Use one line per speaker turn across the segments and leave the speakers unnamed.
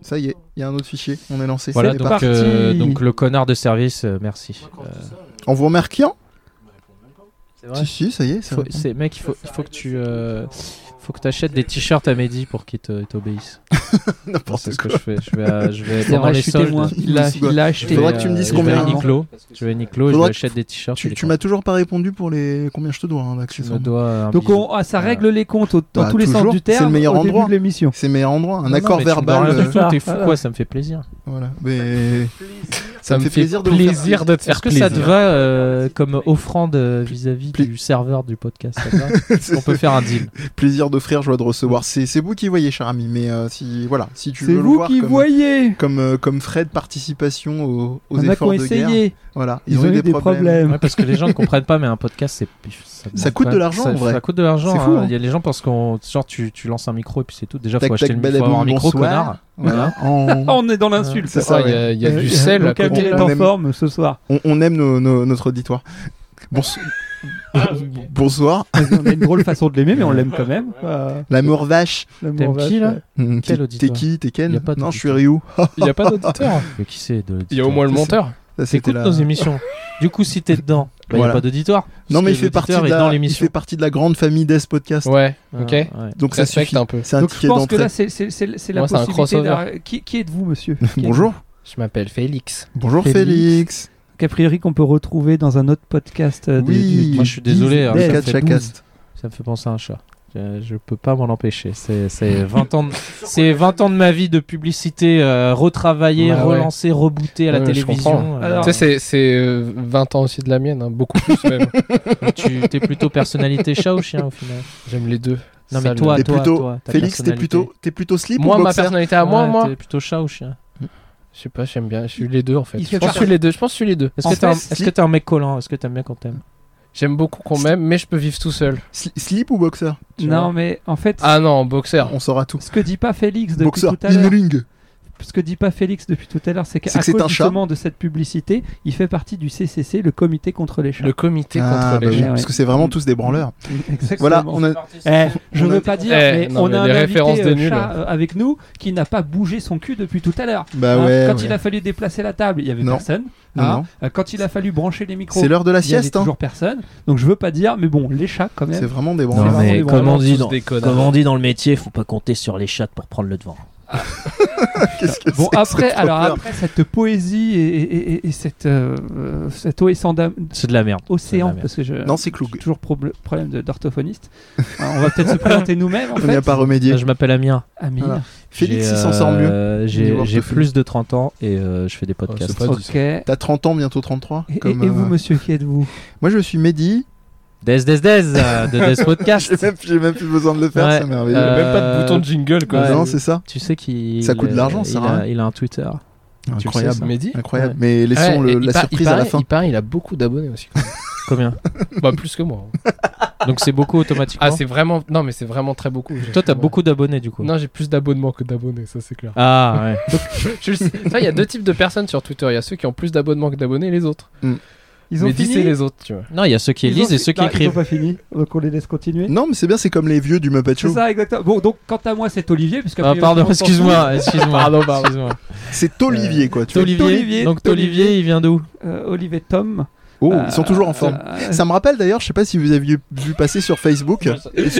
Ça y est, il y a un autre fichier, on est lancé.
Voilà,
C'est
donc,
parti.
euh, donc le connard de service, euh, merci.
En vous remarquant
C'est
Si, si, ça y est. ça
Faut,
répond.
c'est- mec, il faut, il faut que tu euh, faut que t'achètes des t-shirts à Mehdi pour qu'il te- t'obéisse.
N'importe
C'est ce
quoi.
que je fais. Je vais, à- je vais
C'est
pendant
vrai,
les
je suis
soldes.
témoin.
je
Il l'a-
Faudra
il l'a
vais- euh,
acheté.
Faudra que tu me dises
je vais
combien,
à
hein.
Uniqlo. Je vais à Uniqlo. Je
Faudra
lui
que-
achète des t-shirts. je
Tu,
les
tu m'as toujours pas répondu pour les combien je te dois, hein,
prends. Tu
l'accessoire.
me dois un
Donc
bisou.
on- ah, ça
Voilà.
règle les comptes au- dans
Bah,
tous les sens
toujours,
du
c'est le
terme.
meilleur
au début
endroit.
de l'émission.
C'est meilleur endroit, un
Non, non,
accord
mais tu me dois
verbal.
rien
euh,
du tout, T'es fou
Voilà.
quoi Ça me fait plaisir.
voilà. Mais ça me fait plaisir de vous faire
plaisir de te faire plaisir. Est-ce que ça te va euh, comme offrande euh, vis-à-vis
Pli-
du serveur du podcast ça te va
C'est-
On peut faire un deal.
plaisir d'offrir, joie de recevoir. C'est c'est vous qui voyez, cher ami. Mais euh, si voilà, si tu
C'est
veux le
vous
voir
qui
comme,
voyez.
comme euh, comme frais de participation aux, aux
Il y en a qui
efforts
ont
de guerre,
essayé.
voilà,
Ils, ont, eu des problèmes.
Ouais, parce que les gens ne comprennent pas, mais un podcast, c'est. Ça, demande
coûte
pas-
de l'argent,
ça,
en vrai.
Ça coûte de l'argent.
C'est fou,
hein.
hein.
Il y a les gens pensent qu'on. Genre, tu, tu lances un micro et puis c'est tout. Déjà,
Tac,
faut acheter
tac,
le micro, faut avoir un
badaboum,
micro,
bonsoir.
connard.
Voilà.
Ah,
En-
on est dans l'insulte.
C'est ça,
Il y
ouais.
a, il y a
Euh,
du sel
le
à
Camille
côté.
est
on
en
aime.
forme ce soir.
on, on aime nos- nos- notre auditoire. Bonso- Bonsoir,
on a une drôle façon de l'aimer, mais on l'aime quand même. Euh,
l'amour vache.
l'amour
T'aimes qui,
vache,
là
ouais.
Hum,
Quel
qui- T'es
auditoire
qui T'es
Y a
Ken
pas
Non, je suis
d'auditeur.
Ryu.
Il n'y a pas d'auditeur.
Mais qui c'est de
Il y a au moins le monteur.
Ça,
Écoute
la-
nos émissions. Du coup, si t'es dedans, bah, il n'y
Voilà.
a pas d'auditoire.
Non,
Parce
mais il
que
fait, partie
l'auditeur
de
est dans
la... il
l'émission.
fait partie de la grande famille des podcasts.
Ouais, ok.
Ah, ouais.
Donc ça
Respecte
suffit.
un peu.
C'est un
Donc je
ticket
pense que
d'entrée.
là, c'est c'est- c'est- c'est la
Moi, c'est un
possibilité.
crossover.
d'un- Qui, qui êtes-vous, monsieur Qui
Bonjour.
Je m'appelle Félix.
Bonjour
Félix.
Félix.
êtes-vous Qu'a priori qu'on peut retrouver dans un autre podcast. euh, du-
Oui.
du-
Moi, je suis désolé. hein,
Dave.
ça me
Podcast
fait
Chacast.
Ça me fait penser à un chat. Euh, Je peux pas m'en empêcher. C'est c'est 20 ans, de, c'est 20 ans de ma vie de publicité euh, retravaillée,
Ouais, ouais.
relancée, rebootée à la
Ouais, je
télévision.
comprends.
Euh,
Alors-
Tu sais, c'est- c'est euh, 20 ans aussi de la mienne, hein, beaucoup plus même.
tu t'es plutôt personnalité chat ou chien au final
J'aime les deux.
Non
Ça,
mais
le-
toi,
T'es
toi,
plutôt-
toi, ta
Félix, t'es
personnalité. Ah,
plutôt, t'es plutôt slip
Moi,
ou
ma
boxer
personnalité à moi,
Ouais,
moi.
T'es plutôt chat ou chien
Je sais pas, j'aime bien. Je suis les deux en fait.
Il
Je
fait
pense que je suis les deux. Je pense que je suis les deux.
Est-ce
En
que t'es un,
fait,
est-ce que t'es un mec collant Est-ce que t'aimes bien quand t'aime
J'aime beaucoup qu'on m'aime, mais je peux vivre tout seul.
Sli- Slip ou boxer
du- Non, mais en fait,
Ah non, boxeur.
On saura tout.
ce que dit pas Félix depuis
Boxeur
tout à l'heure.
Inling.
Ce que dit pas Félix depuis tout à l'heure, c'est qu'à
C'est que
cause
c'est un chat.
justement de cette publicité, il fait partie du CCC, le Comité contre les chats.
Le comité
Ah,
contre
bah
les
oui,
gens.
gens.
parce que c'est vraiment tous des branleurs.
Exactement.
Voilà, on a
Eh, je
On a-
veux pas dire,
Eh,
mais
non,
on
mais
a
les
un
références
invité
de
euh,
nuls.
chat, euh, avec nous qui n'a pas bougé son cul depuis tout à l'heure.
Bah
Hein,
ouais.
quand
ouais.
il a fallu déplacer la table, il y avait
Non.
personne.
Non,
Hein,
non.
euh, Quand il a fallu brancher les micros,
C'est l'heure de la
il y avait
sieste. hein.
toujours personne. Donc je veux pas dire, mais bon, les chats quand
C'est
même.
vraiment des
Non,
branleurs.
mais vraiment des comme on branleurs,
dit tous dans- des connards. comme
on dit dans le métier, faut pas compter sur les chats pour prendre le devant.
Qu'est-ce que
Bon
c'est que
après,
cette
alors
horreur
après cette poésie et, et- et- et cette euh, cet oésan d'am-
C'est de la merde.
océan,
C'est de la merde.
parce que je
Non, c'est
j'ai
Cloug.
toujours proble- problème de- d'orthophoniste. Alors, on va peut-être se présenter nous-mêmes en
On n'y a
fait.
pas
Moi,
remédié.
Je m'appelle Amir.
Amine.
Voilà. Félix,
J'ai,
il s'en sort mieux.
euh,
Au
J'ai
niveau
j'ai
orthophonie.
plus de 30 ans et euh, je fais des podcasts.
Oh, c'est pas
Ok. Et,
T'as 30 ans, bientôt 33.
et-
comme,
et
euh,
vous, monsieur, qui êtes-vous
Moi, je suis Mehdi.
Des Des Des euh, de Des Podcast.
J'ai même, j'ai même plus besoin de le faire,
Ouais.
c'est merveilleux.
Euh,
Même pas de bouton de jingle quoi.
ouais.
non, c'est ça.
Tu sais qu'il
Ça coûte de l'argent, ça,
il,
hein.
a, il a un Twitter. Tu le sais,
Incroyable.
ça
Mehdi
Incroyable.
Ouais.
Mais laissons
Ouais,
le-
et
la
il par-
surprise
il
à la
paraît-
fin.
Il paraît, il a beaucoup d'abonnés aussi.
Combien
bah plus que moi.
Donc c'est beaucoup automatiquement.
Ah c'est vraiment non mais c'est vraiment très beaucoup.
Toi t'as
Ouais.
beaucoup d'abonnés du coup.
Non j'ai plus d'abonnements que d'abonnés ça c'est clair.
Ah ouais.
Tu le sais. Tu vois, il y a deux types de personnes sur Twitter. Il y a ceux qui ont plus d'abonnements que d'abonnés et les autres.
Ils ont
mais
fini.
c'est les autres, tu vois.
Non, il y a ceux qui
Ils ont
lisent et
fi-
ceux qui
Non, Ils ont
écrivent.
pas fini, donc on les laisse continuer.
Non, mais c'est bien, c'est comme les vieux du Muppet
C'est
Show.
ça, exactement. Bon, donc quant à moi, c'est Olivier, puisque
Ah pardon, excuse-moi, excuse-moi. Pardon, excuse-moi.
C'est Olivier, quoi. Tu vois.
T'Olivier,
T'Olivier,
donc
T'Olivier.
Olivier, il vient d'où
euh, Olivier Tom.
Oh,
Euh,
ils sont toujours en forme.
euh,
Ça me rappelle d'ailleurs, je sais pas si vous aviez vu passer sur Facebook.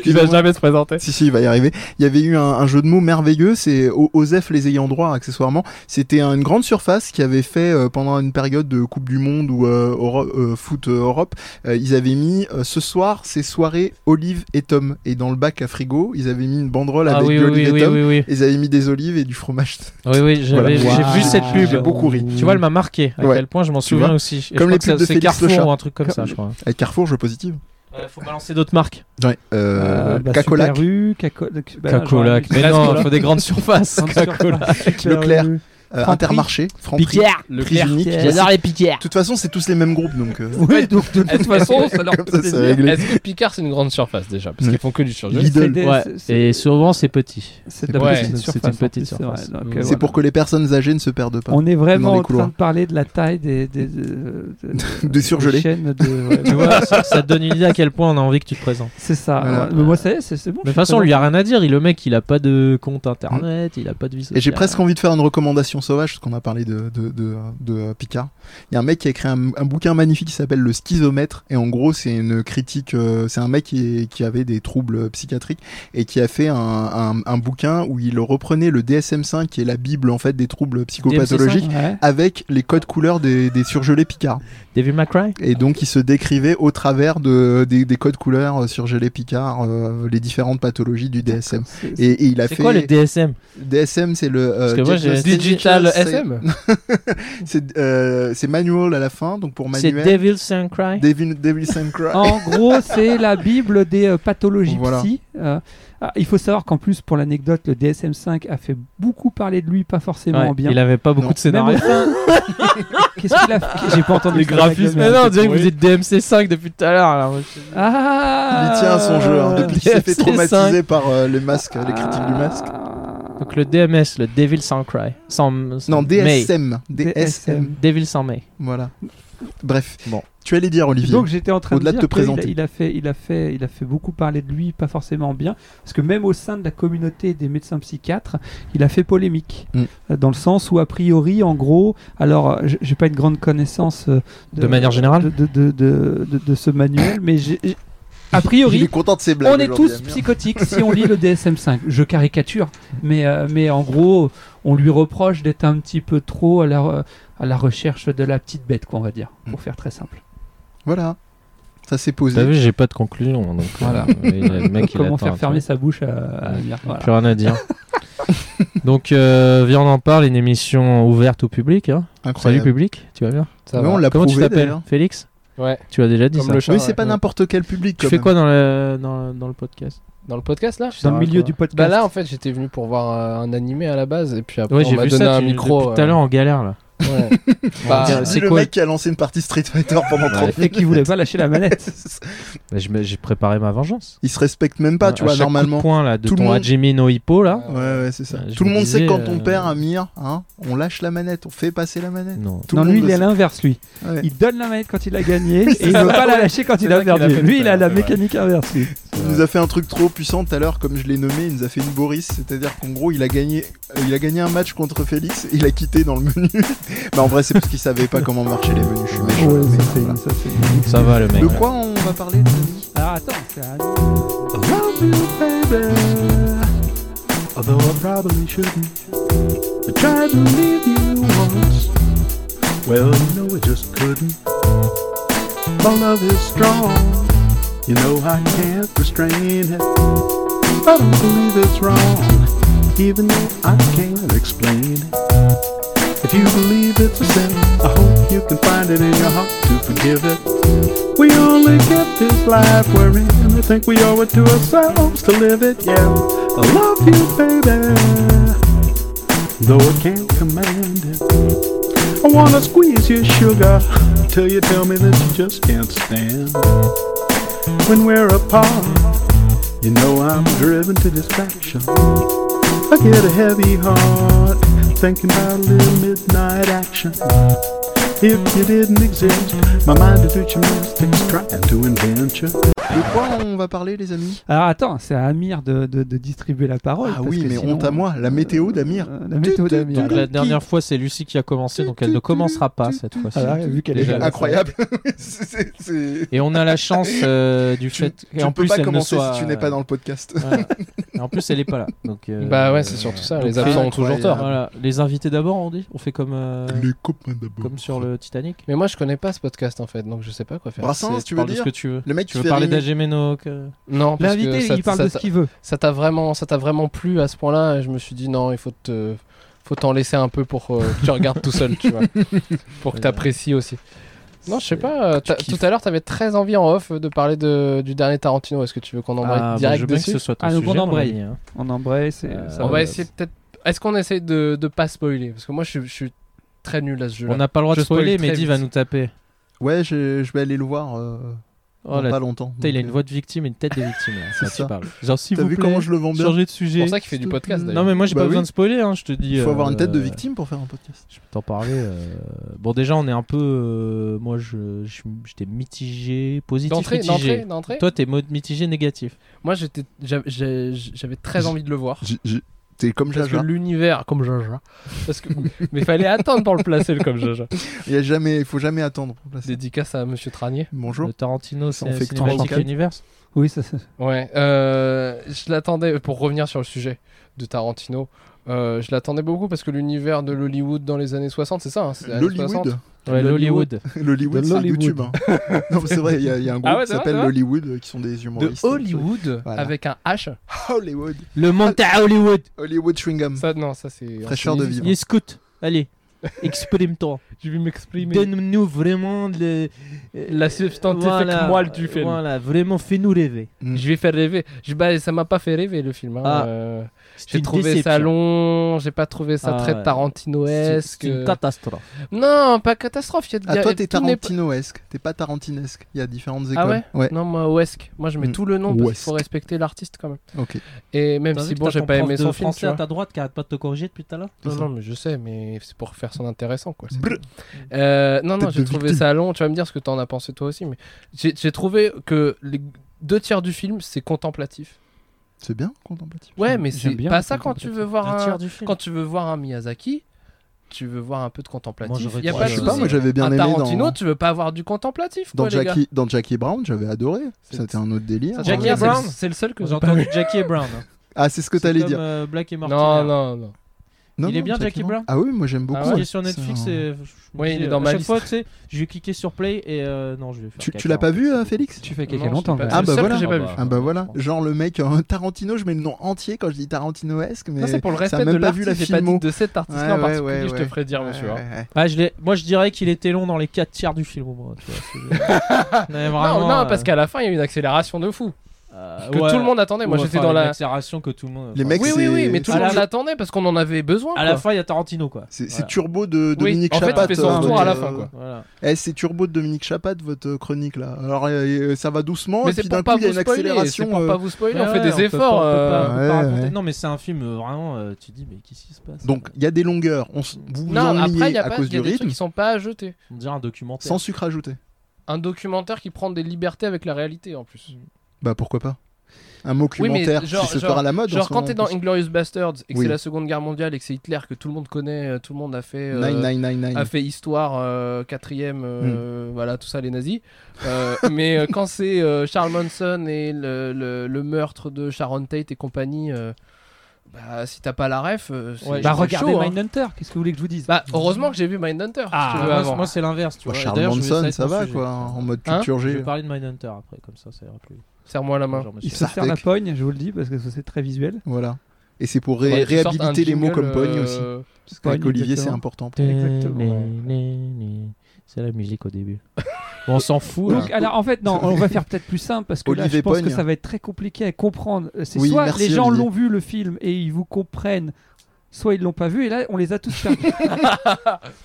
Il va jamais se présenter.
Si, si, il va y arriver. Il y avait eu un, un jeu de mots merveilleux, c'est O- Osef les ayant droit, accessoirement. C'était une grande surface qui avait fait, euh, pendant une période de Coupe du Monde ou euh, Euro- euh, Foot Europe, euh, ils avaient mis euh, ce soir, c'est soirée Olive et Tom. Et dans le bac à frigo, ils avaient mis une banderole
Ah
avec
oui
du
oui
Olive
oui,
et Tom.
oui oui
Et Ils avaient mis des olives et du fromage.
oui oui, j'avais- j'ai
Voilà.
Waouh.
vu cette pub.
J'ai beaucoup ri.
Tu vois, elle m'a marqué. À
Ouais.
quel point je m'en
Tu
souviens
vois
aussi.
Comme
Et je crois
les
que ça-
pubs de
c'est
Félix le
Carrefour
chat.
ou un truc comme ça, je crois.
Avec Carrefour, je positive.
Euh, faut balancer d'autres marques.
Ouais.
Ah,
Euh,
euh, bah,
Cacolac.
Super U, Caco- bah, là, j'aurais
Cacolac.
mis-
Mais
Reste
non,
là.
faut des grandes surfaces.
Grande surface, Super
Leclerc.
U,
euh,
Franprix.
Intermarché, Franprix,
Picard
Le
Prix
clair.
unique.
J'adore les Picards
De toute façon, c'est tous les mêmes groupes, donc euh,
Oui, donc de
De
toute
toute façon, ça leur
comme ça,
plaisir.
c'est réglé.
Est-ce que Picard c'est une grande surface déjà Parce qu'ils font que du surgelé.
Lidl.
c'est des-
Ouais,
c'est- c'est-
et souvent c'est petit.
c'est de la
Ouais,
petite
c'est une
surface, en
petite
plus, c'est
surface.
vrai. Donc,
C'est
euh,
C'est
voilà.
pour que les personnes âgées ne se perdent pas.
On est
dans
vraiment
les
en train
couloirs.
de parler de la taille des, des, de- de-
Des surgelés.
chaînes de- ouais,
Tu vois, ça, ça te donne une idée à quel point on a envie que tu te présentes.
c'est ça.
Voilà.
Ouais, mais moi, ça y est, c'est c'est bon.
Mais de toute façon, lui a rien à dire. Il, le mec, il a pas de compte internet, il a pas de vie sociale.
Et j'ai presque envie de faire une recommandation sauvage, parce qu'on a parlé de, de, de, de, euh, Picard. Il y a un mec qui a écrit un, un bouquin magnifique qui s'appelle Le schizomètre, et en gros, c'est une critique, euh, c'est un mec qui, est- qui avait des troubles psychiatriques, et qui a fait un, un, un bouquin où il reprenait le DSM-5, qui est la bible, en fait, des troubles psychopathologiques, avec les codes couleurs des, des surgelés Picard.
David McRae
Et donc, il se décrivait au travers de, des, des codes couleurs euh, surgelés Picard, euh, les différentes pathologies du DSM. Et, et il a
C'est
fait.
quoi le DSM
DSM, c'est le. euh,
Parce que moi, j'ai-
diagnostic-
Digital
c'est-
SM
C'est euh, c'est manual à la fin, donc pour
C'est
manuel.
Devil Saint Cry
Devil, Devil's and Cry.
En gros, c'est la Bible des euh, pathologies
Voilà.
psy. Euh, ah, il faut savoir qu'en plus, pour l'anecdote, le DSM-5 a fait beaucoup parler de lui, pas forcément
Ouais,
en bien.
Il avait pas beaucoup
Non.
de scénarios.
Qu'est-ce qu'il a fait J'ai pas entendu
Les
ça, la gueule,
graphismes.
mais-
Mais non, on dirait que vous êtes DMC5 depuis tout à l'heure. alors, moi, je-
Ah
Il tient à son jeu, hein, depuis qu'il s'est fait
DFC5.
traumatiser par euh, les masques, les critiques
Ah.
du masque.
Ah!
Donc le DMS, le Devil Saint Cry. Sans,
Non,
May.
DSM. DSM.
DSM.
Devil Sans May.
Voilà. Bref. Tu allais dire, Olivier.
Donc j'étais en train de
Au-delà
dire
de te
qu'il a,
présenter.
il a fait, il a fait, il a fait beaucoup parler de lui, pas forcément bien, parce que même au sein de la communauté des médecins psychiatres, il a fait polémique,
Mm.
Euh, dans le sens où a priori, en gros, alors euh, j- j'ai pas une grande connaissance euh,
De manière générale
de, de, de, de- de- de ce manuel, mais j'ai- j'ai-
il
a
est
priori.
content de ses blagues.
On est
aujourd'hui,
tous
hein, merde.
psychotiques si on lit le DSM-5. Je caricature, mais, euh, mais en gros, on lui reproche d'être un petit peu trop à la, re- à la recherche de la petite bête, quoi, on va dire,
Mm.
pour faire très simple.
Voilà. Ça s'est
T'as
posé.
vu, j'ai pas de conclusion. Donc,
Voilà.
euh, il- le mec, il
Comment
attend un
faire fermer
truc.
sa bouche à, à Amir, voilà.
Plus rien à dire. donc, euh, viens, on en parle. Une émission ouverte au public. Hein. Salut,
Incroyable.
public. Tu vas bien
Ça
Mais
va.
on l'a
Comment tu
prouvé,
t'appelles
d'ailleurs.
Félix
Ouais.
Tu as déjà dit
Comme
ça.
le chat.
Oui, c'est
ouais.
pas n'importe quel public.
Tu
quand
fais
même.
quoi dans le, dans, dans le podcast
Dans le podcast là
Tu
Dans
sers
le
à
milieu
quoi
du podcast.
Bah là en fait j'étais venu pour voir euh, un animé à la base et puis après
Ouais,
on
j'ai
m'a
vu
donné
ça
un
tu-
micro.
depuis tout à l'heure en galère là.
euh, ouais. Bah,
dirait-
Dis
c'est
Ah, le
quoi
mec qui a lancé une partie Street Fighter pendant 30
Et qui voulait pas lâcher la manette.
Bah, je me- J'ai préparé ma vengeance.
Il se respecte même pas, tu
À
vois,
chaque coup de
normalement.
Point, là, de
tout le
ton
monde-
Hajime no Hippo là.
Ah
Ouais.
Ouais, ouais, c'est ça.
Ouais, je
Tout le
me
monde sait
disais,
quand on
euh,
perd un mire, hein, on lâche la manette, on fait passer la manette.
Non.
Tout
non,
le
lui,
monde
il est à
le
l'inverse, lui.
sait. Ouais.
Il donne la manette quand il a gagné et
C'est
il
ça.
veut pas la lâcher quand il
C'est
a
ça qu'il a
perdu.
fait
Lui,
tout
il
à
a la
l'heure, c'est vrai.
mécanique inverse. lui.
Il nous a fait un truc trop puissant tout à l'heure, comme je l'ai nommé, il nous a fait une Boris, c'est-à-dire qu'en gros il a gagné, euh, il a gagné un match contre Félix, il a quitté dans le menu. Mais en vrai c'est parce qu'il savait pas comment marcher les menus. Je suis méchant, mais voilà.
Ça va le mec.
De quoi on va parler les amis
Alors attends, c'est un-
Well, no, I just couldn't. My love is strong. You know I can't restrain it. I don't believe it's wrong, even though I can't explain it. If you believe it's a sin, I hope you can find it in your heart to forgive it. We only get this life we're in. I think we owe it to ourselves to live it. Yeah, I love you, baby. Though I can't command it. I wanna squeeze your sugar till you tell me that you just can't stand. When we're apart, you know I'm driven to distraction. I get a heavy heart thinking about a little midnight action. If you didn't exist, my mind would do gymnastics trying to invent you.
De quoi on va parler les amis
Alors attends, c'est à Amir de, de- de distribuer la parole.
Ah
parce
oui,
que
mais
sinon-
honte à moi, la météo d'Amir.
Euh, La météo
Tu- tu-
d'Amir.
Donc, la dernière fois, c'est Lucie qui a commencé, donc elle ne commencera pas cette fois-ci.
Ah,
Voilà, Ah vu qu'elle est
Déjà,
jeune.
Incroyable. C'est- c'est- c'est-
Et on a la chance euh, du
Tu,
fait.
tu
et en
ne peux
plus,
pas
elle ne
commencer
soit...
si tu n'es pas dans le podcast.
Voilà. Et en plus, elle est pas là. Donc, euh,
Bah ouais c'est surtout ça, les
donc,
absents ont
incroyable.
toujours tort.
Voilà. Les invités d'abord, on dit. On fait comme euh,
Les copains d'abord.
comme sur le Titanic.
Mais moi je connais pas ce podcast en fait donc je sais pas quoi faire.
Brassens,
C'est-
tu veux
parles de
dire
ce que tu veux.
Le mec
Tu
qui
veux
fait
parler
rimer.
d'Agemeno que...
Non parce que
L'invité,
ça,
il parle
ça-
de ce qu'il veut.
ça t'a vraiment ça t'a vraiment plu à ce point-là et je me suis dit non il faut te faut t'en laisser un peu pour euh, que tu regardes tout seul tu vois pour que
Ouais.
t'apprécies aussi. Non je sais
C'est-
pas euh, t'as-
kiffes.
tout à l'heure t'avais très envie en off euh, de parler de, du dernier Tarantino est-ce que tu veux qu'on embraye
Ah, bah,
direct
je veux bien que
dessus
ce soit ton
Ah, donc on
sujet, mon
embraye.
ami, hein.
On embraye. c'est-
Euh,
ça
On
va.
va
euh,
essayer peut-être Est-ce qu'on essaye de, de pas spoiler Parce que moi, je, suis- je suis très nul à ce jeu-là.
On n'a pas le droit
Je
de spoiler,
spoil très
Mehdi va
vite.
nous taper.
Ouais, je, je vais aller le voir euh,
Oh
dans
là,
pas longtemps.
putain, il a
Donc,
une voix de victime et une tête de victime. là,
C'est
quand
ça.
tu parles. Genre, s'il
T'as
vous
vu
plaît,
comment je le vends bien
changez de
C'est
sujet.
pour ça qu'il fait du podcast
Non,
d'ailleurs.
mais moi, j'ai
Bah
pas
oui.
besoin de spoiler, hein, je te dis.
Il faut avoir une tête de
euh,
victime pour faire un podcast.
Je peux t'en parler. euh, Bon, déjà, on est un peu. euh, Moi, je, je- j'étais mitigé, positif,
D'entrée, d'entrée,
mitigé.
d'entrée.
Toi, t'es mode mitigé, négatif.
Moi, j'étais, j'avais- j'ai- j'avais très envie de le voir.
J'ai- j'ai- T'es comme
Parce que
Jaja.
l'univers, comme Jaja. Parce que, mais fallait attendre pour le placer le comme Jaja.
Il y a jamais, il faut jamais attendre pour placer.
Dédicace à Monsieur Tranier.
Bonjour.
Le Tarantino, c'est
On fait que
Cinematic
34.
Universe.
Oui, ça, ça-
Ouais. euh, je l'attendais pour revenir sur le sujet de Tarantino. euh, je l'attendais beaucoup parce que l'univers de l'Hollywood dans les années 60, c'est ça. hein, c'est les années 60.
L'Hollywood.
Ouais, l'Hollywood.
L'Hollywood,
De
c'est
l'Hollywood.
YouTube. hein. non, mais c'est vrai, il y, a- il y a un groupe
Ah ouais,
qui
c'est vrai,
s'appelle
c'est vrai
l'Hollywood euh, qui sont des
De
humoristes.
Hollywood
Voilà.
avec un H.
Hollywood.
Le monte à Hollywood.
Hollywood Chewingham.
Ça, non, ça c'est.
Fraîcheur de vivre.
Les scouts. Allez, exprime-toi.
Je vais m'exprimer.
Donne-nous vraiment le.
La substantifique moelle du film.
Voilà, vraiment, fais-nous rêver.
Hmm.
Je vais faire rêver. Je, bah, ça m'a pas fait rêver le film. hein,
Ah.
euh,
C'est
j'ai
une
trouvé ça
déception.
long, j'ai pas trouvé ça
Ah
très
ouais. C'est
Tarantinoesque.
c'est une catastrophe.
Non, pas catastrophe. il Y a, il y
Ah,
a-
toi, t'es
tout n'est pas-
tarantinoesque. T'es pas tarantinesque. Il y a différentes écoles.
Ah ouais, Non, moi, Wesk. Moi, je mets
Mm.
tout le nom parce qu'il
Wesk.
faut respecter l'artiste quand même.
Ok.
Et même
T'as vu
si,
que
bon,
t'as
j'ai
ton
pas
prof
aimé
de
son film,
français
tu
à
vois.
ta droite qui arrête pas de te corriger depuis tout à l'heure
Non, non, mais je sais, mais c'est pour faire son intéressant, quoi. c'est
Brr.
tout. Euh, non, non,
Tête
j'ai
Mm. de
trouvé
victime.
ça long. Tu vas me dire ce que t'en as pensé toi aussi, mais j'ai j'ai trouvé que les deux tiers du film, c'est contemplatif.
C'est bien contemplatif.
Ouais,
J'aime-
mais
j'aime
c'est
bien
pas
le
ça quand tu veux voir
Un
un,
tiers du film.
quand tu veux voir un Miyazaki, tu veux voir un peu de contemplatif.
Moi, j'aurais
y a
dit,
Ouais,
pas de
je sais
euh,
pas,
souci.
moi j'avais bien
un
aimé
Tarantino,
dans,
tu veux pas avoir du contemplatif,
dans,
quoi, les gars.
Jackie, dans Jackie Brown, j'avais adoré.
C'est-
C'était un autre délire.
Jackie
Ouais.
Brown.
c'est le seul que
J'ai entendu Jackie Brown. hein.
Ah, c'est ce que
C'est
t'allais
comme,
dire.
euh, Black et Martin.
Non, non, non.
Non,
il est
non,
bien, Jackie Brown
Ah oui, moi j'aime beaucoup.
Ah ouais.
Il est sur
C'est
Netflix
un-
et. je- je me
Ouais, il
dis,
est dans
euh,
ma
à chaque
liste.
fois, tu sais, j'ai cliqué sur Play et euh, non, je vais faire
Tu, tu
caca,
l'as pas
en fait,
vu, euh,
c'est
Félix
tu fais
Non,
quelqu'un
je l'ai
longtemps.
pas
quand
vu.
Ah
même.
bah
seul que
voilà.
j'ai pas vu.
Ah bah voilà, genre le mec euh, Tarantino, je mets le nom entier quand je dis Tarantinoesque, mais
Ça, c'est pour le
ça a
respect
même
de
pas vu la
l'artiste, j'ai pas
filmo.
dit de cet artiste
Ouais,
en
ouais,
particulier,
ouais,
je te
ouais.
ferai dire,
Ouais,
monsieur. hein.
ouais, ouais.
Ah, je l'ai- moi je dirais qu'il était long dans les 4 tiers du film. Moi, tu vois, c'est- Mais vraiment,
non, non, parce
euh,
qu'à la fin, il y a eu une accélération de fou
euh,
que
ouais,
tout le monde attendait. Moi,
ouais,
j'étais
enfin,
dans
une
la.
accélération que tout le monde.
Les
enfin,
mecs,
Oui,
c'est-
oui, oui, mais tout le
À la
monde
fin-
l'attendait parce qu'on en avait besoin.
À
quoi.
la fin, il y a Tarantino quoi.
C'est c'est
Voilà.
Turbo de
Oui,
Dominique
en fait, il
Chapat.
fait son
euh,
retour
votre,
à la
euh,
fin, quoi.
Voilà.
Eh, c'est Turbo de Dominique Chapat, votre chronique là. Alors euh, euh, ça va doucement,
Mais
et
c'est
puis
pour
d'un
pas
coup il y a
vous
une
spoiler. C'est
accélération.
pour
euh,
pas vous spoiler.
Mais
On fait
ouais,
des
peut
efforts.
pas- on peut pas- on peut
euh,
pas
Ouais,
raconter.
ouais.
Non, mais c'est un film euh, vraiment. euh, tu dis, mais qu'est-ce qui se passe
Donc il y a des longueurs, on s- vous vous
Non, après, il
ennuyez
y a
à
pas
cause
il y
du
a des trucs
rythme,
qui sont pas à jeter.
On dirait un documentaire.
sans sucre ajouté.
Un documentaire qui prend des libertés avec la réalité en plus.
Bah pourquoi pas Un documentaire
genre-
qui se
genre-
fera à la mode. en
Genre
ce
quand
moment,
t'es dans
en plus.
Inglorious Bastards et que
Oui.
c'est la Seconde Guerre mondiale et que c'est Hitler que tout le monde connaît, euh, tout le monde a fait euh,
9999.
a fait histoire euh, quatrième,
Hmm.
euh, voilà tout ça les nazis. Euh, mais euh, quand c'est euh, Charles Manson et le, le- le meurtre de Sharon Tate et compagnie, euh, bah si t'as pas la ref, euh, c'est
Ouais,
c'est
Bah regardez
chaud, hein.
Mindhunter, Ah, qu'est-ce que vous voulez que je vous dise
Bah heureusement que j'ai vu Mindhunter. si tu veux,
Ah, moi,
avant.
moi, c'est l'inverse, tu
Bah,
vois. Et
Charles
d'ailleurs, je vais-
Manson,
va être
ça
mon
va
sujet.
quoi, en mode
Hein
culture
Je
G.
vais parler de Mindhunter après, comme ça, ça ira plus.
serre-moi la main.
Genre, monsieur-
Il se sert la
Sartek.
pogne, je vous le dis, parce que ça, c'est très visuel.
Voilà. Et c'est pour ré-
Faudrait que tu sortes
réhabiliter
un
les mots
jingle,
comme pogne
euh,
aussi. Parce
Pogne,
qu'avec Olivier, c'est
exactement.
important.
Exactement.
C'est la musique au début. Bon, on s'en fout.
Donc,
hein.
alors, en fait, non, on va faire peut-être plus simple parce que là,
Olivier
je pense
Pogne.
que ça va être très compliqué à comprendre. C'est
Oui,
soit
merci,
les gens
Olivier.
l'ont vu le film et ils vous comprennent, soit ils l'ont pas vu et là, on les a tous perdus.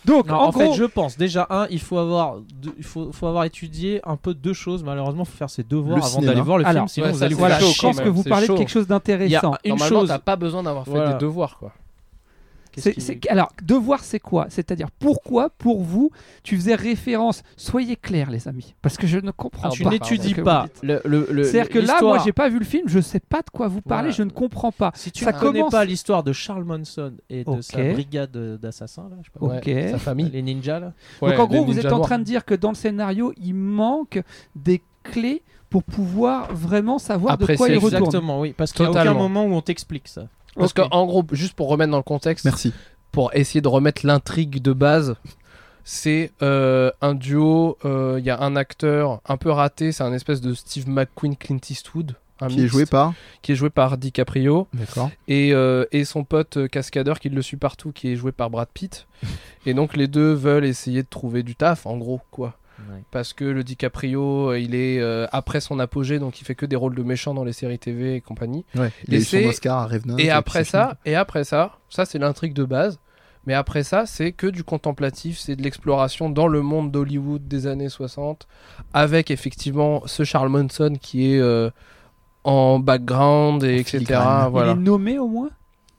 Donc,
Non,
en,
en fait,
gros,
je pense déjà un, il faut avoir, deux- il faut, faut avoir étudié un peu deux choses. Malheureusement, faut faire ses devoirs
Le
avant
cinéma.
d'aller voir le film.
Alors,
Sinon,
ouais,
vous
ça,
allez
c'est
voir
voilà,
chaud
je
quand
pense
même,
que vous
c'est
parlez
chaud.
de quelque chose
Il y a
d'intéressant.
une
Une
chose.
chose.
T'as pas besoin d'avoir fait
Voilà.
des devoirs quoi.
Qu'est-ce
C'est-
qui-
c'est- Alors, devoir, c'est quoi C'est-à-dire, pourquoi, pour vous, tu faisais référence Soyez clairs, les amis, parce que je ne comprends
Alors,
Ah, Tu
pas.
Pardon,
n'étudies
ce que vous
pas.
dites.
Le- le-
Euh,
le-
C'est-à-dire que là, moi,
l'histoire.
j'ai pas vu le film, je sais pas de quoi vous parlez,
Voilà.
je ne comprends pas.
Si tu
ça
ne connais
commence-
pas l'histoire de Charles Manson et de sa
Ok.
brigade euh, d'assassins, là, je sais pas,
Ok.
Ouais, sa famille.
les ninjas, là,
Ouais,
Donc en
des
gros, vous êtes
ninjas
en
noirs.
train de dire que dans le scénario, il manque des clés pour pouvoir vraiment savoir de quoi
Apprécier,
il retourne.
exactement, oui, parce qu'il y a aucun
Totalement.
moment où on t'explique ça.
Parce oh,
Ok.
qu'en gros, juste pour remettre dans le contexte,
Merci.
pour essayer de remettre l'intrigue de base, c'est euh, un duo. euh, Il y a un acteur un peu raté, c'est un espèce de Steve McQueen Clint Eastwood, un
Qui est
mixte,
joué par.
qui est joué par DiCaprio,
D'accord.
et, euh, et son pote euh, cascadeur qui le suit partout, qui est joué par Brad Pitt. et donc les deux veulent essayer de trouver du taf, en gros, quoi.
Ouais.
parce que le DiCaprio, euh, il est euh, après son apogée, donc il fait que des rôles de méchants dans les séries TV et compagnie.
Ouais, il a
Et
eu son
c'est-
Oscar à Revenant.
et
puis
après
Hein, c'est
ça, et après ça, ça c'est l'intrigue de base. Mais après ça, c'est que du contemplatif, c'est de l'exploration dans le monde d'Hollywood des années 60, avec effectivement ce Charles Manson qui est euh, en background et
En
etc.
filigrane.
Voilà.
Il est nommé au moins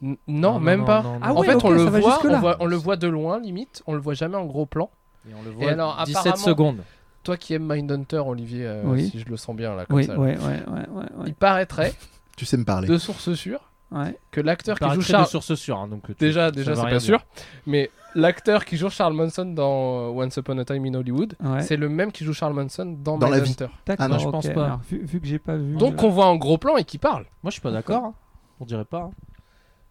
N- Non, même pas.
Ah
en
ouais,
fait,
ok,
on, le
ça va
voit,
jusque-là.
on voit- on le voit de loin, limite. On le voit jamais en gros plan.
Et on le
Et alors,
17
apparemment-
secondes.
Toi qui aimes Mindhunter, Olivier, euh,
Oui.
si je le sens bien là, comme
Oui,
ça,
ouais,
là.
ouais, ouais, ouais, ouais.
Il paraîtrait,
fini. Tu sais me parler.
de source sûre,
Ouais.
que l'acteur qui
Paraîtrait
joue
de
Charles.
source sûre, hein, donc tu-
Déjà,
ça
déjà
veut
c'est
rien
pas
dire.
sûr. Mais l'acteur qui joue Charles Manson dans euh, Once Upon a Time in Hollywood,
ouais.
c'est le même qui joue Charles Manson dans,
Dans la vie.
Mindhunter.
D'accord,
Ah non, je
ok.
pense pas.
Alors, vu, vu que j'ai pas vu. euh,
Donc on voit en gros plan et qui parle.
Moi, je suis pas d'accord. hein. On dirait pas. hein.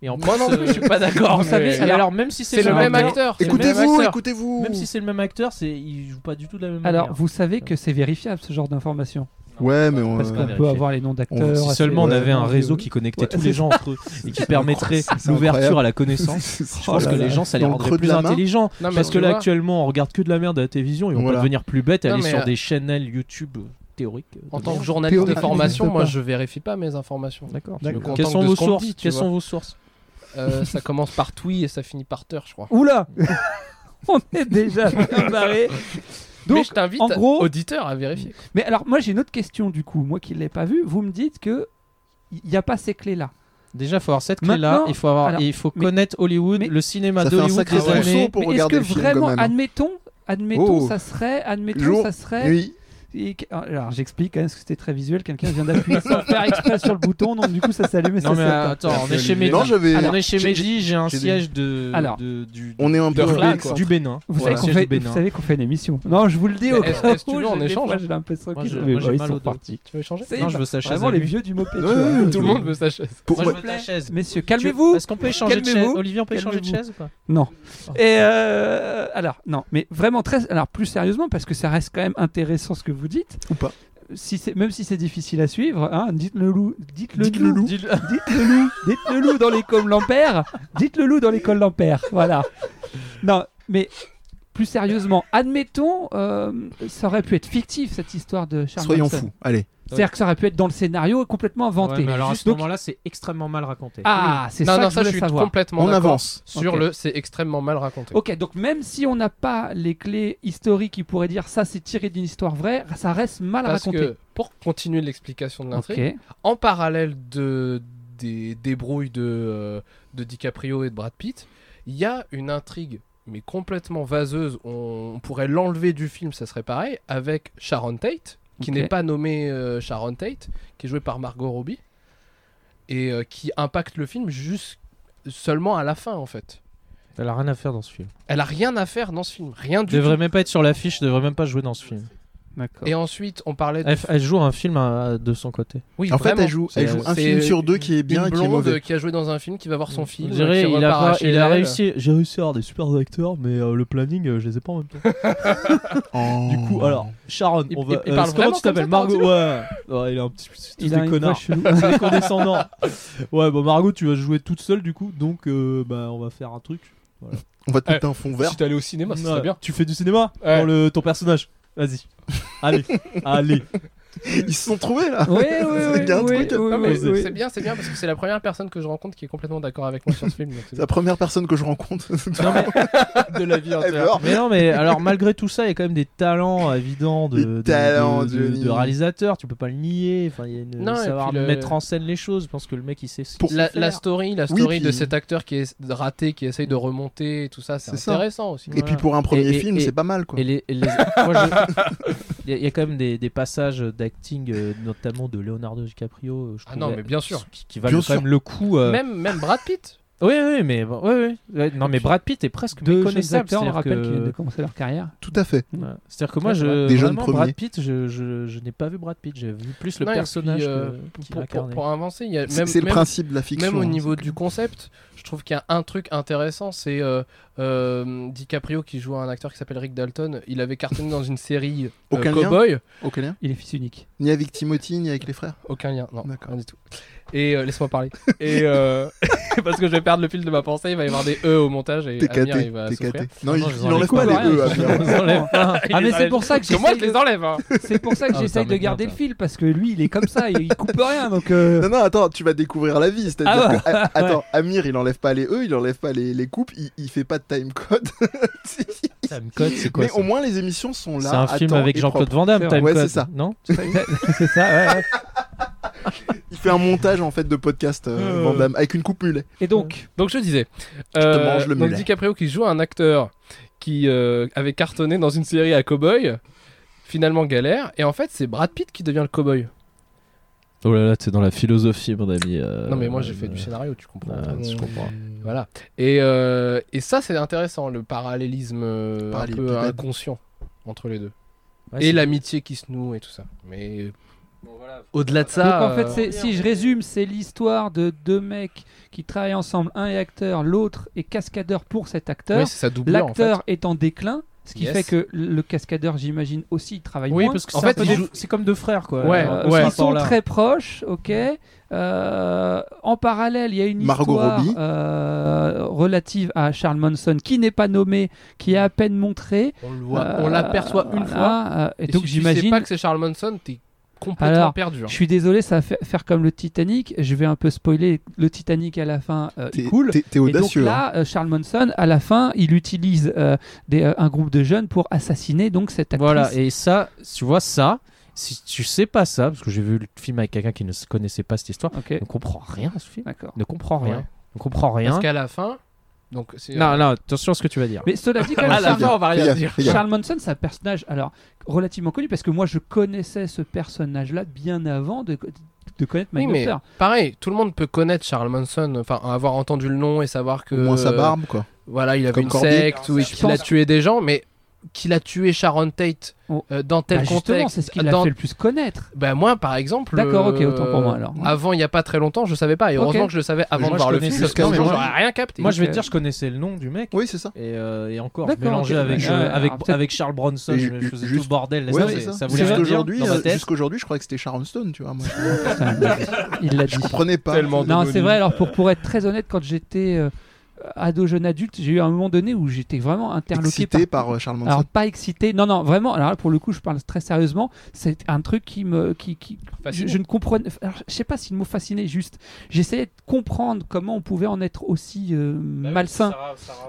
Et en
Moi non
plus,
plus,
euh,
je suis pas d'accord.
Vous savez,
mais-
et alors même si c'est
c'est le même acteur. c'est le même
Écoutez-vous,
acteur.
écoutez-vous.
même si c'est le même acteur, c'est il joue pas du tout de la même
Alors,
manière.
vous savez que c'est vérifiable ce genre d'information
Ouais, mais on,
parce
euh,
pas
qu'on peut
vérifié.
avoir les noms d'acteurs.
Si seulement on
ouais,
avait un
euh,
réseau qui connectait
ouais,
tous
c'est
les gens entre eux et qui permettrait
c'est
l'ouverture
incroyable.
à la connaissance, je pense
là
que
là.
les gens ça les
Dans le creux
rendrait
de
plus
la main.
intelligents.
Non, mais
Parce que
tu
là
vois,
actuellement on regarde que de la merde à la télévision et on
Voilà.
peut devenir plus bête et
Non,
aller
mais,
sur
euh,
des chaînes YouTube euh, théoriques. euh,
En
de
tant que
merde.
journaliste de
Théorie,
formation,
n'existe
moi
pas.
je vérifie pas mes informations.
D'accord.
Je me contente
Quelles sont
de
vos
ce qu'on me
sources
dit, tu
Quelles
vois.
sont vos sources
Euh, ça commence par oui et ça finit par Ter, je crois.
Oula On est déjà bien barré.
mais
Donc,
je t'invite,
en gros-
auditeur, à vérifier.
mais alors, moi j'ai une autre question du coup. Moi qui ne l'ai pas vu, vous me dites que il n'y a pas ces clés-là.
Déjà, il faut avoir cette clé-là.
Maintenant-
Il faut avoir,
alors,
et il faut
mais-
connaître Hollywood,
mais-
le cinéma
Ça fait un
d'Hollywood
sacré
des
trousseau
années.
pour
Mais est-ce
regarder
que
le film
vraiment,
quand même. hein.
admettons, admettons,
Oh.
ça serait, admettons,
Jour,
ça serait.
Oui,
Et que- Alors j'explique, hein, parce que c'était très visuel, quelqu'un vient d'appuyer sans faire exprès sur le bouton, donc du coup ça s'allume et ça
Non, mais
s'éteint.
attends, on est chez Mehdi.
non, j'avais.
on est chez
j'ai-
Mehdi, j'ai un
j'ai des-
siège de,
Alors.
de- du,
On est un peu.
Beurre là,
excentré.
quoi.
du Bénin.
Vous,
Voilà.
savez qu'on
Siège
fait,
du
vous
Bénin.
savez qu'on fait une émission. Non, je vous le dis au
Mais est-ce-
cas
est-ce que tu
où,
veux, on
j'ai des
échange
fois, J'ai l'impression
Moi,
qu'ils-
je-
mais
moi,
bah,
j'ai
ils
mal
sont
au dos.
partis.
Tu veux échanger
C'est
Non, je veux sa chaise
Vraiment
à
les
lui.
vieux du mot pécho.
Ouais,
hein.
ouais,
Tout le monde veut sa chaise.
Pour-
Moi, je
ouais,
veux ta chaise.
Messieurs,
Tu veux-
calmez-vous.
Est-ce qu'on peut échanger de chaise
Calmez-vous.
Olivier, on peut échanger de
Calmez-vous.
chaise ou pas
Non. Et euh, alors, non, mais vraiment très. Alors, plus sérieusement, parce que ça reste quand même intéressant ce que vous dites.
Ou pas.
Si c'est- même si c'est difficile à suivre, hein, dites-le loup, dites-le
Dites le
loup,
loup.
Dis-le.
dites-le loup, dites-le loup dans l'école Lampère, dites-le loup dans l'école Lampère, voilà. Non, mais plus sérieusement, admettons, euh, ça aurait pu être fictif cette histoire de Charles
Soyons
Manson.
fous. Allez.
C'est-à-dire que ça aurait pu être dans le scénario complètement inventé.
Ouais, mais alors à ce
Donc-
moment-là, c'est extrêmement mal raconté.
ah, c'est
Non,
ça
non,
que
ça
je
je
voulais
suis
savoir.
complètement
On
d'accord
avance.
sur
Ok.
le. C'est extrêmement mal raconté.
Ok, donc même si on n'a pas les clés historiques qui pourraient dire ça c'est tiré d'une histoire vraie, ça reste mal
Parce
raconté.
que pour continuer l'explication de
Ok,
l'intrigue, en parallèle de des débrouilles de euh, de DiCaprio et de Brad Pitt, il y a une intrigue mais complètement vaseuse. On, on pourrait l'enlever du film, ça serait pareil avec Sharon Tate, qui
Ok.
n'est pas nommée euh, Sharon Tate, qui est jouée par Margot Robbie et euh, qui impacte le film juste seulement à la fin en fait.
Elle a rien à faire dans ce film.
Elle a rien à faire dans ce film, rien du tout.
Devrait même pas être sur l'affiche, devrait même pas jouer dans ce film.
d'accord.
Et ensuite, on parlait de...
Elle, elle joue un film euh, de son côté.
Oui,
En fait,
vraiment.
elle joue, elle joue un
C'est
film sur deux qui est bien
une
et qui est
blonde
mauvais.
qui a joué dans un film, qui va voir son film.
Je dirais,
qui
il a,
repart à
pas-
chez
il a
elle.
réussi. J'ai réussi à avoir des super acteurs, mais euh, le planning, euh, je les ai pas en même temps.
Oh.
Du coup, alors, Sharon,
Il-
on va. euh,
il- il parle
comment
vraiment
tu t'appelles
comme ça,
Margot Ouais. Ouais, il a un petit. c'est tous
il a
des
une voix
connards.
chelou.
C'est des condescendants. Ouais, bon, Margot, tu vas jouer toute seule, du coup, donc, euh, bah, on va faire un truc.
on va te
Eh,
mettre un fond vert.
Si t'es allé au cinéma, ça
Ouais. bah,
serait bien.
Tu fais du cinéma
Ouais.
dans le, ton personnage. Vas-y. Allez, allez.
Ils se sont trouvés là.
Oui, oui, oui,
Il y a un
oui,
truc à-
oui,
Non, mais
oui,
c'est
oui.
c'est bien, c'est bien parce que c'est la première personne que je rencontre qui est complètement d'accord avec moi sur ce film. donc c'est
C'est la première personne que je rencontre.
bien. de la vie
Ever.
entière.
Mais non, mais alors malgré tout ça, il y a quand même des talents évidents de,
Des
de,
talents,
de- de-
Johnny.
de réalisateur. Tu peux pas le nier. Enfin, il y a une
Non, et
savoir
puis le-
mettre en scène les choses. Je pense que le mec, il sait. ce
Pour-
qu'il
La,
sait
la
faire.
story, la
Oui,
story de
puis-
cet acteur qui est raté, qui essaye de remonter, et tout ça, c'est
C'est ça.
intéressant aussi.
Et puis pour un premier
Et- et-
film,
et-
c'est pas mal quoi.
Et les, et les- moi, je- il, y a, il y a quand même des, des passages d'acting, euh, notamment de Leonardo DiCaprio. euh, je
Ah non,
trouvais-
mais bien sûr.
Qui, qui valent
Bien
quand
sûr.
même le coup. euh,
Même, même Brad Pitt.
Oui, oui, mais bon, oui, oui. Ouais, Non, mais Brad Pitt est presque
Deux jeunes
méconnaissable.
acteurs, on
c'est-à-dire
rappelle
que-
qu'ils viennent de commencer leur carrière.
Tout à fait.
Ouais. C'est-à-dire que moi, je,
Des jeunes
vraiment,
premiers.
Brad Pitt, je, je, je n'ai pas vu Brad Pitt. J'ai vu plus le
Non, et puis,
personnage
euh,
que- qu'il
pour, pour,
incarnait.
pour avancer, il y a
C'est
même,
c'est le
même-
principe de la fiction.
Même au
hein.
niveau du concept, je trouve qu'il y a un truc intéressant, c'est euh, euh, DiCaprio qui joue un acteur qui s'appelle Rick Dalton. Il avait cartonné dans une série euh,
Aucun lien
Cowboy.
Aucun lien.
Il est fils unique.
Ni avec Timothy, ni avec les frères.
Aucun lien, non,
D'accord.
rien du tout. Et euh, laisse-moi parler. Et euh, parce que je vais perdre le fil de ma pensée, il va y avoir des E au montage et
T'es
Amir
caté,
il va
t'es
souffrir.
caté. Non, il,
Non, je vous
il enlève
enlève
pas
pas,
les
rien,
E.
je vous
Amir.
enlève. Ah, mais c'est pour ça que
Parce que moi
j'essaye
je les
de-
enlève. hein.
c'est pour ça que
Ah,
j'essaye
ça
de
m'énerve,
garder le
ça.
fil parce que lui il est comme ça, il, il coupe rien donc. euh,
Non, non, attends, tu vas découvrir la vie. C'est-à-dire
Ah ouais,
que, a- attends, Amir, il enlève pas les E, il enlève pas les, les coupes, il, il fait pas de timecode.
Timecode, c'est quoi
Mais
ça
au moins, les émissions sont là.
C'est un film
à temps
avec
et
Jean-Claude
propre.
Van Damme,
C'est vrai.
Ouais,
Timecode,
c'est ça.
non
c'est ça. ouais, ouais.
Il fait un montage en fait de podcast euh,
Euh.
Van Damme, avec une coupe mulet.
Et donc,
Donc je disais, euh,
te mange le
donc
mulet.
DiCaprio qui joue un acteur qui euh, avait cartonné dans une série à cowboy, finalement galère, et en fait c'est Brad Pitt qui devient le cowboy.
Oh là là, t'es dans la philosophie, mon ami.
non mais moi j'ai fait du
Euh,
Euh, scénario, tu comprends.
Ah, je comprends.
Voilà. Et, euh, et ça c'est intéressant, le parallélisme euh, un
Parallé-
peu
peut-être.
inconscient entre les deux. et l'amitié qui se noue et tout ça. Mais au-delà de ça...
donc en fait,
euh,
c'est- si je résume, c'est l'histoire de deux mecs qui travaillent ensemble. Un est acteur, l'autre est cascadeur pour cet acteur.
oui, c'est ça double E,
L'acteur est en déclin, ce qui
Yes.
fait que le cascadeur, j'imagine, aussi travaille
Oui,
moins.
parce que
En
c'est un
fait,
peu
ils
des
jouent-
C'est comme deux frères, quoi.
Ouais,
euh,
ouais.
ils
à
sont très proches, ok. Euh, en parallèle, il y a une
Margot
histoire
Robbie.
euh, relative à Charles Manson qui n'est pas nommé, qui est à peine montré.
On le voit,
Euh,
on l'aperçoit une
voilà,
fois.
euh, et, donc
si tu sais
j'imagine.
pas que c'est Charles Manson, t'es complètement
Alors,
perdu. hein.
Je suis désolé, ça va fa- faire comme le Titanic. Je vais un peu spoiler. Le Titanic à la fin, euh, il
T'es
coule.
t'es- t'es
Et donc
audacieux. hein.
là, euh, Charles Manson, à la fin, il utilise euh, des, euh, un groupe de jeunes pour assassiner donc cette actrice.
Voilà, et ça, tu vois, ça, si tu sais pas ça, parce que j'ai vu le film avec quelqu'un qui ne se connaissait pas cette histoire,
Ok,
ne comprend rien à ce film.
d'accord.
Ne comprend rien.
Ouais.
Ne comprend rien.
Parce qu'à la fin, donc c'est. euh,
Non, non, attention à ce que tu vas dire.
Mais cela dit, quand même,
à la
Ah, Fais
Charles,
fin, on va
Fais
rien
gaffe,
dire.
fais gaffe.
Charles Manson, c'est un personnage alors relativement connu parce que moi, je connaissais ce personnage-là bien avant de, de connaître
Oui,
Mike
mais
Doctor.
pareil, tout le monde peut connaître Charles Manson, enfin avoir entendu le nom et savoir que.
Au moins sa barbe, quoi.
Voilà, il avait
Comme
une
Cordy.
secte ou
Je
qu'il a
pense-
tué des gens, mais qu'il a tué Sharon Tate
Oh.
euh, dans tel
Bah, justement,
contexte.
c'est ce qui l'a
dans-
fait le plus connaître.
Ben, moi, par exemple.
D'accord,
euh,
ok, autant pour moi, alors.
Avant, il n'y a pas très longtemps, je savais pas. Et
Ok.
heureusement que je le savais avant
Moi,
de
je
voir le
connais
film,
ce
parce que
scan, mais
sinon,
moi-
j'aurais rien capté.
Moi, je vais
euh,
te dire, je connaissais le nom du mec.
Oui, c'est ça.
Et, euh, et encore,
D'accord,
mélangé
ok.
avec,
Ouais,
euh,
ouais,
avec,
alors, peut-être-
avec Charles Bronson,
Et
je,
ju-
je faisais
juste-
tout le bordel.
Ouais,
ça,
c'est
ça,
ça.
voulait
Juste
rien dire
aujourd'hui,
dans ma
euh,
tête.
jusqu'aujourd'hui, je crois que c'était Sharon Stone, tu vois. Moi, je
Putain, Il l'a dit.
comprenais pas.
Tellement
Non, c'est vrai. Alors, pour, pour être très honnête, quand j'étais euh, ado, jeune adulte, j'ai eu un moment donné où j'étais vraiment interloqué
Excité par euh, Charles Manson.
Alors pas excité, non non vraiment. Alors là, pour le coup, je parle très sérieusement. C'est un truc qui me, qui, qui je,
Fasciné.
je ne comprenais. alors, je sais pas si le mot fasciné est juste. J'essayais de comprendre comment on pouvait en être aussi euh, malsain.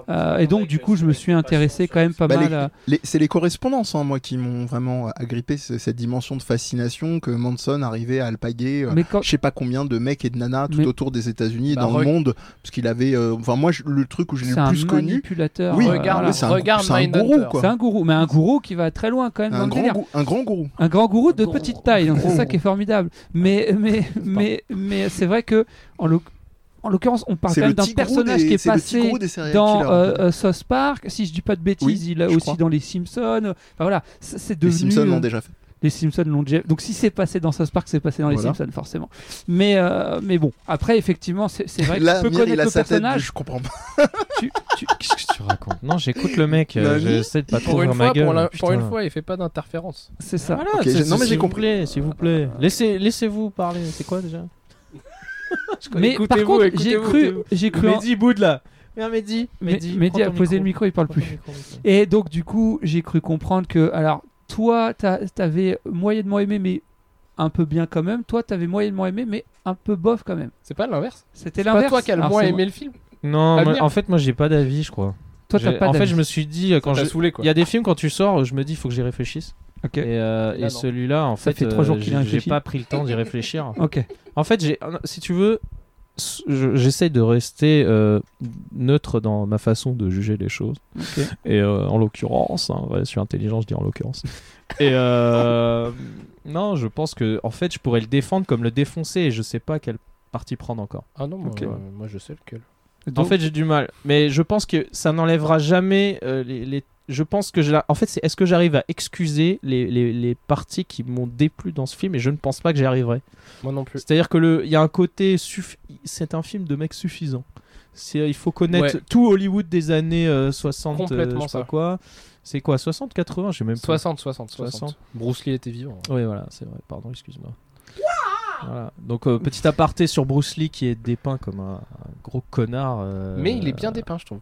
Euh, et donc du coup, je me suis intéressé quand même pas
Bah,
mal. euh.
les-
à-
les- c'est les correspondances, hein, moi, qui m'ont vraiment agrippé ce- cette dimension de fascination que Manson arrivait à alpaguer. euh,
Mais quand
je sais pas combien de mecs et de nanas tout
Mais-
autour des États-Unis et
Bah,
dans
re-
le monde, parce qu'il avait. euh, Enfin, moi, je- le truc où je l'ai
c'est
le
un
plus connu.
manipulateur,
Oui,
euh,
regarde,
voilà.
oui, c'est un,
regarde
c'est un
Mindhunter.
gourou, quoi.
c'est un gourou, mais un gourou qui va très loin quand même. dans
un,
le
grand
délire.
gourou, un grand gourou.
un grand gourou de
grand
petite
gourou.
taille, donc c'est
Gros.
ça qui est formidable. Mais
Ah.
mais mais mais c'est vrai que en l'oc- en l'occurrence, on parle
C'est
quand
le
même d'un
petit gourou
personnage
des-
qui est
c'est le petit
passé
gourou des serial
dans
killers, en
euh,
fait.
euh, South Park, si je dis pas de bêtises,
Oui,
il est
je
aussi
crois.
dans les Simpsons. Enfin voilà, c- c'est
Les
devenu. euh,
Simpsons l'ont déjà fait.
Les Simpsons l'ont déjà- Donc si c'est passé dans South Park, c'est passé dans
Voilà.
les Simpsons forcément. Mais euh, mais bon, après effectivement, c'est c'est vrai que
Là,
tu peux
Amir, il
connaître
a
le
sa tête,
personnage.
je comprends pas.
tu- tu-
Qu'est-ce que tu racontes Non, j'écoute le mec.
Bah,
euh,
oui.
J'essaie de pas trop
Pour une
ouvrir ma
fois,
gueule.
pour la- pour
putain.
une fois, il fait pas d'interférence.
C'est ça.
Voilà,
Ok,
c'est-
j'ai- non,
c'est-
mais j'ai
s'il vous
compris.
plaît, S'il vous plaît, laissez, laissez-vous parler. C'est quoi déjà
Mais par
Écoutez-vous,
contre, j'ai
écoutez-vous,
cru,
écoutez-vous.
j'ai cru. en-
Mehdi, boude là. Viens, Mehdi.
Mehdi, Mehdi a posé le micro, il parle plus. Et donc, du coup, j'ai cru comprendre que. Alors, toi, t'as- t'avais moyennement aimé, mais un peu bien quand même. Toi, t'avais moyennement aimé, mais un peu bof quand même.
C'est pas l'inverse.
C'était
C'est pas
l'inverse.
toi qui as le
Alors,
moins
c'est-
aimé le film.
Non,
Amir.
moi, en fait, moi, j'ai pas d'avis, je crois.
Toi, t'as
J'ai-
pas
en fait,
d'avis.
je me suis dit, euh, quand
T'as
je.
saoulé quoi.
Il y a des films, quand tu sors, je me dis, il faut que j'y réfléchisse.
Ok.
Et, euh, et
non.
celui-là, en
Ça
fait,
fait trois jours
euh,
qu'il
j'ai- j'ai
réfléchit.
pas pris le temps d'y réfléchir.
Ok.
En fait, j'ai, si tu veux, je- j'essaye de rester euh, neutre dans ma façon de juger les choses.
Ok.
Et euh, en l'occurrence, hein, ouais, je suis intelligent, je dis en l'occurrence. Et euh, non, je pense que en fait, je pourrais le défendre comme le défoncer et je sais pas quelle partie prendre encore.
Ah non, moi,
Ok.
euh, moi je sais lequel.
en fait, j'ai du mal, mais je pense que ça n'enlèvera jamais euh, les, les- Je pense que je la- en fait, c'est est-ce que j'arrive à excuser les, les- les parties qui m'ont déplu dans ce film et je ne pense pas que j'y arriverai.
Moi non plus.
C'est-à-dire que le, il y a un côté, suff- c'est un film de mec suffisant. C'est, il faut connaître
Ouais.
tout Hollywood des années euh, 60, euh,
Complètement
je sais
ça.
pas quoi. C'est quoi, 60, 80, je sais même pas.
60, 60, 60.
60.
Bruce Lee était vivant.
Oui, voilà, c'est vrai. Pardon, excuse-moi. Voilà. Donc euh, petit aparté sur Bruce Lee qui est dépeint comme un, un gros connard. euh,
Mais il est bien dépeint, je trouve.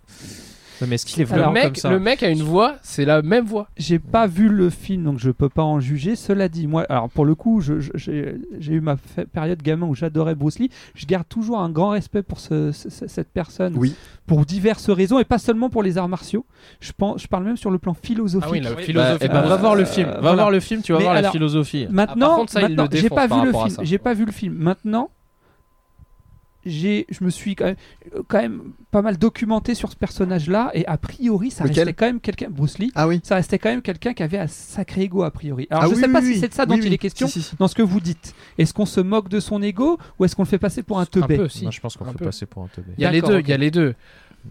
Non, mais est-ce qu'il est vraiment
Le
comme
mec,
ça
le mec a une voix, c'est la même voix.
J'ai pas vu le film, donc je peux pas en juger. Cela dit, moi, alors pour le coup, je- je- j'ai j'ai eu ma fa- période gamin où j'adorais Bruce Lee. Je garde toujours un grand respect pour ce- ce- ce- cette personne,
Oui.
pour diverses raisons et pas seulement pour les arts martiaux. Je, pense, je parle même sur le plan philosophique.
Ah oui, la
Oui,
philosophie.
bah, eh ben,
va euh,
voilà.
voir le film.
Va
Voilà.
voir le film, tu vas
Mais
voir la
alors-
philosophie.
Maintenant,
Ah, par contre, ça, il
maintenant,
le défend
j'ai pas
par
vu le
rapport à
film.
ça.
J'ai pas vu le film. Maintenant, j'ai, je me suis quand même, euh, quand même pas mal documenté sur ce personnage-là et a priori, ça
Lequel
restait quand même quelqu'un, Bruce Lee,
Ah oui.
ça restait quand même quelqu'un qui avait un sacré ego a priori. Alors
ah
je
oui,
sais
oui,
pas
oui.
si c'est de ça dont
Oui,
il
oui.
est question.
Si, si, si.
Dans ce que vous dites, est-ce qu'on se moque de son ego ou est-ce qu'on le fait passer pour un
Un
teubé
peu, si.
Non, je pense qu'on
Un
fait
peu.
passer pour un teubé.
Il y a les
D'accord,
deux, il y a
ok.
les deux.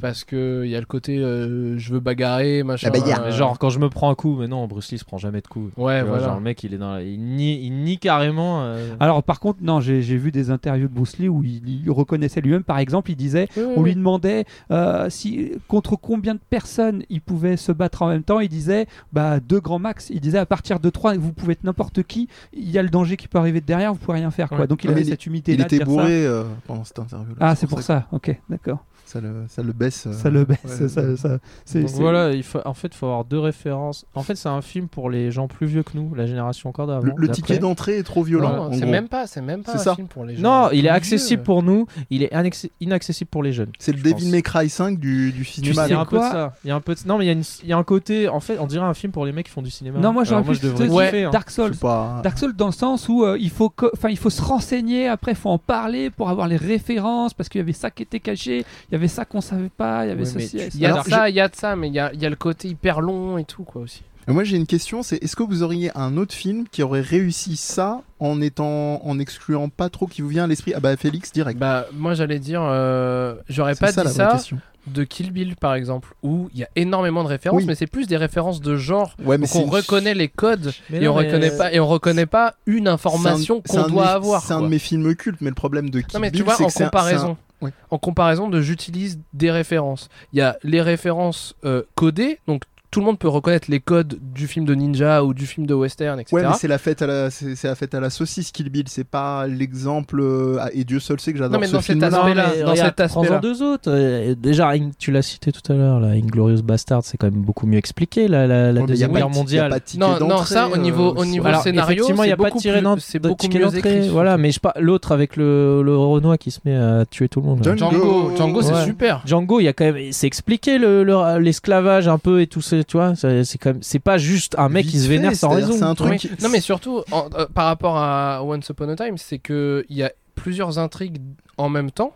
Parce que il y a le côté euh, je veux bagarrer, machin.
La bagarre.
euh,
Mais Bah, Genre quand je me prends un coup, mais non, Bruce Lee se prend jamais de coup.
Ouais,
Tu vois,
voilà.
Genre le mec, il est dans, la- il nie, il nie carrément.
Ah,
euh,
Alors par contre, non, j'ai j'ai vu des interviews de Bruce Lee où il, il reconnaissait lui-même, par exemple, il disait,
Oui, oui,
on
oui.
lui demandait euh, si contre combien de personnes il pouvait se battre en même temps, il disait, bah deux grands max, il disait à partir de trois, vous pouvez être n'importe qui, il y a le danger qui peut arriver de derrière, vous pouvez rien faire quoi.
Ouais.
Donc il
Non,
avait
mais il-
cette humilité
Il
là.
était bourré euh, pendant cette interview.
Ah, c'est pour ça. Ok, d'accord.
Ça le, ça le baisse. euh,
Ça le baisse.
ouais.
ça, ça- c'est-
Donc
c'est-
voilà, il faut, en fait, il faut avoir deux références. En fait, c'est un film pour les gens plus vieux que nous, la génération encore d'avant.
Le, le
d'après.
ticket d'entrée est trop
Non,
violent. en
c'est
gros.
même pas, c'est même pas
C'est
un
ça.
film pour les gens.
Non, il
plus
est accessible
vieux.
pour nous, il est annexe- inaccessible pour les jeunes.
C'est le
je
Devil
pense.
May Cry 5 du, du
Tu sais,
cinéma.
il y a un
donc.
peu de
quoi
ça. Il y a un peu de... Non, mais il y, a une- il y a un côté. En fait, on dirait un film pour les mecs qui font du cinéma.
Non, moi j'aurais
Alors,
plus
je devrais
te
kiffer,
dire
hein.
Dark Souls.
C'est pas...
Dark Souls dans le sens où euh, il faut co- enfin il faut se renseigner après il faut en parler pour avoir les références parce qu'il y avait ça qui était caché il y avait ça qu'on savait pas il y avait
Ouais, mais
ceci
tu-
il y avait
Il y a
ça.
de ça, il y a de ça, mais il y a, il y a le côté hyper long et tout, quoi, aussi.
Et Moi j'ai une question, c'est est-ce que vous auriez un autre film qui aurait réussi ça en étant en excluant pas trop qui vous vient à l'esprit Ah bah Félix direct.
Bah, moi, j'allais dire, euh, j'aurais
C'est
pas
ça,
dit
la vraie
ça
question.
de Kill Bill, par exemple, où il y a énormément de références,
Oui.
mais c'est plus des références de genre.
Ouais, mais
Donc, on
c'est-
reconnaît les codes
Mais
et
non,
on
mais-
reconnaît pas et on reconnaît pas une
c'est un-
information
c'est un
qu'on
de
doit
mes-
avoir.
C'est un
quoi.
de mes films cultes, mais le problème de Kill
Non mais tu
Bill,
vois
c'est
en
que c'est un- c'est un-
comparaison,
Ouais.
en comparaison de j'utilise des références. Il y a les références euh, codées, donc tout le monde peut reconnaître les codes du film de ninja ou du film de western, etc.
Ouais, mais c'est la fête à la, c'est c'est la fête à la saucice Kill Bill, c'est pas l'exemple. euh, ah, Et Dieu seul sait que
Non,
j'adore
mais
ce
dans cet
film-là.
aspect- aspect-là,
mais
dans
regarde,
cet aspect-là.
prends-en deux autres. Euh, Déjà, In- tu l'as cité tout à l'heure, là, Inglorious Bastard, c'est quand même beaucoup mieux expliqué, la,
Ouais,
la, la
mais y a
Deuxième
pas de-
Guerre
y a pas
mondiale.
de ticket
non, non,
d'entrée,
ça au
euh,
niveau, au
c'est-
niveau
Alors,
scénario,
effectivement, il n'y
c'est
a pas de
beaucoup
tiré
plus-
d'en-
c'est
de
beaucoup
ticket
mieux
d'entrée,
écrit.
Voilà, mais je sais pas, l'autre avec le, le Renoir qui se met à tuer tout le monde. là.
John-
Django, Django,
Ouais.
c'est super.
Django, il y a quand même, c'est expliqué le- le- l'esclavage un peu et tout ça, tu vois. C'est c'est quand même, c'est pas juste un mec qui
Vite
se vénère
fait,
sans
c'est-à-dire,
raison.
c'est un truc
Oui.
qui-
Non mais surtout en- euh, par rapport à Once Upon a Time, c'est que il y a plusieurs intrigues en même temps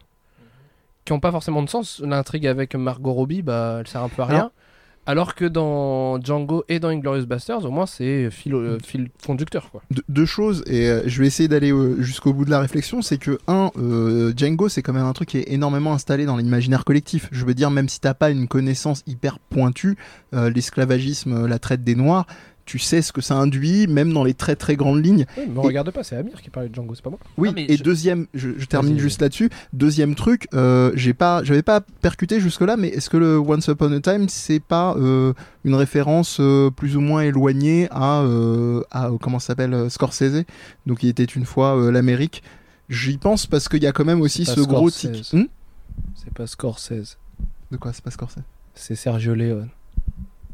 qui n'ont pas forcément de sens. L'intrigue avec Margot Robbie, bah, elle sert un peu à rien.
Alors-
Alors que dans Django et dans Inglorious Basterds, au moins c'est fil, euh, fil conducteur quoi.
deux, deux choses et euh, je vais essayer d'aller euh, jusqu'au bout de la réflexion c'est que un euh, Django c'est quand même un truc qui est énormément installé dans l'imaginaire collectif je veux dire même si t'as pas une connaissance hyper pointue euh, l'esclavagisme euh, la traite des noirs tu sais ce que ça induit même dans les très très grandes lignes
Oui, me
Et-
regarde pas, c'est Amir qui parlait de Django, c'est pas moi.
oui,
Ah, mais
et
je-
deuxième, je, je termine
Vas-y,
juste là-dessus. Deuxième truc, euh, j'ai pas, j'avais pas percuté jusque-là, mais est-ce que le Once Upon a Time, c'est pas euh, une référence euh, plus ou moins éloignée à, euh, à euh, comment ça s'appelle euh, Scorsese Donc il était une fois euh, l'Amérique. J'y pense parce qu'il y a quand même aussi
C'est
ce
pas
gros
Scorsese.
tic. Hmm
C'est pas Scorsese,
de quoi C'est pas Scorsese
c'est Sergio Leone.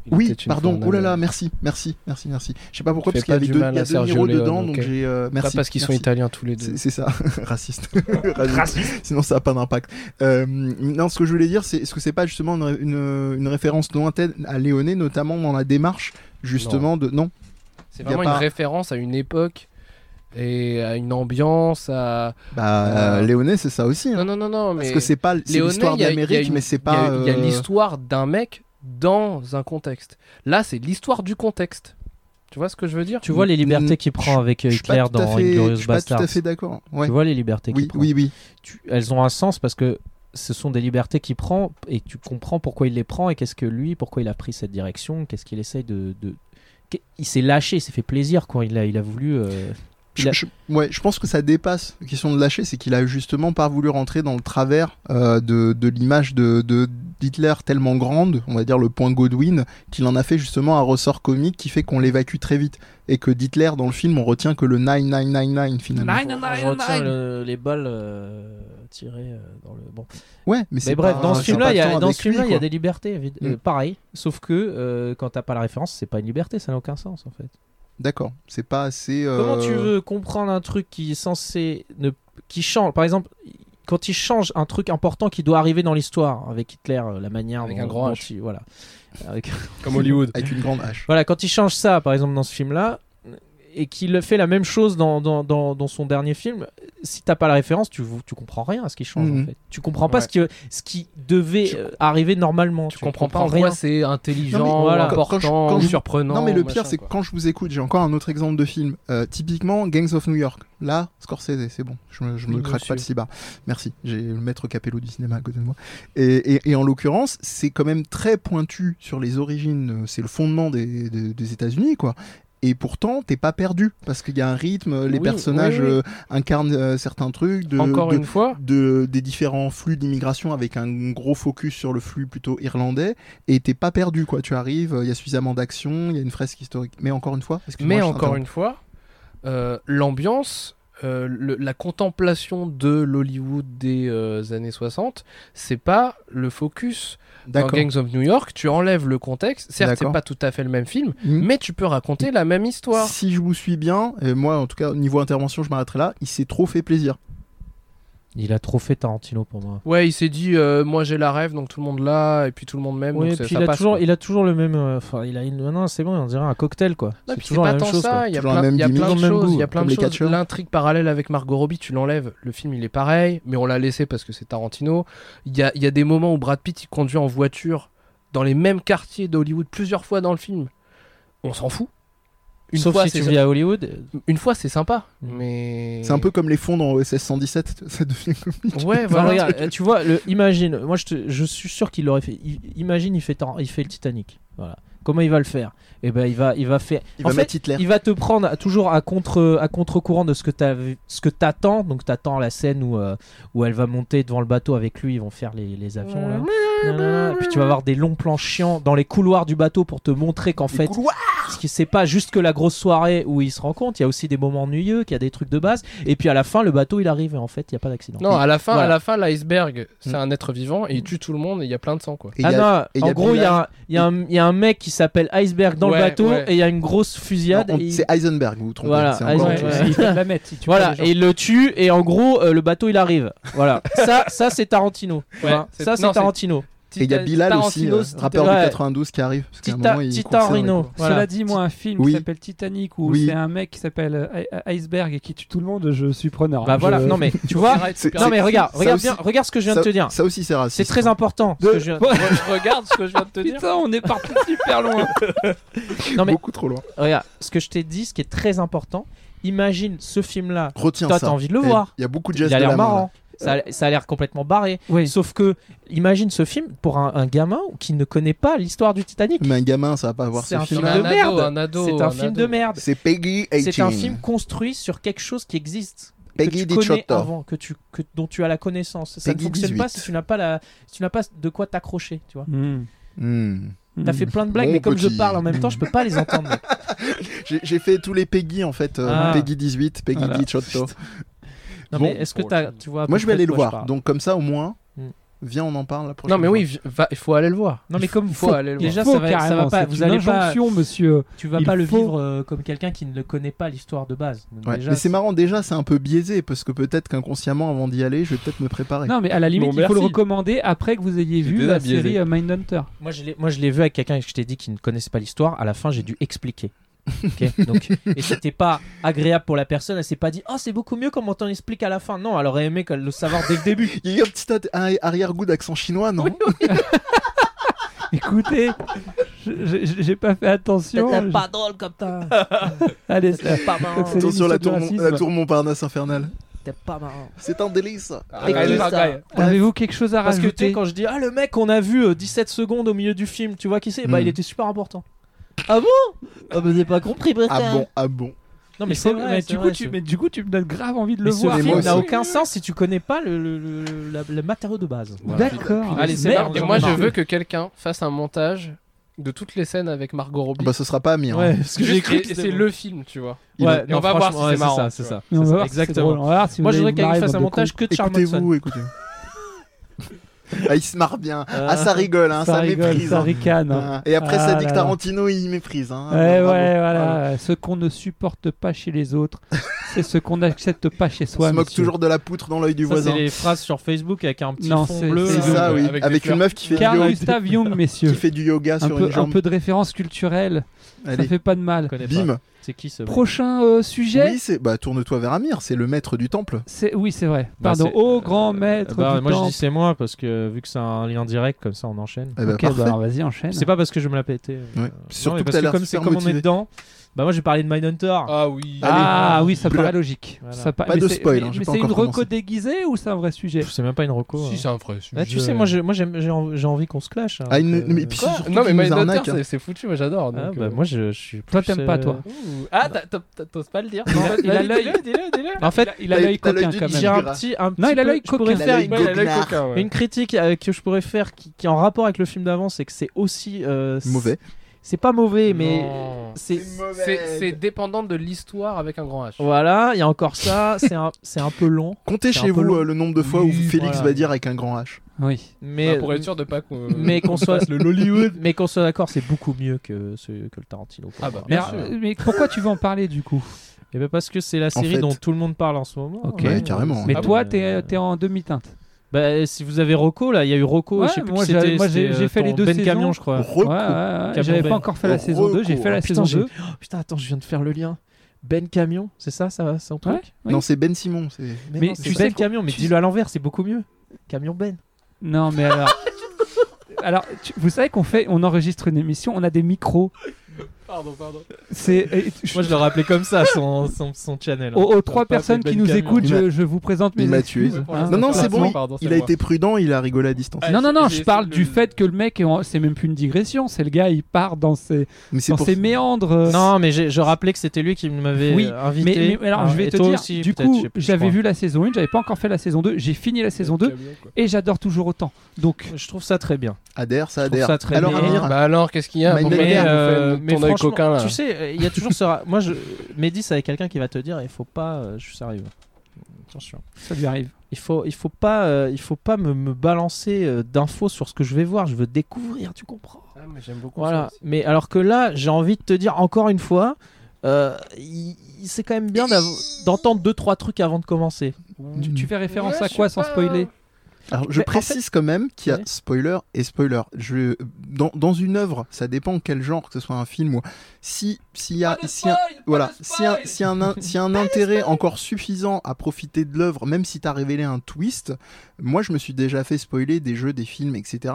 Il
Oui,
était une
pardon.
fois un
Ouh là là,
Américain.
merci, merci, merci, merci. Je sais pas pourquoi
Fais
parce qu'il y
pas
avait
du
deux,
mal
il y a
à
deux
Sergio
Niro
Leone,
dedans,
ok.
donc j'ai euh,
Pas
merci.
parce qu'ils sont
merci.
italiens tous les deux.
C'est c'est ça, raciste. raciste. Sinon, ça n'a pas d'impact. Euh, non, ce que je voulais dire, c'est est-ce que c'est pas justement une, une- une référence lointaine à Léoné, notamment dans la démarche, justement, de. Non,
C'est
Y a
vraiment
pas-
une référence à une époque et à une ambiance, à,
bah,
Euh,
Léoné, c'est ça aussi. hein.
Non, non, non, non,
Parce
mais
que c'est pas c'est
Léoné,
l'histoire
il y a- il y a
d'Amérique,
une-
mais c'est pas.
Il y a- il y a,
euh,
l'histoire d'un mec dans un contexte. Là, c'est l'histoire du contexte. Tu vois ce que je veux dire
Tu vois les libertés qu'il prend avec euh,
je suis pas
Hitler
tout à
dans
fait- Je
Inglorious
suis pas tout
Bastard.
à fait d'accord. Ouais.
Tu vois les libertés qu'il
Oui,
prend.
hein.
oui, oui.
tu- elles ont un sens parce que ce sont des libertés qu'il prend et tu comprends pourquoi il les prend et qu'est-ce que lui, pourquoi il a pris cette direction, qu'est-ce qu'il essaye de. de- qu'est- Il s'est lâché, il s'est fait plaisir quand il a, il a voulu. euh, Il
Je,
a-
je- ouais, je pense que ça dépasse la question de lâcher, c'est qu'il a justement pas voulu rentrer dans le travers euh, de, de l'image de, de d'Hitler tellement grande, on va dire le point Godwin, qu'il en a fait justement un ressort comique qui fait qu'on l'évacue très vite. Et que d'Hitler, dans le film, on retient que le 9999 finalement.
Nine, nine,
Je
nine,
retiens
nine.
le- les balles euh, tirées euh, dans le. Bon.
Ouais, mais c'est
Mais bref,
pas-
dans ce
c'est
film-là,
pas
il y a,
tant
dans
avec
ce film-là,
lui,
il y a
quoi.
des libertés. évi- euh,
Mm.
pareil. Sauf que euh, quand t'as pas la référence, c'est pas une liberté, ça n'a aucun sens en fait.
D'accord, c'est pas assez. euh,
Comment tu veux comprendre un truc qui est censé ne qui change Par exemple, quand il change un truc important qui doit arriver dans l'histoire avec Hitler, euh, la manière
Avec
dont,
un grand
dont
H.
il- voilà. Avec-
Comme Hollywood.
Avec une grande hache.
voilà, quand il change ça, par exemple dans ce film-là, et qu'il le fait la même chose dans, dans, dans, dans son dernier film, si t'as pas la référence, tu tu comprends rien à ce qui change.
Mhm.
En fait. Tu comprends pas
Ouais.
ce qui ce qui devait
Tu-
euh, arriver
Ah,
normalement.
Tu comprends pas en
comprends rien.
quoi c'est intelligent,
Non,
mais voilà.
important,
Quand- quand je- quand
ou
je-
surprenant.
Non, mais le
machin,
pire, c'est que
quoi.
quand je vous écoute, j'ai encore un autre exemple de film. Euh, typiquement, Gangs of New York. Là, Scorsese, c'est bon. Je me, je me
Oui,
craque
monsieur.
pas le cibar. Merci. J'ai le maître Capello du cinéma à côté de moi. Et, et- et en l'occurrence, c'est quand même très pointu sur les origines. euh, C'est le fondement des, des- des États-Unis, quoi. Et pourtant, t'es pas perdu parce qu'il y a un rythme, les
Oui,
personnages
oui, oui.
euh, incarnent euh, certains trucs. De,
Encore
de-
une fois,
de, des différents flux d'immigration avec un gros focus sur le flux plutôt irlandais et t'es pas perdu quoi tu arrives il y a suffisamment d'action il y a une fresque historique mais encore une fois excuse-moi,
mais
je
encore
t'interromps.
une fois, euh, l'ambiance, euh, le- la contemplation de l'Hollywood des euh, années 60, c'est pas le focus. Dans
d'accord
Gangs of New York, tu enlèves le contexte. Certes, c'est
D'accord.
pas tout à fait le même film,
Hmm.
mais tu peux raconter la même histoire.
si je vous suis bien et moi en tout cas au niveau intervention je m'arrêterai là il s'est trop fait plaisir
Il a trop fait Tarantino pour moi.
Ouais, il s'est dit, euh, moi j'ai la rêve, donc tout le monde l'a, et puis tout le monde m'aime.
Oui,
donc
et
ça-
puis
ça
il a
passe,
toujours,
quoi.
il a toujours le même. euh, Enfin, il a une. Non, c'est bon, on dirait un cocktail quoi.
Non,
c'est
puis c'est
toujours la
pas
même
tant
chose. quoi.
ça, il y a
Toujours
plein,
le même
il y a
gimmick.
plein de
Toujours le même
choses, il y a
goût,
plein
comme
de
les
choses.
catcheurs.
L'intrigue parallèle avec Margot Robbie, tu l'enlèves, le film il est pareil, mais on l'a laissé parce que c'est Tarantino. Il y a, il y a des moments où Brad Pitt il conduit en voiture dans les mêmes quartiers d'Hollywood plusieurs fois dans le film. On s'en fout. Une
Sauf
fois,
si tu
c'est-
vis à Hollywood. euh,
Une fois c'est sympa,
Mm.
mais
c'est un peu comme les fonds dans OSS 117 ça devient compliqué
Ouais,
Enfin,
voilà.
regarde, euh, tu vois, le, imagine, moi je, te- je suis sûr qu'il l'aurait fait. I- imagine, il fait, Tar- il fait le Titanic. Voilà. Comment il va le faire Eh ben, il va, il va faire.
il
en
va
fait,
mettre Hitler
il va te prendre à- toujours à contre, à contre courant de ce que t'as vu- ce que t'attends. Donc t'attends la scène où, euh, où elle va monter devant le bateau avec lui. Ils vont faire les, les avions là. Nanana. Puis tu vas avoir des longs plans chiants dans les couloirs du bateau pour te montrer qu'en fait, parce que c'est pas juste que la grosse soirée où ils se rencontrent. Il y a aussi des moments ennuyeux, qu'il y a des trucs de base. Et puis à la fin, le bateau il arrive et en fait, il y a pas d'accident.
Non, à la fin,
Voilà.
à la fin l'iceberg, c'est
Mm.
un être vivant et il tue tout le monde et il y a plein de sang quoi.
Et il y
Ah
a-
non,
et il y
en
a
gros, il y, a un- il y a un- il y a un mec qui s'appelle Iceberg dans
Ouais,
le bateau
ouais.
et il y a une grosse
non,
fusillade.
on-
et il-
c'est Heisenberg vous vous trompez
Voilà,
c'est encore
Ouais,
autre chose.
ouais.
Il fait de la mettre, si tu
Voilà,
veux, les
et
gens.
il le tue et en gros, euh, le bateau il arrive. Voilà, ça, ça c'est Tarantino. tu
Ouais,
vois.
c'est-
ça
non,
c'est
c'est-
Tarantino.
et il y a
Tita-
Bilal aussi
Tarantino,
euh,
c'est-
rappeur
Ouais.
du 92 qui arrive parce qu'à un
Tita-
moment il
Tita
court ça dans les
Rhino.
cours.
Voilà.
Cela dit, moi, un film
Oui.
qui s'appelle Titanic où
Oui.
c'est un mec qui s'appelle euh, I- I- Iceberg et qui tue tout le monde, je suis preneur.
Bah voilà,
Je-
non mais tu vois,
C'est-
non mais regarde,
ça
regarde
aussi-
bien, regarde ce que je viens de
Ça-
te dire.
ça aussi c'est raciste
C'est très important. ce que je viens-
Je regarde ce que je viens de te dire.
Putain, on est parti super loin.
Non, mais-
beaucoup trop loin
Regarde, ce que je t'ai dit, ce qui est très important. Imagine ce film-là.
retiens
Toi,
ça
t'as envie de le
Eh,
voir.
il y a beaucoup de gestes
Il a
de
l'air
la main, là.
marrant. Ça a, ça a l'air complètement barré.
Oui.
Sauf que, imagine ce film pour un, un gamin qui ne connaît pas l'histoire du Titanic.
Mais un gamin, ça va pas voir
C'est
ce
un film
film.
Un
de
ado,
merde.
un ado,
C'est un
un
film
ado.
de merde.
C'est Peggy 18.
C'est un film construit sur quelque chose qui existe.
Peggy
que tu connais
Diciotto.
avant, que tu, que, dont tu as la connaissance. Ça
Peggy
ne fonctionne pas
18.
si tu n'as pas, la, si tu n'as pas de quoi t'accrocher, tu vois.
Hmm.
Hmm.
T'as
Hmm.
fait plein de blagues,
Mon
mais comme je
petit.
parle en même temps, je peux pas les entendre. mec.
J'ai j'ai fait tous les Peggy en fait. euh,
Ah.
Peggy 18, Peggy
Voilà.
18.
Non,
Bon.
mais est-ce que t'as, tu vois à
Moi
peu
je vais
près
aller
de
le
quoi je
voir.
parle
Donc comme ça au moins,
Hmm.
viens on en parle la prochaine
Non mais
fois.
oui, vi- va- il faut aller le voir.
Non, mais comme
Il
il
faut aller le voir.
déjà,
Faut
ça va, ça va
carrément,
pas,
c'est
vous
une
allez pas,
injonction, monsieur.
tu vas
Il
pas le
faut-
vivre euh, comme quelqu'un qui ne connaît pas l'histoire de base. Donc
Ouais.
déjà,
mais c'est marrant déjà, c'est un peu biaisé parce que peut-être qu'inconsciemment avant d'y aller, je vais peut-être me préparer.
Non, mais à la limite,
Bon,
il faut le
merci.
recommander après que vous ayez
C'est
vu
déjà
la
biaisé.
série euh, Mindhunter.
Moi, je l'ai, moi, je l'ai vu avec quelqu'un que je t'ai dit qui ne connaissait pas l'histoire. À la fin, j'ai dû expliquer. Ok, Donc, et c'était pas agréable pour la personne. Elle s'est pas dit, oh, c'est beaucoup mieux comment on explique à la fin. Non, elle aurait aimé qu'elle le savoir dès le début.
Il y a eu un petit at- un arrière-goût d'accent chinois, non
Écoutez, je- je- j'ai pas fait attention.
C'était pas drôle comme ça.
Allez, ça-
C'était pas marrant.
Donc, c'est-
Attention la tour,
l'émission de
Mon-
racisme.
la tour Montparnasse infernale.
C'était pas marrant.
C'est un délice.
Et qui, ça
avez-vous quelque chose à
Parce que tu sais,
rajouter
quand je dis, ah, le mec, on a vu euh, 17 secondes au milieu du film, tu vois qui c'est Bah,
Hmm.
il était super important. Ah bon Ah, bah, j'ai pas compris,
Ah
Breton.
bon, ah bon.
Non,
Il
mais c'est
faut-
vrai.
mais
c'est
du, coup,
vrai,
tu,
ce-
mais du coup, tu me donnes grave envie de le
mais
voir.
ce
moi
film n'a
aussi.
aucun sens si tu connais pas le, le- le- la- le matériau de base.
Voilà.
D'accord.
Allez, c'est
Mais-
parti.
Et moi, je
Marc.
veux que quelqu'un fasse un montage de toutes les scènes avec Margot Robbie.
Bah, ce sera pas Amir. hein.
parce
Juste, et- et c'est le film, tu vois.
Il
Ouais,
a-
Et on va voir
franchement,
si c'est
ouais,
marrant,
ça,
tu
C'est
vois.
ça,
Mais on
c'est
va
ça,
voir si c'est drôle.
Exactement.
On va voir si
Moi,
vous
je voudrais
allez
qu'il
marrer,
fasse un
bande de
montage que de Charles Manson.
Écoutez-vous, écoutez. ah, il se marre bien. Ah, ça rigole, hein,
cons.
ça,
Ça rigole,
méprise.
ça
hein.
ricane. hein.
Ah, Et après,
Ah
ça dit que
là là.
Tarantino, il méprise. Hein.
Ouais, ouais,
Bravo.
voilà. Ce qu'on ne supporte pas chez les autres, c'est ce qu'on n'accepte pas chez
On
soi.
se moque
monsieur.
toujours de la poutre dans l'œil du
Ça, c'est
voisin.
les phrases sur Facebook avec un petit
Non,
fond
c'est-
bleu.
C'est
Euh,
ça,
euh,
oui.
avec
Avec,
des fleurs.
une meuf qui fait, du
Carl
yoga,
Gustav Jung,
qui
messieurs.
fait du yoga
Un
sur
peu,
une
un
jambe.
peu de référence culturelle. Ça
Allez,
fait pas de mal.
Je connais pas.
bim.
C'est qui ce mec
Prochain euh, sujet.
Oui, c'est bah tourne-toi vers Amir, c'est le maître du temple.
C'est oui, c'est vrai.
Bah,
Pardon.
c'est-
oh grand maître
Bah,
du
moi je
temps.
dis c'est moi parce que vu que c'est un lien direct comme ça on enchaîne.
Eh ben,
Ok,
parfait.
bah, vas-y enchaîne.
C'est pas parce que je me la pété. euh,
Ouais.
non,
Surtout
mais
que
parce
t'as l'air
comme c'est
super
comme on est
motivé.
dedans. Bah moi j'ai parlé de Mindhunter.
Ah oui.
Ah oui, ça
Blah.
paraît logique.
Voilà.
Ça pa-
Pas
mais
de
c'est-
spoil,
Mais,
hein, j'ai
mais
pas
c'est une
encore
reco
commencé.
déguisée ou c'est un vrai sujet
Pff, C'est même pas une reco.
Ah, Si,
hein.
c'est un vrai sujet.
Bah, tu sais moi je- moi, j'aime- j'ai envie j'ai envie qu'on se clash. hein,
Ah, une-
donc, euh,
mais puis
Quoi
surtout
Non, mais
qu'il nous
Mindhunter,
arnaque.
c'est- c'est foutu, moi j'adore.
Ah,
donc,
bah,
euh,
moi je, je suis.
Toi,
plus,
t'aimes pas,
euh,
toi.
Ouh. Ah, t'as- t'as- t'as- t'oses pas le dire.
Il a- il a
Vas-y,
l'œil-
dis-le, dis-le, dis-le.
En fait
Il a l'œil
T'as
coquin
du
quand
j'ai
même.
tigre.
un
Gras.
petit un
Non,
petit
il a
peu-
l'œil
je pourrais
coquin.
Il a
faire
l'œil
une-
Ouais, il a l'œil Goguenard. coquin,
ouais.
Une critique euh, que je pourrais faire qui, qui est en rapport avec le film d'avant, c'est que c'est aussi euh, c'est-
Mauvais.
C'est pas mauvais, mais
Non.
c'est
C'est c'est dépendant de l'histoire avec un grand H.
voilà. Il y a encore ça. c'est un c'est un peu long,
Comptez chez
C'est un peu
vous
long.
euh, le nombre de fois où
Oui,
Félix
voilà.
va dire avec un grand H.
Oui.
mais euh,
Bah, pour être sûr de pas qu'on.
mais qu'on soit
fasse le Lollywood.
mais qu'on soit d'accord, c'est beaucoup mieux que ce que le Tarantino. pour
Ah
moi.
bah,
Mais,
Bien sûr.
euh, mais pourquoi tu veux en parler du coup
Eh ben, parce que c'est la série
fait.
dont tout le monde parle en ce moment.
Ok.
Ouais, carrément.
Mais
Ah
toi,
bon,
t'es
euh,
t'es en demi-teinte.
Bah, si vous avez Rocco, là, il y a eu Rocco.
Ouais,
je sais plus
moi,
qui
j'ai-
c'était,
moi, j'ai-
c'était,
j'ai
euh,
fait les
ton
deux
Ben
saisons.
Camion, je crois.
Ouais,
Recours.
ouais, ouais.
Cameron
J'avais
Ben.
pas encore fait la
Recours.
saison 2, j'ai fait la
Ah, putain,
saison
j'ai-
2.
Oh, putain, attends, je viens de faire le lien. Ben Camion, c'est ça, ça, c'est un truc.
Ouais, oui.
Non, c'est Ben Simon. c'est-
Mais
non, c'est
tu sais
Ben
quoi-
Camion, mais
tu-
dis-le à l'envers, c'est beaucoup mieux. Camion Ben.
Non, mais alors. alors, tu- vous savez qu'on fait, on enregistre une émission, on a des micros.
Pardon, pardon.
C'est et- je-
Moi, je l'aurais appelé comme ça, son, son, son channel. hein.
Oh,
aux, aux trois
pas
personnes
fait
qui
Ben
nous
Camion.
écoutent,
Il
je,
m'a-
je vous présente mes
il m'a
excuses.
tué.
Hein.
Non, non, c'est bon,
Pardon, c'est
Il a
moi.
été prudent, il a rigolé à distance.
Ah,
Non,
j'ai-
non, non,
j'ai
je parle
essayé
du
de le-
fait que le mec, est en- c'est même plus une digression, c'est le gars, il part dans ses,
Mais c'est
dans
pour
ses méandres. euh,
Non, mais j'ai- je rappelais que c'était lui qui m'avait
Oui,
euh,
mais,
invité.
mais alors,
Ah,
je vais
et
te
toi
dire,
aussi,
du
peut-être, je
coup,
sais plus, je
j'avais
crois.
vu la saison 1, j'avais pas encore fait la saison 2, j'ai fini la saison 2 et j'adore toujours autant. Donc,
Je trouve ça très bien.
Adhère, ça
Je trouve
adhère.
ça très
Alors
bien.
Amir,
Bah alors, qu'est-ce qu'il y a
Mais
pour
il a-
faire
euh,
ton œil
franchement,
coquin là
tu sais, euh, il y a toujours ce. ra- Moi, je... Mehdi, c'est avec quelqu'un qui va te dire il faut pas. euh, je suis sérieux. Attention.
ça lui arrive.
Il faut, il faut pas, euh, il faut pas me, me balancer euh, d'infos sur ce que je vais voir. Je veux découvrir, tu comprends
Ah, mais j'aime beaucoup
Voilà.
ça aussi.
Mais alors que là, j'ai envie de te dire encore une fois, euh, il- il- c'est quand même bien d'avo- d'entendre deux trois trucs avant de commencer.
Mm.
Tu, tu fais référence
Ouais,
à
je
quoi
sais
sans
pas.
spoiler
Alors, je
Mais en
précise quand même qu'il y a
Ouais.
spoiler et spoiler. Je, dans, dans une œuvre, ça dépend quel genre, que ce soit un film ou. Si, s'il y a. si un- voilà, si un, si un, in- si un intérêt encore suffisant à profiter de l'œuvre, même si t'as révélé un twist, moi je me suis déjà fait spoiler des jeux, des films, etc.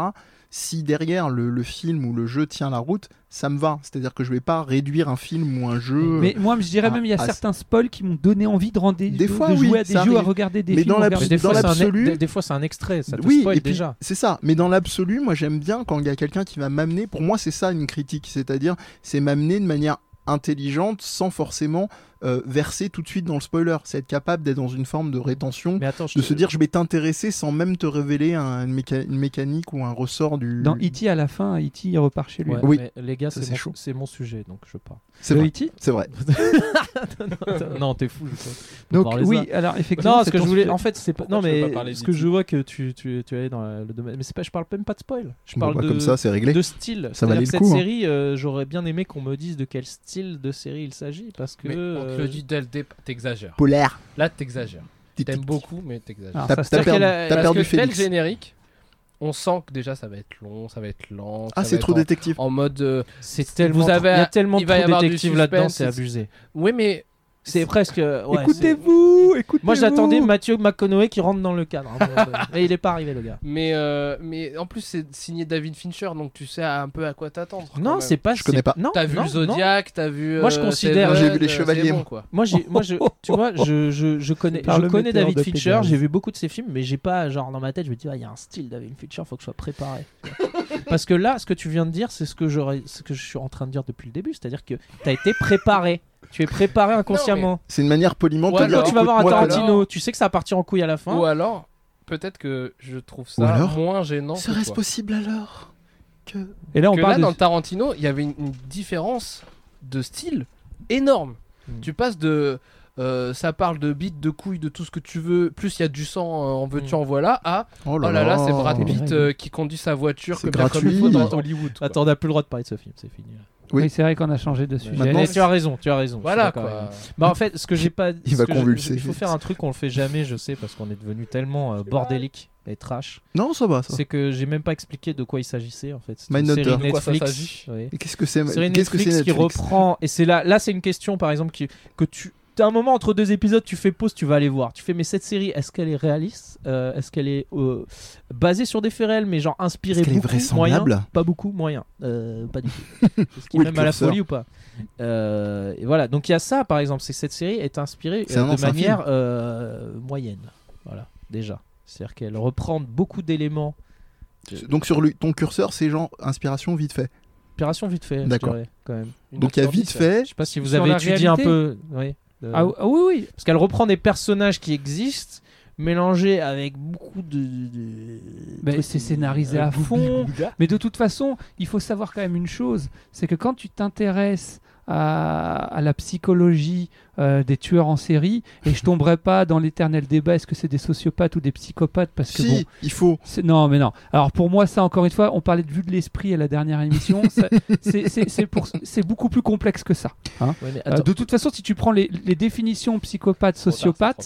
Si derrière le, le film ou le jeu tient la route, ça me va. C'est-à-dire que je vais pas réduire un film ou un jeu.
Mais moi, je dirais
Ah,
même, il y a
ah,
certains spoils qui m'ont donné envie de, rendre,
Des
de-
fois,
de jouer
oui,
à des
ça
jeux, à
arrive.
regarder des
Mais
films.
dans
à
la-
regarder-
Mais des fois,
dans
c'est un-
l'absolu-
des- des fois, c'est un extrait, ça te
oui,
spoil
et puis,
déjà.
C'est ça. Mais dans l'absolu, moi j'aime bien quand il y a quelqu'un qui va m'amener. Pour moi, c'est ça une critique, c'est-à-dire c'est m'amener de manière intelligente sans forcément euh, verser tout de suite dans le spoiler. C'est être capable d'être dans une forme de rétention,
Mais attends, je
de
te-
se dire je vais t'intéresser sans même te révéler un- une, méca- une mécanique ou un ressort du.
Dans E.T. à la fin, E.T. il repart chez lui.
Ouais,
Oui.
mais les gars,
Ça,
c'est
c'est
mon-
chaud.
c'est mon, sujet, donc je parle.
C'est
Le
vrai.
E.T.
C'est vrai.
non, t'es fou. je crois.
Donc
Parlez-en.
oui, alors effectivement.
Non, ce
c'est
que je
ton
voulais,
sujet.
en fait, c'est pas.
Pourquoi
Non,
tu veux
mais
pas parler
ce
d'E.T.
que je vois que tu, tu, tu allais dans la- le domaine, mais c'est pas. Je parle même pas de spoil. Je
Bon,
parle
bah,
de
Comme ça, c'est réglé.
de style.
Ça valait
C'est-à-dire que
le
cette
coup, hein.
série, euh, j'aurais bien aimé qu'on me dise de quel style de série il s'agit, parce que.
Mais on te
euh,
le dit dès le départ, t'exagères.
Polaire.
Là, t'exagères. T'aimes
Tic-tic.
beaucoup, mais t'exagères.
Ah,
T'as
ça,
t'as
c'est-à-dire
perdu,
qu'elle a-
t'as
Parce
perdu
que tel
Félix.
générique, on sent que déjà ça va être long, ça va être lent.
Ah,
ça
c'est
va
trop
être
détective.
en, en mode. euh,
C'est tellement.
Vous avez-
il y a tellement
il
de
va y
trop
avoir du
détectives là-dedans,
suspense,
c'est
c'est-
abusé.
Oui, mais
C'est presque. euh, ouais,
Écoutez-vous,
c'est-
écoutez-vous.
Moi, j'attendais Mathieu McConaughey qui rentre dans le cadre. hein, mais il est pas arrivé, le gars.
mais euh, mais en plus c'est signé David Fincher, donc tu sais un peu à quoi t'attendre. quand
Non,
même.
c'est pas.
Je connais
c'est-
pas.
Non,
T'as vu
non,
le
non.
Zodiac, t'as vu.
Moi, je
euh,
considère-
Seven,
J'ai vu les
euh,
Chevaliers.
c'est bon, quoi.
Moi, j'ai, moi, je, tu vois, je, je, je connais,
Par
je
le
connais
metteur
David
de
Fincher,
Pégase.
j'ai vu beaucoup de ses films, mais j'ai pas, genre, dans ma tête, je me dis, Ah, il y a un style David Fincher, faut que je sois préparé. Parce que là, ce que tu viens de dire, c'est ce que j'aurais, ce que je suis en train de dire depuis le début, c'est-à-dire que t'as été préparé. Tu es préparé inconsciemment.
C'est une manière poliment de
Ou
te
alors
dire.
Quand tu vas voir un
écoute, moi,
Tarantino,
Tarantino, tu sais que ça va partir en couille à la
Ou
fin.
alors, peut-être que je trouve
Ou
ça
alors,
moins gênant. que
Serait-ce
toi.
possible alors que
Et là, on
que
parle
là,
de-
dans Tarantino, il y avait une, une différence de style énorme.
Mm.
Tu passes de euh, ça parle de bites, de couilles, de tout ce que tu veux, plus il y a du sang euh, en veux-tu,
Mm.
en voilà, à oh là là, c'est Brad Pitt euh, qui conduit sa voiture
C'est
comme personne ne
gratuit.
faut
Dans
dans Hollywood. quoi.
Attends, on n'a plus le droit de parler de ce film, c'est fini.
Oui.
Oui, c'est vrai qu'on a changé de sujet.
Maintenant,
Mais tu as raison, tu as raison. je suis
Voilà
d'accord avec
quoi.
Bah en fait, ce que j'ai pas,
Il
ce
va
que je-
convulser.
Il faut faire un truc qu'on le fait jamais, je sais, parce qu'on est devenu tellement euh, bordélique et trash.
Non, ça va, ça. va.
C'est que j'ai même pas expliqué de quoi il s'agissait en fait. C'est une
Mindhunter.
série
De quoi ça
Netflix.
s'agit
oui.
Et qu'est-ce que c'est
Série
Qu'est-ce que c'est
Netflix qui reprend. Et c'est là, là c'est une question par exemple qui, que tu, t'as un moment entre deux épisodes, tu fais pause, tu vas aller voir. Tu fais mais cette série, est-ce qu'elle est réaliste Euh, Est-ce qu'elle est euh, basée sur des faits réels, mais genre inspirée
Est-ce qu'elle est
beaucoup moyen
vraisemblable
Pas beaucoup, moyen. Euh, pas du tout. Est-ce qu'il
Où
est
est le
même à la
curseur
folie ou pas Euh, Et voilà. Donc il y a ça par exemple, c'est que cette série est inspirée
C'est
euh,
un
de
ancien
manière euh, moyenne. Voilà, déjà. C'est-à-dire qu'elle reprend beaucoup d'éléments.
Donc sur le- ton curseur, c'est genre inspiration vite fait.
Opération vite fait, je
D'accord.
dirais, quand même.
Une
Donc il y a
autre
vite
sortie,
fait.
Je sais pas si vous
Sur
avez
la
étudié un
réalité
peu. Oui, de-
Ah, ah oui, oui.
Parce qu'elle reprend des personnages qui existent, mélangés avec beaucoup de. de-
Mais
de-
Bah, c'est scénarisé à fond. Mais de toute façon, il faut savoir quand même une chose, c'est que quand tu t'intéresses à, à la psychologie euh, des tueurs en série, et je tomberai pas dans l'éternel débat, est-ce que c'est des sociopathes ou des psychopathes Parce que
Si,
bon,
il faut.
c'est- non, mais non. Alors pour moi, ça encore une fois, on parlait de vue de l'esprit à la dernière émission. ça- c'est- c'est- c'est pour- c'est beaucoup plus complexe que ça.
Ouais, mais
Euh,
attends.
de toute façon, si tu prends les, les définitions psychopathe,
Oh,
sociopathe,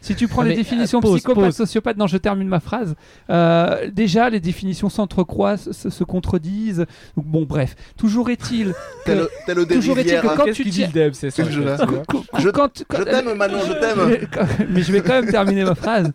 si tu prends
Non, mais,
les définitions
euh, pause,
psychopathe,
pause.
sociopathe, non, je termine ma phrase. Euh, déjà, les définitions s'entrecroisent, se, se contredisent. Donc, bon, bref. Toujours est-il.
T'as le- t'as le
Toujours est-il
dérivière,
que
hein.
quand
Qu'est-ce
tu
qu'il dit
tiens-
le Deb, c'est ça
C'est le jeu, là.
je sais pas.
quand-
Je-
quand-
Je
quand-
t'aime, Manon, je t'aime.
mais, quand- mais je vais quand même terminer ma phrase.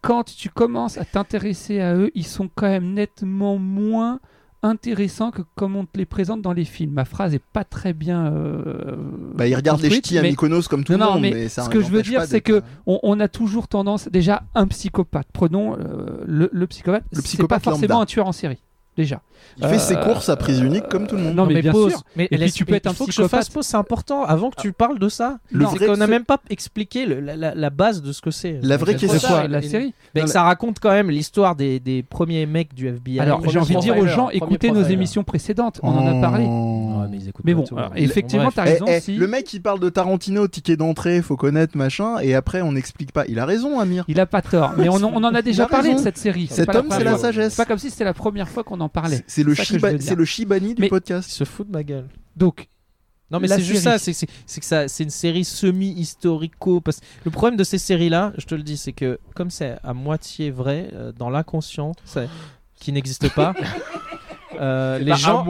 Quand tu commences à t'intéresser à eux, ils sont quand même nettement moins intéressants que comme on te les présente dans les films. Ma phrase est pas très bien. euh,
Bah, il regarde les
construite,
ch'tis à
mais-
Mykonos comme tout
Non,
le
non,
monde.
mais
ça
ce que je veux
n'empêche
dire,
pas
c'est
d'être-
on, on a toujours tendance, déjà, un psychopathe, prenons euh, le, le psychopathe,
Le
c'est pas
psychopathe
forcément
lambda.
un tueur en série, déjà.
Il fait ses
Euh,
courses à prise unique comme tout le monde.
Non, mais, bien
pause.
sûr.
Mais
Et
laisse-
puis, tu peux être un
il faut que je fasse
psychopathe. Ah.
pause, c'est important. Avant que tu parles de ça,
Le
non,
c'est
vrai-
qu'on n'a
ce-
même pas expliqué le- la, la- la base de ce que c'est.
La vraie
Donc,
question-
De
ça,
quoi
il-
La
il-
série
Mais
Non,
que ça raconte quand même l'histoire des, des premiers mecs du FBI.
Alors, j'ai envie de dire aux
profiler,
gens,
premier
écoutez nos
profiler.
émissions précédentes, on en a parlé.
Ouais,
Oh.
mais ils écoutent
Mais
pas
bon,
tout,
alors,
hein.
effectivement,
Bref.
t'as
Eh,
raison.
eh,
si-
Le mec il parle de Tarantino, ticket d'entrée, faut connaître machin, et après on n'explique pas. Il a raison, Amir.
Il a pas tort, mais on, en- on en a déjà
Il a
parlé de
raison.
cette série.
Cet
pas la
homme, c'est
première
la
fois.
sagesse.
C'est pas comme si c'était la première fois qu'on en parlait.
C'est c'est le,
C'est ça que je
Shiba-
veux dire.
c'est le Shibani du
Mais-
Ils
podcast.
se foutent de ma gueule.
Donc,
Non mais
La
c'est juste
série.
ça, c'est c'est- c'est que ça, c'est une série semi-historico. Parce... Le problème de ces séries-là, je te le dis, c'est que comme c'est à moitié vrai, euh, dans l'inconscient, c'est- qui n'existe pas, euh, les, gens,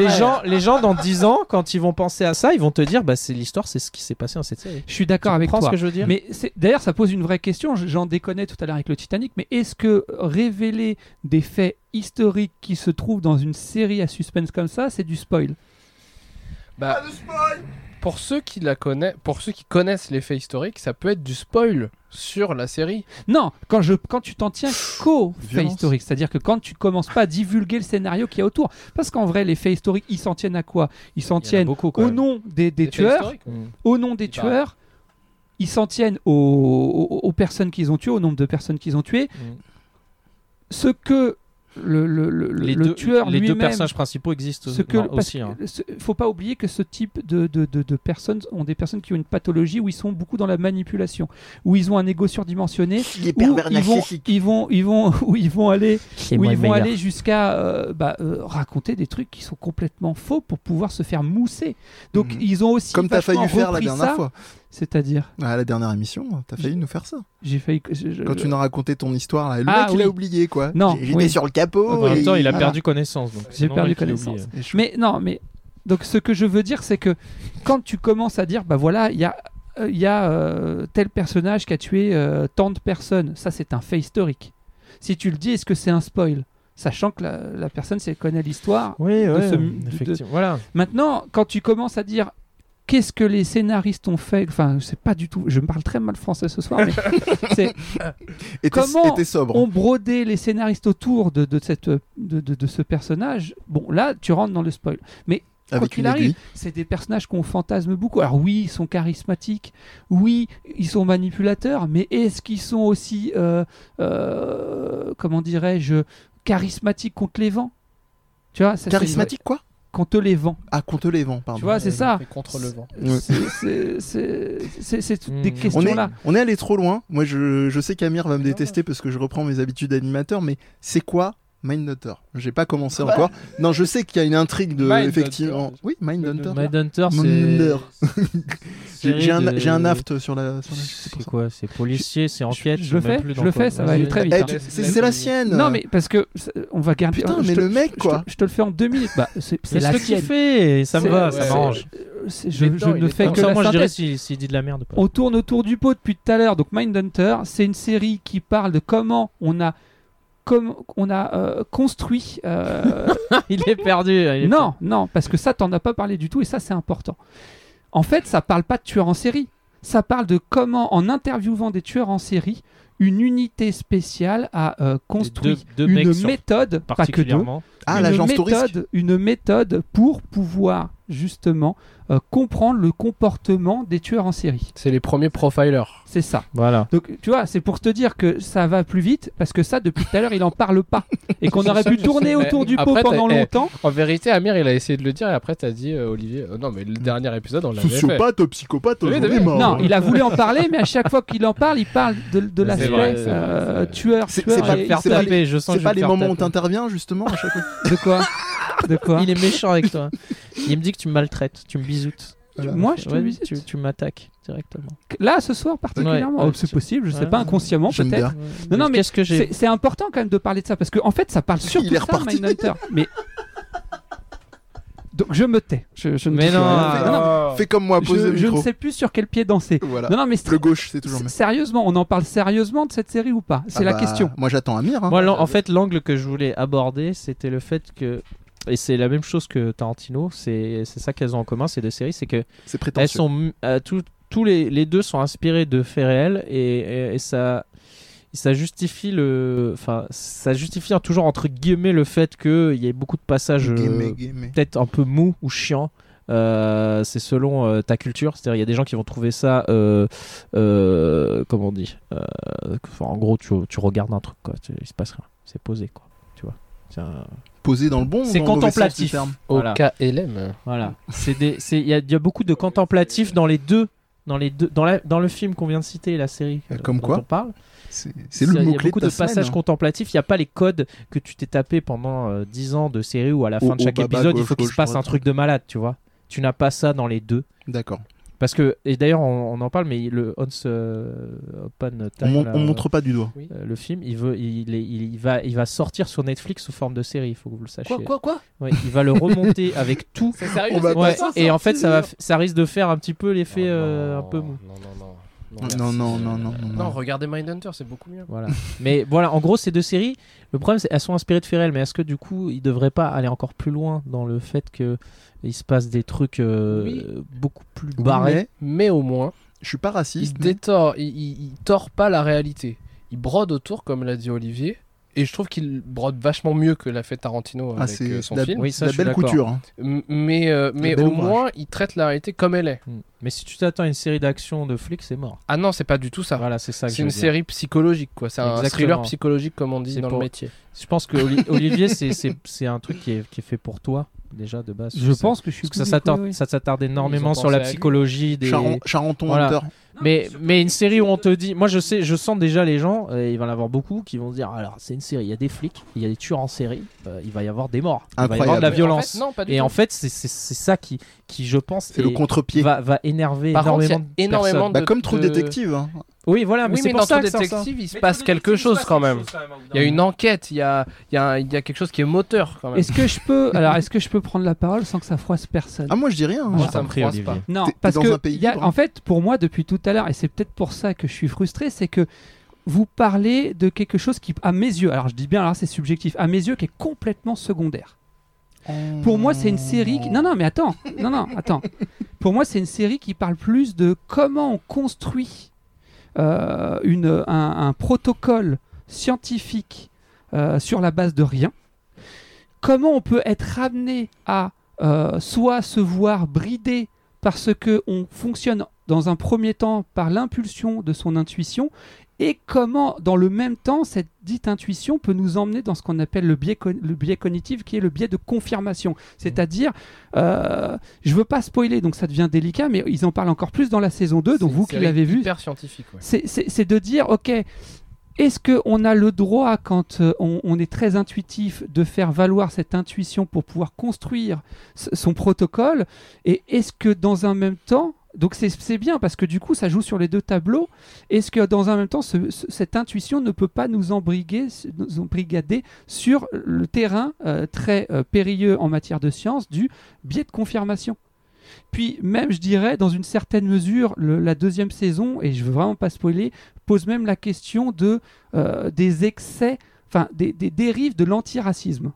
les, gens, les gens dans 10 ans, quand ils vont penser à ça, ils vont te dire, bah, c'est l'histoire, c'est ce qui s'est passé dans cette série.
je suis d'accord
Tu
avec
comprends
toi.
ce que je veux dire
Mais c'est- d'ailleurs, ça pose une vraie question. J- J'en déconnais tout à l'heure avec le Titanic, mais est-ce que révéler des faits historiques qui se trouvent dans une série à suspense comme ça, c'est du spoil
Bah, pour ceux qui la connaissent, pour ceux qui connaissent l'effet historique, ça peut être du spoil sur la série.
Non, quand, je, quand tu t'en tiens qu'aux faits
Violence.
historiques, c'est-à-dire que quand tu commences pas à divulguer le scénario qu'il y a autour, parce qu'en vrai, les faits historiques, ils s'en tiennent à quoi Ils
Il y en
s'en
a
tiennent
beaucoup, quand
au
même.
nom des, des
L'effet
tueurs,
historique,
Mm.
au nom des
Il paraît.
tueurs, ils s'en tiennent aux, aux- aux personnes qu'ils ont tuées, au nombre de personnes qu'ils ont tuées.
Mm.
Ce que le, le, le,
les
le
deux,
tueur
les deux
lui-même
personnages principaux existent
ce que
non,
parce
aussi. hein.
que ce- faut pas oublier que ce type de, de, de- de personnes ont des personnes qui ont une pathologie où ils sont beaucoup dans la manipulation où ils ont un ego surdimensionné
Il est
où ils vont, ils vont ils vont où ils vont aller où ils vont aller jusqu'à euh, bah, euh, raconter des trucs qui sont complètement faux pour pouvoir se faire mousser donc
Mhm.
ils ont aussi
Comme t'as
vachement
failli faire la
repris
dernière
ça,
fois,
c'est-à-dire
à la dernière émission, t'as failli nous faire ça.
j'ai failli que- je- je-
Quand tu nous as raconté ton histoire, là, le
Ah,
mec il a
oui.
oublié quoi. Ah, bah,
Non,
J'étais
oui.
sur le capot.
En même
et-
temps, il a
Voilà.
perdu connaissance. donc
J'ai
sinon,
perdu
il l'oublie.
connaissance.
Et je-
Mais non, mais donc ce que je veux dire, c'est que quand tu commences à dire, bah voilà, il y a, euh, il y a euh, tel personnage qui a tué euh, tant de personnes, ça c'est un fait historique. Si tu le dis, est-ce que c'est un spoil Sachant que la, la personne si elle connaît l'histoire.
Oui,
ouais,
oui,
de-
effectivement. Voilà.
Maintenant, quand tu commences à dire. Qu'est-ce que les scénaristes ont fait Enfin, c'est pas du tout. Je me parle très mal français ce soir, mais c'est
Et t'es-
Comment
et t'es sobre.
on brodait les scénaristes autour de, de cette, de, de- de ce personnage. Bon, là, tu rentres dans le spoil. Mais quoi
Avec
qu'il
une
arrive.
aiguille.
C'est des personnages qu'on fantasme beaucoup. Alors oui, ils sont charismatiques, oui, ils sont manipulateurs, mais est-ce qu'ils sont aussi, euh, euh, comment dirais-je, charismatiques contre les vents Tu vois, ça, c'est-
Charismatique, quoi
contre les vents.
Ah, contre les vents, pardon.
Tu vois, c'est ça.
Et contre le vent.
Ouais.
C'est- c'est- C'est c'est- c'est toutes des
Mm.
on est,
questions-là.
on est allé trop loin. Moi, je, je sais qu'Amir
Ah,
va me détester parce que je reprends mes habitudes d'animateur, mais c'est quoi Mindhunter J'ai pas commencé encore. Non, je sais qu'il y a une intrigue de.
Mindhunter.
effectivement. Oui, Mindhunter.
Mindhunter,
Mindhunter.
c'est.
J'ai j'ai un,
série de-
j'ai un aft sur la. sur la- c'est pour
C'est
ça.
quoi C'est policier, c'est enquête.
je
sais
le
même
fais,
plus
je
dans
le
quoi.
fais, ça va aller
Vas-y.
très vite.
Eh,
Putain,
tu-
laisse-
C'est
laisse-
c'est la sienne
Non, mais parce que c'est- on va garder.
Putain,
je
mais
te-
le mec,
je te-
quoi.
Je te le fais en deux minutes. Bah, c'est c'est
Laisse
la
le
sienne.
kiffer, ça me
C'est-
va,
ouais,
ça
ouais.
m'arrange.
Euh, c'est-
Il
Je,
est
je
dedans, il
ne
est
fais
dedans.
que
Comme ça,
la
moi, je dirais
synthèse.
s'il s'il dit de la merde ou pas.
On tourne autour du pot depuis tout à l'heure. Donc Mindhunter, c'est une série qui parle de comment on a, comme, on a euh, construit. euh,
Il est perdu. il est
non, non, parce que ça, t'en as pas parlé du tout et ça, c'est important. En fait, ça parle pas de tueurs en série. Ça parle de comment, en interviewant des tueurs en série, une unité spéciale a euh, construit
deux mecs
une
sur-
méthode, pas que deux,
particulièrement.
Ah,
une,
l'agence touriste.
méthode, une méthode pour pouvoir justement euh, comprendre le comportement des tueurs en série.
C'est les premiers profilers.
C'est ça.
Voilà.
Donc tu vois, c'est pour te dire que ça va plus vite parce que ça depuis tout à l'heure il en parle pas et qu'on aurait pu tourner autour du pot
Après, t'as-
pendant
eh,
longtemps.
En vérité, Amir, il a essayé de le dire et après, t'as dit, euh, Olivier, euh, non, mais le dernier épisode, on l'avait fait.
Sociopathe, psychopathe,
Oui,
j'en ai
oui.
marre.
Non, il a voulu en parler, mais à chaque fois qu'il en parle, il parle de, de
C'est
l'aspect
vrai, c'est vrai,
euh,
c'est vrai.
tueur,
C'est-
tueur.
c'est pas-
et-
faire
historique.
taper,
je sens
C'est pas les moments où t'interviens, justement, à chaque fois.
de quoi De quoi
Il est méchant avec toi. Il me dit que tu me maltraites, tu me bisoutes.
Voilà.
Moi, je te
Ouais,
le dis.
tu, tu m'attaques directement.
Là, ce soir particulièrement,
Ouais, ouais,
Oh, c'est
tu-
possible, je sais
ouais.
pas inconsciemment
J'aime
peut-être.
bien.
Non,
non, mais
qu'est-ce que j'ai
C'est c'est important quand même de parler de ça parce que en fait ça parle surtout
Il est
de ça,
reparti.
Mindhunter. Mais donc je me tais. Je, je ne
Mais
dis
non,
rien.
mais
Non, non,
Oh.
Fais comme moi, pose
je,
Ah, le
je
micro.
ne sais plus sur quel pied danser.
Voilà.
Non, non, mais c'est-
Le gauche, c'est toujours mieux.
sérieusement, on en parle sérieusement de cette série ou pas C'est
Ah
la
bah,
question.
Moi, j'attends Amir. hein.
Moi, l'an- en fait, l'angle que je voulais aborder, c'était le fait que. Et c'est la même chose que Tarantino, c'est c'est ça qu'elles ont en commun, ces deux séries, c'est que
C'est
elles
prétentieux.
sont. m- euh, tout- tous les, les deux sont inspirés de faits réels et, et- et ça. Ça justifie le, enfin, ça justifie toujours entre guillemets le fait qu'il y ait beaucoup de passages euh,
Guillemets, guillemets.
peut-être un peu mou ou chiant. Euh, c'est selon euh, ta culture, c'est-à-dire il y a des gens qui vont trouver ça, euh, euh, comment on dit, euh, enfin, en gros tu, tu regardes un truc quoi, Tu- il se passe rien, c'est posé quoi, tu vois. C'est un-
Posé dans le bon. ou
C'est
dans le mauvais sens du
contemplatif.
terme
Au
Voilà.
KLM.
Voilà, c'est des, c'est, il y, a- il y a beaucoup de contemplatif dans les deux, dans les deux, dans, la- dans le film qu'on vient de citer, et la série.
Euh,
euh,
comme
dont
quoi
on parle.
C'est c'est le
Il y a
mot-clé
beaucoup
de
de,
ta
passages
semaine. hein.
contemplatifs. Il n'y a pas les codes que tu t'es tapé pendant euh, 10 ans de série où à la fin
Oh,
de chaque
oh, baba,
épisode il
gauche,
faut qu'il se
gauche,
passe un
droite.
truc de malade, tu vois. Tu n'as pas ça dans les deux.
D'accord.
Parce que, et d'ailleurs, on, on en parle, mais le Hans euh, Open
On,
Time,
mon-
là,
on montre pas du doigt.
euh, le film, il, veut, il, est- il, il va, il va sortir sur Netflix sous forme de série, il faut que vous le sachiez.
quoi
Ouais, il va le remonter avec tout.
C'est sérieux
On va
c'est
pas
Ouais,
pas ça
et en fait, ça, va, f- ça risque de faire un petit peu
Oh
l'effet
Non,
euh, un
non,
peu mou.
Non, non, non.
Non,
merci.
non, non, non, non,
Non,
non.
regardez Mindhunter, c'est beaucoup mieux.
Voilà. mais voilà, en gros, ces deux séries, le problème, c'est qu'elles sont inspirées de Ferrel, mais est-ce que du coup, ils devraient pas aller encore plus loin dans le fait que il se passe des trucs euh,
Oui.
beaucoup plus
Oui,
barrés
mais
Mais au moins,
je suis pas
il
raciste. mais-
détord, il, il- il tord pas la réalité. Il brode autour, comme l'a dit Olivier. Et je trouve qu'il brode vachement mieux que l'a fait Tarantino
Ah,
avec
c'est
euh, son
la,
film.
Oui, ça,
la
je suis
belle
d'accord.
couture. hein.
M- Mais, euh, mais
bel
au
ouvrage.
moins, il traite la réalité comme elle est.
Mm. Mais si tu t'attends à une série d'action de flics, c'est mort.
Ah non, c'est pas du tout ça.
Voilà, c'est ça que
C'est
je
une
veux dire.
série psychologique, quoi. C'est un
Exactement.
thriller psychologique, comme on dit
C'est
dans
pour-
le métier.
Je pense que Oli- Olivier, c'est- c'est c'est un truc qui est, qui est fait pour toi, déjà, de base.
Je
Ça-
pense que je suis
Parce que ça
public,
s'attarde,
oui, oui.
ça s'attarde énormément
pensé
sur la
à lui.
psychologie des.
Charon- Charenton
Voilà.
Hunter.
Mais, mais une série où on te dit. Moi, je sais, je sens déjà les gens, et il va y en avoir beaucoup, qui vont se dire alors, c'est une série, il y a des flics, il y a des tueurs en série, euh, il va y avoir des morts. Il va y avoir de la
Incroyable.
violence.
En fait, non, pas du
et
tout.
en fait, c'est c'est- c'est ça qui, qui, je pense,
C'est le
est-
contre-pied.
va, va énerver
Par contre, il y a
énormément, de
énormément
personnes.
Bah,
de-
comme True
de-
Détective. hein.
Oui, voilà, mais
oui,
c'est
Ah, mais
pour
dans
ça
True
que ça sort.
Détective, il se passe quelque chose quand même. Il y a une enquête, il y a, il y a un- il y a quelque chose qui est moteur quand même.
Est-ce que je peux Alors, est-ce que je peux prendre la parole sans que ça froisse personne
Ah, moi, je dis rien. hein.
Je
Moi, ça
t'en
me
prie,
froisse
Olivier.
pas.
Non,
T'es- t'es
parce
dans
que
un pays
il y a-
libre, hein.
en fait, pour moi, depuis tout à l'heure, et c'est peut-être pour ça que je suis frustré, c'est que vous parlez de quelque chose qui, à mes yeux, alors je dis bien, alors c'est subjectif, à mes yeux, qui est complètement secondaire. Pour moi, c'est une série. Qui... Non, non, mais attends, non, non, attends. Pour moi, c'est une série qui parle plus de comment on construit euh, une, un, un protocole scientifique euh, sur la base de rien. Comment on peut être amené à euh, soit se voir bridé parce que on fonctionne dans un premier temps par l'impulsion de son intuition et comment dans le même temps cette dite intuition peut nous emmener dans ce qu'on appelle le biais, con- le biais cognitif qui est le biais de confirmation c'est-à-dire euh, je veux pas spoiler donc ça devient délicat mais ils en parlent encore plus dans la saison 2 donc
C'est
vous
une
qui
série
l'avez vu
Hyper scientifique, ouais.
c'est- c'est c'est de dire, ok, est-ce qu'on a le droit, quand euh, on, on est très intuitif, de faire valoir cette intuition pour pouvoir construire s- son protocole Et est-ce que dans un même temps, donc c'est- c'est bien parce que du coup ça joue sur les deux tableaux, est-ce que dans un même temps, ce- ce- cette intuition ne peut pas nous embriguer, s- nous embrigader sur le terrain euh, très euh, périlleux en matière de science du biais de confirmation puis même, je dirais, dans une certaine mesure, le- la deuxième saison, et je veux vraiment pas spoiler, pose même la question de, euh, des excès, enfin des, des dérives de l'antiracisme.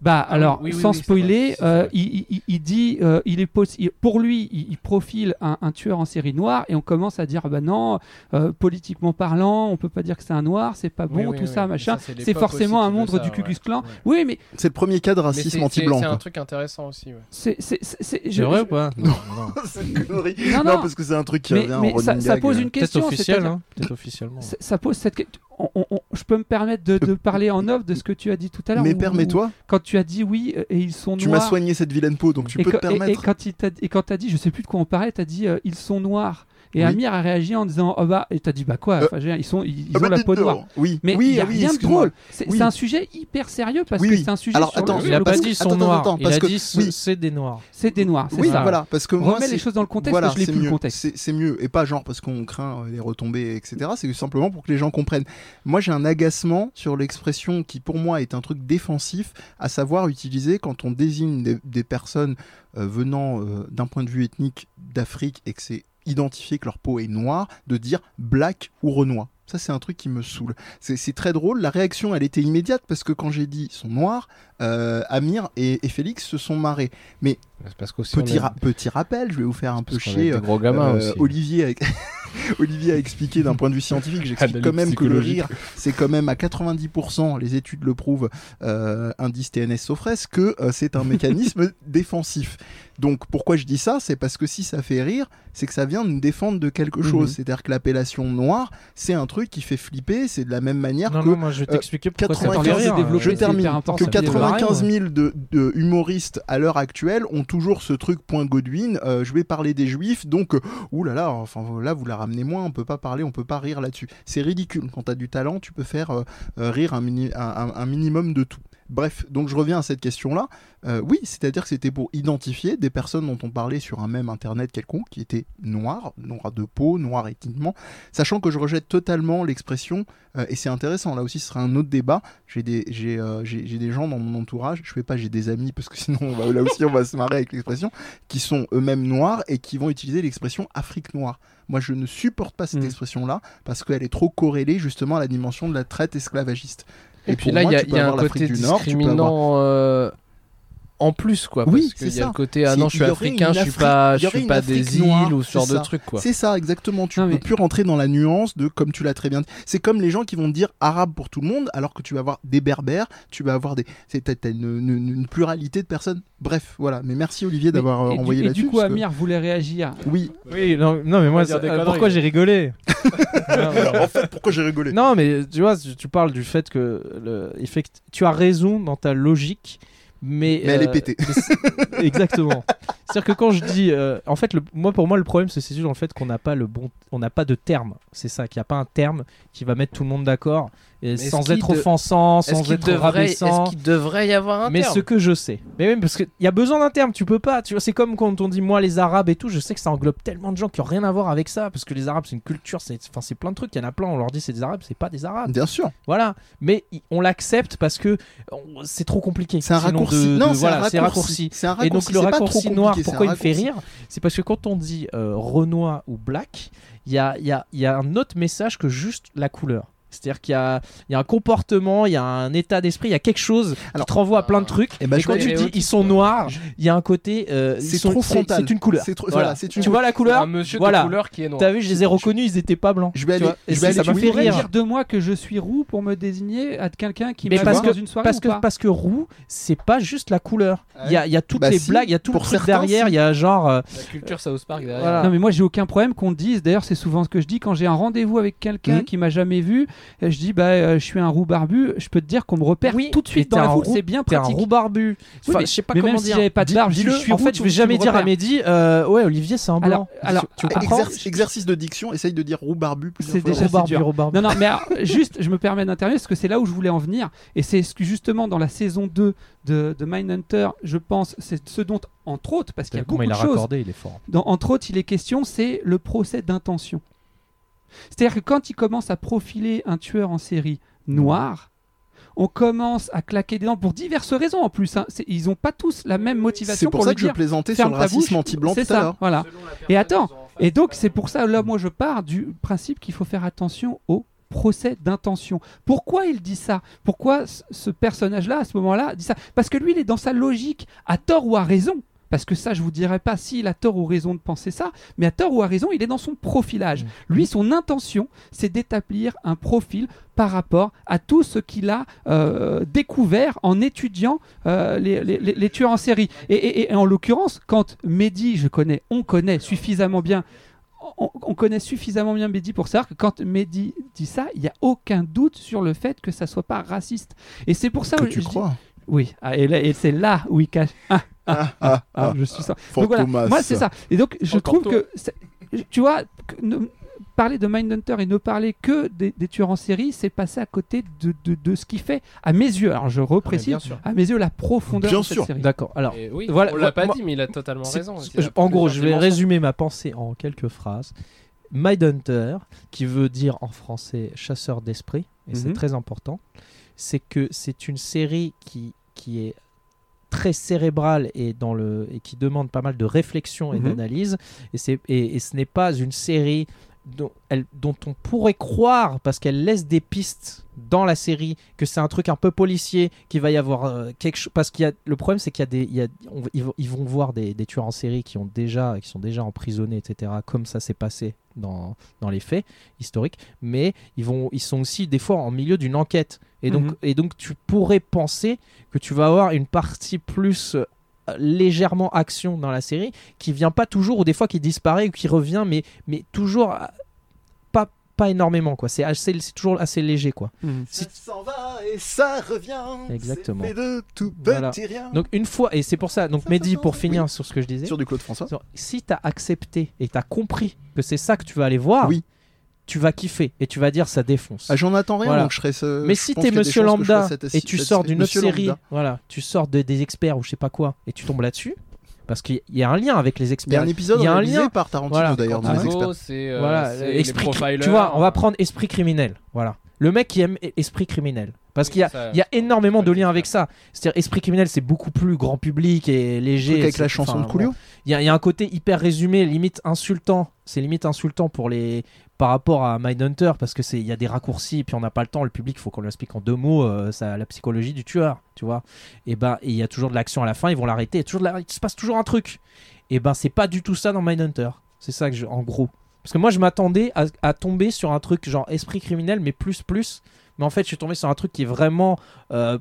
Bah
Ah oui,
alors,
oui, oui,
sans
oui, c'est
spoiler,
vrai, c'est
euh,
vrai.
il, il- il dit, euh, il est possi- il- pour lui, il, il profile un, un tueur en série noire, et on commence à dire, ah bah non, euh, politiquement parlant, on peut pas dire que c'est un noir, c'est pas
Oui,
bon,
oui,
tout
oui.
ça,
Mais
machin.
ça,
C'est
l'époque
forcément
aussi
un
qui veut
montre
ça,
du Ku Klux
ouais.
Klan.
Ouais.
Oui, mais
C'est le premier cas de
Mais c'est-
racisme
c'est-
anti-blanc.
C'est un
quoi.
truc intéressant aussi. ouais.
c'est, c'est, c'est- c'est- je-
C'est vrai
je-
ou pas
C'est une connerie. Non,
Non, non.
parce que c'est un truc qui
mais,
revient
mais
en
ça,
running
ça
gag,
pose
euh.
une
Peut-être
question.
officiel,
c'est-à-dire-
hein Peut-être officiellement.
ça- ça pose cette que- on- on- on- je peux me permettre de, de parler en off de ce que tu as dit tout à l'heure.
Euh, Mais
où-
permets-toi,
où- Quand tu as dit oui euh, et ils sont
tu m'as
noirs.
soigné cette vilaine peau, donc tu
et,
peux te
quand- et- et
permettre.
quand il t'a- et quand t'as dit, je sais plus de quoi on parlait, t'as dit euh, ils sont noirs. Et
Oui.
Amir a réagi en disant oh bah et t'as dit bah quoi
Euh,
enfin, je veux dire, ils sont ils, ils
Ah
ont
bah,
la
dites
peau
dehors.
noire.
Oui,
Mais
oui, ah
il y a
oui,
rien de
excuse-moi.
drôle. C'est
Oui.
c'est un sujet hyper sérieux parce
Oui,
que
oui.
c'est un sujet
Alors,
sur le-
attends,
sur
il
le
a pas
coup,
dit ils
attends,
sont
attends,
noirs.
attends,
il
parce
a
que-
dit ce-
oui.
c'est des noirs.
c'est des noirs. c'est
Oui,
ça.
voilà, parce que
On
moi,
remet les
c'est-
choses dans le contexte.
Voilà,
parce que je
c'est
l'ai plus
mieux.
le contexte.
C'est c'est mieux. Et pas genre parce qu'on craint euh, les retombées, etc. C'est simplement pour que les gens comprennent. Moi, j'ai un agacement sur l'expression qui, pour moi, est un truc défensif, à savoir utiliser quand on désigne des, des personnes euh, venant euh, d'un point de vue ethnique d'Afrique et que c'est identifié que leur peau est noire, de dire black ou renois. Ça, c'est un truc qui me saoule. C'est- C'est très drôle. La réaction, elle était immédiate parce que quand j'ai dit ils sont noirs, euh, Amir et- et Félix se sont marrés.
C'est parce qu'aussi.
Petit, ra- petit rappel, je vais vous faire un peu chier.
Des gros gamins
Euh,
aussi.
Olivier, a... Olivier a expliqué d'un point de vue scientifique, j'explique
Analyse
quand même que le
psychologique.
rire, c'est quand même à 90%, les études le prouvent, euh, indice TNS Sofres, que euh, c'est un mécanisme défensif. Donc pourquoi je dis ça C'est parce que si ça fait rire, c'est que ça vient de nous défendre de quelque chose.
Mhm.
C'est-à-dire que l'appellation noire, c'est un truc qui fait flipper, c'est de la même manière
Non,
que
non, moi je vais t'expliquer pourquoi ça fait
95
rire. hein.
développé,
je
c'est hyper
termine que
important, ça fait des
pareil,
95
moi.
000 de, de humoristes à l'heure actuelle ont toujours ce truc point Godwin. euh, je vais parler des juifs, donc euh, oulala, enfin là vous la ramenez moins, on peut pas parler, on peut pas rire là-dessus. C'est ridicule. Quand t'as du talent, tu peux faire euh, euh, rire un, mini- un- un- un minimum de tout. Bref, donc je reviens à cette question-là. Euh, oui, c'est-à-dire que c'était pour identifier des personnes dont on parlait sur un même internet quelconque qui étaient noires, noires de peau, noires ethniquement, sachant que je rejette totalement l'expression, euh, et c'est intéressant, là aussi ce sera un autre débat, j'ai des, j'ai, euh, j'ai- j'ai des gens dans mon entourage, je fais pas j'ai des amis parce que sinon on va- là aussi on va se marrer avec l'expression, qui sont eux-mêmes noirs et qui vont utiliser l'expression Afrique noire. Moi je ne supporte pas cette
Mm.
expression-là parce qu'elle est trop corrélée justement à la dimension de la traite esclavagiste.
Et,
pour
puis là, il
moi,
y a,
tu
il
peux
y a un
avoir l'Afrique
côté
du Nord, tu peux avoir-
discriminant euh, en plus, quoi.
Oui,
parce
c'est
qu'il y
ça.
a le côté, ah
C'est-
non, je suis
il y aurait
africain,
une
je suis
Afrique-
pas,
il y
je
aurait
suis
une
pas
Afrique
des îles
noire,
ou ce genre
c'est
de
ça.
truc, quoi.
C'est ça, exactement. Tu
Non,
peux
mais-
plus rentrer dans la nuance de, comme tu l'as très bien dit. C'est comme les gens qui vont dire arabe pour tout le monde, alors que tu vas avoir des berbères, tu vas avoir des. c'est- T'as t'as une, une- une pluralité de personnes. Bref, voilà. Mais merci Olivier d'avoir euh,
Et du-
envoyé
et
là-dessus.
du coup,
parce que-
Amir voulait réagir.
Oui.
Oui, non, non, mais
On va
moi,
dire
c'est-
des
euh,
conneries,
pourquoi
ouais.
j'ai rigolé Non, mais-
en fait, pourquoi j'ai rigolé
Non, mais tu vois, tu tu parles du fait que le, effect- tu as raison dans ta logique, mais. euh,
Mais elle est pétée.
mais c'est- Exactement. C'est-à-dire que quand je dis. euh, en fait, le, moi, pour moi, le problème se situe dans le fait qu'on n'a pas, le bon, on n'a pas de terme. C'est ça, qu'il n'y a pas un terme qui va mettre tout le monde d'accord, et
est-ce
sans
qu'il
être
de-
offensant,
Est-ce
sans
qu'il
être
devrait,
rabaissant.
est-ce qu'il devrait y avoir un
Mais
terme
ce que je sais. Mais oui, parce qu'il y a besoin d'un terme, tu peux pas. Tu vois, c'est comme quand on dit moi les Arabes et tout, je sais que ça englobe tellement de gens qui ont rien à voir avec ça, parce que les Arabes c'est une culture, c'est enfin, c'est plein de trucs, il y en a plein, on leur dit c'est des Arabes, c'est pas des Arabes.
Bien sûr.
Voilà. Mais i- on l'accepte parce que on- c'est trop compliqué.
C'est un
Sinon,
raccourci.
de-
non,
de-
c'est
voilà,
un
c'est
raccourci. C'est un
Et
raccourci.
donc le
c'est pas
raccourci
trop
noir,
compliqué,
pourquoi il
c'est
me
un
fait
raccourci.
rire C'est parce que quand on dit euh, Renoir ou Black, il y a, il y a- il y a un autre message que juste la couleur.
C'est-à-dire qu'il y a, il y a un comportement, il y a un état d'esprit, il y a quelque chose
Alors-
qui te renvoie à plein de trucs.
Eh ben,
et
je
quand
vais-
tu dis ils sont noirs, il y a un côté. euh, ils
C'est
sont-
trop frontal.
C'est une couleur.
C'est trop-
Voilà.
voilà, c'est une
tu vois la
Un
couleur
monsieur
voilà.
de couleur qui est noir.
T'as vu, je les ai reconnus, ils étaient pas blancs.
Je vais aller,
Tu vois,
je
et
vais
ça-
aller
ça m'a
jouer
fait
les
rire.
gens.
dire de moi que je suis roux pour me désigner à quelqu'un qui
Mais
m'a vu
parce
dans
que-
une soirée
Parce
ou
que,
pas
parce que roux, c'est pas juste la couleur.
Ah
Il y a, il y a toutes
Bah
les
si,
blagues, il y a tout le
pour
truc
certains,
derrière,
si.
il y a genre. euh,
La culture South Park derrière.
voilà.
Non mais moi j'ai aucun problème qu'on dise. D'ailleurs c'est souvent ce que je dis quand j'ai un rendez-vous avec quelqu'un
Mhm.
qui m'a jamais vu. euh, Je dis bah euh, je suis un roux barbu. Je peux te dire qu'on me repère
Oui,
tout de suite
mais t'es
dans la
un
foule.
roux-
C'est bien
T'es un
pratique.
roux barbu.
Oui,
Enfin,
mais-
je sais pas
mais
comment
même si
dire.
j'avais pas de
Dis-
barbe, je-
dis-le.
je suis
En
roux,
fait,
tu-
je vais
tu
jamais
me
dire à
repères.
Mehdi, euh, ouais, Olivier, c'est un blanc.
Alors, alors,
tu
ah,
comprends
Exerce- exercice de diction, essaye de dire roux barbu plusieurs
C'est
fois.
déjà-
Roux barbu,
dur.
roux barbu.
Non, non, mais alors, juste, je me permets d'intervenir parce que c'est là où je voulais en venir. Et c'est ce que, justement, dans la saison 2 de, de Mindhunter, je pense, c'est ce dont, entre autres, parce qu'il y a beaucoup de choses,
il est fort.
dans, entre autres, il est question, c'est le procès d'intention. C'est-à-dire que quand il commence à profiler un tueur en série noir, on commence à claquer des dents pour diverses raisons en plus. hein. C'est- Ils n'ont pas tous la même motivation
C'est pour, ça
lui
que je
dire
plaisantais sur
ferme
le
ta bouche.
racisme anti-blanc tout
C'est
à
ça,
l'heure.
voilà. Et attends, et donc c'est pour ça, là, moi, je pars du principe qu'il faut faire attention au procès d'intention. Pourquoi il dit ça Pourquoi ce- ce personnage-là, à ce moment-là, dit ça Parce que lui, il est dans sa logique, à tort ou à raison. Parce que ça, je vous dirais pas s'il a tort ou raison de penser ça, mais à tort ou à raison, il est dans son
Mm.
profilage. Lui, son intention, c'est d'établir un profil par rapport à tout ce qu'il a euh, découvert en étudiant euh, les, les- les- les tueurs en série. Et, et- et en l'occurrence, quand Mehdi, je connais, on connaît suffisamment bien. On, on connaît suffisamment bien Mehdi pour savoir que quand Mehdi dit ça, il n'y a aucun doute sur le fait que ça soit pas raciste. Et c'est pour ça
Que
Ah je-
tu
je dis-
crois
oui, Ah, et, là- et c'est là où il cache. Ah,
Ah, ah,
ah,
ah.
je suis ça.
Fort
Donc voilà,
Thomas.
moi c'est ça. Et donc je
Encore
trouve
toi.
que, c'est- tu vois, que ne- parler de Mindhunter et ne parler que des, des tueurs en série, c'est passer à côté de, de, de ce qui fait, à mes yeux, alors je reprécise,
bien
Ah,
sûr.
à mes yeux, la profondeur
Bien
de cette
sûr.
série.
D'accord. Alors,
Et oui,
Voilà,
on l'a pas
moi-
dit, mais il a totalement
C'est-
raison.
c'est-
Il a
en gros, je vais
plusieurs dimensions.
résumer ma pensée en quelques phrases. Mindhunter, qui veut dire en français chasseur d'esprit, et c'est
Mhm.
très important, c'est que c'est une série qui, qui est très cérébrale et, dans le, et qui demande pas mal de réflexion et
Mhm.
d'analyse. Et, c'est- et, et ce n'est pas une série dont, elle- dont on pourrait croire, parce qu'elle laisse des pistes dans la série, que c'est un truc un peu policier, qu'il va y avoir euh, quelque chose. Parce qu'il y a le problème, c'est qu'il y a des, il y a- on- ils, vont- ils vont voir des, des tueurs en série qui ont déjà, qui sont déjà emprisonnés, etc. Comme ça s'est passé dans, dans les faits historiques, mais ils vont, ils sont aussi des fois en milieu d'une enquête. Et donc,
Mhm.
et donc, tu pourrais penser que tu vas avoir une partie plus euh, légèrement action dans la série qui vient pas toujours ou des fois qui disparaît ou qui revient mais mais toujours euh, pas pas énormément quoi c'est assez c'est toujours assez léger quoi
Hmm.
Ça s'en va et ça revient.
Exactement.
C'est fait de tout petit
Voilà.
rien.
donc une fois et c'est pour ça donc
Ça,
Mehdi
ça,
pour
ça.
finir sur ce que je disais
Sur du Claude François.
sur- si t'as accepté et t'as compris que c'est ça que tu vas aller voir
Oui.
tu vas kiffer et tu vas dire ça défonce
Ah, J'en attends rien,
Voilà.
donc je serais. ce- Euh,
mais
je
si
pense
t'es
qu'il y a des
Monsieur
chances que je
Lambda
fasse cette-
et tu
cette-
sors d'une autre
Monsieur
série,
Lambda.
voilà, tu sors de, des experts ou je sais pas quoi, et tu tombes là-dessus, parce qu'il y a un lien avec les
Il y a
experts.
un épisode
Il y a un
réalisé
lien.
par Tarantino
Voilà.
d'ailleurs dans
En
les
gros,
experts.
c'est euh,
voilà,
c'est
euh,
les
esprit,
profilers.
tu vois, on va prendre esprit criminel. Voilà, le mec qui aime e- esprit criminel, parce qu'il y a
Ça,
il y a énormément de
Ouais,
liens
c'est
avec ça. C'est-à-dire, esprit criminel, c'est beaucoup plus grand public et léger.
Truc avec
c'est-
la chanson
enfin,
de Coolio.
bon. Il y, a- il y a un côté hyper résumé, limite insultant. C'est limite insultant pour les par rapport à Mindhunter parce que c'est il y a des raccourcis puis on n'a pas le temps. Le public, faut qu'on l'explique en deux mots. euh, ça, la psychologie du tueur, tu vois. Et ben, et il y a toujours de l'action à la fin. Ils vont l'arrêter. Toujours de la- il se passe toujours un truc. Et ben, c'est pas du tout ça dans Mindhunter. C'est ça que je, en gros. Parce que moi, je m'attendais à, à tomber sur un truc genre esprit criminel, mais plus plus. Mais en fait, je suis tombé sur un truc qui est vraiment euh,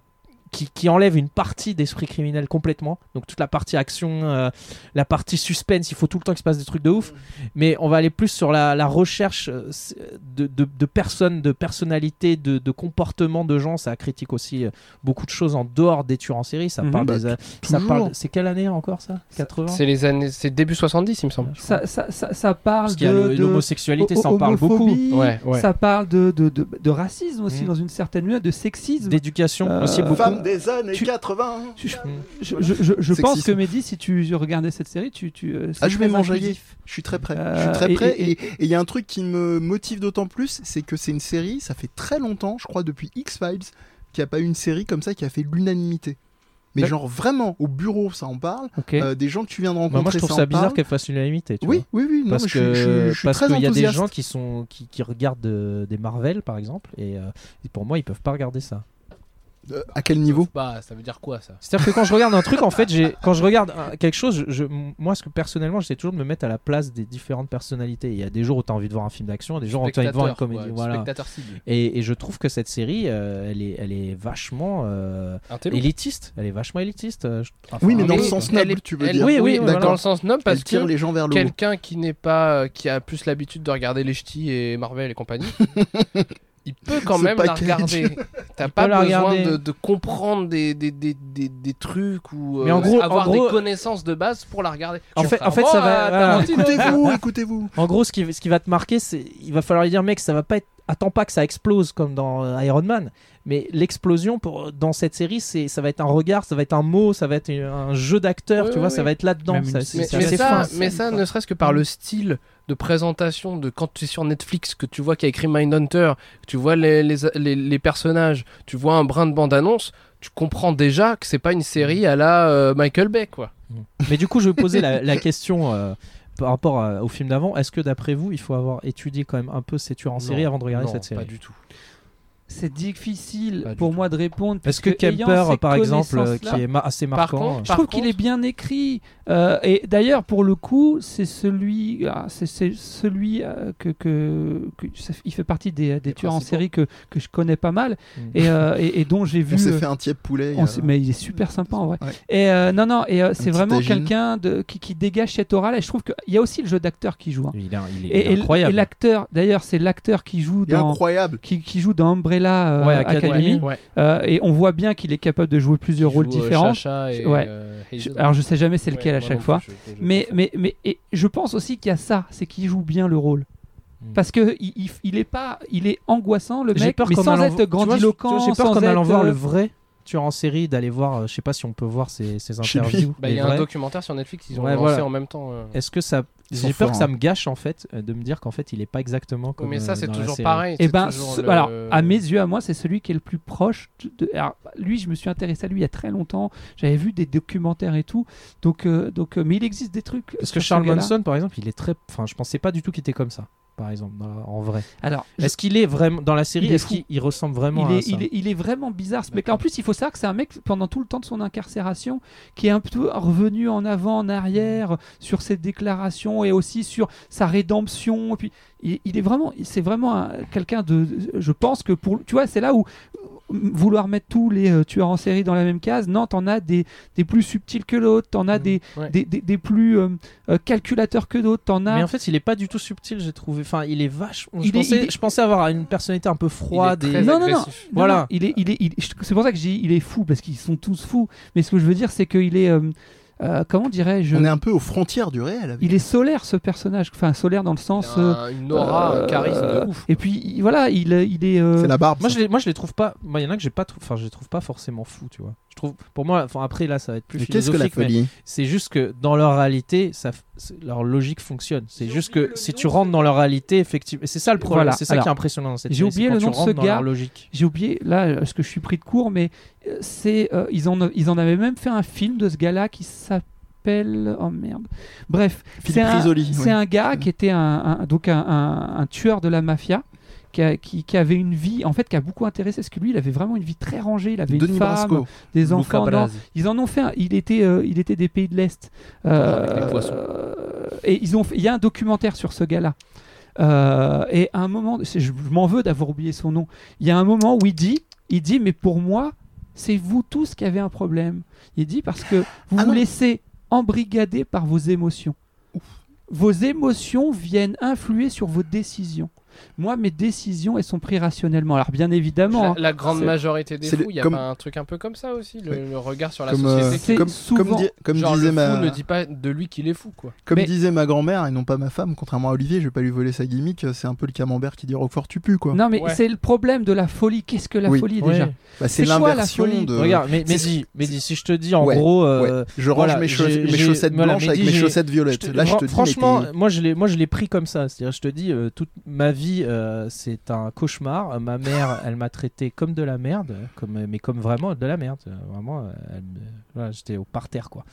qui, qui enlève une partie d'esprit criminel complètement. Donc toute la partie action, euh, la partie suspense, il faut tout le temps qu'il se passe des trucs de ouf. Mais on va aller plus sur la, la recherche euh, c'est- de, de- de personnes, de personnalités, de, de comportements de gens. Ça critique aussi euh, beaucoup de choses en dehors des tueurs en série. Ça
Mhm.
parle
Bah,
des, euh, ça
toujours.
parle. C'est quelle année encore ça 80.
C'est les années, c'est début 70, il me semble.
Ça, ça, ça, ça parle
Parce qu'il y a
de-
le-
de,
l'homosexualité, ça en parle beaucoup.
homophobie,
Ouais, ouais.
Ça parle de, de, de, de racisme aussi,
Mm.
dans une certaine mesure, de sexisme.
D'éducation
Euh,
aussi beaucoup.
Femme des années
Tu-
80.
Je, je- je- je- je
Sexisme.
pense que Mehdi, si tu regardais cette série, tu. tu euh,
Ah,
c'est
je vais
très
m'enjailler.
intrusif.
Je suis très prêt. je
Euh,
suis très
et-
prêt.
et-
Et et il y a un truc qui me motive d'autant plus, c'est que c'est une série, ça fait très longtemps, je crois depuis X-Files, qu'il n'y a pas eu une série comme ça qui a fait l'unanimité. mais
D'ac-
genre vraiment au bureau ça en parle,
Ok.
euh, des gens que tu viens de
Bah,
rencontrer
moi, je trouve
en
ça bizarre
parle.
qu'elle fasse l'unanimité. tu
Oui,
vois.
oui, oui, non,
parce
mais je, suis- je suis-
que
je suis
parce
très
qu'il y a des
enthousiaste.
gens qui sont qui, qui regardent euh, des Marvel par exemple et, euh, et pour moi ils peuvent pas regarder ça.
Euh, à quel niveau
Bah, ça veut dire quoi ça
C'est-à-dire que quand je regarde un truc en fait, j'ai quand je regarde un- quelque chose, je, je- moi ce que personnellement j'essaie toujours de me mettre à la place des différentes personnalités. Il y a des jours où t'as envie de voir un film d'action, des jours où t'as envie de voir une
quoi,
comédie.
le
voilà.
Spectateur cible.
Et, et je trouve que cette série, euh, elle, est, elle est vachement euh,
Un télo.
élitiste. Elle est vachement élitiste. euh, je- enfin,
Oui, mais dans
Elle
le
est-
sens
elle
noble,
est-
tu veux
elle-
dire.
Oui, oui,
dans
voilà.
le sens noble
Elle
parce
tire
que
les gens vers le haut.
quelqu'un qui n'est pas euh, qui a plus l'habitude de regarder les ch'tis et Marvel et compagnie il peut quand
Ce
même la
package.
regarder t'as pas
peut la
besoin
regarder.
de, de comprendre des, des, des, des, des trucs ou
Mais
euh,
en gros- en
avoir
gros-
des connaissances de base pour la regarder
En fait- en fait, ça
Contrairement
va-
à
voilà.
Tarantino.
Écoutez-vous, écoutez-vous.
En gros, ce qui, ce qui va te marquer, c'est il va falloir lui dire, mec, ça va pas être. Attends pas que ça explose comme dans euh, Iron Man, mais l'explosion pour dans cette série, c'est ça va être un regard, ça va être un mot, ça va être euh, un jeu d'acteur,
Oui,
tu
oui,
vois,
oui.
ça va être là-dedans.
Même
ça-
une-
c'est-
mais,
c'est
mais
assez
ça,
fin.
mais ça ne serait-ce que par le style de présentation de quand tu es sur Netflix, que tu vois qu'il y a écrit Mindhunter, que tu vois les, les, les- les personnages, tu vois un brin de bande-annonce, tu comprends déjà que c'est pas une série à la euh, Michael Bay, quoi.
Mais du coup, je vais poser la, la question euh, par rapport à- au film d'avant. Est-ce que d'après vous, il faut avoir étudié quand même un peu ces tueurs en
Non,
série avant de regarder
non,
cette série
Pas du tout.
C'est difficile
Pas du
pour
tout.
moi de répondre.
Est-ce que
puisque ayant
Kemper,
ces
par exemple, euh,
connaissances-là,
qui est ma- assez
Par
marquant,
contre,
euh,
hein. Je trouve qu'il
contre-
est bien écrit. euh, et d'ailleurs, pour le coup, c'est celui, ah, c'est c'est celui euh, que, que, que- ça- il fait partie des, des tueurs en
principaux.
série que, que je connais pas mal
Mm.
et, euh, et- et dont j'ai vu.
On s'est
euh,
fait un tiep poulet.
on
euh,
s'est- mais il est super sympa en vrai.
Ouais.
Et euh, non, non, et euh, c'est
petit
vraiment
tagine.
quelqu'un de- qui, qui dégage cette orale. Et je trouve qu'il y a aussi le jeu d'acteur qui joue. hein.
euh, il, est- il est
Et, et-
incroyable.
et l'acteur, d'ailleurs, c'est l'acteur qui joue
il est
dans.
incroyable.
Qui, qui joue dans Umbrella euh,
Ouais, Academy.
Academy,
Ouais.
Euh, et on voit bien qu'il est capable de jouer plusieurs rôles
Joue, euh,
différents.
Chacha et,
Ouais.
euh,
Je-
Hazel.
alors je sais jamais c'est
Ouais,
lequel à
moi non
chaque
plus,
fois.
je- je- je-
Mais, mais, mais et je pense aussi qu'il y a ça, c'est qu'il joue bien le rôle.
Mm.
Parce que il, il, il est pas, il est angoissant le
J'ai
mec,
peur
mais
qu'en
sans
allant-
être
tu vois, je-
grandiloquent,
tu vois, J'ai peur
sans
qu'en
être,
allant voir
euh,
le vrai tueur en série, d'aller voir, euh, je sais pas si on peut voir ses, ses
Chez lui.
interviews.
Bah,
les
il y a un
vrais.
documentaire sur Netflix, ils ont
Ouais,
lancé
voilà.
en même temps. euh.
Est-ce que ça.
Ils sont
J'ai peur
forts,
que ça me gâche en fait euh, de me dire qu'en fait il est pas exactement comme.
Mais
euh,
ça, c'est
dans la
toujours
série.
pareil.
Et
c'est
ben,
toujours
ce-
le-
alors à mes yeux, à moi, c'est celui qui est le plus proche de. de- alors, lui, je me suis intéressé à lui il y a très longtemps. J'avais vu des documentaires et tout. Donc, euh, donc, euh, mais il existe des trucs.
Parce
sur
que
ce
Charles
gars-là.
Manson, par exemple, il est très. Enfin, je pensais pas du tout qu'il était comme ça, par exemple, dans la- en vrai.
Alors,
Est-ce qu'il est vraiment dans la série
Il est
Est-ce
fou.
qu'il il ressemble vraiment
il
à
est,
ça
il, est, il est vraiment bizarre ce mec-là. En plus, il faut savoir que c'est un mec pendant tout le temps de son incarcération qui est un peu revenu en avant, en arrière sur ses déclarations et aussi sur sa rédemption. Et puis, il, il est vraiment, c'est vraiment un- quelqu'un de. Je pense que pour, tu vois, c'est là où euh, vouloir mettre tous les euh, tueurs en série dans la même case. Non, t'en as des, des plus subtils que l'autre, t'en as
Mm.
des,
Ouais.
des, des- des plus euh, euh, calculateurs que d'autres, t'en
Mais
as.
en fait, il est pas du tout subtil, j'ai trouvé. Enfin, il est vache. Je,
Il est-
pensais,
il est-
je pensais avoir une personnalité un peu froide.
Il est
et-
très
Non, non, non.
agressif.
Non,
Voilà.
non, il est, il est, il- je- c'est pour ça que j'ai, il est fou parce qu'ils sont tous fous. Mais ce que je veux dire, c'est qu'il est, euh, euh, comment dirais-je,
On est un peu aux frontières du réel. avec-
il est solaire ce personnage. Enfin, solaire dans le
Il
sens.
a
euh,
un- une aura,
euh,
un charisme de ouf.
et puis il- voilà, il, euh, il est. euh,
C'est la barbe.
Moi,
ça.
je les, moi, je les trouve pas. Moi, il y en a que j'ai pas. trou- Enfin, je les trouve pas forcément fous, tu vois. Je trouve. Pour moi, enfin, après là, ça va être plus
Mais Qu'est-ce que la
philosophique. mais
folie
c'est juste que dans leur réalité, ça, f- c'est- leur logique fonctionne. C'est juste que si tu rentres dans leur réalité, effectivement, et c'est ça le problème.
Voilà,
C'est ça
alors,
qui est impressionnant dans cette.
j'ai
série,
oublié
c'est
le
quand
nom
tu
de
rentres
ce
dans
gars.
Leur logique.
J'ai oublié là euh, parce que je suis pris de court, mais euh, c'est euh, ils en ils en avaient même fait un film de ce gars-là qui s'appelle oh merde. Bref, c'est
Philippe
un,
Risoli.
c'est
oui.
un gars qui était un, un- donc un, un- un tueur de la mafia. Qui, a- qui, qui avait une vie, en fait, qui a beaucoup intéressé, parce que lui, il avait vraiment une vie très rangée, il avait
Denis
une femme,
Brasco.
des
Luca
enfants. non,
Brasi.
ils en ont fait. Un, il était, euh, il était des pays de l'est.
Ah, Avec les poissons.
euh, et ils ont. fait- Il y a un documentaire sur ce gars-là. Euh, et à un moment, c'est- je m'en veux d'avoir oublié son nom. Il y a un moment où il dit, il dit, mais pour moi, c'est vous tous qui avez un problème. Il dit parce que vous
Ah
vous
non.
laissez embrigader par vos émotions. Vos émotions viennent influer sur vos décisions. Moi, mes décisions, elles sont prises rationnellement. Alors, bien évidemment,
La,
hein,
la grande
C'est-
majorité des
c'est le-
fous, il y a
comme-
pas un truc un peu comme ça aussi, le,
Ouais.
le regard sur la
Comme, euh,
société.
c'est
comme,
souvent-
comme di- comme
Genre,
disait
le fou
ma
ne dit pas de lui qu'il est fou, quoi.
comme
Mais-
disait ma grand-mère et non pas ma femme contrairement à Olivier je vais pas lui voler sa gimmick c'est un peu le camembert qui dit Roquefort tu pues quoi
Non, mais
Ouais.
c'est le problème de la folie. Qu'est-ce que la
Oui.
folie
Ouais.
déjà Euh,
Bah, c'est
c'est quoi, la
l'inversion
folie
de
Regarde, mais,
c'est-
mais dis, mais dis, si je te dis en
Ouais,
gros,
ouais.
euh,
je range
voilà,
mes, chauss-
j'ai-
mes
j'ai-
chaussettes
voilà,
blanches
mais
avec
dis,
mes
j'ai-
chaussettes
je
violettes
te-
là je
fran-
te dis mais
franchement,
t'es-
moi je l'ai, moi je l'ai pris comme ça. C'est-à-dire, je te dis, euh, toute ma vie, vie, euh, c'est un cauchemar. Euh, Ma mère, elle m'a traité comme de la merde, comme, euh, mais comme vraiment de la merde. Euh, Vraiment, euh, elle me- voilà, j'étais au parterre, quoi.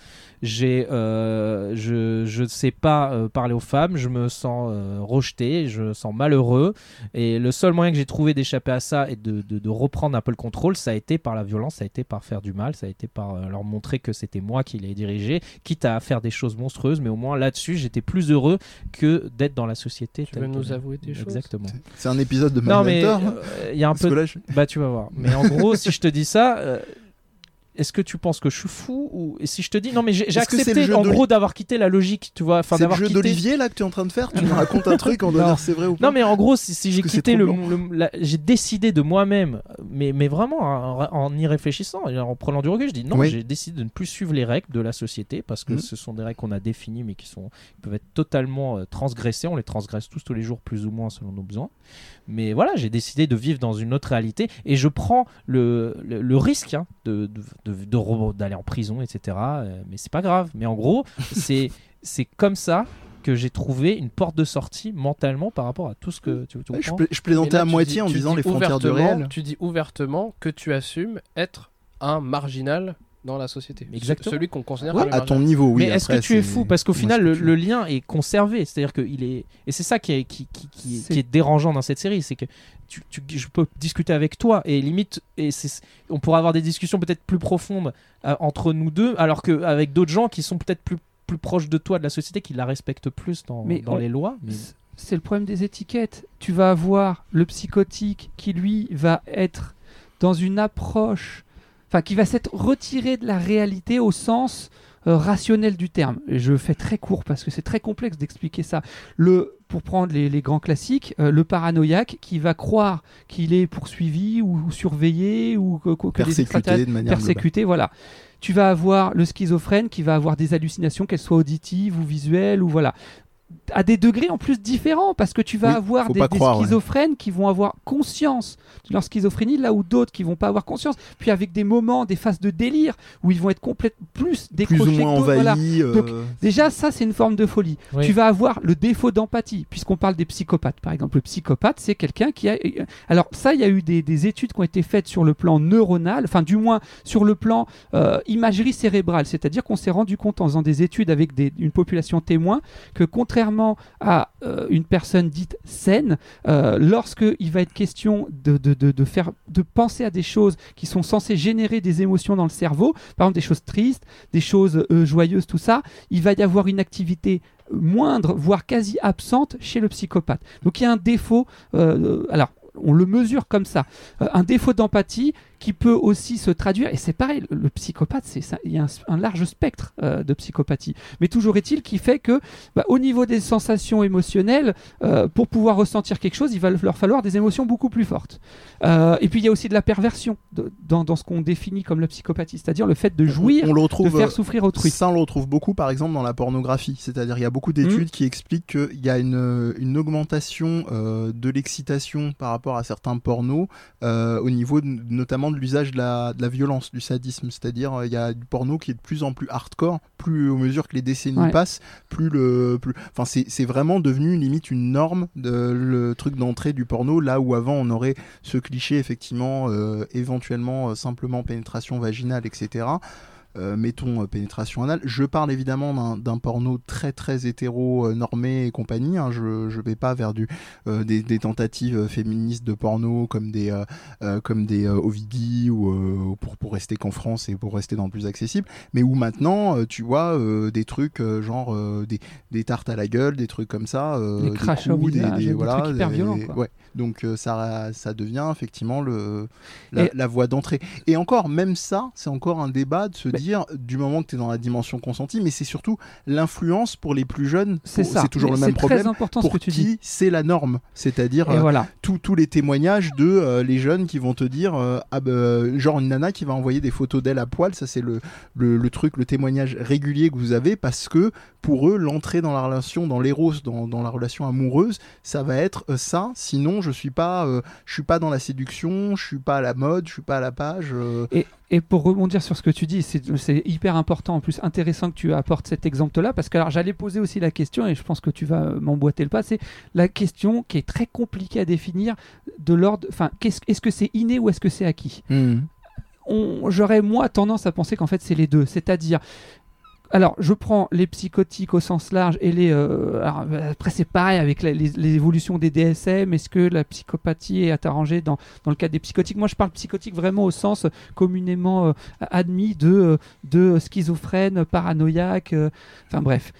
J'ai, euh, je, je ne sais pas euh, parler aux femmes, je me sens euh, rejeté, je me sens malheureux. Et le seul moyen que j'ai trouvé d'échapper à ça et de, de- de reprendre un peu le contrôle, ça a été par la violence, ça a été par faire du mal, ça a été par euh, leur montrer que c'était moi qui les dirigeais, quitte à faire des choses monstrueuses, mais au moins là-dessus, j'étais plus heureux que d'être dans la société.
Tu
telle
veux nous
qu'elle est.
avouer des choses
Exactement.
C'est un épisode de
Non, mais
Mindhunter.
euh, il y a un
Parce que
peu. de-
là, je-
Bah, tu vas voir. Mais en gros, si je te dis ça. euh, Est-ce que tu penses que je suis fou ou et si je te dis non mais j'ai j'ai
Est-ce que c'est le
accepté
jeu
en
d'Oli-
gros d'avoir quitté la logique tu vois enfin
c'est le
d'avoir
jeu
quitté
d'Olivier là que tu es en train de faire. Tu me racontes un truc en
Non.
donnant c'est vrai ou pas.
non mais en gros si, si j'ai
que c'est
quitté le,
troublant.
le- la- j'ai décidé de moi-même mais mais vraiment hein, en, en y réfléchissant et en prenant du recul je dis non
Oui.
j'ai décidé de ne plus suivre les règles de la société parce que
Mhm.
ce sont des règles qu'on a définies mais qui sont qui peuvent être totalement euh, transgressées on les transgresse tous tous les jours plus ou moins selon nos besoins mais voilà j'ai décidé de vivre dans une autre réalité et je prends le, le, le risque hein, de d'aller de, de re- d'aller en prison etc euh, mais c'est pas grave mais en gros c'est c'est comme ça que j'ai trouvé une porte de sortie mentalement par rapport à tout ce que tu, tu
Ouais, je,
comprends
pla- je plaisantais
Et là,
à
tu
moitié
dis-
en
tu
disant
dis
les frontières du
ouvertement-
réel.
Tu dis ouvertement que tu assumes être un marginal dans la société.
Exactement.
Celui qu'on considère
À ton niveau, oui.
mais est-ce que
après,
tu es
c'est-
fou Parce qu'au
moi,
final,
ce que
le,
tu veux.
le lien est conservé. C'est-à-dire qu'il est. Et c'est ça qui est, qui, qui- qui est-
C'est-
qui est dérangeant dans cette série. C'est que tu, tu- je peux discuter avec toi. Et limite, et c'est- on pourra avoir des discussions peut-être plus profondes euh, entre nous deux. Alors qu'avec d'autres gens qui sont peut-être plus, plus proches de toi, de la société, qui la respectent plus dans,
Mais
dans
on-
les lois. Mais...
C'est- C'est le problème des étiquettes. Tu vas avoir le psychotique qui, lui, va être dans une approche, enfin, qui va s'être retiré de la réalité au sens euh, rationnel du terme. Et je fais très court parce que c'est très complexe d'expliquer ça. Le, pour prendre les, les grands classiques, euh, le paranoïaque qui va croire qu'il est poursuivi ou, surveillé ou que, que- que des extraterrestres-
persécuté de manière globale.
persécuté, voilà. Tu vas avoir le schizophrène qui va avoir des hallucinations, qu'elles soient auditives ou visuelles ou voilà. À des degrés en plus différents, parce que tu vas
Oui,
avoir
faut
des,
pas
des
croire, ouais.
schizophrènes qui vont avoir conscience de leur schizophrénie, là où d'autres qui vont pas avoir conscience, puis avec des moments, des phases de délire où ils vont être complètement
plus
plus décrochés.
ou
que
moins
d'autres,
envahi.
voilà.
euh,
Donc, Déjà, ça, c'est une forme de folie.
Oui.
Tu vas avoir le défaut d'empathie, puisqu'on parle des psychopathes. Par exemple, le psychopathe, c'est quelqu'un qui a. euh, Alors, ça, il y a eu des, des études qui ont été faites sur le plan neuronal, enfin, du moins, sur le plan euh, imagerie cérébrale. C'est-à-dire qu'on s'est rendu compte en faisant des études avec des- une population témoin que, contrairement à euh, une personne dite saine, euh, lorsque il va être question de, de- de- de faire, de penser à des choses qui sont censées générer des émotions dans le cerveau, par exemple des choses tristes, des choses euh, joyeuses, tout ça, il va y avoir une activité moindre, voire quasi absente chez le psychopathe. Donc il y a un défaut, euh, alors on le mesure comme ça, euh, un défaut d'empathie qui peut aussi se traduire, et c'est pareil, le, le psychopathe, c'est ça, il y a un, un large spectre euh, de psychopathie. Mais toujours est-il qui fait que bah, au niveau des sensations émotionnelles, euh, pour pouvoir ressentir quelque chose, il va leur falloir des émotions beaucoup plus fortes. Euh, et puis il y a aussi de la perversion de- dans, dans ce qu'on définit comme la psychopathie, c'est-à-dire le fait de jouir,
on le
de
retrouve
faire souffrir autrui. Hmm.
Ça, on le retrouve beaucoup, par exemple, dans la pornographie. C'est-à-dire, il y a beaucoup d'études qui expliquent qu'il y a une, une augmentation euh, de l'excitation par rapport à certains pornos euh, au niveau de- notamment de l'usage de la, de la violence, du sadisme. C'est-à-dire, euh, il y a du porno qui est de plus en plus hardcore, plus au mesure que les décennies
Ouais.
passent, plus le. Plus... Enfin, c'est c'est vraiment devenu limite une norme, de, le truc d'entrée du porno, là où avant on aurait ce cliché, effectivement, euh, éventuellement euh, simplement pénétration vaginale, etc. Euh, mettons euh, pénétration anale. Je parle évidemment d'un- d'un porno très très hétéro euh, normé et compagnie. hein. Je je vais pas vers du euh, des, des tentatives euh, féministes de porno comme des euh, euh, comme des euh, Ovidi ou euh, pour pour rester qu'en France et pour rester dans le plus accessible. Mais où maintenant euh, tu vois euh, des trucs euh, genre euh, des, des tartes à la gueule, des trucs comme ça, euh,
Des crachats au visage, des trucs hyper violents, quoi.
ouais. Donc euh, ça ça devient effectivement le la,
Et-
la voie d'entrée. Et encore, même ça, c'est encore un débat de se
Mais-
dire, du moment que tu es dans la dimension consentie, mais c'est surtout l'influence pour les plus jeunes.
C'est
pour-
ça.
C'est toujours
Mais
le même
C'est très
problème.
important ce
Pour
que tu dis.
qui c'est la norme, c'est-à-dire
Et
euh,
voilà.
tous- tous les témoignages de euh, les jeunes qui vont te dire, euh, ah ben, genre une nana qui va envoyer des photos d'elle à poil, ça c'est le, le, le truc, le témoignage régulier que vous avez, parce que pour eux, l'entrée dans la relation, dans l'éros, dans, dans la relation amoureuse, ça va être euh, ça, sinon je suis pas, euh, je suis pas dans la séduction, je suis pas à la mode, je suis pas à la page. euh,
Et, et pour rebondir sur ce que tu dis, c'est c'est hyper important, en plus intéressant que tu apportes cet exemple-là, parce que alors j'allais poser aussi la question, et je pense que tu vas euh, m'emboîter le pas, c'est la question qui est très compliquée à définir de l'ordre, enfin, qu'est-ce- est-ce que c'est inné ou est-ce que c'est acquis
hmm.
on- j'aurais moi tendance à penser qu'en fait c'est les deux, c'est-à-dire alors, je prends les psychotiques au sens large et les. euh, alors, euh, après, c'est pareil avec la- les- l'évolution des DSM. Est-ce que la psychopathie est à t'arranger dans, dans le cas des psychotiques Moi, je parle psychotique vraiment au sens communément euh, admis de, euh, de schizophrène, paranoïaque. euh, Enfin, bref.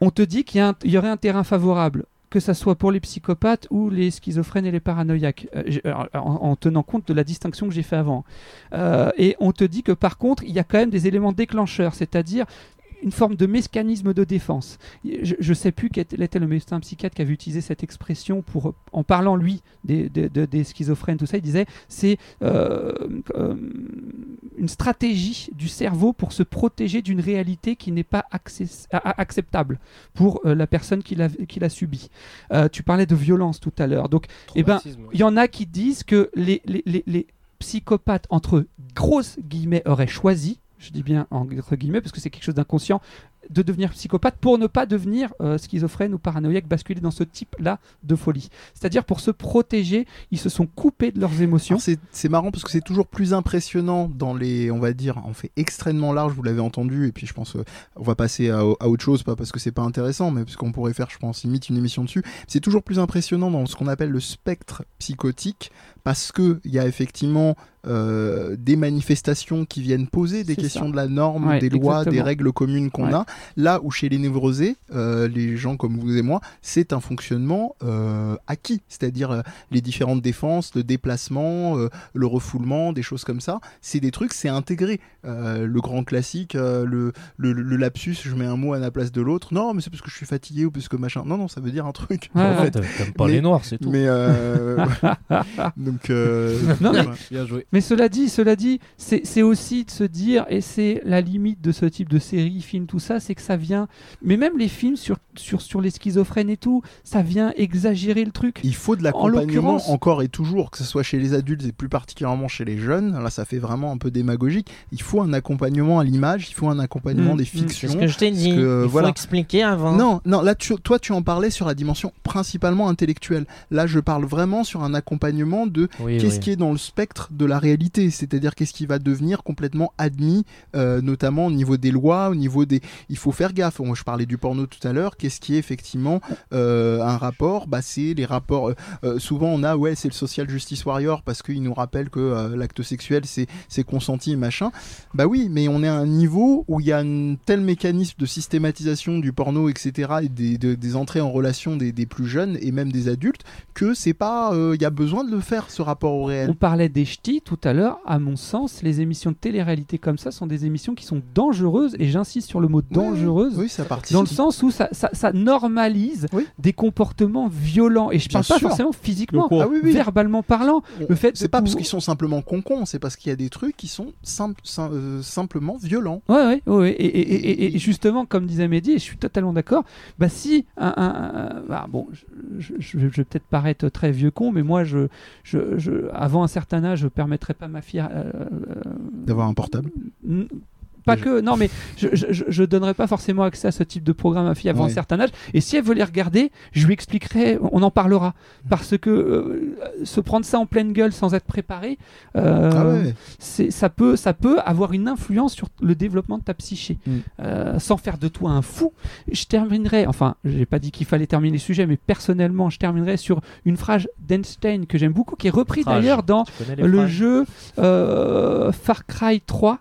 On te dit qu'il y, a un- il y aurait un terrain favorable, que ça soit pour les psychopathes ou les schizophrènes et les paranoïaques, euh, j'ai- alors, en- en tenant compte de la distinction que j'ai fait avant. Euh, et on te dit que par contre, il y a quand même des éléments déclencheurs, c'est-à-dire une forme de mécanisme de défense. Je ne sais plus quel était le médecin psychiatre qui avait utilisé cette expression pour, en parlant lui des, des- des- des schizophrènes, tout ça, il disait c'est euh, euh, une stratégie du cerveau pour se protéger d'une réalité qui n'est pas access- a- a- acceptable pour euh, la personne qui l'a qui l'a subie. Euh, tu parlais de violence tout à l'heure, donc eh ben,
Traumatisme.
il y en a qui disent que les, les, les- les psychopathes, entre grosses guillemets, auraient choisi, je dis bien entre guillemets parce que c'est quelque chose d'inconscient, de devenir psychopathe pour ne pas devenir euh, schizophrène ou paranoïaque, basculer dans ce type-là de folie. C'est-à-dire pour se protéger, ils se sont coupés de leurs émotions.
Alors, C'est c'est marrant parce que c'est toujours plus impressionnant dans les, on va dire, on fait extrêmement large, vous l'avez entendu, et puis je pense, euh, on va passer à, à autre chose, pas parce que c'est pas intéressant, mais parce qu'on pourrait faire, je pense, limite une émission dessus. C'est toujours plus impressionnant dans ce qu'on appelle le spectre psychotique, parce que il y a effectivement euh, des manifestations qui viennent poser des
C'est
questions
ça.
de la norme,
Ouais,
des lois, des
exactement.
règles communes qu'on
Ouais.
a. Là où chez les névrosés, euh, les gens comme vous et moi, c'est un fonctionnement euh, acquis, c'est-à-dire euh, les différentes défenses, le déplacement, euh, le refoulement, des choses comme ça. C'est des trucs, c'est intégré. Euh, le grand classique, euh, le, le, le lapsus, je mets un mot à la place de l'autre. Non, mais c'est parce que je suis fatigué ou parce que machin. Non, non, ça veut dire un truc.
Ouais,
en
ouais.
fait.
T'aimes t'aimes pas
Mais-
les noirs, c'est tout.
Mais euh, donc euh,
Non, mais-
Bien joué.
Mais cela dit, cela dit, c'est c'est aussi de se dire, et c'est la limite de ce type de série, film, tout ça, c'est que ça vient. Mais même les films sur, sur, sur les schizophrènes et tout, ça vient exagérer le truc.
Il faut de l'accompagnement
l'occurrence-
encore et toujours, que ce soit chez les adultes et plus particulièrement chez les jeunes. Là, ça fait vraiment un peu démagogique. Il faut un accompagnement à l'image, il faut un accompagnement
Mm,
des
mm.
fictions.
Mmh, C'est ce que je t'ai
parce
dit.
que, euh,
Il faut
voilà.
expliquer avant.
Non, non, là, tu- toi, tu en parlais sur la dimension principalement intellectuelle. Là, je parle vraiment sur un accompagnement de
Oui,
qu'est-ce
oui.
qui est dans le spectre de la réalité, c'est-à-dire qu'est-ce qui va devenir complètement admis, euh, notamment au niveau des lois, au niveau des... Il faut faire gaffe, Moi, je parlais du porno tout à l'heure, qu'est-ce qui est effectivement euh, un rapport bah, C'est les rapports... euh, euh, souvent on a, ouais, c'est le social justice warrior, parce qu'il nous rappelle que euh, l'acte sexuel, c'est c'est consenti et machin. Bah oui, mais on est à un niveau où il y a un tel mécanisme de systématisation du porno, etc., et des, de- des entrées en relation des, des plus jeunes et même des adultes, que c'est pas... euh, Il y a besoin de le faire, ce rapport au réel.
On parlait des ch'tis tout à l'heure. À mon sens, les émissions de télé-réalité comme ça sont des émissions qui sont dangereuses, et j'insiste sur le mot
Oui, oui,
dangereuse,
Oui, ça participe.
dans le sens où ça, ça, ça normalise
Oui.
des comportements violents. Et je
Bien
parle pas
sûr.
forcément physiquement,
Ah oui, oui.
verbalement parlant. le fait
c'est
de
pas
pouvoir-
parce qu'ils sont simplement concons, c'est parce qu'il y a des trucs qui sont simple- sim- euh, simplement violents.
Ouais, ouais, ouais, ouais. Et, et- et- et- et justement, comme disait Mehdi, et je suis totalement d'accord, bah si, un, un- un- bah, bon, je, je- je vais peut-être paraître très vieux con, mais moi, je, je, je- avant un certain âge, je permettrais pas à ma fille euh,
D'avoir un portable.
N- Pas
Déjà.
que, non, mais je, je, je- je donnerai pas forcément accès à ce type de programme à fille avant
Ouais.
un certain âge. Et si elle veut les regarder, je lui expliquerai, on en parlera. Parce que euh, se prendre ça en pleine gueule sans être préparé, euh,
Ah ouais.
c'est- ça, peut, ça peut avoir une influence sur le développement de ta psyché.
Mm.
Euh, sans faire de toi un fou, je terminerai, enfin, j'ai pas dit qu'il fallait terminer le sujet, mais personnellement, je terminerai sur une phrase d'Einstein que j'aime beaucoup, qui est reprise
Phrase.
d'ailleurs dans
Tu connais les
le
phrases
jeu euh, Far Cry 3,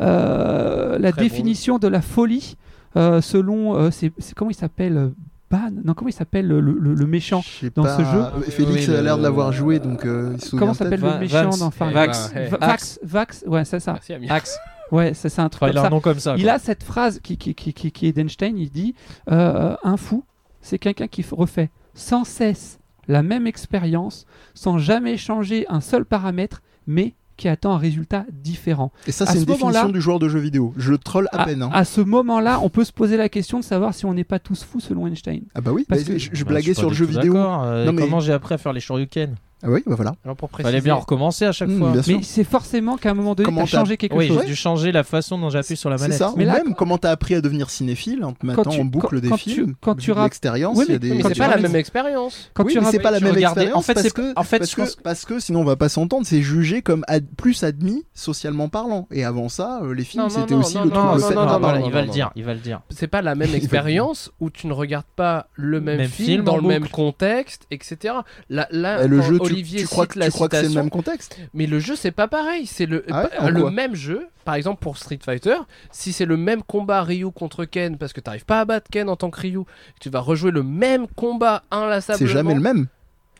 euh, la
Très bon
définition de la folie euh, selon. euh, c'est c'est- comment il s'appelle euh, Ban Non, comment il s'appelle le, le- le méchant
Je sais
dans
pas.
ce jeu.
Euh, Félix
Oui,
a l'air
le-
de l'avoir joué, donc euh, il se souvient
Comment
peut-être.
s'appelle le
Va-
méchant
Vax.
dans Far
Eh,
Vax.
ben, eh.
Va- Vax, Vax, ouais, c'est ça.
Merci, Amir.
Axe.
Ouais, c'est c'est un truc
Enfin, il
comme
a
ça.
un nom comme ça.
Il
quoi.
a cette phrase qui, qui, qui, qui, qui est d'Einstein, il dit euh, Un fou, c'est quelqu'un qui f- refait sans cesse la même expérience, sans jamais changer un seul paramètre, mais qui attend un résultat différent.
Et ça,
À
c'est
ce
une définition
moment-là-
du joueur de jeu vidéo. Je troll à, peine. hein.
à ce moment-là, on peut se poser la question de savoir si on n'est pas tous fous selon Einstein.
Ah bah oui,
parce
bah,
que-
je, je
Bah,
blaguais
suis pas
sur le
du
jeu
tout
vidéo. Ah
d'accord. Euh,
Non, mais-
Comment j'ai appris à faire les shoryuken
oui, bah voilà.
Alors, pour préciser,
Fallait bien recommencer à chaque
Mm,
fois.
bien sûr.
Mais c'est forcément qu'à un moment donné,
Comment
t'as
t'as-
changé quelque
Oui,
chose.
j'ai dû changer la façon dont j'appuie sur la
C'est
manette.
ça.
Mais
Ou
là,
même comment t'as appris à devenir cinéphile en te mettant
tu-
en boucle
quand-
des
quand tu-
films,
quand tu rap-
l'expérience,
Oui,
il y a
mais-
des-
mais
des
c'est pas
gens-
la
tu-
même expérience.
Quand
oui,
tu
mais c'est
rappelles-
pas la
tu
même
regardais-
expérience
en fait,
parce
c'est-
que
en fait,
parce
je
que,
pense-
parce que sinon on va pas s'entendre. C'est jugé comme ad- plus admis socialement parlant. Et avant ça, euh, les films
Non, non,
c'était
non,
aussi
non,
le
non,
truc-
Ah,
le
non,
fait-
non,
ah,
non,
voilà,
non,
il va
non,
le
non.
dire, il va le dire.
C'est pas la même expérience où tu ne regardes pas le même,
Même
film,
film en
dans le même
boucle.
contexte, etc. Là, là
Euh, le
quand
jeu, tu-
Olivier
tu, crois,
cite
que-
la
tu crois que c'est le
citation,
même contexte
mais le jeu c'est pas pareil. C'est le
Ah ouais,
pas-
en
le
quoi
même jeu. Par exemple pour Street Fighter, si c'est le même combat Ryu contre Ken parce que t'arrives pas à battre Ken en tant que Ryu, tu vas rejouer le même combat
C'est
inlassablement.
jamais le même.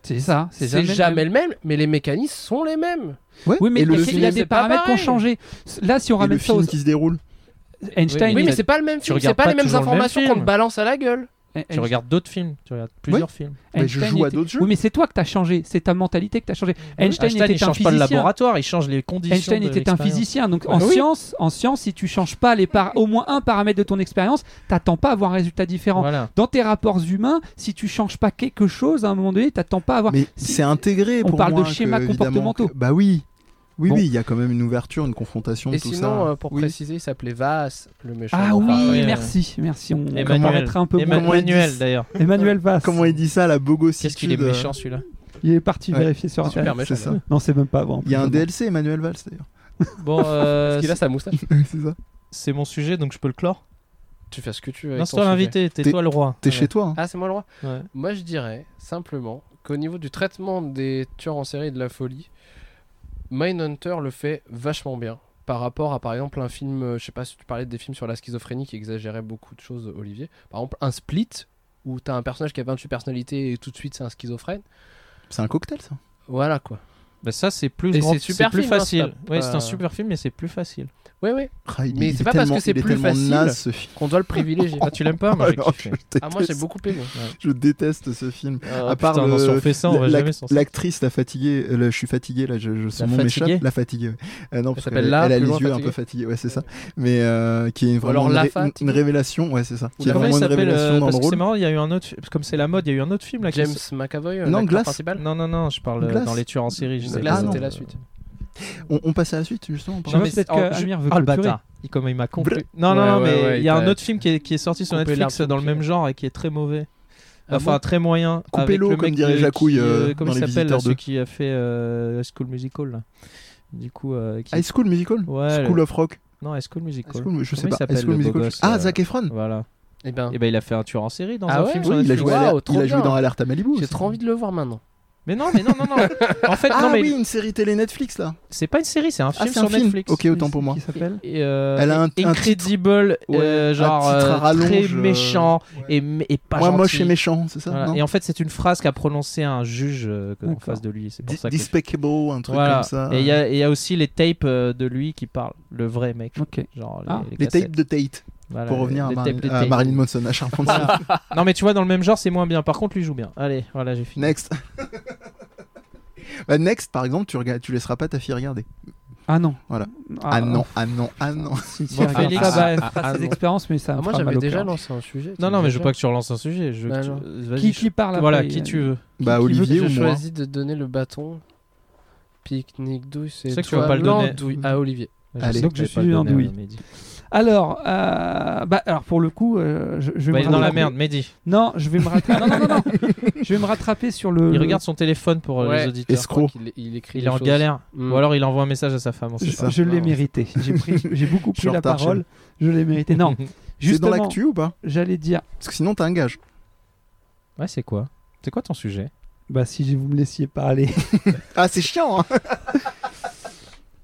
C'est ça.
C'est jamais, le même, mais les mécanismes sont les mêmes.
Ouais.
Oui, mais
Et
il y a-
le
il y a
film,
des
c'est pas
paramètres qui ont
pareil.
changé. Là, si on
et le
ramène ça aux
film qui se déroule.
Einstein, euh,
Oui,
mais
mais
t'as-
c'est pas le même
tu
film, c'est
regardes
pas
pas
les mêmes
toujours le même
informations
film.
qu'on te balance à la gueule.
euh,
Tu regardes d'autres films, tu regardes plusieurs films.
Mais je joue à d'autres jeux.
Oui, mais c'est toi que t'as changé. C'est ta mentalité que t'as changé. Einstein,
il
était un
change pas le
physicien.
laboratoire, il change les conditions.
Einstein
de
était un
l'expérience.
physicien, donc en
Ah oui.
science, en science, si tu changes pas les par- au moins un paramètre de ton expérience, t'attends pas à avoir un résultat différent.
Voilà.
Dans tes rapports humains, si tu changes pas quelque chose, à un moment donné, t'attends pas à avoir.
Mais
Si-
c'est intégré
on
pour
parle de
moi que,
schémas
évidemment,
comportementaux.
que- Bah oui. Oui,
Bon.
oui, il y a quand même une ouverture, une confrontation,
Et
tout
sinon,
ça.
euh, pour
Oui.
préciser, il s'appelait Vaas, le méchant.
Ah
dans
oui,
Far Cry.
ouais.
merci, merci. On
euh, Emmanuel.
remettra un peu moins.
Emma-
Emmanuel d'ailleurs.
Emmanuel Vasse.
Comment il dit ça, la bogossitude
Qu'est-ce qu'il est
euh,
méchant celui-là
Il est parti
Ouais.
vérifier sur
Super
internet.
méchant,
c'est ça.
d'ailleurs.
Non, c'est même pas vrai. en
Il y a
plus.
un DLC Emmanuel Valls d'ailleurs.
Bon, euh,
Parce qu'il a sa moustache.
c'est ça.
c'est mon sujet donc je peux le clore.
Tu fais ce que tu veux.
Non,
avec
c'est
ton
toi
sujet.
l'invité, t'es
T'es-
toi le roi.
T'es
Ouais.
chez toi. hein.
Ah, c'est moi le roi
Ouais.
Moi, je dirais simplement qu'au niveau du traitement des tueurs en série et de la folie, Mindhunter le fait vachement bien. Par rapport à, par exemple, un film, euh, je sais pas si tu parlais des films sur la schizophrénie qui exagérait beaucoup de choses, Olivier. Par exemple, un split où t'as un personnage qui a 28 personnalités et tout de suite c'est un schizophrène.
C'est un cocktail ça.
Voilà quoi.
Bah ça c'est plus
Et
grand-
c'est super
plus
film, hein,
facile.
c'est pas-
ouais, c'est
euh,
un super film mais c'est plus facile.
Ouais, ouais.
Ah, il-
Mais
il
c'est
est
pas parce que
tellement-
c'est
il est
plus
tellement
facile.
naze, ce film.
Qu'on doit le privilégier.
Ah tu l'aimes pas moi j'ai
Alors,
kiffé.
je
ah, moi j'ai
déteste-
beaucoup aimé.
Je déteste ce film.
Ah,
à part
putain,
le-
non, si on fait ça on va
La-
jamais s'en sortir.
L'actrice, la fatiguée, euh, le- je suis fatigué là, je, je- son
La
nom m'échappe.
fatiguée
La fatiguée. ouais. Euh, non, parce
s'appelle
qu'elle-
la
elle a
plus
les
loin
yeux un
fatiguée.
peu fatigués, ouais, c'est ça. Mais euh, qui est vraiment
alors
une,
la
ré-
fatiguée.
une révélation, ouais, c'est ça. Qui est
Comment
vraiment
il
une
s'appelle
révélation
euh,
dans
Parce
le
que c'est
rôle.
marrant, il y a eu un autre comme c'est la mode, il y a eu un autre film là qui
James McAvoy, euh,
Non,
l'acteur
Glass.
principal.
Non non non, je parle euh,
Glass.
dans les tueurs en série, je sais
Glass,
pas.
c'était la suite.
On, on passe à la suite justement.
Je
Non,
vois
mais
peut-être
c'est-
que
oh, je-
Amir veut
Ah le
clôturer.
bâtard, il comme il m'a compris. Non
Ouais,
non non,
ouais,
mais
ouais,
il y a
il
un
t'a-
autre film qui est, qui est sorti sur
Couper
Netflix
l'arbre
dans le
sous le
même genre et qui est très mauvais.
Ah
enfin
bon
très moyen. avec
Coupez-le,
le
comme
mec
dirait
de-
Jacouille,
qui,
euh,
comment
dans
il
Les
s'appelle là,
Visiteurs
celui qui a fait euh, School Musical là. Du coup, euh, qui-
High School Musical,
ouais,
School
le-
of Rock.
non High School
High
Musical.
School- je sais
Comment il
pas.
s'appelle,
High School
le beau
Musical.
gosse,
Ah,
euh,
Zac Efron.
Voilà.
Eh ben,
Et ben il a fait un tueur en série dans
Ah
un
ouais
film. sur
Oui, il a
Netflix.
joué, à
Waouh,
Alert-
trop
il a
bien.
joué dans Alert à Malibu.
j'ai
aussi.
trop envie de le voir maintenant.
Mais non, mais non, non, non. en fait,
Ah
non, mais
oui, une série télé Netflix là.
c'est pas une série, c'est un
Ah,
film
c'est
sur
un film.
Netflix.
Ok, autant pour moi.
Qui s'appelle
Et, euh,
Elle a un- un titre-
Incredible, euh,
Ouais, un
genre
titre à
euh,
rallonge,
très
euh,
méchant et, m- et pas
Moi,
gentil.
moche et méchant, c'est ça.
Voilà.
non
Et en fait, c'est une phrase qu'a prononcée un juge euh, en
D'accord.
face de lui. C'est pour ça que
Despicable, un truc
Voilà.
comme ça.
Et il y, a- et il y a aussi les tapes euh, de lui qui parlent, le vrai mec.
Ok.
Genre les-
Ah.
les,
Les
cassettes.
tapes de Tate,
Voilà,
pour revenir à,
les
Mar-
tapes de
à
Tate.
Marilyn Manson, à Charpentier.
Voilà. non, mais tu vois, dans le même genre, c'est moins bien. Par contre, lui joue bien. Allez, voilà, j'ai fini.
Next. Bah, Next, par exemple, tu, regardes, tu laisseras pas ta fille regarder.
Ah non.
Voilà.
Ah,
ah non, ah non, ah non.
Si, si,
Bon,
regarde
Félix,
ça,
ah,
bah,
ah,
fera
ah,
ses
non.
expériences, mais ça me
Ah, moi
fera mal
j'avais
au
déjà
cœur.
lancé un sujet.
Non, non, mais je veux
déjà.
pas que tu relances un sujet. Je veux
Bah,
que tu-
non.
Vas-y,
Qui,
je-
qui parle
Voilà,
après,
qui
euh,
tu veux.
Bah,
Qui veut
Olivier
que
ou
je
moi
choisis de donner le bâton pique-nique douille c'est
Je sais que tu
toi
vas pas le donner.
l'andouille à Olivier
Je
Allez.
sais
Donc,
que
je
vais
suis
pas le donner,
l'andouille.
euh, Mehdi.
Alors, euh, bah, alors pour le coup, euh, je, je vais
Bah,
me
il est dans la
rattraper.
merde, Mehdi.
Non, je vais me rattraper. non, non, non, non. Je vais me rattraper sur le.
Il regarde son téléphone pour euh,
Ouais.
les auditeurs.
Escroc.
il, il écrit
Il
des
est en
choses.
galère.
Mm.
Ou alors il envoie un message à sa femme. on sait
Je,
pas.
ça.
je l'ai
Non.
mérité. J'ai pris, j'ai beaucoup
Je suis
pris
en
la
retard,
parole. Je l'ai mérité. Non.
C'est dans
Justement,
l'actu ou pas
j'allais dire.
Parce que sinon, t'as un gage.
Ouais, c'est quoi C'est quoi ton sujet
Bah si vous me laissiez parler.
Ah, c'est chiant, hein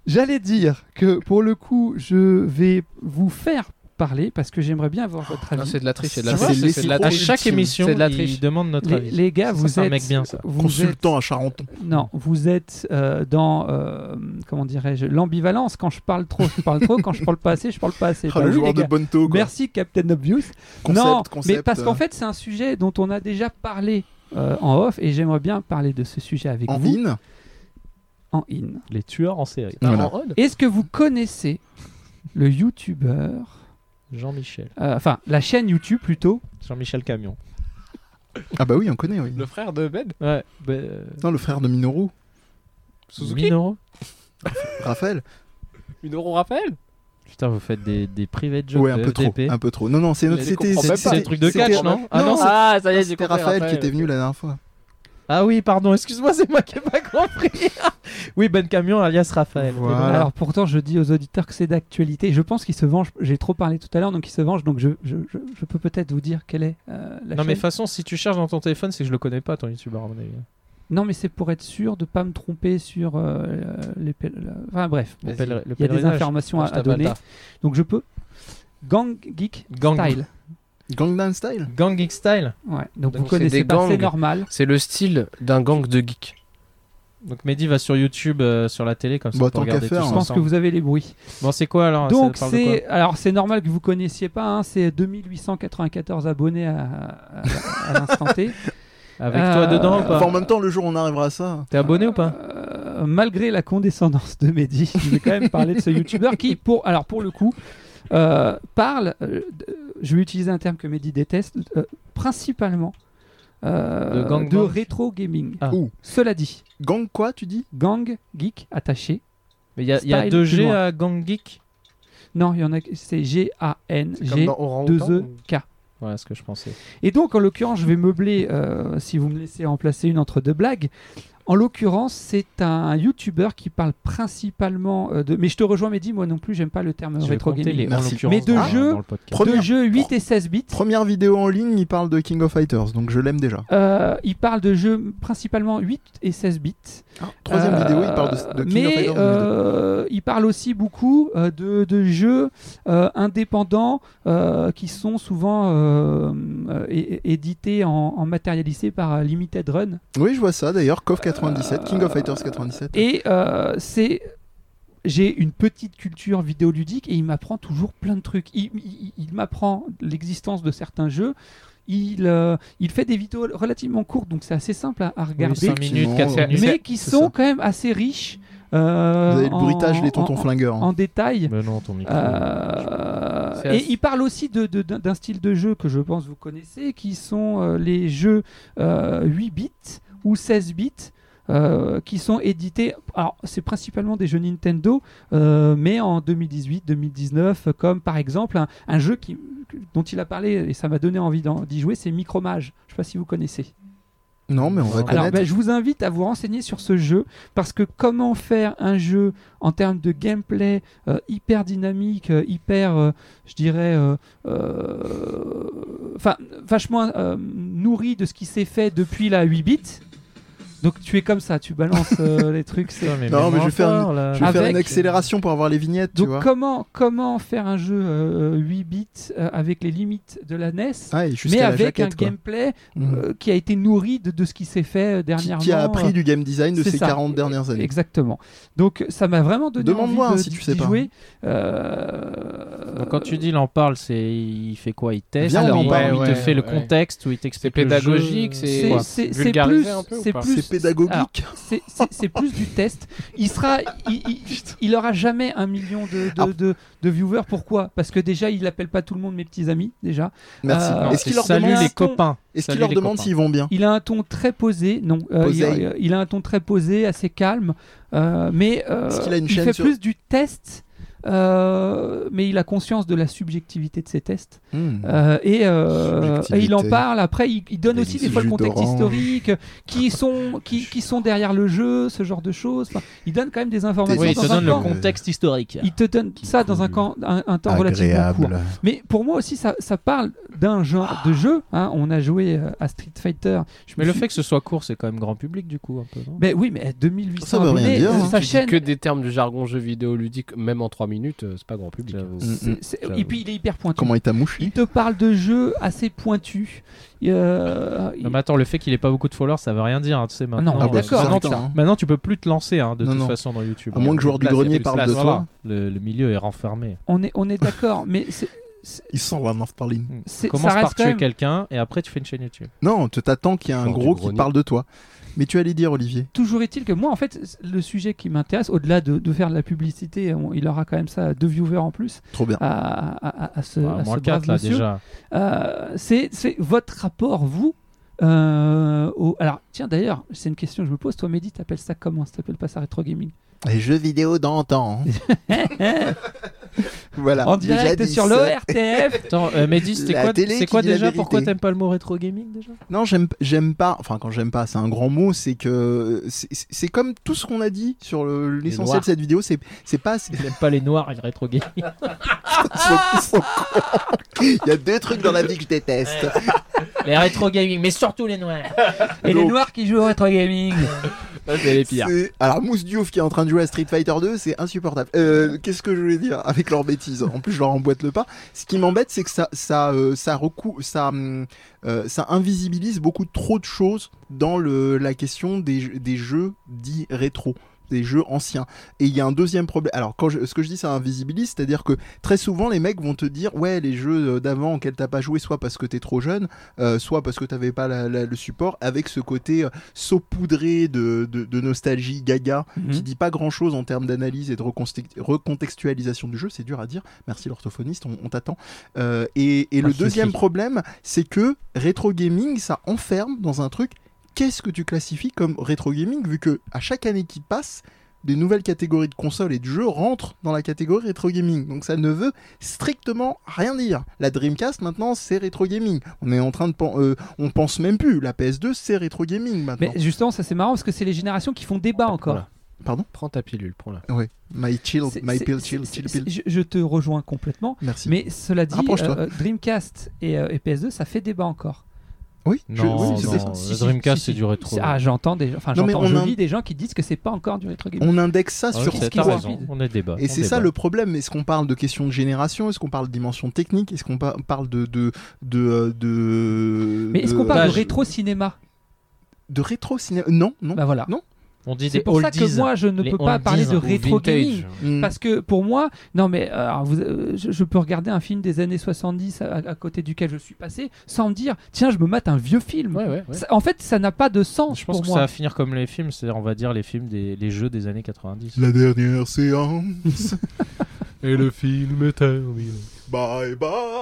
J'allais dire que pour le coup, je vais vous faire parler parce que j'aimerais bien avoir votre
Non,
Ah,
avis.
Ah, c'est de la triche c'est de
Ça,
la
c'est
triche
les
c'est de la
citros.
À
triche
chaque
ultime.
émission,
C'est de la
il
triche.
demande notre
Les,
avis.
les gars,
Ça,
vous
c'est
êtes
un mec bien, ça.
Vous
Consultant à Charenton.
êtes- non, vous êtes euh, dans euh, comment dirais-je l'ambivalence. Quand je parle trop, je parle trop. quand je parle pas assez, je parle pas assez.
Ah,
Bah
le
oui,
joueur
les
de
gars.
Bonto, quoi.
Merci Captain Obvious.
Concept,
non,
concept,
mais parce qu'en
euh,
fait, c'est un sujet dont on a déjà parlé euh, en off et j'aimerais bien parler de ce sujet avec
En
vous.
in
en in.
Les tueurs en série.
Ah,
Voilà.
en rod
Est-ce que vous connaissez le youtubeur,
Jean-Michel.
euh, enfin la chaîne YouTube plutôt,
Jean-Michel Camion.
Ah bah oui, on connaît, oui.
Le frère de Ben
Ouais. bah,
Non, le frère de Minoru,
Suzuki
Minoru.
Raphaël.
Minoru Raphaël
Putain, vous faites des, des private jobs
Ouais, un
de
peu trop, Ah,
FDP.
un peu trop. Non, non, c'est notre.
Mais
C'était
comprends même pas.
C'est un truc de
c'était-
catch, non
non, c'est-
ah, ça y est, j'ai
C'était
compris,
Raphaël qui était venu la dernière fois.
Ah oui, pardon, excuse-moi, c'est moi qui ai pas compris. oui, Ben Camion alias Raphaël.
Voilà.
Alors pourtant, je dis aux auditeurs que c'est d'actualité. Je pense qu'ils se vengent. J'ai trop parlé tout à l'heure, donc ils se vengent. Donc je, je, je, je peux peut-être vous dire quelle est euh, la
Non, mais de
chaîne.
toute façon, si tu cherches dans ton téléphone, c'est que je le connais pas, ton youtubeur, à mon avis.
Non, mais c'est pour être sûr de pas me tromper sur euh, les. pel- la- Enfin bref,
Le
Vas-y.
pèler- le
il y a des
pèlerinage. Ah,
informations à,
Je
à
t'appelle
donner.
ta.
Donc je peux. Gang Geek
Gang.
Style.
Gangnam Style
Gang Geek Style.
Ouais. Donc,
Donc
vous
c'est
connaissez
des
pas, c'est
gangs.
normal.
C'est le style d'un gang de geeks.
Donc Mehdi va sur YouTube, euh, sur la télé, comme ça.
Bah,
on peut
tant qu'à
regarder
faire,
tous
Je
hein.
pense que
ensemble.
vous avez les bruits.
Bon, c'est quoi alors Ah, ça
Donc
parle de quoi
c'est alors c'est normal que vous connaissiez pas. hein, c'est 2894 abonnés à, à- à l'instant T.
Avec toi
Euh,
dedans ou pas
Enfin, en même temps, le jour où on arrivera à ça.
T'es abonné ou pas
Euh, malgré la condescendance de Mehdi, je vais quand même parler de ce youtubeur qui, pour, alors pour le coup, euh, parle, euh, de- je vais utiliser un terme que Mehdi déteste, euh, principalement euh,
De gangbang.
de rétro gaming.
Ah.
Ouh.
Cela dit,
Gang quoi, tu dis
gang, geek, attaché.
Mais il y a, y a
Style,
2G
plus loin.
à Gang Geek
Non, il y en a, c'est G-A-N,
C'est comme
G, E,
dans Orang-Outan,
2-E-K.
Voilà ce que je pensais.
Et donc, en l'occurrence, je vais meubler, euh, si vous me laissez en placer une entre deux blagues. En l'occurrence, c'est un youtubeur qui parle principalement euh, de. Mais je te rejoins, Mehdi, moi non plus, j'aime pas le terme
Je vais
rétro
compter
gaming.
les en
Merci.
l'occurrence
Mais de
dans-
jeu-
dans le podcast.
Première,
Deux jeux 8 et 16 bits.
première vidéo en ligne, il parle de King of Fighters, donc je l'aime déjà.
Euh, il parle de jeux principalement 8 et 16 bits.
Ah. Troisième
Euh,
vidéo, il parle de, de King of
mais
Fighters.
euh, il parle aussi beaucoup euh, de, de jeux euh, indépendants euh, qui sont souvent euh, euh, é- édités en, en matérialisé par euh, Limited Run.
Oui, je vois ça d'ailleurs, KOF 97, King of Fighters 97.
Et euh, c'est. J'ai une petite culture vidéoludique et il m'apprend toujours plein de trucs. Il, il- il m'apprend l'existence de certains jeux. Il, euh, il fait des vidéos relativement courtes, donc c'est assez simple à, à regarder,
5 minutes, 4
Effectivement,
minutes.
mais qui
c'est
sont
ça.
quand même assez riches. euh,
Vous avez le
en-
bruitage des tontons
en-
flingueurs. hein.
en détail.
Mais non, ton micro.
Euh,
C'est
et
assez-
il parle aussi de- de- d'un d'un style de jeu que je pense vous connaissez, qui sont euh, les jeux euh, 8 bits ou 16 bits. euh, qui sont édités, alors c'est principalement des jeux Nintendo, euh, mais en 2018-2019, comme par exemple un, un jeu qui, dont il a parlé et ça m'a donné envie d'en- d'y jouer, c'est Micromage. Je sais pas si vous connaissez.
Non, mais on va
Alors,
Alors,
connaître.
ben, je vous invite à vous renseigner sur ce jeu parce que comment faire un jeu en termes de gameplay euh, hyper dynamique, euh, hyper, euh, je dirais, euh, euh, enfin, vachement euh, nourri de ce qui s'est fait depuis la 8 bits. Donc tu es comme ça, tu balances euh, les trucs. c'est-
Putain, mais
Non, mais
mets-moi
je vais faire
encore, là.
Je vais faire
avec-
une accélération pour avoir les vignettes, tu
Donc
vois.
comment comment faire un jeu euh, 8 bits euh, avec les limites de la NES,
Ah, et jusqu'à
mais
la
avec un
jaquette, quoi.
gameplay
Mhm.
euh, qui a été nourri de, de ce qui s'est fait euh,
Qui-
dernièrement.
Qui a appris du game design de
c'est
ces
ça.
40 dernières années.
Exactement. Donc ça m'a vraiment donné
Demande-moi,
envie de,
si tu sais
d'y
pas.
jouer. Euh,
Donc, quand tu dis il en parle, c'est il fait quoi Il teste,
Viens, on en
il,
parle.
il
Ouais,
te
ouais,
fait le
ouais.
contexte ou il t'explique
C'est
le jeu,
pédagogique, c'est-
quoi
c'est,
quoi
c'est, c'est
Vulgariser
plus,
un peu ou
c'est
pas
plus,
C'est pédagogique.
alors, c'est, c'est- c'est plus du test. Il sera, il, il- il aura jamais un million de,
Ah.
de, de, de viewers. Pourquoi Parce que déjà, il appelle pas tout le monde mes petits amis. Déjà,
Merci.
euh,
Est-ce
C'est
qu'il leur
salut
demande,
les
Est-ce qu'on-
copains.
est-ce qu'il
Salut
leur
les
demande
copains.
s'ils vont bien
il a un ton très posé. Non, euh, il,
Posé.
a, il a un ton très posé, assez calme. Euh, mais euh,
Est-ce qu'il a une
il
chaîne
fait
sur-
plus du test. euh, mais il a conscience de la subjectivité de ses tests.
Hmm.
Euh, et, euh,
Subjectivité.
et il en parle après il, il donne
Des
aussi des
petits
fois le
jus
contexte
d'orange.
historique euh, qui sont qui, qui sont derrière le jeu ce genre de choses Enfin, il donne quand même des informations
Oui, il
Ils sont
te
dans un
donne le
camp.
con-
contexte historique.
il te donne ça dans un, camp, un, un temps relativement court mais pour moi aussi ça, ça parle d'un genre de jeu hein. on a joué euh, à Street Fighter Je me
Mais le
suis-
fait que ce soit court, c'est quand même grand public du coup un peu. non
mais oui mais 2800
Ça veut rien
abonnés
dire,
euh,
hein.
sa
Tu dis
chaîne
que des termes du jargon jeu vidéo ludique, même en 3 minutes, euh, c'est pas grand public.
J'avoue.
Mm, mm.
c'est-
J'avoue.
et puis il est hyper pointu
Comment il t'a mouché
il te parle de jeux assez pointus Euh, il-
Non, mais attends, le fait qu'il ait pas beaucoup de followers, ça veut rien dire, hein, tu sais maintenant.
non, Ah bah, d'accord.
Maintenant,
c'est
tu-
certain, hein.
maintenant, tu peux plus te lancer hein, de
Non,
toute
non.
façon dans YouTube.
À moins que
Hein.
Joueur du
Place, il y a
Grenier
plus de
parle de
place,
toi.
voilà. Le, le milieu est renfermé.
On est, on est d'accord, mais c'est-
Ils sont vraiment parling.
c'est-
Commence
ça
par
reste quand
tuer
même-
quelqu'un et après tu fais une chaîne YouTube.
Non, tu t'attends qu'il y ait un
Genre du
gros qui
grenier.
parle de toi. Mais tu allais dire, Olivier.
Toujours est-il que moi, en fait, c- le sujet qui m'intéresse, au-delà de, de faire de la publicité, on- il aura quand même ça, deux viewers en plus
Trop bien.
à, à- à- à ce,
Bah,
à
moins
ce
le 4
brave
là
monsieur.
déjà.
Euh, c'est c'est votre rapport, vous, euh, au... Alors, tiens, d'ailleurs, c'est une question que je me pose. Toi, Mehdi, t'appelles ça comment Ça t'appelle pas ça rétro gaming
Les jeux vidéo d'antan. hein. voilà.
En
déjà
direct
dit
sur
ça.
l'ORTF
Attends, euh, Mehdi, c'était
La
quoi,
télé
c'est
qui
quoi
dit la
déjà
vérité.
Pourquoi t'aimes pas le mot rétro gaming déjà
Non, j'aime, j'aime pas. Enfin, quand j'aime pas, c'est un grand mot. C'est que c'est, c'est comme tout ce qu'on a dit sur le- l'essentiel
noirs.
de cette vidéo. C'est, c'est pas. c'est-
J'aime pas les noirs et le rétro gaming.
ils sont-
Ah
ils sont cons. Il y a deux trucs dans la vie que je déteste.
les rétro gaming, mais surtout les noirs.
et les
Donc-
noirs qui jouent au rétro gaming.
hein.
c'est les
C'est- Alors Mousse Diouf qui est en train de jouer à Street Fighter 2, c'est insupportable. Euh, Qu'est-ce que je voulais dire avec leurs bêtises En plus, je leur emboîte le pas. Ce qui m'embête, c'est que ça, ça, euh, ça recou- ça, hum, euh, ça invisibilise beaucoup trop de choses dans le, la question des, jeux- des jeux dits rétro des jeux anciens. Et il y a un deuxième problème. Alors, quand je- ce que je dis, ça invisibilise, c'est-à-dire que très souvent, les mecs vont te dire, ouais, les jeux euh, d'avant auxquels t'as pas joué, soit parce que t'es trop jeune, euh, soit parce que t'avais pas la- la- le support, avec ce côté euh, saupoudré de, de- de nostalgie gaga,
Mhm.
qui dit pas grand chose en termes d'analyse et de reconsti- recontextualisation du jeu, c'est dur à dire, merci l'orthophoniste, on, on t'attend. Euh, et et
Pas
le
de
deuxième
souci.
problème, c'est que rétro gaming, ça enferme dans un truc, qu'est-ce que tu classifies comme rétro gaming, vu que à chaque année qui passe, des nouvelles catégories de consoles et de jeux rentrent dans la catégorie rétro gaming. Donc ça ne veut strictement rien dire. La Dreamcast maintenant c'est rétro gaming. On est en train de pen- euh, on pense même plus. La PS2 c'est rétro gaming maintenant.
Mais justement, ça c'est marrant parce que c'est les générations qui font débat encore.
Voilà.
Pardon
Prends ta pilule, prends-la.
Ouais. My chill,
C'est-
my
c'est-
pill,
c'est-
chill,
c'est-
chill
c'est-
pill.
Je, je te rejoins complètement.
Merci.
Mais cela dit,
Rapproche-toi.
euh, Dreamcast et, euh, et PS2, ça fait débat encore.
Oui, je-
Non,
oui, c'est
non,
ça.
la
Si, si,
Dreamcast
si,
c'est
si.
du rétro.
Ah, j'entends des gens, enfin,
Non, mais
j'entends,
on
je
a-
lis des gens qui disent que c'est pas encore du rétro gaming.
On indexe ça
Ah,
sur
ok,
ce qui
t'as
voit.
raison, on est débat.
Et
on
c'est ça
débat.
le problème. Est-ce qu'on parle de questions de génération Est-ce qu'on parle de dimension technique Est-ce qu'on pa- parle de de de euh, de
Mais est-ce qu'on parle de
Bah, je-
rétro cinéma
de rétro cinéma Non, non.
Bah voilà.
Non.
On dit
C'est
des
pour ça que
oldies.
moi je ne
Les
peux pas
oldies
parler de
ou
rétro gaming.
vintage.
Hmm.
Parce que pour moi, non mais euh, alors vous- euh, je, je peux regarder un film des années 70 à, à côté duquel je suis passé sans me dire tiens je me mate un vieux film.
Ouais, ouais, ouais.
Ça- en fait ça n'a pas de sens
Je pense
pour
que
moi.
ça va finir comme les films, c'est on va dire les films des les jeux des années 90.
La dernière séance.
Et le film est terminé.
bye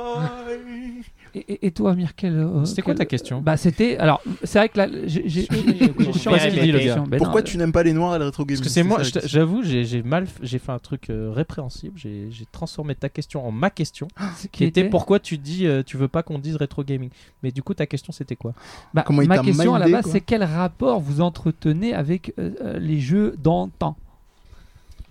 bye.
Et, et- et toi Mirkel euh,
C'était quoi
quel-
ta question
Bah c'était alors c'est vrai que là j'ai- j'ai j'ai
sais
changé
pas ce
de
qu'il dit, le
question. Ben
Pourquoi
non,
tu n'aimes pas les noirs et le rétro gaming
Parce que c'est moi,
ça la
je t-
question.
j'avoue, j'ai j'ai mal, f- j'ai fait un truc euh, répréhensible. J'ai j'ai transformé ta question en ma question,
euh, ce
qui était pourquoi tu dis, euh, tu veux pas qu'on dise rétro gaming. Mais du coup, ta question c'était quoi
Bah,
Comment il
ma
t'a
question à la
mindé,
base
quoi.
c'est quel rapport vous entretenez avec euh, euh, les jeux d'antan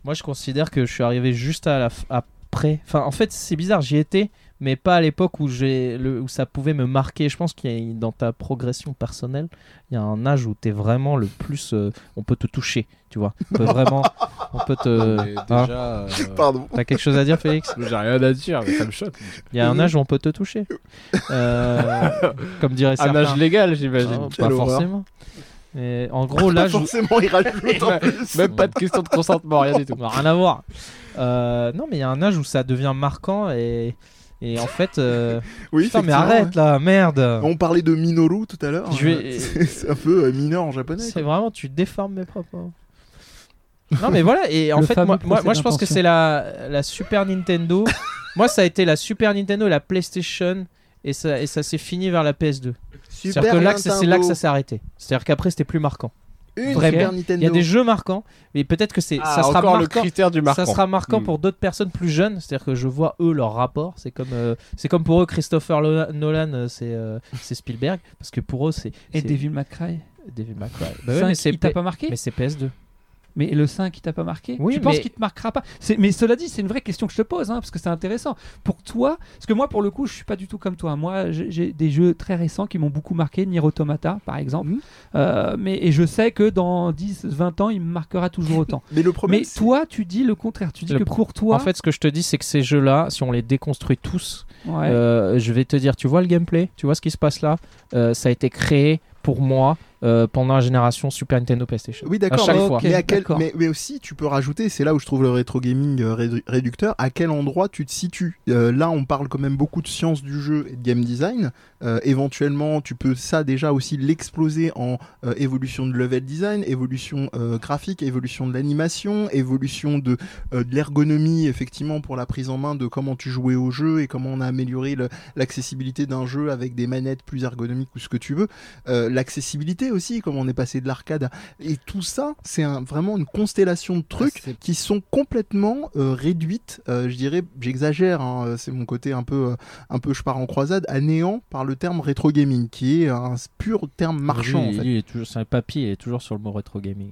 Moi, je considère que je suis arrivé juste à la f- après. Enfin, en fait, c'est bizarre, j'y étais, mais pas à l'époque où j'ai le où ça pouvait me marquer. Je pense qu'il y a dans ta progression personnelle, il y a un âge où t'es vraiment le plus, euh, on peut te toucher, tu vois. On peut vraiment, on peut te.
Ah.
hein.
Déjà, euh,
Pardon.
T'as quelque chose à dire, Félix
j'ai rien à dire, mais ça me choque.
Il y a un âge où on peut te toucher. Euh, comme dirait
Un
certains.
âge légal,
Ah,
j'imagine.
pas
Quelle horreur.
forcément. Mais en gros,
Pas
l'âge où-
forcément, il rajoute en plus.
Même pas de question de consentement, rien du tout.
Non, rien à voir. Euh, non, mais il y a un âge où ça devient marquant et, et en fait. euh,
Oui,
Putain, mais
effectivement,
arrête là, merde
ouais. On parlait de Minoru tout à l'heure.
Je vais-
C'est c'est un peu euh, mineur en japonais.
C'est vraiment, tu déformes mes propos. Non, mais voilà, et en
Le
fait,
fameux
moi, moi,
procès
moi, je pense que
d'intention.
c'est la, la Super Nintendo. moi, ça a été la Super Nintendo et la PlayStation. Et ça, et ça s'est fini vers la PS2. C'est-à-dire que là, que c'est c'est là que ça s'est arrêté. C'est-à-dire qu'après, c'était plus marquant.
Une
Vraiment.
Super
Il y a
Nintendo.
des jeux marquants, mais peut-être que c'est
Ah,
ça sera
encore le
marquant.
critère du marquant.
Ça sera marquant
Mm.
pour d'autres personnes plus jeunes, c'est-à-dire que je vois eux leur rapport. C'est comme, euh, c'est comme pour eux Christopher Lo- Nolan, euh, c'est euh, c'est Spielberg, parce que pour eux c'est
et
c'est
Devil May Cry
David McRae. Bah ouais, mais
5
c'est
il t'a
P-
pas marqué
mais c'est PS2.
Mais le 5, il t'a pas marqué
Oui,
Tu penses
mais-
qu'il te marquera pas C'est- Mais cela dit, c'est une vraie question que je te pose, hein, parce que c'est intéressant. Pour toi, parce que moi, pour le coup, je suis pas du tout comme toi. Moi, j'ai j'ai des jeux très récents qui m'ont beaucoup marqué, Nier Automata, par exemple.
Mmh.
Mhm.
Euh, mais, et je sais que dans 10, 20 ans, il me marquera toujours autant.
Mais le problème,
mais
c'est-
toi, tu dis le contraire. Tu dis
Le
que
pro-
pour toi.
En fait, ce que je te dis, c'est que ces jeux-là, si on les déconstruit tous,
Ouais.
euh, je vais te dire, tu vois le gameplay, tu vois ce qui se passe là, Euh, ça a été créé pour moi euh, pendant la génération Super Nintendo PlayStation.
Oui, d'accord.
À chaque
mais,
fois.
mais à quel-
D'accord.
mais- mais aussi, tu peux rajouter, c'est là où je trouve le rétro gaming euh, rédu- réducteur, à quel endroit tu te situes. Euh, là, on parle quand même beaucoup de science du jeu et de game design. Euh, éventuellement, tu peux ça déjà aussi l'exploser en euh, évolution de level design, évolution euh, graphique, évolution de l'animation, évolution de, euh, de l'ergonomie, effectivement, pour la prise en main de comment tu jouais au jeu et comment on a amélioré le- l'accessibilité d'un jeu avec des manettes plus ergonomiques ou ce que tu veux. Euh, l'accessibilité aussi, comment on est passé de l'arcade à et tout ça, c'est un- vraiment une constellation de trucs
c'est-
qui sont complètement euh, réduites, euh, je dirais, j'exagère, hein, euh, c'est mon côté un peu, euh, un peu je pars en croisade, à néant par le terme rétro gaming, qui est un pur terme marchand.
Lui,
en fait.
lui, il est toujours, c'est un papy, il est toujours sur le mot rétro gaming.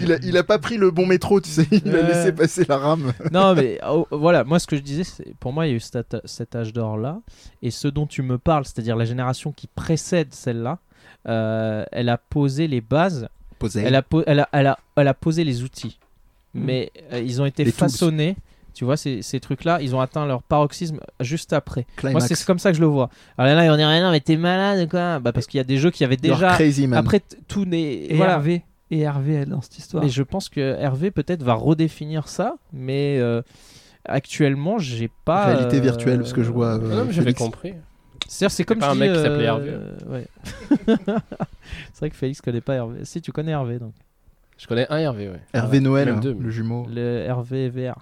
Il, a, il a pas pris le bon métro, tu sais, il a
Ouais.
laissé passer la rame.
non, mais oh, voilà, moi ce que je disais, c'est- pour moi, il y a eu cet, at- cet âge d'or là, et ce dont tu me parles, c'est-à-dire la génération qui précède celle-là, euh, elle a posé les bases, elle a, po- elle a, elle a, elle a posé les outils, mais euh, ils ont été
Hmm. Les tools.
façonnés. Tu vois, ces, ces trucs-là, ils ont atteint leur paroxysme juste après. Moi,
Climax.
c'est comme ça que je le vois. Alors là, ils vont dire, Ah non, mais t'es malade, quoi. Bah, parce qu'il y a des jeux qui avaient
You're
déjà.
crazy man.
Après, t- tout n'est.
Et
Voilà.
Hervé. Et Hervé, elle, dans cette histoire.
Mais je pense que Hervé peut-être va redéfinir ça, mais euh, actuellement j'ai pas.
Réalité
euh,
virtuelle, parce que je vois. euh,
Non, mais j'avais
Félix.
compris.
C'est-à-dire, c'est comme
pas
je
un
dis,
mec qui
euh,
s'appelait Hervé.
ouais. c'est vrai que Félix connaît pas Hervé. Si tu connais Hervé, donc
Je connais un Hervé, ouais.
Hervé Noël,
Même deux,
hein,
mais-
le jumeau.
le Hervé VR.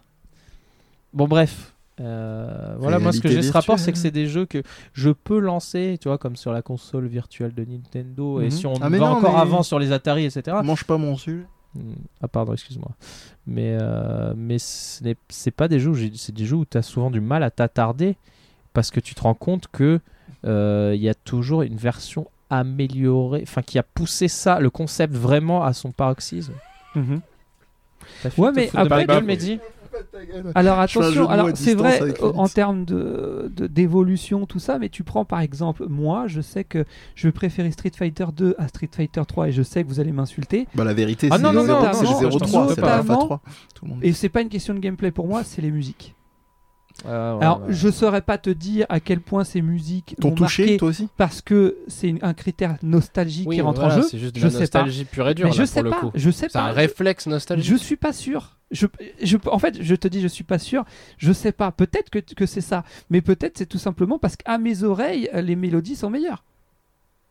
Bon bref. Euh, voilà, moi ce que
Réalité
j'ai ce rapport,
virtuelle.
c'est que c'est des jeux que je peux lancer, tu vois, comme sur la console virtuelle de Nintendo, et
Mhm.
si on
Ah, mais
va
non,
encore
mais-
avant sur les Atari, etc.
Mange pas mon sujet.
Hmm. Ah pardon, excuse-moi. Mais, euh, mais ce n'est c'est pas des jeux où j'ai- c'est des jeux où tu as souvent du mal à t'attarder parce que tu te rends compte que euh, il y a toujours une version améliorée, enfin qui a poussé ça, le concept vraiment à son paroxysme.
Mhm.
T'as fait
Ouais,
te
mais
foutre de ma
après-
gueule, Mehdi
Alors
Je fais un jeu de
attention,
mots
alors
à
c'est
distance
vrai
avec
euh,
Félix.
en termes de de- d'évolution tout ça, mais tu prends par exemple moi, je sais que je vais préférer Street Fighter 2 à Street Fighter 3 et je sais que vous allez m'insulter.
Bah, la vérité,
Ah
c'est
non, non, non,
0 c'est
non,
le
je t'en
03, c'est pas l'Alpha
notamment-
3. Tout le monde.
Et c'est pas une question de gameplay pour moi, c'est les musiques.
Ah,
Ouais, ouais,
alors
ouais.
je saurais pas te dire à quel point ces musiques
T'ont
m'ont
touché,
marqué
toi aussi
parce que c'est une- un critère nostalgique qui rentre en jeu.
C'est juste de
Je
la
sais pas.
nostalgie pure et dure,
mais
là,
je sais
pour
pas,
le coup.
je sais
C'est un
pas.
réflexe nostalgique.
Je suis pas sûr. Je, je, en fait, je te dis, je suis pas sûr. Je sais pas. Peut-être que, que c'est ça. Mais peut-être c'est tout simplement parce qu'à mes oreilles, euh, les mélodies sont meilleures.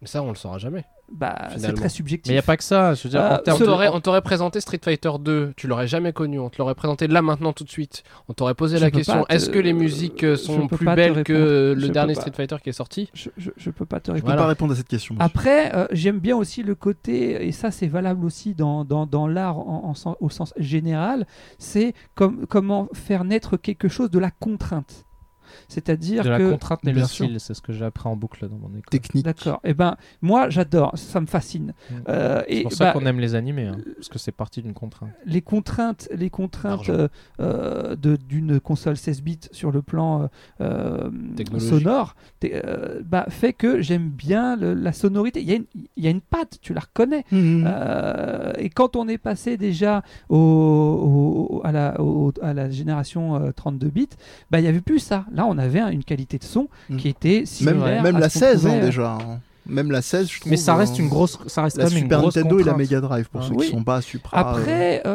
Mais ça, on le saura jamais.
Bah, c'est
Finalement.
très subjectif.
Mais il n'y a pas que ça. Je veux dire,
Euh,
en
bah,
termes
On
Absolument.
t'aurait, on t'aurait présenté Street Fighter 2, tu l'aurais jamais connu, on te l'aurait présenté là maintenant tout de suite. On t'aurait posé
Je
la
peux
question
pas te-
est-ce que les musiques euh,
je
sont
peux
plus
pas te
belles que
répondre.
euh, le
Je peux
dernier
pas.
Street Fighter qui est sorti
Je, je, je peux pas
Je
te
peux
répondre.
Voilà.
pas répondre à cette question.
Ah,
monsieur.
Après, euh, j'aime bien aussi le côté, et ça c'est valable aussi dans, dans, dans l'art en- en sen- au sens général, c'est comme, comment faire naître quelque chose de la contrainte. C'est-à-dire
de la
que
contrainte n'est
Bien
le
sûr.
style, c'est ce que j'ai appris en boucle dans mon école.
Technique.
D'accord. Eh ben, moi, j'adore. Ça me fascine.
Mm.
Euh,
C'est
et
pour ça
bah,
qu'on aime les animés, hein,
euh,
parce que c'est parti d'une contrainte.
les contraintes, les contraintes
D'argent.
euh, euh, de- d'une console 16 bits sur le plan euh, euh,
Technologique.
sonore, t'es- euh, bah, fait que j'aime bien le- la sonorité. Il y, a une- il y a une patte, tu la reconnais.
Hum, Mm.
Ah,
Euh, et quand on est passé déjà au, au- à, la, au- à la génération euh, 32 bits, bah, il n'y avait plus ça. Là, on avait hein, une qualité de son
Mm.
qui était
Même,
similaire.
même
à
la
ce qu'on
16
pouvait,
hein,
euh,
déjà. hein. Même la 16, je trouve.
Mais ça reste
euh,
une grosse, ça reste
La
quand même une
Super
grosse
Nintendo et la
contrainte.
Mega Drive pour
Ah,
ceux
oui.
qui sont pas Supra. euh,
Après,
fou de-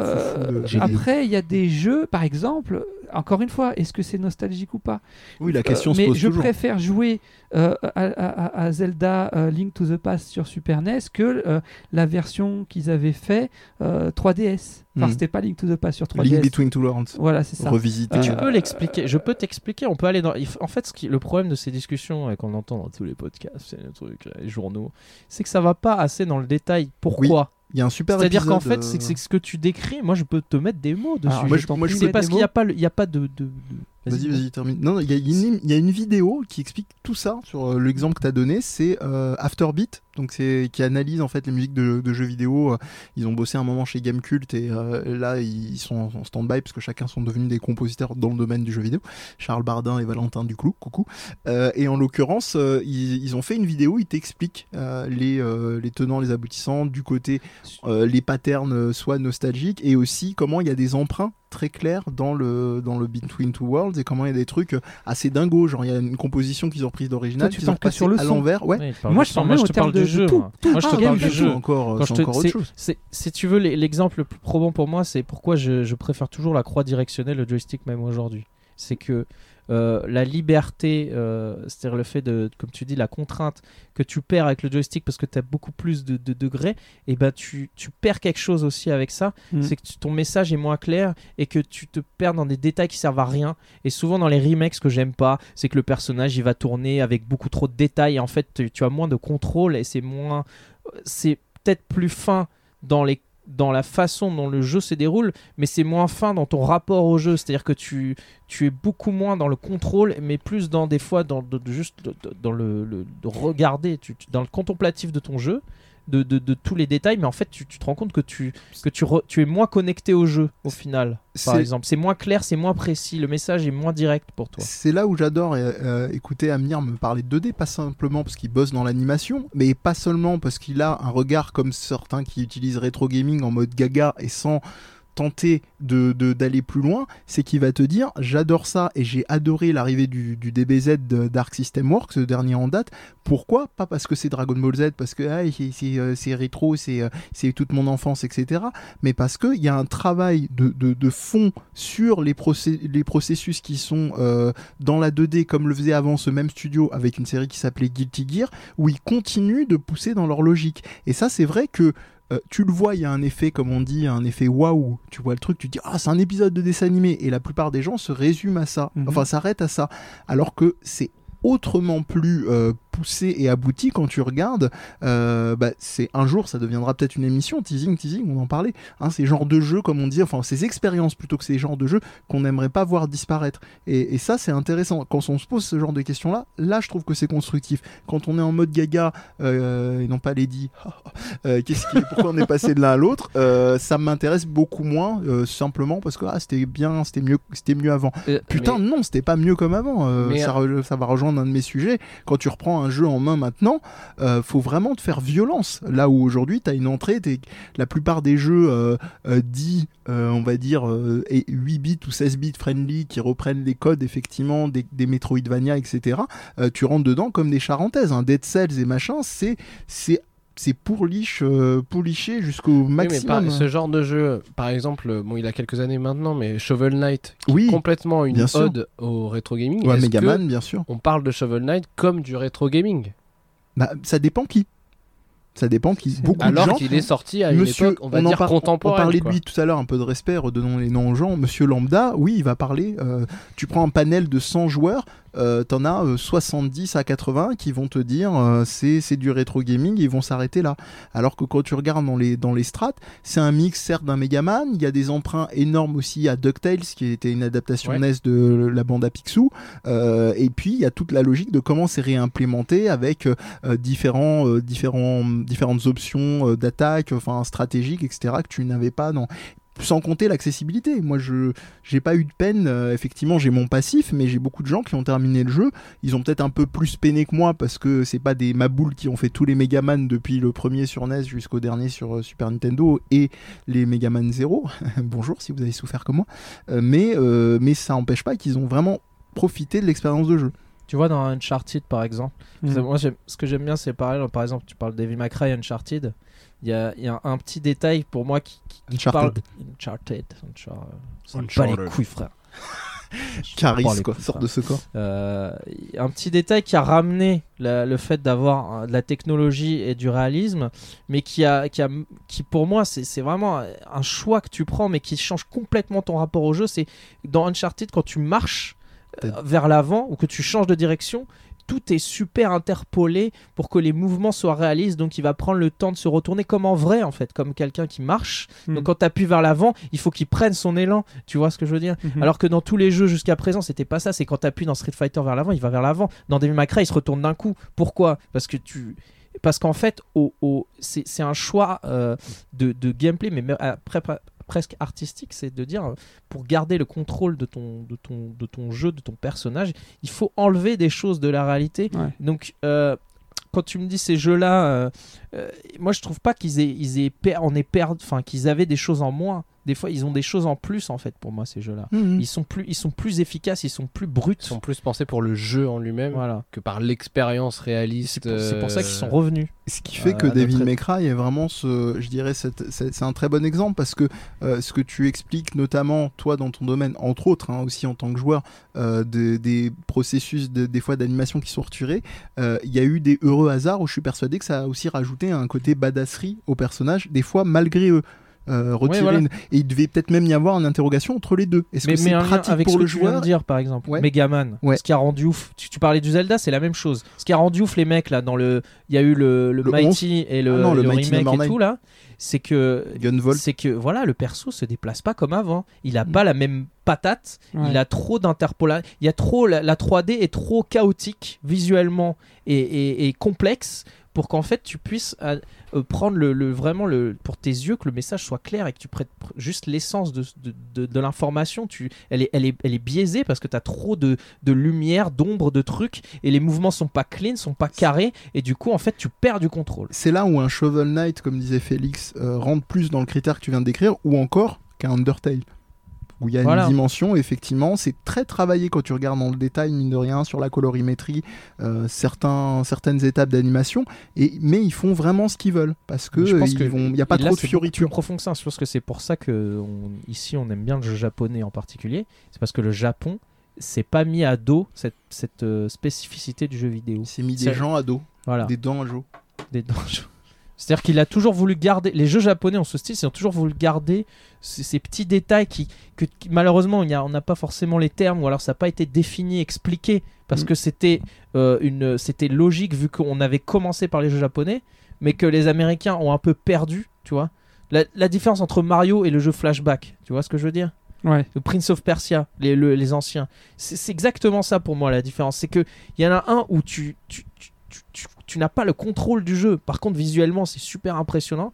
euh,
J'ai
après, il y a des jeux, par exemple, encore une fois, est-ce que c'est nostalgique ou pas
oui, la
Euh,
question se
Mais
pose
je
toujours.
préfère jouer euh, à, à- à- à Zelda euh, Link to the Past sur Super NES que euh, la version qu'ils avaient fait euh, 3DS. Enfin,
Hmm.
c'était pas Link to the Past sur 3DS.
Link Between Two Worlds.
Voilà, c'est ça.
Revisité.
Euh,
Tu peux l'expliquer, je peux t'expliquer, on peut aller dans... il f- En fait, ce qui... le problème de ces discussions, et qu'on entend dans tous les podcasts, c'est le truc, euh, les journaux, c'est que ça va pas assez dans le détail. Pourquoi
Il y a un super
C'est-à-dire qu'en
épisode,
fait, c'est que
euh,
c'est que ce que tu décris, moi je peux te mettre des mots dessus.
Alors,
moi,
Ah, je
je-
t'en
moi, je
prie,
peux
c'est
mets
parce
des
qu'il n'y
mots.
a, pas le- il y a pas de... de- de-
Vas-y, vas-y, termine. Non, non, il y, a une- il y a une vidéo qui explique tout ça sur euh, l'exemple que tu as donné. C'est euh, Afterbeat, donc c'est qui analyse en fait les musiques de, de jeux vidéo. Euh, Ils ont bossé un moment chez Gamecult et euh, là ils sont en stand-by parce que chacun sont devenus des compositeurs dans le domaine du jeu vidéo. Charles Bardin et Valentin Duclou, coucou. Euh, et en l'occurrence, euh, ils, ils ont fait une vidéo. Ils t'expliquent euh, les, euh, les tenants, les aboutissants du côté euh, les patterns euh, soit nostalgiques et aussi comment il y a des emprunts très clair dans le, dans le Between Two Worlds et comment il y a des trucs euh, assez dingos. Genre, il y a une composition qu'ils ont reprise d'original,
Toi, tu
qu'ils ont
parles que
repassée
sur le
à
son.
l'envers. Ouais,
Oui, je parle
Moi,
de ça.
je parle
Moi,
même
je
au
te
terme
parle
de-
du
de
jeu.
tout,
moi.
tout.
Moi, je
Ah,
te parle du
gameplay.
C'est
jeu.
encore, euh,
Quand
c'est
je te-
encore autre
c'est-
chose.
c'est- Si tu veux l'e- l'exemple plus probant pour moi, c'est pourquoi je, je préfère toujours la croix directionnelle au joystick même aujourd'hui. C'est que euh, la liberté, euh, c'est-à-dire le fait de, comme tu dis, la contrainte que tu perds avec le joystick parce que tu as beaucoup plus de, de degrés, et ben tu, tu perds quelque chose aussi avec ça.
Mhm.
C'est que tu- ton message est moins clair et que tu te perds dans des détails qui servent à rien. Et souvent dans les remakes, ce que j'aime pas, c'est que le personnage il va tourner avec beaucoup trop de détails et en fait tu, tu as moins de contrôle et c'est moins. C'est peut-être plus fin dans les dans la façon dont le jeu se déroule, mais c'est moins fin dans ton rapport au jeu. C'est-à-dire que tu, tu es beaucoup moins dans le contrôle, mais plus dans des fois dans, de- de- juste de- de- dans le, le- de regarder, tu, tu- dans le contemplatif de ton jeu, de, de- de tous les détails. Mais en fait, tu, tu te rends compte que tu, que tu, re- tu es moins connecté au jeu au final. Par
C'est-
exemple, c'est moins clair, c'est moins précis, le message est moins direct pour toi.
C'est là où j'adore euh, euh, écouter Amir me parler de 2D, pas simplement parce qu'il bosse dans l'animation, mais pas seulement parce qu'il a un regard comme certains qui utilisent rétro gaming en mode gaga et sans tenter de de- d'aller plus loin, c'est qu'il va te dire j'adore ça et j'ai adoré l'arrivée du, du DBZ de Dark System Works, le dernier en date. Pourquoi Pas parce que c'est Dragon Ball Z, parce que ah, c'est- c'est euh, c'est rétro, c'est euh, c'est toute mon enfance, etc. Mais parce qu'il y a un travail de, de- de fond sur les, procé- les processus qui sont euh, dans la 2D comme le faisait avant ce même studio avec une série qui s'appelait Guilty Gear où ils continuent de pousser dans leur logique. Et ça c'est vrai que euh, tu le vois, il y a un effet, comme on dit, un effet waouh. Tu vois le truc, tu te dis ah c'est un épisode de dessin animé et la plupart des gens se résument à ça,
Mhm.
enfin s'arrêtent à ça, alors que c'est autrement plus euh, poussé et abouti quand tu regardes. euh, bah, c'est un jour, ça deviendra peut-être une émission teasing, teasing, on en parlait. Hein, ces genres de jeux, comme on dit, enfin ces expériences plutôt que ces genres de jeux qu'on n'aimerait pas voir disparaître. Et, et ça, c'est intéressant. Quand on se pose ce genre de questions-là, là, je trouve que c'est constructif. Quand on est en mode gaga, euh, et non pas Lady, euh, qu'est-ce qui, pourquoi on est passé de l'un à l'autre, euh, ça m'intéresse beaucoup moins, euh, simplement parce que ah, c'était bien, c'était mieux, c'était mieux avant.
Euh,
Putain, non, c'était pas mieux comme avant. Euh,
Mais-
ça, re- ça va rejoindre un de mes sujets. Quand tu reprends un jeu en main maintenant, euh, faut vraiment te faire violence. Là où aujourd'hui, t'as une entrée, t'es- la plupart des jeux euh, euh, dits, euh, on va dire, euh, et 8 bits ou 16 bits friendly qui reprennent les codes effectivement des, des Metroidvania, etc. euh, tu rentres dedans comme des charentaises. Hein. Dead Cells et machin, c'est c'est c'est pour liche, euh, pour licher jusqu'au
mais- oui, mais par-
maximum.
ce genre de jeu, par exemple, euh, bon, il a quelques années maintenant, mais Shovel Knight,
oui,
complètement une
bien sûr.
ode au rétro gaming.
ouais,
Est-ce
Megaman, bien sûr.
que on parle de Shovel Knight comme du rétro gaming,
Bah, ça dépend qui. Ça dépend qui.
C'est-
Beaucoup de
alors
gens.
qu'il est sorti à une
Monsieur,
époque, on va
on en
dire
par- On
contemporaine.
parlait
quoi.
de lui tout à l'heure, un peu de respect, redonnons les noms aux gens. Monsieur Lambda, oui, il va parler. euh, tu prends un panel de 100 joueurs, euh, t'en as euh, 70 à 80 qui vont te dire euh, c'est c'est du rétro gaming, ils vont s'arrêter là. Alors que quand tu regardes dans les, dans les strates, c'est un mix certes d'un Megaman, il y a des emprunts énormes aussi à DuckTales, qui était une adaptation
Ouais.
NES de la bande à Picsou. Euh, et puis il y a toute la logique de comment c'est réimplémenté avec euh, euh, différents, euh, différents, différentes options euh, d'attaque, enfin stratégiques, etc. que tu n'avais pas dans sans compter l'accessibilité. Moi, je j'ai pas eu de peine. euh, effectivement, j'ai mon passif, mais j'ai beaucoup de gens qui ont terminé le jeu. Ils ont peut-être un peu plus peiné que moi parce que c'est pas des maboules qui ont fait tous les Megaman depuis le premier sur NES jusqu'au dernier sur euh, Super Nintendo et les Megaman 0. Bonjour si vous avez souffert comme moi. Euh, mais euh, mais ça empêche pas qu'ils ont vraiment profité de l'expérience de jeu.
Tu vois, dans Uncharted par exemple,
Mhm.
C'est- moi, j'aime- ce que j'aime bien, c'est pareil. Par exemple, tu parles d'Evie McRae Uncharted. Il y a, il y a un petit détail pour moi qui, qui- qui
Uncharted.
parle. Uncharted. Unchar- Ça me bat les couilles, frère.
Caris
Parlez
quoi,
plus,
sort
hein.
de ce corps.
Euh, un petit détail qui a ramené la- le fait d'avoir euh, de la technologie et du réalisme, mais qui, a, qui, a, qui pour moi, c'est c'est vraiment un choix que tu prends, mais qui change complètement ton rapport au jeu. C'est dans Uncharted, quand tu marches euh, vers l'avant ou que tu changes de direction, tout est super interpolé pour que les mouvements soient réalistes, donc il va prendre le temps de se retourner comme en vrai, en fait, comme quelqu'un qui marche.
Mm.
Donc quand tu appuies vers l'avant, il faut qu'il prenne son élan, tu vois ce que je veux dire
Mm.
Mhm.
alors que dans tous les jeux jusqu'à présent, c'était pas ça. C'est quand t'appuies dans Street Fighter vers l'avant, il va vers l'avant. Dans Devil May Cry, il se retourne d'un coup. Pourquoi Parce que tu. Parce qu'en fait, au, au- c'est c'est un choix euh, de, de gameplay, mais me- après, pre- presque artistique, c'est de dire euh, pour garder le contrôle de ton, de, ton, de ton jeu, de ton personnage, il faut enlever des choses de la réalité.
Ouais.
Donc, euh, quand tu me dis ces jeux-là, euh, euh, moi je trouve pas qu'ils aient, ils aient per- on est per- enfin qu'ils avaient des choses en moins, des
des fois ils ont des choses en plus en fait pour moi ces jeux-là.
Mhm.
Ils sont plus ils sont plus efficaces, ils sont plus bruts.
Ils sont plus pensés pour le jeu en lui-même
Voilà.
que par l'expérience
C'est
réaliste.
pour, c'est pour ça qu'ils
euh,
sont revenus.
Ce qui fait que
Euh, à
David
notre-
May Cry est vraiment ce, je dirais, cette- c'est c'est un très bon exemple parce que euh, ce que tu expliques notamment toi dans ton domaine, entre autres hein, aussi en tant que joueur, euh, des, des processus de- des fois d'animation qui sont retirés, euh, il y a eu des heureux hasards où je suis persuadé que ça a aussi rajouté un côté badasserie aux personnages, des fois malgré eux. Euh, retirer
voilà.
une- Et il devait peut-être même y avoir une interrogation entre les deux. Est-ce
mais,
que
mais
c'est
un lien
pratique
avec
pour
ce
le
que tu viens
joueur
de dire par exemple
Ouais.
Megaman
Ouais.
ce qui a rendu ouf tu, tu parlais du Zelda c'est la même chose ce qui a rendu ouf les mecs là dans le il y a eu le, le
Le
Mighty et
euh,
le,
Ah non, le Mighty
remake
Number
et
Nine.
tout là c'est que
Gunvolt.
c'est que voilà le perso se déplace pas comme avant il a pas la même patate
Ouais.
il a trop d'interpolation il y a trop la, la 3D est trop chaotique visuellement et, et- et complexe pour qu'en fait tu puisses euh, euh, prendre le, le- vraiment le pour tes yeux que le message soit clair et que tu prêtes pr- juste l'essence de, de, de- de l'information tu elle est, elle est elle est biaisée parce que tu as trop de, de lumière d'ombre de trucs et les mouvements sont pas clean sont pas carrés et du coup en fait tu perds du contrôle
c'est là où un Shovel Knight, comme disait Félix, euh, rentre plus dans le critère que tu viens de décrire, ou encore qu'un Undertale. Où il y a
Voilà.
une dimension, effectivement, c'est très travaillé quand tu regardes dans le détail, mine de rien, sur la colorimétrie, euh, certains, certaines étapes d'animation, et mais ils font vraiment ce qu'ils veulent, parce que
Mais je pense
ils
que-
vont- il n'y a pas
Et là,
trop de
c'est beaucoup plus
fioritures.
profond que ça. Je pense que c'est pour ça que on- ici on aime bien le jeu japonais en particulier. C'est parce que le Japon s'est pas mis à dos cette, cette, euh, spécificité du jeu vidéo.
C'est mis des
C'est-
gens à dos,
Voilà.
des dents à dos.
Des donjons. C'est-à-dire qu'il a toujours voulu garder. Les jeux japonais ont ce style, ils ont toujours voulu garder ces, ces petits détails qui, que qui- malheureusement il y a- on n'a pas forcément les termes ou alors ça n'a pas été défini, expliqué parce
Mm.
que c'était euh, une c'était logique vu qu'on avait commencé par les jeux japonais, mais que les Américains ont un peu perdu, tu vois. La, la différence entre Mario et le jeu Flashback, tu vois ce que je veux dire
Ouais.
le Prince of Persia, les, le- les anciens. C'est c'est exactement ça pour moi la différence. C'est que il y en a un où tu, tu, tu, tu- tu- tu n'as pas le contrôle du jeu. Par contre, visuellement, c'est super impressionnant.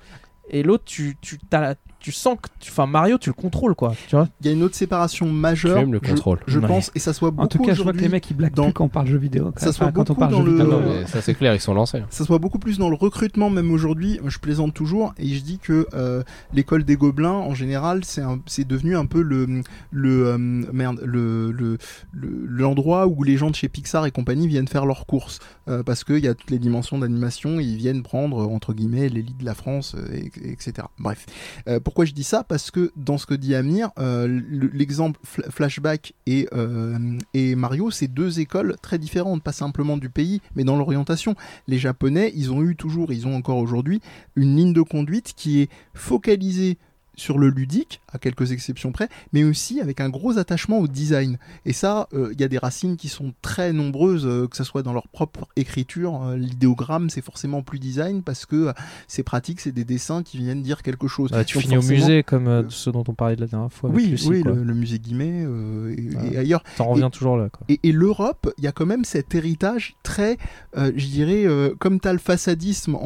Et l'autre, tu, tu, t'as la- tu sens que. tu- Enfin, Mario, tu le contrôles, quoi. Tu vois
Il y a une autre séparation
Tu
majeure,
aimes le
je-
contrôle.
je,
Ouais.
pense, et ça soit beaucoup
En tout cas, je vois que les
aujourd'hui-
mecs ils blaguent
dans-
plus quand on parle jeux vidéo. quand
Ça
même.
soit
Enfin, quand on
beaucoup
parle
dans
jeux
Ah
le-
vidéo.
Ouais.
Mais ça c'est clair, ils sont lancés.
hein.
ça se voit beaucoup plus dans le recrutement, même aujourd'hui. Je plaisante toujours et je dis que euh, l'école des gobelins, en général, c'est un- c'est devenu un peu le le euh, merde le le- le- l'endroit où les gens de chez Pixar et compagnie viennent faire leurs courses Euh, parce qu'il y a toutes les dimensions d'animation. et Ils viennent prendre euh, entre guillemets l'élite de la France, euh, et- et- etc. Bref, Euh, pourquoi je dis ça Parce que dans ce que dit Amir, euh, le- l'exemple Fla- Flashback et euh, et Mario, c'est deux écoles très différentes, pas simplement du pays, mais dans l'orientation les Japonais, ils ont eu toujours, ils ont encore aujourd'hui, une ligne de conduite qui est focalisée sur le ludique, à quelques exceptions près, mais aussi avec un gros attachement au design. Et ça, euh, il y a des racines qui sont très nombreuses, euh, que ce soit dans leur propre écriture. euh, L'idéogramme, c'est forcément plus design parce que euh, c'est pratique, c'est des dessins qui viennent dire quelque chose.
Ah, tu
Donc
finis au
forcément-
musée, comme euh, ce dont on parlait de la dernière fois. avec
Oui,
Lucie,
oui,
quoi. Ah.
le, le musée Guimet euh, et-
Ouais.
et ailleurs.
T'en reviens toujours là, quoi.
Et, et l'Europe, il y a quand même cet héritage très, euh, je dirais, euh, comme t'as le façadisme en,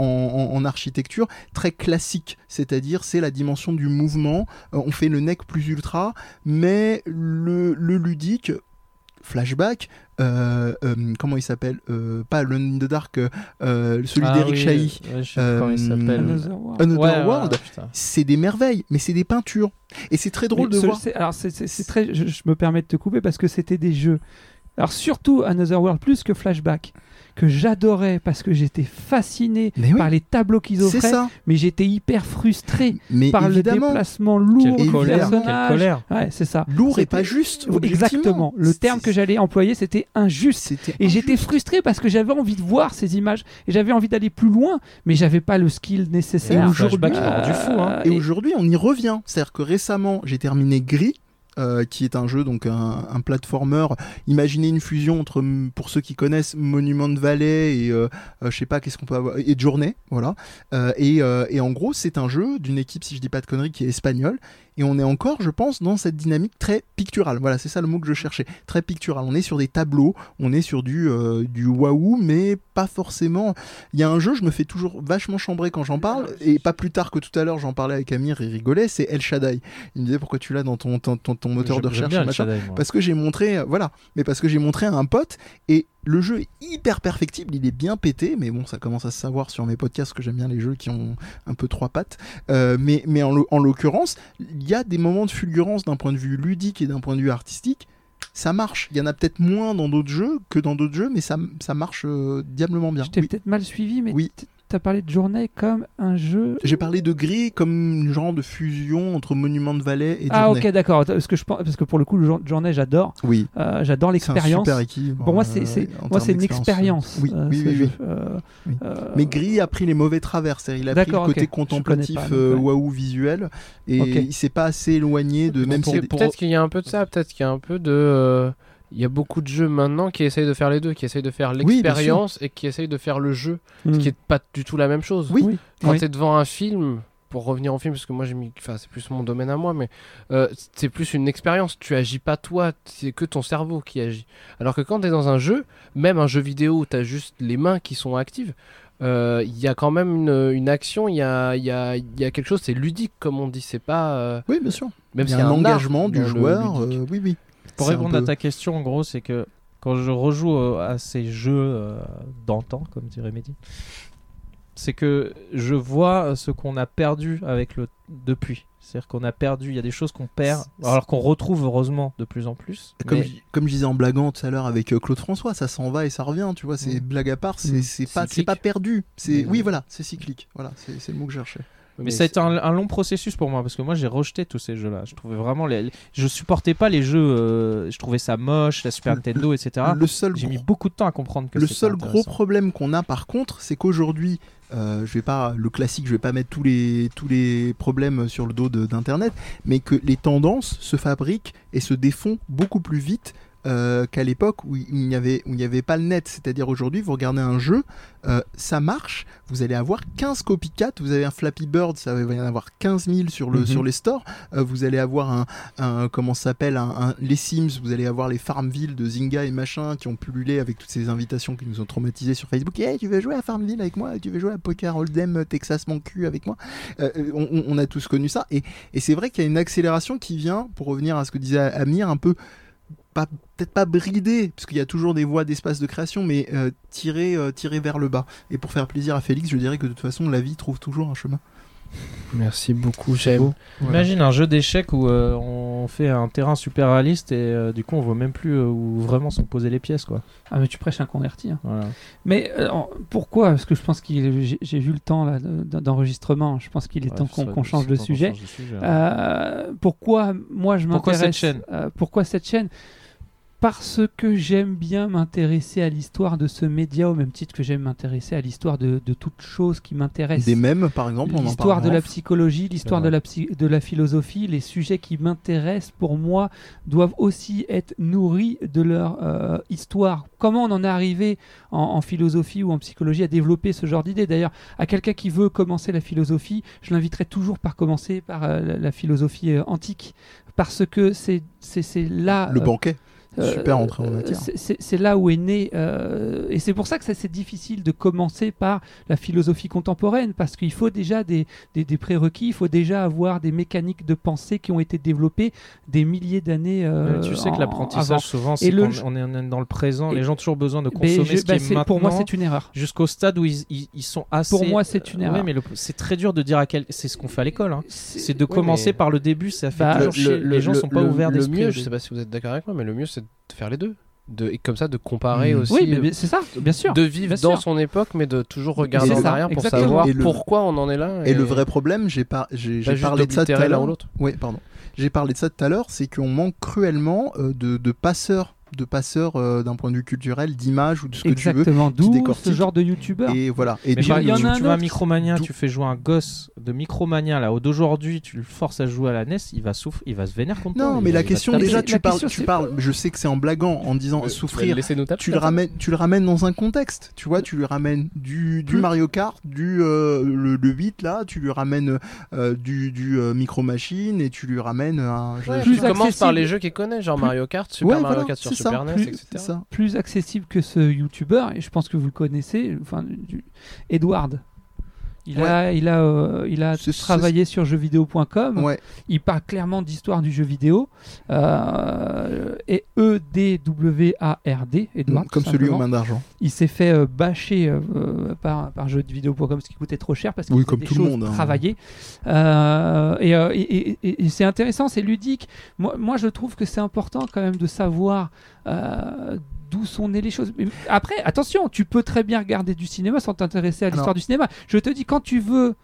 en- en architecture, très classique. C'est-à-dire, c'est la dimension du mouvement. Euh, on fait le nec plus ultra, mais le, le ludique, flashback, euh, euh, comment il s'appelle Euh, Pas le in the Dark, euh, euh, celui
Ah
d'Eric Chahi.
Ah Ouais, je sais plus comment il s'appelle.
Euh,
Another World.
Another
Ouais, ouais,
World,
ouais, putain.
c'est des merveilles, mais c'est des peintures. Et c'est très drôle
Mais
de
ce-
voir.
c'est- Alors, c'est- c'est c'est très. Je, je me permets de te couper parce que c'était des jeux. Alors, surtout Another World plus que Flashback, que j'adorais parce que j'étais fasciné
Mais oui,
par les tableaux qu'ils
c'est
offraient,
ça.
mais j'étais hyper frustré
Mais
par le
évidemment,
déplacement lourd
Quelle
du
colère,
Quelle
personnage.
colère.
Ouais, c'est ça.
lourd et
C'était- Oh,
pas juste.
Exactement. Le
objectivement.
terme que j'allais employer, c'était injuste.
C'était
Et
injuste.
j'étais frustré parce que j'avais envie de voir ces images et j'avais envie d'aller plus loin, mais j'avais pas le skill nécessaire.
Et aujourd'hui-
Flashback, il est rendu fou, hein.
Euh,
Et aujourd'hui, on y revient. C'est-à-dire que récemment, j'ai terminé Gris. euh, qui est un jeu, donc un, un platformer. Imaginez une fusion entre, mm, pour ceux qui connaissent, Monument de Valley et euh, euh, je sais pas qu'est-ce qu'on peut avoir et Journée, voilà. Euh, et, euh, et en gros, c'est un jeu d'une équipe, si je dis pas de conneries, qui est espagnole. Et on est encore, je pense, dans cette dynamique très picturale. Voilà, c'est ça le mot que je cherchais. Très picturale. On est sur des tableaux, on est sur du euh, du waouh, mais pas forcément il y a un jeu, je me fais toujours vachement chambrer quand j'en parle, et pas plus tard que tout à l'heure, j'en parlais avec Amir, il rigolait, c'est El Shaddai. Il me disait pourquoi tu l'as dans ton, ton, ton- ton moteur de
J'aime- j'aime
recherche,
bien le
machin.
Shadow, moi.
Parce que j'ai montré, euh, voilà, mais parce que j'ai montré à un pote, et le jeu est hyper perfectible, il est bien pété, mais bon, ça commence à se savoir sur mes podcasts que j'aime bien les jeux qui ont un peu trois pattes. Euh, mais mais en l'o- en l'occurrence, il y a des moments de fulgurance d'un point de vue ludique et d'un point de vue artistique. Ça marche. Il y en a peut-être moins dans d'autres jeux que dans d'autres jeux, mais ça, ça marche euh, diablement bien.
Je t'ai
Oui.
peut-être mal suivi, mais
Oui.
t- t'as parlé de journée comme un jeu.
J'ai parlé de gris comme une genre de fusion entre Monument de Valais et
Ah
Journey.
ok d'accord parce que je pense parce que pour le coup le jour- journée j'adore
Oui,
Euh,
c'est
j'adore
un
l'expérience
super équilibre.
pour moi
euh,
c'est c'est
en
moi
termes
c'est une
d'expérience.
expérience
Oui,
euh,
oui,
ce
oui,
jeu.
oui.
Euh,
Oui.
euh,
Mais Gris a pris les mauvais travers, c'est-à-dire il a pris le
D'accord,
côté
ok. Je
contemplatif
connais pas,
euh,
donc,
waouh visuel et
Ok.
il s'est pas assez éloigné de même
Pour-
si
pour-
Peut-être qu'il y a un peu de ça, peut-être qu'il y a un peu de. euh, Il y a beaucoup de jeux maintenant qui essayent de faire les deux, qui essayent de faire
bien sûr.
l'expérience et qui essayent de faire le jeu,
hmm.
ce qui est pas du tout la même chose.
Oui.
Quand
Oui.
t'es devant un film, pour revenir au film, parce que moi j'ai mis, enfin c'est plus mon domaine à moi, mais euh, c'est plus une expérience. Tu agis pas toi, c'est que ton cerveau qui agit. Alors que quand t'es dans un jeu, même un jeu vidéo où t'as juste les mains qui sont actives, euh, il y a quand même une, une action, il y a, il y, a, il y a quelque chose, c'est ludique comme on dit, c'est pas. euh,
Oui, bien sûr.
même
il y
s'il
a un
art
engagement du
dans le
joueur.
ludique.
euh, oui, oui.
Pour
C'est un
répondre
peu-
à ta question, en gros, c'est que quand je rejoue euh, à ces jeux euh, d'antan, comme dirait Mehdi, c'est que je vois euh, ce qu'on a perdu avec le depuis. C'est-à-dire qu'on a perdu, il y a des choses qu'on perd,
C'est-
alors qu'on retrouve heureusement de plus en plus.
Comme,
mais-
je, comme je disais en blaguant tout à l'heure avec euh, Claude François, ça s'en va et ça revient, tu vois, c'est blague à part, c'est c'est pas, c'est
Cyclique.
pas perdu. c'est
Mais-
Oui, voilà, c'est cyclique. Voilà, c'est c'est le mot que je cherchais.
Mais, ça a été un, un long processus pour moi parce que moi j'ai rejeté tous ces jeux-là. Je trouvais vraiment les, les- je supportais pas les jeux. euh, je trouvais ça moche, la Super
Le-
Nintendo, etc.
le seul
Ah, J'ai mis
gros-
beaucoup de temps à comprendre que
Le
c'était
seul gros
intéressant.
problème qu'on a par contre, c'est qu'aujourd'hui, euh, je vais pas le classique, je vais pas mettre tous les tous les problèmes sur le dos de- d'internet, mais que les tendances se fabriquent et se défont beaucoup plus vite. euh, qu'à l'époque où il n'y avait où il n'y avait pas le net, c'est-à-dire aujourd'hui vous regardez un jeu, euh, ça marche, vous allez avoir 15 copycat, vous avez un Flappy Bird, ça va il va y en avoir 15 000 sur le
Mhm.
sur les stores, euh, vous allez avoir un, un- comment ça s'appelle un- un- les Sims, vous allez avoir les Farmville de Zynga et machin qui ont pullulé avec toutes ces invitations qui nous ont traumatisés sur Facebook. Hey, tu veux jouer à Farmville avec moi Tu veux jouer à Poker Hold'em Texas mon cul avec moi Euh, euh, on, on- on a tous connu ça et, et c'est vrai qu'il y a une accélération qui vient pour revenir à ce que disait Amir un peu pas peut-être pas bridée parce qu'il y a toujours des voies d'espace de création mais euh, tirée euh, tirée vers le bas et pour faire plaisir à Félix je dirais que de toute façon la vie trouve toujours un chemin
Merci beaucoup, j'aime.
Imagine un jeu d'échecs où euh, on fait un terrain super réaliste et euh, du coup on voit même plus euh, où vraiment sont posées les pièces quoi.
ah mais tu prêches un converti hein.
Voilà.
Mais euh, en- pourquoi Parce que je pense que j'ai j'ai vu le temps là, de- d'enregistrement. Je pense qu'il est temps
Ouais,
qu'on
ça-
qu'on change
ça-
de
qu'on
sujet.
change de sujet, ouais.
Euh, pourquoi moi je
Pourquoi
m'intéresse
cette chaîne
euh, Pourquoi cette chaîne Parce que j'aime bien m'intéresser à l'histoire de ce média au même titre que j'aime m'intéresser à l'histoire de, de toute chose qui m'intéresse.
des mêmes par exemple on en
L'histoire
parle
de
en
la
off.
psychologie, l'histoire
C'est
de
vrai.
la, psy- de la philosophie, les sujets qui m'intéressent pour moi doivent aussi être nourris de leur euh, histoire. Comment on en est arrivé en, en philosophie ou en psychologie à développer ce genre d'idée D'ailleurs, à quelqu'un qui veut commencer la philosophie, je l'inviterai toujours par commencer par euh, la, la philosophie euh, antique. Parce que c'est c'est- c'est là.
le
euh,
banquet
euh,
Super entrée en
euh,
matière.
c'est- C'est c'est là où est né, euh, et c'est pour ça que ça, c'est difficile de commencer par la philosophie contemporaine, parce qu'il faut déjà des, des, des prérequis, il faut déjà avoir des mécaniques de pensée qui ont été développées des milliers d'années. euh,
Mais tu sais
en-
que l'apprentissage
avant.
souvent c'est
le-
qu'on on est, on est dans le présent.
Et-
Les gens ont toujours besoin de
Mais
consommer
je-
ce qui
bah,
est
c'est-
maintenant.
Pour moi, c'est une erreur.
jusqu'au stade où ils, ils- ils sont assez. euh,
Pour moi, c'est une
Ouais,
erreur.
mais le- c'est très dur de dire à quel. C'est ce qu'on fait à l'école. hein. C'est de
Ouais,
commencer
mais-
par le début, ça fait
Bah,
toujours
le,
chier.
le-
les gens
le-
sont pas
le-
ouverts
Le
d'esprit. au
mieux, je
début.
sais pas si vous êtes d'accord avec moi, mais le mieux c'est de faire les deux. De, et comme ça, de comparer
Mhm.
aussi.
Oui, mais bien- c'est ça, bien sûr.
de vivre
bien
dans
sûr.
son époque, mais de toujours regarder
c'est
en
ça,
arrière pour
exactement.
savoir
Et le-
pourquoi on en est là.
Et le vrai problème, j'ai par- j'ai-
euh, pas
j'ai
juste
parlé de ça tout à
d'oblitérer l'un ou
l'heure.
l'autre.
Oui, pardon. J'ai parlé de ça tout à l'heure, c'est qu'on manque cruellement euh, de, de passeurs, de passeurs euh, d'un point de vue culturel, d'image ou de ce que
Exactement, d'où ce
décortique.
genre de
tu
youtubeur.
veux. Et voilà. Et
Mais
du-
par
il y en
exemple,
a
tu
un
vas à
autre.
Micromania,
D'où-
tu fais jouer un gosse de Micromania là, d'aujourd'hui, tu le forces à jouer à la NES, il va souffrir, il va se vénérer contre toi,
Non,
il
mais
va-
la
il va
question
taper.
déjà,
Mais
tu
la
parles,
question,
tu
c'est-
parles. Je sais que c'est en blaguant, en disant souffrir.
Laissez-nous taper.
Tu le, ramènes, tu le ramènes dans un contexte, tu vois, tu lui ramènes du, du
Hmm.
Plus-
Mario Kart, du euh, le, le 8 là, tu lui ramènes euh, du, du euh, Micro Machine et tu lui ramènes un... je-
Ouais,
Plus
tu commences par
accessible.
les jeux qu'il connaît, genre
Plus-
Mario Kart, Super
Ouais,
Mario
voilà,
Kart sur
c'est ça,
Super E NES,
plus-
etc.
c'est ça.
Plus accessible que ce youtubeur, et je pense que vous le connaissez, enfin, du- Edward. Il a, il a, euh, il a
C'est- c'est-
travaillé sur
Ah
jeuxvideo.com.
Ouais.
Il parle clairement d'histoire du jeu vidéo. Euh, et E-D-W-A-R-D, Edward.
Mmh, Comme
tout
celui aux
simplement.
mains d'argent.
Il s'est fait euh, bâcher euh, par, par jeuxvideo.com parce qu'il coûtait trop cher parce qu'il
Oui,
faisait
comme
des
tout le
choses
monde, hein.
travaillées. Euh, et euh, et- et- et- et c'est intéressant, c'est ludique. Moi, moi, je trouve que c'est important quand même de savoir euh, d'où sont nées les choses. Mais après, attention, tu peux très bien regarder du cinéma sans t'intéresser à l'histoire du cinéma. Je te dis, quand tu veux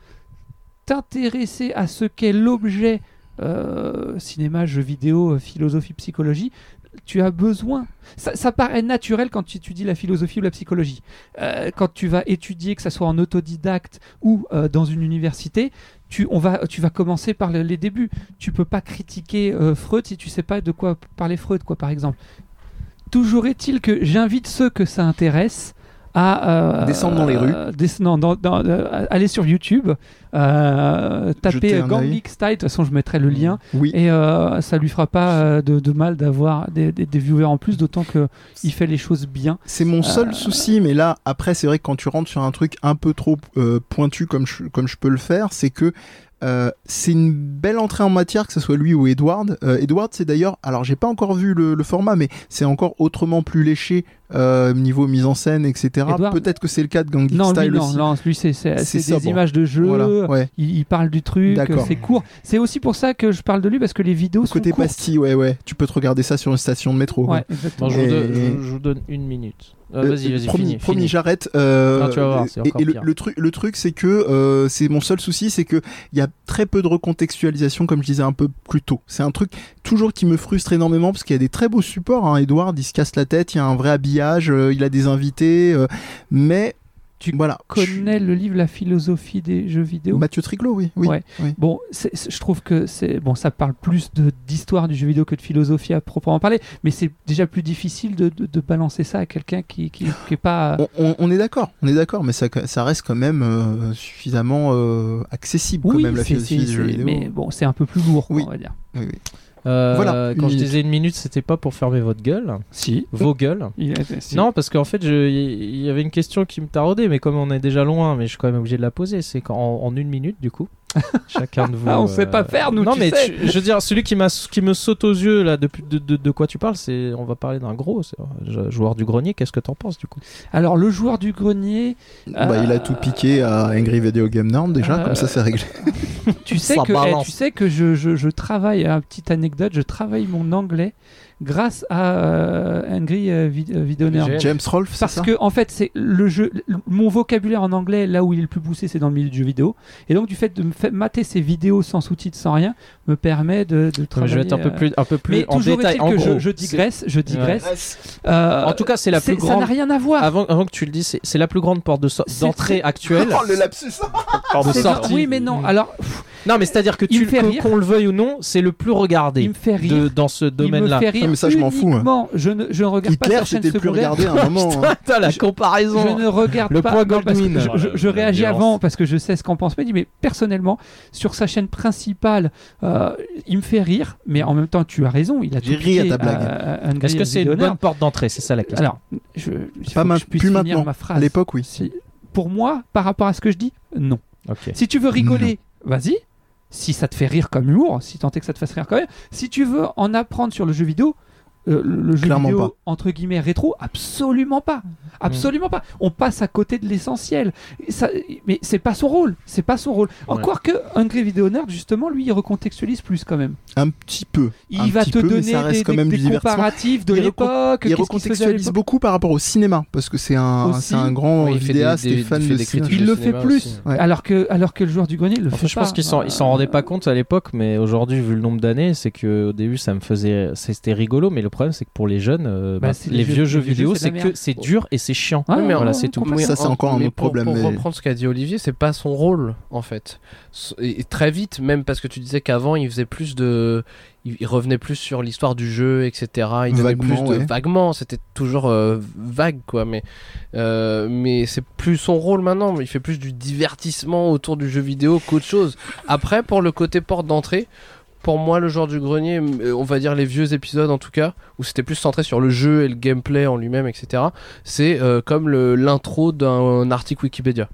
t'intéresser à ce qu'est l'objet euh, cinéma, jeux vidéo, euh, philosophie, psychologie, tu as besoin. Ça, ça paraît naturel quand tu étudies la philosophie ou la psychologie. Euh, quand tu vas étudier, que ce soit en autodidacte ou euh, dans une université, tu, on va, tu vas commencer par le- les débuts. Tu peux pas critiquer euh, Freud si tu sais pas de quoi parler Freud, quoi, par exemple. Toujours est-il que j'invite ceux que ça intéresse à euh,
Descendre dans les rues.
euh, des- non, dans- dans- euh, aller sur YouTube, euh,
Jeter
taper
un
Gang
œil.
Geek Style. De toute façon, je mettrai le lien.
Oui.
Et euh, ça lui fera pas euh, de, de mal d'avoir des, des- des viewers en plus, d'autant que il fait les choses bien.
C'est mon
Euh,
seul souci, mais là, après, c'est vrai que quand tu rentres sur un truc un peu trop euh, pointu comme je, comme je peux le faire, c'est que euh, c'est une belle entrée en matière, que ce soit lui ou Edward. Euh, Edward, c'est d'ailleurs, alors j'ai pas encore vu le, le format, mais c'est encore autrement plus léché euh, niveau mise en scène, etc.
Edward-
Peut-être que c'est le cas de Gang Geek
Non, lui,
Style
non,
aussi.
non, lui, c'est c'est-
C'est
c'est des
sobre.
images de jeu.
Voilà, ouais.
Il, il parle du truc,
D'accord.
c'est court. C'est aussi pour ça que je parle de lui parce que les vidéos
Côté
sont courtes.
pastille, ouais, ouais. Tu peux te regarder ça sur une station de métro.
Ouais,
ouais.
exactement.
Bon, je, vous
Et-
donne, je vous- je vous donne une minute. Ah,
Euh,
vas-y, vas-y,
promis,
finis.
promis,
finis.
j'arrête. euh,
Non, tu vas voir, c'est
et
encore
et le,
pire.
le truc, le truc, c'est que euh, c'est mon seul souci, c'est que il y a très peu de recontextualisation, comme je disais un peu plus tôt. C'est un truc toujours qui me frustre énormément parce qu'il y a des très beaux supports. Hein. Edward, il se casse la tête, il y a un vrai habillage, euh, il a des invités, euh, mais
Tu
voilà.
Connais le livre La philosophie des jeux
Je-
vidéo.
Mathieu Triclot, oui. oui.
Ouais. Bon, c'est- c'est- je trouve que c'est bon, ça parle plus de d'histoire du jeu vidéo que de philosophie à proprement parler, mais c'est déjà plus difficile de, de- de balancer ça à quelqu'un qui, qui, qui est pas. euh,
On, on- on est d'accord, on est d'accord, mais ça, ça reste quand même euh, suffisamment euh, accessible quand
oui,
même la
c'est-
philosophie
c'est-
du jeu
c'est-
vidéo.
mais bon, c'est un peu plus lourd, quoi,
Oui.
on va dire.
Oui, oui.
Euh,
Voilà, une
quand je
minute. Euh.
disais une minute, c'était pas pour fermer votre gueule,
Si.
vos gueules. Non, parce qu'en fait, je- il y avait une question qui me taraudait, mais comme on est déjà loin, mais je suis quand même obligé de la poser. C'est qu'en en une minute, du coup, chacun de vous. euh,
Ah, on sait pas faire, nous,
Non,
tu
mais
sais.
tu- je veux dire, celui qui, m'a- qui me saute aux yeux là, de, de, de, de quoi tu parles, c'est on va parler d'un gros c'est- euh, joueur du grenier. Qu'est-ce que t'en penses du coup
Alors, le joueur du grenier,
Bah, il a tout piqué à Angry Video Game Norm déjà,
Euh,
comme ça c'est réglé.
tu sais
Ça
que,
balance.
eh, tu sais que je, je, je travaille, hein, petite anecdote, je travaille mon anglais grâce à euh, Angry euh, Vid- euh, Video Nerd.
J'ai-
James Rolfe, c'est
Parce
ça
que en fait, c'est le jeu. le- mon vocabulaire en anglais, là où il est le plus poussé, c'est dans le milieu du jeu vidéo. Et donc, du fait de me fa- mater ces vidéos sans sous-titres, sans rien, me permet de, de
Non, Ah, mais
travailler.
Je vais être un peu
euh,
plus, un peu plus
Mais
en
toujours
détail.
est-il
en
que je,
gros.
je
C'est-
digresse, je digresse.
C'est-
Euh,
En tout cas, c'est la
c'est-
plus
Ça
grande.
n'a rien à voir.
Avant, avant que tu le dises, c'est- c'est la plus grande porte de so-
C'est-
d'entrée actuelle.
le lapsus
porte de
C'est-
sortie.
Oui, mais non. Alors, pff,
Non, mais c'est-à-dire que
Il
tu
me fait
que-
rire.
qu'on le veuille ou non, c'est le plus regardé
il me fait rire.
de, dans ce
Il me
domaine-là.
fait rire.
Ah, mais ça, je m'en fous, hein.
uniquement. Je ne je ne regarde pas
Hitler,
sa chaîne
c'était le plus
secondaire.
regardé à un moment. hein.
Putain, la
Je-
comparaison.
Je ne regarde
Le
pas.
poids
non, parce que
Goldwyn.
je, je- je
Oh, la- la
réagis
violence.
avant parce que je sais ce qu'en pense Mehdi, mais personnellement, sur sa chaîne principale, euh, il me fait rire, mais en même temps, tu as raison, il a
J'ai
tout
ri à
piqué
ta blague.
à- à Angry
Est-ce que c'est une
Video Nerd.
bonne porte d'entrée C'est ça la question.
Alors, je, il faut
Pas
que
ma-
je puisse
plus
finir
maintenant.
ma
À
phrase.
l'époque, oui.
Si- pour moi, par rapport à ce que je dis, non.
ok.
Si tu veux rigoler, vas-y. Si ça te fait rire comme humour, si tant est que ça te fasse rire quand même. Si tu veux en apprendre sur le jeu vidéo, euh, le le jeu
Clairement
vidéo
pas.
entre guillemets rétro, absolument pas.
Mm.
Absolument pas. On passe à côté de l'essentiel. Et ça- Mais c'est pas son rôle. C'est pas son rôle. Encore que Hungry Video Nerd, justement, lui, il recontextualise plus quand même.
Un petit peu.
Il
Un
va
petit
te
peu, mais
donner
ça reste
des,
quand
des-
même
des
du divertissement.
comparatifs de
Il recont-
l'époque.
Il
qu'est-ce qui se faisait à
recontextualise
l'époque.
beaucoup par rapport au cinéma, parce que c'est un,
Aussi.
c'est un grand
Oui, il fait
vidéaste
des- des-
et fan
il fait
de
des
cinéma.
critiques.
Il le
le
fait
cinéma
plus.
aussi.
Ouais.
Alors, que, alors que le joueur du grenier le
Enfin,
fait
je pense
pas.
qu'ils s'en, ils s'en rendaient pas compte à l'époque, mais aujourd'hui, vu le nombre d'années, c'est que au début, ça me faisait, c'était rigolo, mais le problème, c'est que pour les jeunes, euh,
Bah,
bah,
c'est
les,
les jeux-
vieux jeux
les jeux,
vidéo,
c'est
c'est
de la
que
merde.
c'est dur et c'est chiant.
Ouais,
mais
voilà,
en-
c'est tout.
mais
Ça,
en-
c'est encore un
mais
autre
pour-
problème,
Pour
mais-
reprendre ce qu'a dit Olivier, c'est pas son rôle, en fait. S- Et et très vite, même parce que tu disais qu'avant, il faisait plus de. Il il revenait plus sur l'histoire du jeu, etc. Il donnait
Vaguement,
plus de.
ouais.
Vaguement, c'était toujours euh, vague, quoi. Mais, euh, mais c'est plus son rôle maintenant. mais Il fait plus du divertissement autour du jeu vidéo qu'autre chose. Après, pour le côté porte d'entrée. Pour moi, le genre du grenier, m- euh, on va dire les vieux épisodes en tout cas, où c'était plus centré sur le jeu et le gameplay en lui-même, etc c'est euh, comme le- l'intro d'un article Wikipédia.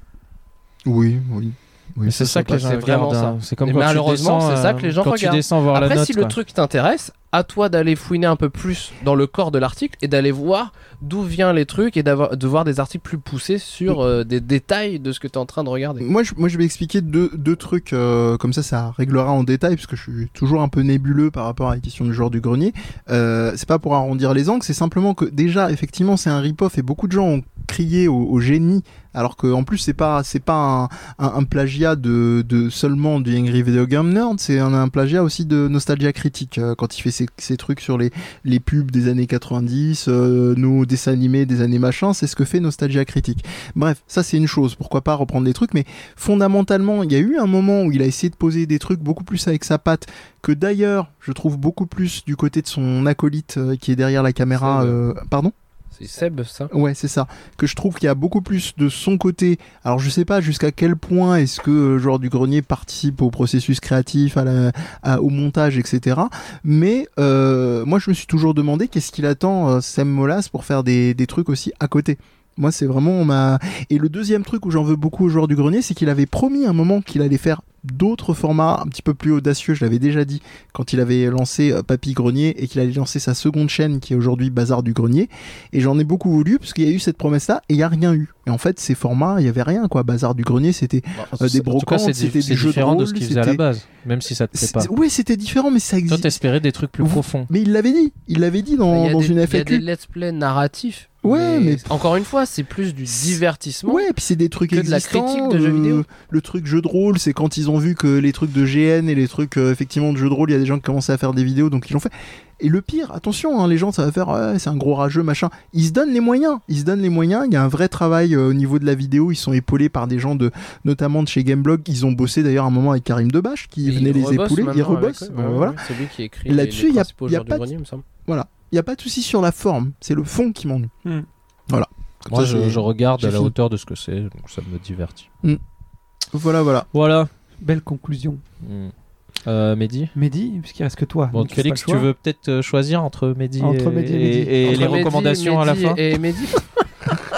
Oui, oui. Oui,
Mais c'est ça que les gens
c'est vraiment
regardent. hein. C'est comme
Et
quand
malheureusement,
tu descends,
c'est ça que les gens
quand
regardent.
tu descends voir la
Après,
note.
si le
quoi.
truc t'intéresse, à toi d'aller fouiner un peu plus dans le corps de l'article et d'aller voir d'où viennent les trucs et d'avoir- de voir des articles plus poussés sur euh, des détails de ce que tu es en train de regarder.
Moi je, moi, je vais expliquer deux, deux trucs, euh, comme ça, ça réglera en détail, parce que je suis toujours un peu nébuleux par rapport à la question du joueur du grenier. Euh, c'est pas pour arrondir les angles, c'est simplement que déjà, effectivement, c'est un rip-off et beaucoup de gens ont crié au, au génie, alors que en plus, c'est pas, c'est pas un, un- un plagiat de, de seulement du Angry Video Game Nerd, c'est un, un plagiat aussi de Nostalgia Critique, euh, quand il fait ses, ses trucs sur les, les pubs des années 90, euh, nos dessins animés des années machin, c'est ce que fait Nostalgia Critique. Bref, ça c'est une chose, pourquoi pas reprendre des trucs, mais fondamentalement, il y a eu un moment où il a essayé de poser des trucs beaucoup plus avec sa patte, que d'ailleurs, je trouve beaucoup plus du côté de son acolyte euh, qui est derrière la caméra.
C'est,
euh, Pardon
C'est Seb, ça
Ouais, c'est ça. Que je trouve qu'il y a beaucoup plus de son côté. Alors, je sais pas jusqu'à quel point est-ce que euh, Joueur du Grenier participe au processus créatif, à la- à- au montage, etc. Mais euh, moi, je me suis toujours demandé qu'est-ce qu'il attend euh, Sam Molas pour faire des, des trucs aussi à côté. Moi, c'est vraiment ma. Et le deuxième truc où j'en veux beaucoup au Joueur du Grenier, c'est qu'il avait promis à un moment qu'il allait faire d'autres formats un petit peu plus audacieux. Je l'avais déjà dit quand il avait lancé euh, Papy Grenier et qu'il allait lancer sa seconde chaîne qui est aujourd'hui Bazar du Grenier. Et j'en ai beaucoup voulu parce qu'il y a eu cette promesse-là et il n'y a rien eu. Et en fait, ces formats, il n'y avait rien, quoi. Bazar du grenier, c'était. euh,
En
des
tout cas,
brocantes,
Bah, c'est
c'était
di-
du
c'est
jeu de
différent de ce
rôle,
qu'ils faisaient à la
c'était-
base, même si ça te plaît pas.
c'est- Ouais, c'était différent, mais ça
Toi,
existe.
t'espérais des trucs plus
Vous-
profonds.
Mais il l'avait dit. Il l'avait dit
Bah, Il y
dans,
a
dans
des-
une
Il y a
FAQ.
des let's play narratifs.
Ouais,
Encore une fois, c'est plus du divertissement.
Ouais, et puis c'est des trucs
Que de la
existants,
critique de
euh,
jeux vidéo.
Le truc jeu de rôle, c'est quand ils ont vu que les trucs de GN et les trucs euh, effectivement de jeu de rôle, il y a des gens qui commençaient à faire des vidéos, donc ils l'ont fait. Et le pire, attention, hein, les gens, ça va faire, ouais, c'est un gros rageux, machin. Ils se donnent les moyens. Ils se donnent les moyens. Il y a un vrai travail euh, au niveau de la vidéo. Ils sont épaulés par des gens de, notamment de chez Gameblog. Ils ont bossé d'ailleurs un moment avec Karim Debache, qui
Et
venait
ils
les
rebossent
épauler. Ils
maintenant avec
rebossent.
eux,
Bon,
ouais, ouais,
voilà.
ouais, C'est lui qui écrit
Et
les-
là-dessus,
les
il y a-
principaux
il y a
genres du
pas de-
grenier, il me semble.
Il n'y a pas de souci sur la forme. C'est le fond qui m'ennuie.
Hmm.
Voilà. Comme
Moi,
ça,
je,
c'est-
je regarde
j'ai
à la
fini.
hauteur de ce que c'est, donc ça me divertit.
Voilà, voilà.
Voilà.
Belle conclusion.
Mm. Euh, Mehdi
Mehdi, puisqu'il reste que toi.
Bon,
Ah, donc c'est
Félix,
pas
tu
le choix.
veux peut-être euh, choisir entre Mehdi
Entre
et,
Mehdi et
et-
Mehdi.
et
Entre
les
Mehdi,
recommandations à la
Mehdi
fin
Et Mehdi,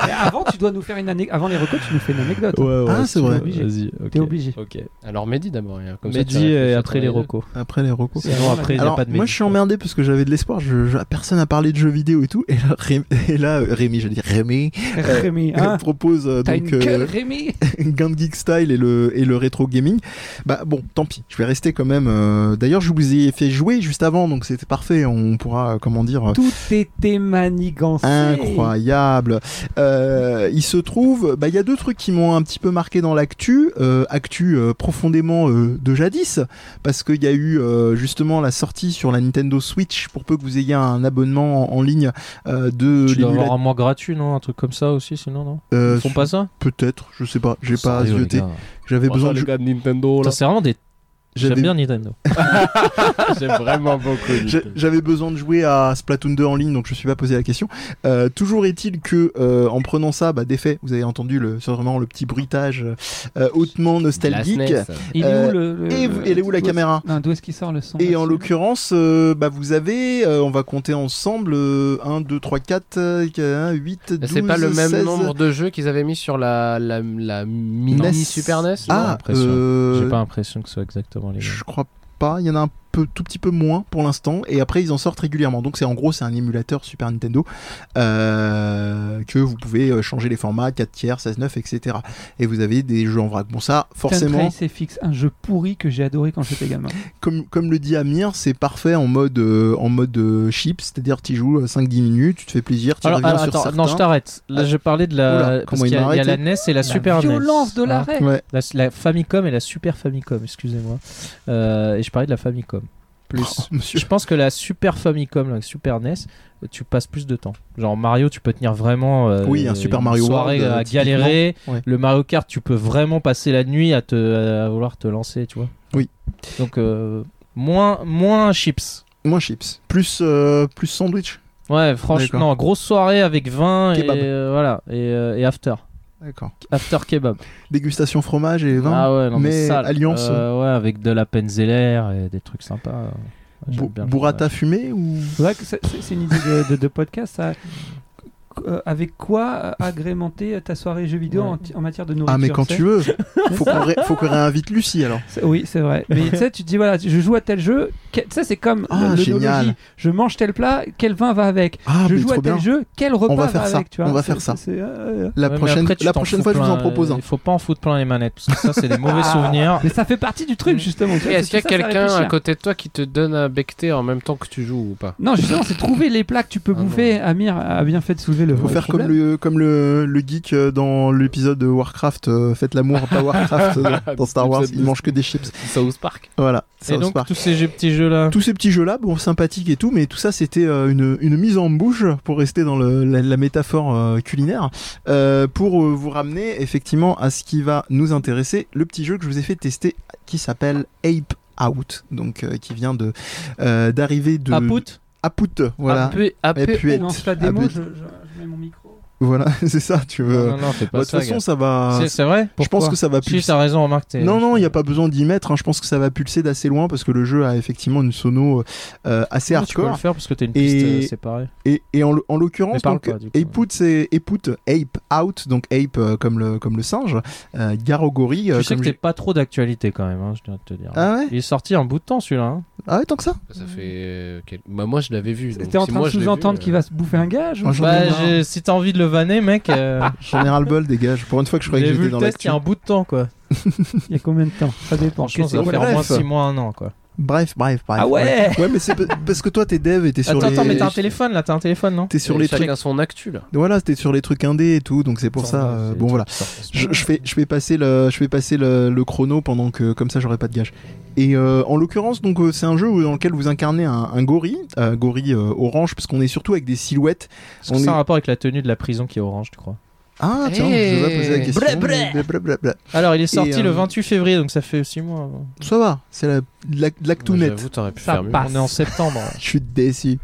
Mais avant, tu dois nous faire une anecdote. Avant les recos, tu nous fais une anecdote.
Ah, c'est vrai.
obligé.
Vas-y, ok.
T'es obligé.
Ok.
Alors Mehdi d'abord. hein, comme ça, tu
Mehdi
réfléchis
et
à
après
ton
les
idée.
recos.
Après les recos.
Sinon, après, il n'y a
Alors,
pas de Mehdi.
moi, je suis emmerdé parce que j'avais de l'espoir. Je, je- personne n'a parlé de jeux vidéo et tout. Et là, Ré- et là, euh, Rémi, je dis Rémi,
Rémi,
Ah,
hein
propose euh,
T'as une
donc
gueule,
euh,
Rémi
Gun Geek Style et le, et le rétro gaming. Bah bon, tant pis. Je vais rester quand même. euh, D'ailleurs, je vous ai fait jouer juste avant, donc c'était parfait. On pourra, euh, comment dire,
Tout était manigancé.
Incroyable. Euh, il se trouve, bah, il y a deux trucs qui m'ont un petit peu marqué dans l'actu, euh, actu euh, profondément euh, de jadis, parce qu'il y a eu euh, justement la sortie sur la Nintendo Switch pour peu que vous ayez un abonnement en, en ligne euh, de
Tu dois avoir
l'émulateur.
un mois gratuit, non Un truc comme ça aussi, sinon, non
Euh,
Ils font pas ça
Peut-être, je sais pas, j'ai pas
Sérieux, les
zioté.
gars.
J'avais
Enfin,
besoin de.
les gars de Nintendo.
Putain,
là.
C'est vraiment des. J'aime
J'avais-
bien Nintendo.
J'aime vraiment beaucoup.
J'a- J'avais besoin de jouer à Splatoon 2 en ligne, donc je me suis pas posé la question. Euh, toujours est-il que, euh, en prenant ça, bah, d'effet, vous avez entendu le, sûrement le petit bruitage euh, hautement nostalgique.
Il est
Euh,
où le. le-
Et vous- elle est où la
d'où-
caméra
Non, d'où est-ce qu'il sort le son
Et en
là-dessus
l'occurrence, euh, bah, vous avez, euh, on va compter ensemble, euh, 1, 2, 3, 4, 8, 12,
C'est pas le même
16.
nombre de jeux qu'ils avaient mis sur la, la, la mini
NES.
Super E NES
E Ah,
l'impression.
euh,
J'ai pas l'impression que ce soit exactement les mêmes.
je crois pas, il y en a un peu, tout petit peu moins pour l'instant, et après ils en sortent régulièrement. Donc c'est en gros, c'est un émulateur Super Nintendo euh, que vous pouvez euh, changer les formats, 4 tiers, 16, 9, etc. Et vous avez des jeux en vrac. Bon, ça, forcément,
Trace FX, un jeu pourri que j'ai adoré quand j'étais gamin.
comme, comme le dit Amir, c'est parfait en mode, euh, en mode euh, chip, c'est-à-dire tu joues 5-10 minutes, tu te fais plaisir, tu
Alors,
reviens
alors,
sur
attends,
certains.
non, je t'arrête. Là,
Ah.
je parlais de la.
Oula,
parce
comment il
qu'il y a-
m'a
il y a la
arrêté.
NES et la Super E NES.
Violence de l'arrêt
Ouais.
La, la Famicom et la Super Famicom, excusez-moi. Euh, et je parlais de la Famicom. Plus.
Oh, monsieur.
Je pense que la Super Famicom, la Super NES, tu passes plus de temps. Genre Mario, tu peux tenir vraiment euh,
Oui, un Super
une
Mario
soirée
World, euh,
à galérer.
typiquement. Ouais.
Le Mario Kart, tu peux vraiment passer la nuit à te à vouloir te lancer, tu vois.
Oui.
Donc euh, moins moins chips.
Moins chips. Plus, euh, plus sandwich.
Ouais, franchement,
D'accord.
non, grosse soirée avec vin
Kebab.
et euh, voilà et, euh, et after
D'accord.
after kebab.
Dégustation fromage et vin.
ah ouais, non, mais,
mais
sale.
alliance.
Euh, ouais, avec de la Penzeller et des trucs sympas. Ouais, j'aime
Bou-
bien le
burrata
fromage.
fumée ou.
Faudrait que ça- C'est c'est une idée de, de- de podcast, ça. euh, avec quoi euh, agrémenter ta soirée jeux vidéo en, en matière de nourriture
Ah mais quand
c'est-
tu veux. Faut qu'on ré- faut qu'on réinvite Lucie alors.
c'est- Oui, c'est vrai. Mais tu sais, tu te dis, voilà, je joue à tel jeu. que- Tu sais, c'est comme
Ah,
le-
génial.
l'onologie. Je mange tel plat, quel vin va avec
Ah
Je
mais
joue à
trop
tel
bien.
jeu, quel repas
va faire ça.
avec tu vois,
On va
c'est-
faire ça.
c'est- c'est- euh, euh.
La
Ouais, mais
prochaine,
après, tu
la
t'en
prochaine
fous
fois, je vous en
plein- euh,
propose un.
Il faut pas en foutre plein les manettes, parce que ça, c'est des mauvais
Ah.
souvenirs.
Mais ça fait partie du truc, justement. tu vois,
Et Est-ce
c'est
qu'il y a
tout ça, ça
quelqu'un
réfléchit. hein.
à côté de toi qui te donne à becter en même temps que tu joues ou pas
Non, justement, c'est trouver les plats que tu peux
Ah,
bouffer. Amir a bien fait de soulever le.
Faut faire comme
problème.
le, comme le, le geek euh, dans l'épisode de Warcraft, euh, faites l'amour, pas Warcraft, euh, dans Star Wars, il mange que des chips.
South Park.
Voilà,
Et
South
donc,
Park.
tous ces jeux- petits jeux-là.
Tous ces petits jeux-là, bon, sympathiques et tout, mais tout ça, c'était euh, une, une mise en bouche, pour rester dans le- la, la métaphore euh, culinaire, euh, pour euh, vous ramener effectivement à ce qui va nous intéresser, le petit jeu que je vous ai fait tester, qui s'appelle Ape Out, donc euh, qui vient de euh, d'arriver de
Apout
Apout, voilà,
AP,
Et puis-
Lance la démo,
Ah,
je, je- je mets mon micro.
voilà, c'est ça, tu veux.
Non, non, c'est
Bah,
pas
De toute
ça.
façon,
gars.
ça va.
C'est- C'est vrai
Je pense que ça va
Si,
pulser.
t'as raison, remarque. t'es-
Non, non, il n'y a pas besoin d'y mettre. hein. Je pense que ça va pulser d'assez loin parce que le jeu a effectivement une sono euh, assez
Tu peux le
hardcore.
faire parce que t'as une
Et-
piste euh, séparée.
Et, et en, l- en
Mais
l'occurrence,
parle
donc,
pas, du coup.
Ape Out, c'est Ape Out, Ape Out, donc Ape euh, comme le, comme le singe, euh, Garogori. euh,
Tu sais
comme
que t'es
j'ai-
pas trop d'actualité quand même, hein, je dois te dire.
Ah ouais
Il est sorti un bout de temps celui-là. hein.
Ah ouais, tant que ça
Ça fait. euh, quel- bah, moi, je l'avais vu. donc
T'es en
si
train
moi,
de
je l'ai vu,
sous-entendre
euh,
qu'il va se bouffer un gage
Moi,
ou-
j'en ai
Bah,
marre.
j'ai- si t'as envie de le vanner, mec, euh,
J'en ai ras le bol, dégage. Pour une fois que je croyais que
j'ai
j'étais
vu
dans
le test
l'actu.
il y a un bout de temps, quoi.
Il y a combien de temps Ça dépend.
Franchement,
Qu'est-ce
ça va
que-
faire au
bref.
moins 6 mois, 1 an, quoi.
Bref, bref, bref.
Ah ouais
Ouais, mais c'est pa- parce que toi, t'es dev et t'es sur
Attends,
les.
attends, mais t'as un téléphone là, t'as un téléphone, non
T'es sur
et
les trucs.
euh, chacun son actu là.
Voilà, t'es sur les trucs indés et tout, donc c'est pour ça. euh, bon, voilà. je, je fais, je fais passer le, je fais passer le, le chrono pendant que comme ça j'aurai pas de gage. Et euh, en l'occurrence, donc euh, c'est un jeu où- dans lequel vous incarnez un, un gorille, euh, gorille euh, orange, parce qu'on est surtout avec des silhouettes.
Est-ce que
on
ça a
est-
un rapport avec la tenue de la prison qui est orange, tu crois
Ah tiens, je vais poser la question.
Bré, bré.
Bré, bré, bré, bré.
Alors, il est sorti
Et, euh,
le 28 février, donc ça fait 6 mois.
Ça va, c'est la, la, l'actu
Ouais,
net.
J'avoue, t'aurais pu
Ça
faire mieux.
passe.
On est en septembre.
Je suis déçu.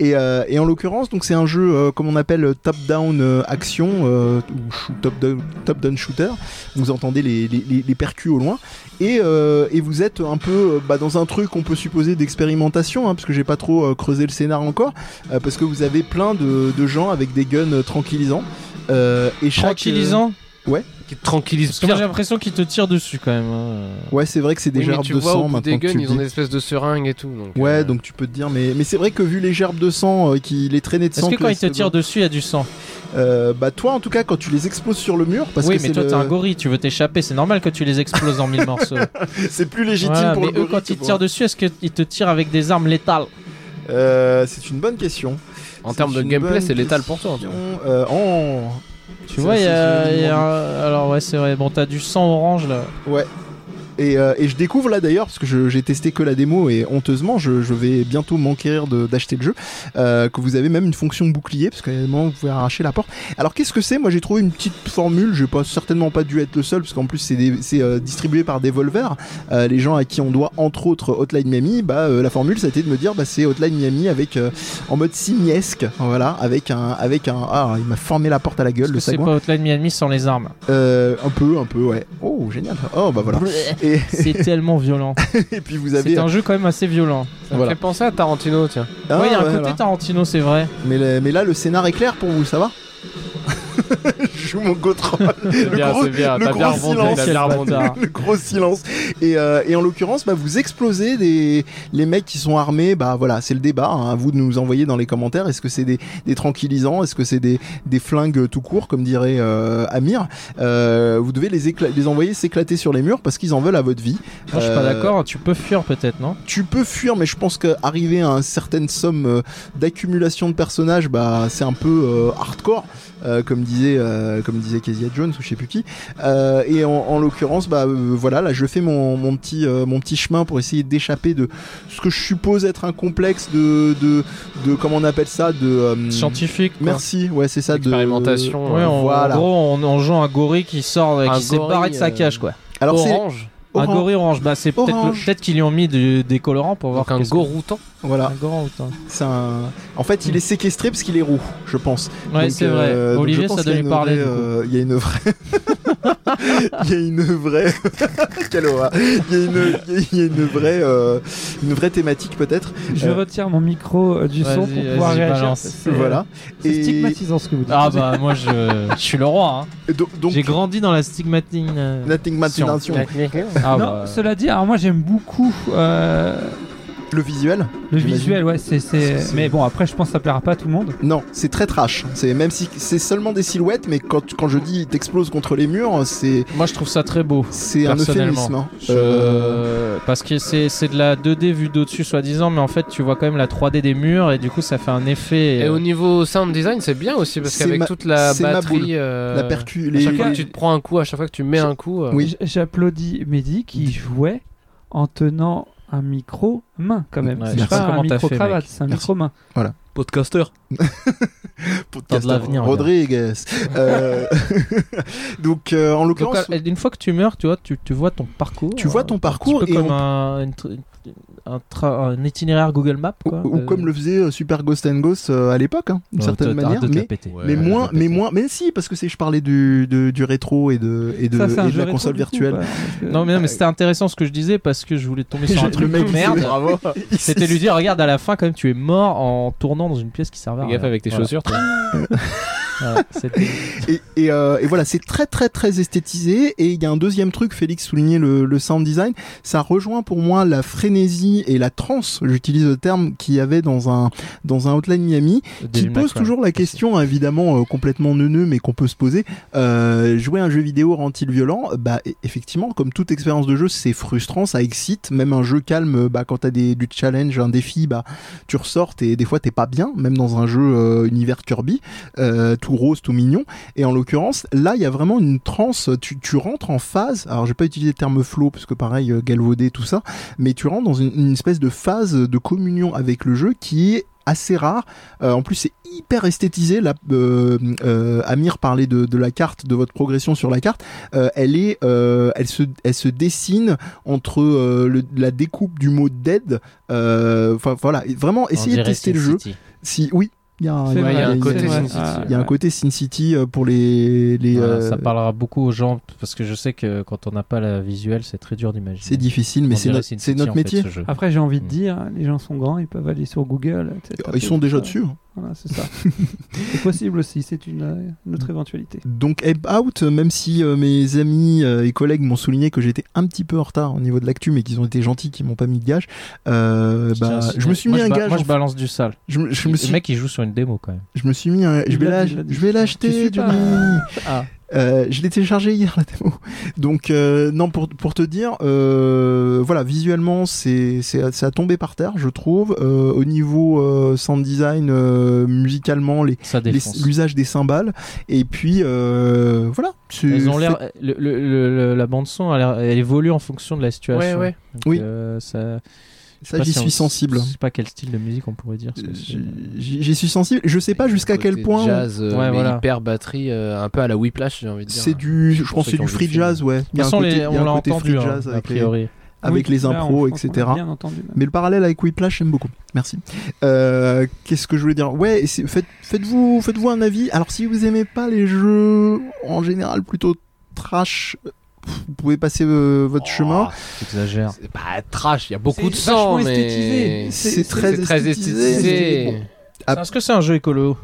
Et, euh, et en l'occurrence, donc c'est un jeu euh, comme on appelle euh, top-down euh, action euh, ou shoot- top-down top-down shooter. Vous entendez les, les, les- les percus au loin et, euh, et vous êtes un peu euh, bah, dans un truc on peut supposer d'expérimentation hein, parce que j'ai pas trop euh, creusé le scénar encore euh, parce que vous avez plein de, de gens avec des guns euh, tranquillisants. Euh, et chaque,
Tranquillisant
Qui te tranquillise
Parce que moi,
bien.
j'ai l'impression qu'il te tire dessus quand même. hein.
euh, ouais, c'est vrai que c'est des
Oui, mais
gerbes
tu
de
vois,
sang
au bout
maintenant.
des
que
guns,
tu le
ils ont
dis.
des espèces de seringues et tout. Donc,
Ouais,
euh,
donc tu peux te dire, mais, mais c'est vrai que vu les gerbes de sang, euh, qui les traînées de
Est-ce
sang.
que
que
quand
les
il te tire
secondes-
dessus, il y a du sang
Euh, bah toi en tout cas quand tu les exploses sur le mur parce
Oui,
que
mais
c'est
toi,
le-
t'es un gorille, tu veux t'échapper. C'est normal que tu les exploses en mille morceaux.
c'est plus légitime
Voilà,
pour
mais
le
eux,
gorille
quand ils
que
te tirent
pour-
dessus, est-ce qu'ils te tirent avec des armes létales
Euh, c'est une bonne question
en
C'est
termes de
une bonne
gameplay, c'est létal pour toi. en tout cas.
Euh, oh.
Tu
Ça,
vois, il y a.
c'est-
il y a un- Alors, ouais, c'est vrai. Bon, t'as du sang orange là.
et, euh, et je découvre là d'ailleurs parce que je- j'ai testé que la démo et honteusement je, je vais bientôt m'enquérir de- d'acheter le jeu euh, que vous avez même une fonction bouclier parce qu'à un moment vous pouvez arracher la porte alors qu'est-ce que c'est moi j'ai trouvé une petite formule j'ai pas certainement pas dû être le seul parce qu'en plus c'est des- c'est euh, distribué par Devolver Euh, les gens à qui on doit entre autres Hotline Miami bah euh, la formule ça a été de me dire bah c'est Hotline Miami avec euh, en mode signesque voilà avec un avec un ah il m'a formé la porte à la gueule
Parce
le
que c'est
sagouin
pas Hotline Miami sans les armes.
Euh, un peu un peu ouais oh génial oh bah voilà et,
C'est tellement violent.
et puis vous avez
C'est un jeu quand même assez violent.
Ça me
voilà.
fait penser à Tarantino, tiens.
Ah,
ouais, il y a un
ouais.
côté Tarantino, c'est vrai.
Mais, le- mais là, le scénar est clair pour vous, ça va Je joue mon Gotrol.
C'est bien,
gros-
c'est bien.
le
T'as bien
gros
rebondi,
silence,
t'as
quel
bien rebondi.
bâtard.
le gros silence. Et, euh, et en l'occurrence, bah, vous explosez des, les mecs qui sont armés. Bah voilà, c'est le débat. hein. À vous de nous envoyer dans les commentaires. Est-ce que c'est des, des tranquillisants Est-ce que c'est des, des flingues tout court, comme dirait euh, Amir Euh, Vous devez les, écla- les envoyer s'éclater sur les murs parce qu'ils en veulent à votre vie.
Moi, je suis pas
Euh,
d'accord. Tu peux fuir peut-être, non
tu peux fuir, mais je pense qu'arriver à une certaine somme euh, d'accumulation de personnages, bah, c'est un peu euh, hardcore, euh, comme disait, euh, comme disait Kezia Jones ou je sais plus qui. Euh, et en, en l'occurrence, bah, euh, voilà, là, je fais mon, mon petit, euh, mon petit chemin pour essayer d'échapper de ce que je suppose être un complexe de, de, de comment on appelle ça, de euh,
Scientifique. quoi.
Merci, ouais, c'est ça, de
Expérimentation.
Ouais, en-
Voilà.
en gros, on, on joue un gorille qui sort,
Un
qui s'est
gorille,
barré de sa
euh,
cage, quoi.
Alors c'est
Orange.
Un
orange.
gorille orange, bah c'est peut-être
Orange.
le- peut-être qu'ils lui ont mis du- des colorants pour voir
Donc un
qu'est-ce que-
goroutan.
Voilà,
Un gorang, putain.
c'est un. En fait, il est séquestré parce qu'il est roux, je pense.
Ouais,
Donc,
c'est
euh,
vrai.
donc je
Olivier,
pense
ça
qu'il y
doit
a
lui
une
parler.
vraie,
du coup.
euh, Il y a une vraie. il y a une vraie Quelle horreur. il y a une il y a une vraie euh, une vraie thématique peut-être
Je
Euh,
retire mon micro euh, du
Vas-y,
son pour
vas-y,
pouvoir réagir.
balance.
C'est
voilà
c'est stigmatisant ce que
euh,
vous dites.
Ah bah moi je, je suis le roi. hein.
Et do- donc
J'ai grandi dans la stigmatine. euh,
Nothing Much
Sion.
Nation.
Ah
non,
bah,
cela dit, alors moi j'aime beaucoup euh,
le visuel
le
J'imagine.
visuel, ouais, c'est, c'est-
C'est-
Mais bon, après, je pense que ça plaira pas à tout le monde.
non c'est très trash c'est même si c'est seulement des silhouettes mais quand quand je dis t'exploses contre les murs c'est
Moi je trouve ça très beau.
c'est un
Personnellement,
euphémisme hein.
Je-
Euh,
Parce que c'est c'est de la 2D vue d'au-dessus soi-disant, mais en fait tu vois quand même la 3D des murs et du coup ça fait un effet.
Et
euh,
au niveau sound design, c'est bien aussi parce
C'est
qu'avec
ma-
toute la
c'est ma boule.
batterie, euh,
la percu
à
les-
chaque fois que
les-
tu te prends un coup, à chaque fois que tu mets un coup, euh,
Oui.
J- J'applaudis Mehdi qui jouait en tenant un micro main quand même.
Ouais,
c'est
merci.
pas un
Comment t'as fait,
micro cravate, c'est un
Merci.
micro main.
podcaster.
T'as de l'avenir, regarde.
Rodriguez Euh, donc euh, en
donc,
l'occurrence
euh, une fois que tu meurs, tu vois, tu, tu vois ton parcours.
tu vois
euh,
ton
un petit
parcours
peu
et
comme
on-
un, une tr- un tra- un itinéraire Google Maps
ou,
quoi.
ou
de-
comme le faisait euh, Super Ghost and Ghost euh, à l'époque hein, d'une
Ouais,
certaine
t'arrêtes
manière
de te la
mais
péter.
mais moins, mais moins, mais si, parce que c'est, je parlais du, de- du rétro et de, et de,
ça, c'est un
et de
jeu
la
rétro
console
du coup, bah,
virtuelle. Ah,
quoi, parce que-
Non mais, non, mais c'était intéressant ce que je disais parce que je voulais tomber sur un
Euh, Le
truc
mec, il
de Euh, merde.
s'est- il s'est-
C'était lui dire regarde à la fin quand même tu es mort en tournant dans une pièce qui servait à
Fais
rien.
gaffe avec tes
Voilà.
chaussures. toi.
Voilà, c'était-
Et, et, euh, et voilà, c'est très très très esthétisé. Et il y a un deuxième truc, Félix soulignait le, le sound design. Ça rejoint pour moi la frénésie et la transe, j'utilise le terme, qu'il y avait dans un, dans un Outline Miami, qui
David
pose
McRae.
toujours la question, évidemment euh, complètement neuneux, mais qu'on peut se poser. Euh, jouer à un jeu vidéo rend-il violent Bah e- effectivement, comme toute expérience de jeu, c'est frustrant, ça excite. Même un jeu calme, bah quand t'as des, du challenge, un défi, bah tu ressors et des fois t'es pas bien, même dans un jeu euh, univers Kirby, euh, tout rose, tout mignon. Et en l'occurrence, là, il y a vraiment une transe. Tu, tu rentres en phase. Alors j'ai pas utilisé le terme flow parce que pareil, euh, galvaudé, tout ça. Mais tu rentres dans une, une espèce de phase de communion avec le jeu qui est assez rare euh, en plus, c'est hyper esthétisé. Là, euh, euh, Amir parlait de, de la carte, de votre progression sur la carte. Euh, elle est, euh, elle se, elle se dessine entre euh, le- la découpe du mot dead. euh, Enfin voilà, Et vraiment
On
essayez de
dirait
tester le
Sin
jeu.
City.
Si oui, il y a, un-
C'est
il y a-
vrai,
il y a
un
une-
côté
c'est vrai.
Sin City.
Ah,
il y a un côté Sin City euh, pour les, les.
Voilà,
euh,
Ça parlera beaucoup aux gens parce que je sais que quand on n'a pas la visuelle c'est très dur d'imaginer.
c'est difficile,
On
mais c'est
dirait
notre-
Sin
c'est
City,
notre
en fait,
métier.
ce jeu.
Après, j'ai envie de
Mm.
dire, hein, les gens sont grands, ils peuvent aller sur Google. tu sais, taper
Ils sont
tout
déjà
ça.
dessus. hein.
Voilà, c'est ça. c'est possible aussi, c'est une, euh, une autre éventualité.
Donc Ape Out, même si euh, mes amis euh, et collègues m'ont souligné que j'étais un petit peu en retard au niveau de l'actu, mais qu'ils ont été gentils, qu'ils m'ont pas mis de gage, euh, bah,
Tiens,
je me suis
moi,
mis
je
un
ba-
gage.
Moi
en
je
fait.
balance du sale.
Je me- je me
Le
suis-
mec il joue sur une démo quand même.
je me suis mis un. Je
Il
vais
l'a
l'ach-
dit, il l'a dit.
je vais l'acheter,
Tu suis pas-
Johnny.
Ah.
Euh, je l'ai téléchargé hier la démo. Donc euh, non pour, pour te dire, euh, voilà visuellement c'est c'est ça a tombé par terre je trouve. Euh, au niveau euh, sound design, euh, musicalement les
Ça
les-
défonce.
l'usage des cymbales et puis euh, voilà. c'est-
Elles ont l'air, le- le- le- le- la bande son, a l'air- elle évolue en fonction de la
Ouais,
situation.
ouais.
Donc,
Oui.
euh, ça, je sais
Ça,
pas
j'y
si on-
suis sensible.
Je sais pas quel style de musique on pourrait dire. parce que c'est-
J'y j'y suis sensible. Je sais pas jusqu'à quel
Côté
point.
Jazz, euh,
Ouais,
mais
voilà.
hyper batterie, euh, un peu à la Whiplash, j'ai envie de dire.
C'est du, je
Pour
pense, que
ceux
c'est
qui ont
du
vu
free
le film.
jazz, ouais.
De toute façon, les- on l'a entendu, hein, a
avec, les, Ah.
priori.
avec
Oui,
les
là, on-
impros,
je pense qu'on l'a
etc.
Bien entendu. même.
Mais le parallèle avec Whiplash, j'aime beaucoup. Merci. Euh, Qu'est-ce que je voulais dire Ouais, et c'est- faites- faites-vous faites vous un avis. Alors, si vous aimez pas les jeux en général plutôt trash, euh, pff, vous pouvez passer euh, votre chemin.
J'exagère.
Oh, C'est pas trash, il y a beaucoup
C'est
de sang,
vachement
mais.
Ah,
esthétisé.
C'est très,
C'est très
esthétisé.
esthétisé.
Ah.
Est-ce que c'est un jeu écolo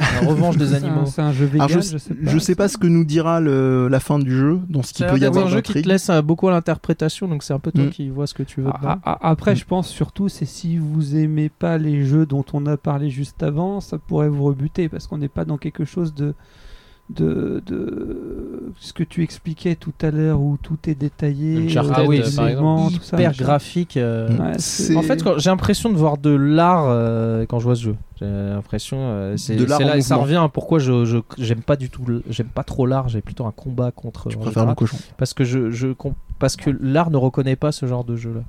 La revanche des
C'est un-
animaux.
C'est un jeu vegan,
Alors,
je,
je,
sais pas.
je sais pas ce que nous dira le- la fin du jeu, dans ce qu'il peut y
C'est
avoir
un jeu qui te
d'intrigue.
laisse euh, beaucoup à l'interprétation, donc c'est un peu toi
Mm.
qui vois ce que tu veux.
Ah,
dedans.
ah, ah, Après,
Mm.
je pense surtout, c'est si vous aimez pas les jeux dont on a parlé juste avant, ça pourrait vous rebuter parce qu'on n'est pas dans quelque chose de, de, de ce que tu expliquais tout à l'heure où tout est détaillé,
Uncharted,
euh,
ah oui,
les
par exemple.
éléments, tout ça,
Hyper
machin.
graphique. euh,
Mm.
Ouais,
C'est-
En fait, quand- j'ai l'impression de voir de l'art euh, quand je vois ce jeu. J'ai l'impression, euh, c'est
De l'art
c'est
en
là, ça
mouvement.
revient à pourquoi je je- j'aime pas du tout, le- j'aime pas trop l'art. J'ai plutôt un combat contre.
Je
en
préfère le
général,
cochon.
parce que je, je comp- parce que l'art ne reconnaît pas ce genre de jeu là.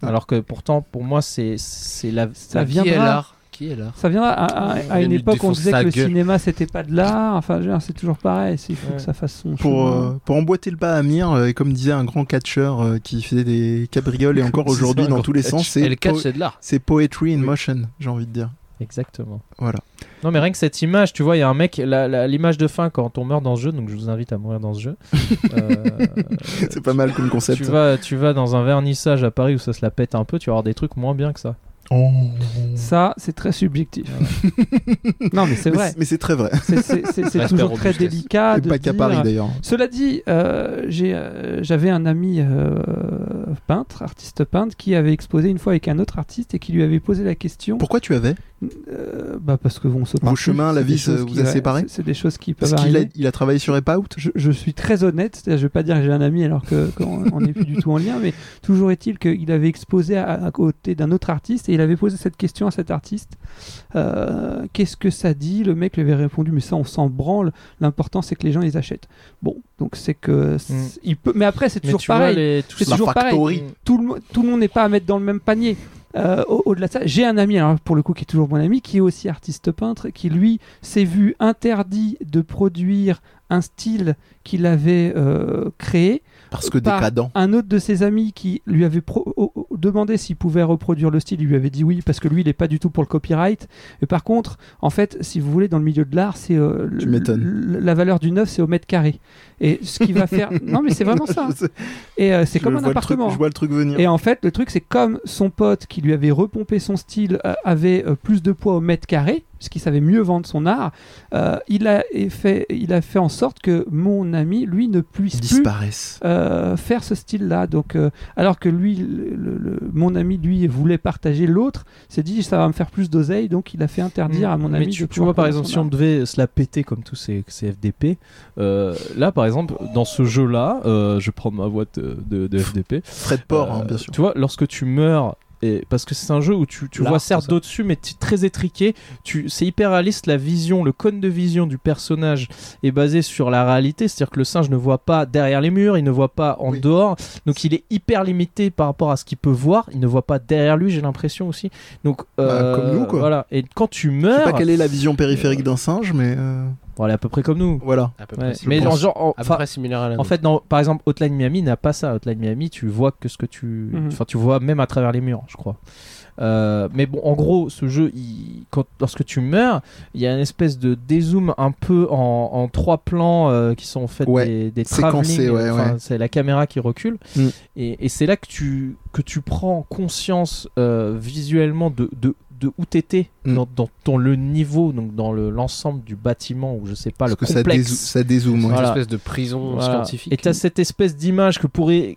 Ah.
Alors que pourtant, pour moi, c'est c'est la
ça
Qui est
viendra.
l'art Qui est l'art
Ça viendra à, à- à
vient
une
lui
époque on
défoncer
disait
sa
que le
gueule.
cinéma c'était pas de l'art. Enfin, je veux dire, c'est toujours pareil. Il faut
Ouais.
que ça fasse son
pour,
chemin.
euh, pour emboîter le pas à Amir, euh, et comme disait un grand catcheur euh, qui faisait des cabrioles et encore
C'est ça,
aujourd'hui
un
dans
grand
tous les
catch.
sens,
Et
c'est
le catch,
po-
c'est de l'art.
c'est poetry in motion, j'ai envie de dire.
Exactement.
Voilà.
Non, mais rien que cette image, tu vois, il y a un mec, la- la- l'image de fin quand on meurt dans ce jeu, donc je vous invite à mourir dans ce jeu. Euh,
C'est pas mal comme concept.
tu, vas, tu vas dans un vernissage à Paris où ça se la pète un peu, tu vas avoir des trucs moins bien que ça.
Oh.
Ça, c'est très subjectif. non, mais c'est
Mais
vrai.
c'est- Mais c'est très vrai.
C'est- C'est c'est- c'est
Respect
toujours très
robustesse.
délicat.
C'est
De
pas qu'à
dire-
Paris d'ailleurs.
Cela dit, euh, j'ai, euh, j'avais un ami euh, peintre, artiste peintre, qui avait exposé une fois avec un autre artiste et qui lui avait posé la question.
Pourquoi tu avais
Euh, bah parce que on se parle plus,
chemins, la
c'est des
vie se-
choses
vous
qui-
a
ouais,
séparés
C'est c'est des choses qui peuvent
Parce qu'il a,
arriver.
il a travaillé sur Epout
Je, je suis très honnête, c'est-à-dire, je vais pas dire que j'ai un ami alors que- qu'on on n'est plus du tout en lien, mais toujours est-il qu'il avait exposé à, à côté d'un autre artiste et il avait posé cette question à cet artiste. Euh, Qu'est-ce que ça dit Le mec lui avait répondu, mais ça on s'en branle, l'important c'est que les gens les achètent. Bon, donc c'est que... c'est-
Mm.
Il peut, mais après c'est
Mais
toujours
tu vois,
pareil
les- tout
C'est
ça-
La
toujours pareil.
factory.
tout le, mo- tout le monde n'est pas à mettre dans le même panier. Euh, au- Au-delà de ça, j'ai un ami, alors pour le coup qui est toujours mon ami, qui est aussi artiste peintre, qui lui s'est vu interdit de produire un style qu'il avait euh, créé.
Parce que
Par-
décadent.
Un autre de ses amis qui lui avait pro- o- o- demandé s'il pouvait reproduire le style, il lui avait dit oui parce que lui il n'est pas du tout pour le copyright. Et par contre, en fait, si vous voulez, dans le milieu de l'art, c'est euh,
Tu
le-
m'étonnes.
le- la valeur du neuf, c'est au mètre carré. Et ce qui va faire, non mais c'est vraiment ça.
Je sais,
Et euh, c'est
je
comme
vois le
un
truc-
appartement.
Je vois le truc venir.
Et en fait, le truc, c'est comme son pote qui lui avait repompé son style euh, avait euh, plus de poids au mètre carré, puisqu'il savait mieux vendre son art, euh, il, a fait, il a fait en sorte que mon ami, lui, ne puisse plus
disparaissent.
euh, faire ce style-là. Donc, euh, alors que lui, le- le- le- mon ami, lui, voulait partager l'autre, s'est dit ça va me faire plus d'oseille, donc il a fait interdire à mon ami.
Mm. Mais tu,
de
tu vois,
pouvoir
par
produire
exemple,
son
si on
art.
devait se la péter comme tous ces, ces FDP, euh, là, par exemple, dans ce jeu-là, euh, je prends ma voix de, de- de FDP.
Frais de port, hein,
euh,
bien sûr.
Tu vois, lorsque tu meurs. Et parce que c'est un jeu où tu, tu
L'art,
vois
c'est
certes
ça.
d'au-dessus, mais t- très étriqué. Tu, c'est hyper réaliste. La vision, le cône de vision du personnage est basé sur la réalité. C'est-à-dire que le singe ne voit pas derrière les murs, il ne voit pas en
Oui.
dehors. Donc il est hyper limité par rapport à ce qu'il peut voir. Il ne voit pas derrière lui, j'ai l'impression aussi. Donc, euh,
Bah, comme nous, quoi.
Voilà. Et quand
Je
tu
sais
meurs.
pas quelle est la vision périphérique d'un singe, mais euh,
Bon, elle est à peu près comme nous.
voilà.
À peu
Ouais,
près, si-
Mais
je
genre,
pense.
genre, en,
Ah,
à peu
enfin,
près similaire à la
en
nôtre.
fait, dans- par exemple, Hotline Miami n'a pas ça. Hotline Miami, tu vois que ce que tu.
Mhm.
Enfin, tu vois même à travers les murs, je crois. Euh, mais bon, en gros, ce jeu, il- quand, lorsque tu meurs, il y a une espèce de dézoom un peu en, en trois plans euh, qui sont en fait
Ouais,
des, des
séquencé,
travelling.
ouais,
Enfin,
ouais.
C'est la caméra qui recule.
Mm.
Et, et c'est là que tu, que tu prends conscience euh, visuellement de, de, de où t'étais
Mm.
dans, dans, dans le niveau, donc dans le- l'ensemble du bâtiment, ou je sais pas,
Parce
Ah, le
que ça,
complexe. Ah,
dézo- ça dézoome. ouais.
une
Voilà.
espèce de prison
Voilà.
scientifique.
hein.
Et t'as cette espèce d'image que pourrait,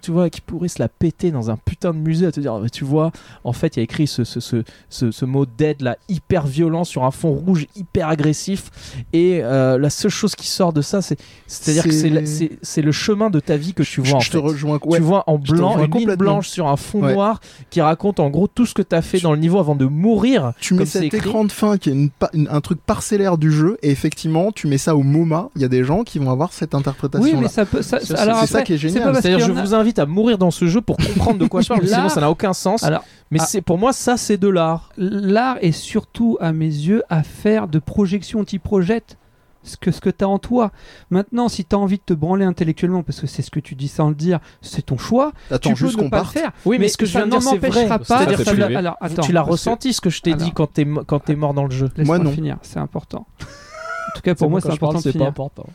tu vois, qui pourrait se la péter dans un putain de musée à te dire, Ah, mais tu vois, en fait, il y a écrit ce, ce, ce, ce, ce mot dead là, hyper violent sur un fond rouge, hyper agressif. Et euh, la seule chose qui sort de ça, c'est, c'est-à-dire que
C'est-
c'est, la- c'est, c'est le chemin de ta vie que tu vois.
Je-
en
je te
fait.
rejoins. ouais.
Tu vois en
je te
blanc,
rejoins
une ligne
complètement.
blanche sur un fond
Ouais.
noir qui raconte en gros tout ce que t'as fait
Tu-
dans le niveau avant de mourir.
Tu mets
comme c'est
cet
écrit.
écran de fin qui est une pa- une- un truc parcellaire du jeu, et effectivement, tu mets ça au MoMA. Il y a des gens qui vont avoir cette
Oui,
interprétation-là.
mais ça peut. ça-
Ça, c'est-
alors
c'est ça
après,
qui est génial.
pas Ah, parce
C'est-à-dire,
qu'il y
je
en a-
vous invite à mourir dans ce jeu pour comprendre de quoi je parle, parce que sinon
L'art-
ça n'a aucun sens.
Alors,
mais
ah.
c'est, pour moi, ça, c'est de l'art.
l'art est surtout, à mes yeux, affaire de projection. T'y projettes ce que, ce que t'as en toi. Maintenant, si t'as envie de te branler intellectuellement, parce que c'est ce que tu dis sans le dire, c'est ton choix.
Attends
tu peux
juste
ne
qu'on
pas le
parte.
faire.
Oui, mais,
mais
ce que je
ça
viens de
ne
dire, c'est vrai.
m'empêchera pas.
C'est-à-dire
ça
que tu
l'a-
l'as-
alors, attends,
tu l'as
parce que-
ressenti ce que je t'ai
Alors.
dit quand t'es mo- quand t'es mort dans le jeu.
Laisse-moi
Moi, non.
finir, c'est important. En tout cas, pour moi, c'est important de
C'est pas
finir.
important.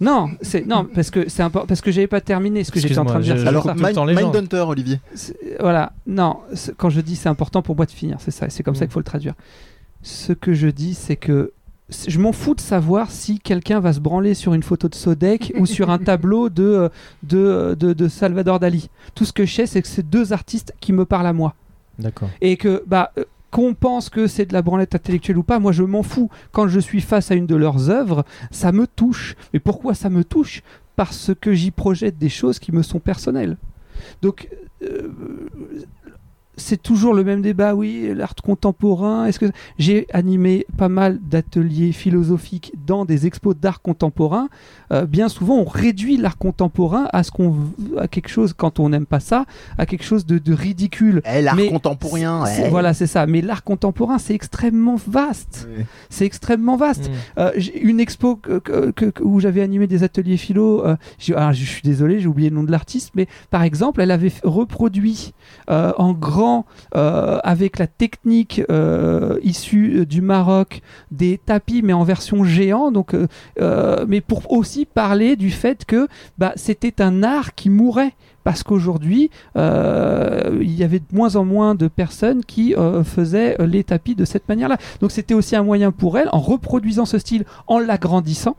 Non, c'est non parce que c'est important parce que j'avais pas terminé ce que j'étais en train de
Excuse-moi,
dire. c'est
je-
pour
Alors,
ça.
tout le
Mind-
temps les gens.
Mindhunter, Olivier.
C'est- voilà, non, c'est- quand je dis c'est important pour moi de finir, c'est ça, c'est comme ça qu'il faut le traduire. Ce que je dis, c'est que c'est- je m'en fous de savoir si quelqu'un va se branler sur une photo de Sodec ou sur un tableau de, euh, de, euh, de, de Salvador Dali. Tout ce que je sais, c'est que c'est deux artistes qui me parlent à moi.
D'accord.
Et que, bah, euh, qu'on pense que c'est de la branlette intellectuelle ou pas, moi je m'en fous. Quand je suis face à une de leurs œuvres, ça me touche. Mais pourquoi ça me touche Parce que j'y projette des choses qui me sont personnelles. Donc, euh, c'est toujours le même débat, oui, l'art contemporain. Est-ce que j'ai animé pas mal d'ateliers philosophiques dans des expos d'art contemporain Euh, Bien souvent, on réduit l'art contemporain à ce qu'on v- à quelque chose quand on n'aime pas ça, à quelque chose de- de ridicule.
Eh, l'art
Mais
contemporain.
c'est-
eh.
Voilà, c'est ça. Mais l'art contemporain, c'est extrêmement vaste. C'est extrêmement
Hmm.
vaste. Euh, j'ai- une expo que- que- que- où j'avais animé des ateliers philo, euh, j'ai- alors, je suis désolé, j'ai oublié le nom de l'artiste, mais par exemple, elle avait f- reproduit euh, en grand souvent, euh, avec la technique euh, issue euh, du Maroc, des tapis, mais en version géant. Donc, euh, euh, mais pour aussi parler du fait que bah, c'était un art qui mourait. Parce qu'aujourd'hui, euh, il y avait de moins en moins de personnes qui euh, faisaient euh, les tapis de cette manière-là. Donc c'était aussi un moyen pour elles, en reproduisant ce style, en l'agrandissant,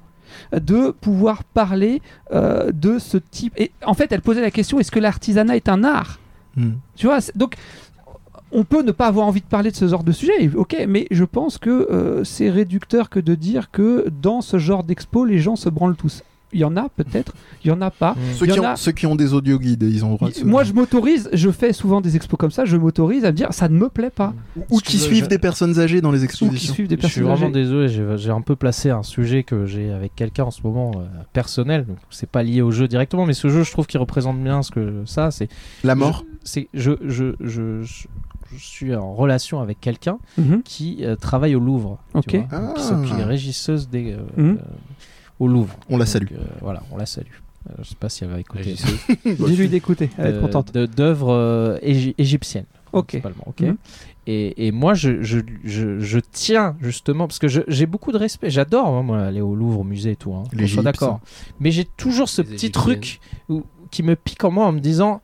euh, de pouvoir parler euh, de ce type. Et en fait, elle posait la question est-ce que l'artisanat est un art
Hmm.
Tu vois, c'est- donc on peut ne pas avoir envie de parler de ce genre de sujet, et- ok, mais je pense que euh, c'est réducteur que de dire que dans ce genre d'expo, les gens se branlent tous. Il y en a peut-être, il y en a pas.
Ceux
Il y
qui,
en
ont,
a-
ceux qui ont des audio guides, ils ont le droit de se-
Moi, je m'autorise, je fais souvent des expos comme ça, je m'autorise à me dire ça ne me plaît pas.
ou qui suivent des personnes âgées dans les
Ou qui
expositions.
suivent des
Je suis
personnes
vraiment
âgées.
désolé, j'ai j'ai un peu placé un sujet que j'ai avec quelqu'un en ce moment euh, personnel, donc c'est pas lié au jeu directement, mais ce jeu je trouve qu'il représente bien ce que ça, c'est
La mort.
c'est je je, je je je suis en relation avec quelqu'un
Mhm.
qui euh, travaille au Louvre, tu
Ok.
vois,
Ah.
qui s'occupe- qui est régisseuse des euh,
Mhm.
euh, au Louvre.
On la
Donc,
salue.
euh, voilà, on la salue. Euh, je sais pas si elle va écouter.
Dis-lui d'écouter, Bah, elle va être
euh,
contente.
de- D'œuvres euh, égy- égyptiennes.
Ok.
principalement, ok
Mhm.
et, et moi, je, je, je, je tiens justement, parce que je- j'ai beaucoup de respect, j'adore hein, moi, aller au Louvre, au musée et tout, hein, qu'on
L'Égypte.
soit d'accord. Mais j'ai toujours ce
Les
petit
Égyptiennes.
truc où- qui me pique en moi en me disant,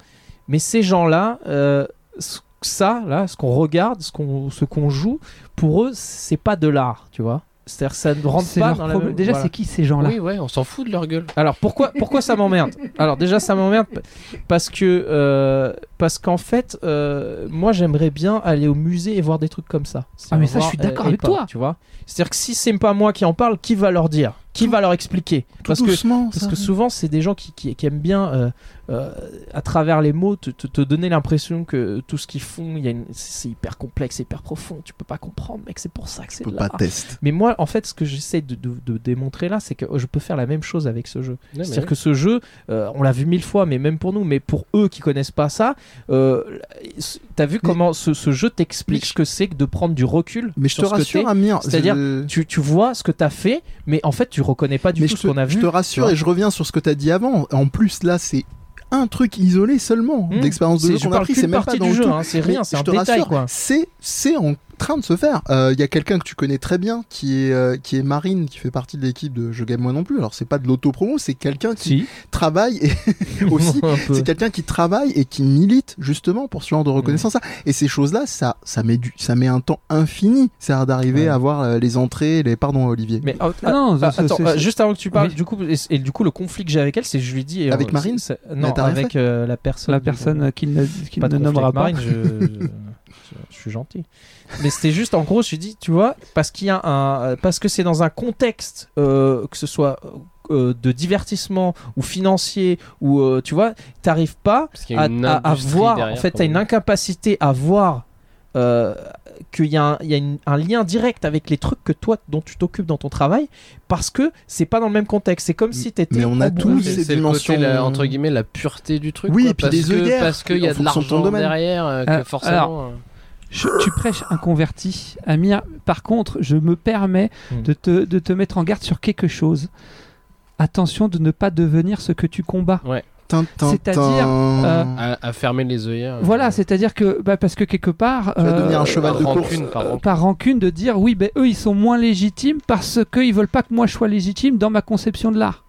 mais ces gens-là, euh, ce- ça, là, ce qu'on regarde, ce qu'on ce qu'on joue, pour eux, c'est pas de l'art, tu vois. C'est-à-dire que ça ne rentre
C'est
pas
leur
dans la
problème.
même-
Déjà,
voilà.
c'est qui ces gens-là
Oui, ouais, on s'en fout de leur gueule.
Alors pourquoi pourquoi ça m'emmerde Alors déjà ça m'emmerde p- parce que euh, parce qu'en fait euh, moi j'aimerais bien aller au musée et voir des trucs comme ça.
Ah,
C'est-à-dire
mais ça, je
voir,
suis d'accord
euh,
avec
et pas,
toi.
Tu vois C'est-à-dire que si c'est pas moi qui en parle, qui va leur dire Qui va leur expliquer Parce que
doucement,
parce
ça.
que souvent, c'est des gens qui, qui, qui aiment bien, euh, euh, à travers les mots, te, te- te donner l'impression que tout ce qu'ils font, il y a une- c'est hyper complexe, hyper profond. Tu peux pas comprendre, mec. C'est pour ça que c'est
On
de
peut pas
l'art.
test.
Mais moi, en fait, ce que j'essaie de, de- de démontrer là, c'est que oh, je peux faire la même chose avec ce jeu.
Ouais, mais
C'est-à-dire
ouais.
que ce jeu, euh, on l'a vu mille fois, mais même pour nous, mais pour eux qui connaissent pas ça, euh, c- t'as vu comment ce, ce jeu t'explique
mais je-
ce que c'est que de prendre du recul
Mais je te
sur ce que
rassure,
t'es.
Amir.
C'est-à-dire,
je-
tu, tu vois ce que t'as fait, mais en fait, tu reconnais pas du
mais
tout
je
ce qu'on a
te, je
vu.
te rassure
vois.
et je reviens sur ce que t'as dit avant. En plus, là, c'est un truc isolé seulement
Hmm.
d'expérience de
C'est-
jeu
je
qu'on a
parle
pris.
qu'une
C'est même pas
partie
dans
du
le
jeu,
tout.
hein, c'est rien,
Mais
c'est
je
un
te
détail
rassure,
quoi.
C'est c'est en train de se faire. Euh, Il y a quelqu'un que tu connais très bien qui est euh, qui est Marine, qui fait partie de l'équipe de Je Game Moi non plus. Alors c'est pas de l'autopromo, c'est quelqu'un qui
Si,
travaille et aussi
un peu. Hmm.
C'est quelqu'un qui travaille et qui milite justement pour ce genre de reconnaissance-là. Et ces choses-là, ça, ça met du, ça met un temps infini, ça d'arriver
Ouais.
à voir euh, les entrées, les, pardon Olivier.
Mais ah,
Ah non,
Ah,
c'est-
attends,
c'est-
euh, juste avant que tu parles,
Oui.
du coup, et, et du coup, le conflit que j'ai avec elle, c'est que je lui dis. euh,
Avec
c'est-
Marine
c'est- Non,
t'as rien
avec euh, la personne.
la
du-
personne qui ne, qui
pas de
ne
conflit
nommera
avec Marine,
pas.
je, je- je suis gentil. Mais c'était juste, en gros, je lui dis, tu vois, parce qu'il y a un, parce que c'est dans un contexte, euh, que ce soit euh, de divertissement ou financier ou, euh, tu vois, t'arrives pas
Parce qu'il y
à,
a une
à- à
industrie
voir.
derrière,
en fait,
quand
t'as une
même.
incapacité à voir euh, qu'il y a, un, il y a une- un lien direct avec les trucs que toi, dont tu t'occupes dans ton travail, parce que c'est pas dans le même contexte. C'est comme si t'étais.
Mais on a tous
embrouillé.
ces
C'est le
dimensions-
côté, la- entre guillemets, la pureté du truc.
Oui,
quoi,
et puis
parce
des
que-
œillères,
Parce qu'il y
en
a de
fonction de ton
l'argent
domaine.
derrière, euh,
Euh,
que forcément. euh,
Je- tu prêches un converti, Amir. Par contre, je me permets
Mm.
de, te, de te mettre en garde sur quelque chose. Attention de ne pas devenir ce que tu combats.
Tin, tin,
C'est-à-dire,
tin.
euh,
À, à fermer les œillères.
Voilà,
euh,
c'est-à-dire que, bah, parce que quelque part.
Tu vas devenir
euh,
un cheval
par
de
rancune,
course.
par
euh,
rancune.
par rancune de dire oui, ben eux ils sont moins légitimes parce qu'ils veulent pas que moi je sois légitime dans ma conception de l'art.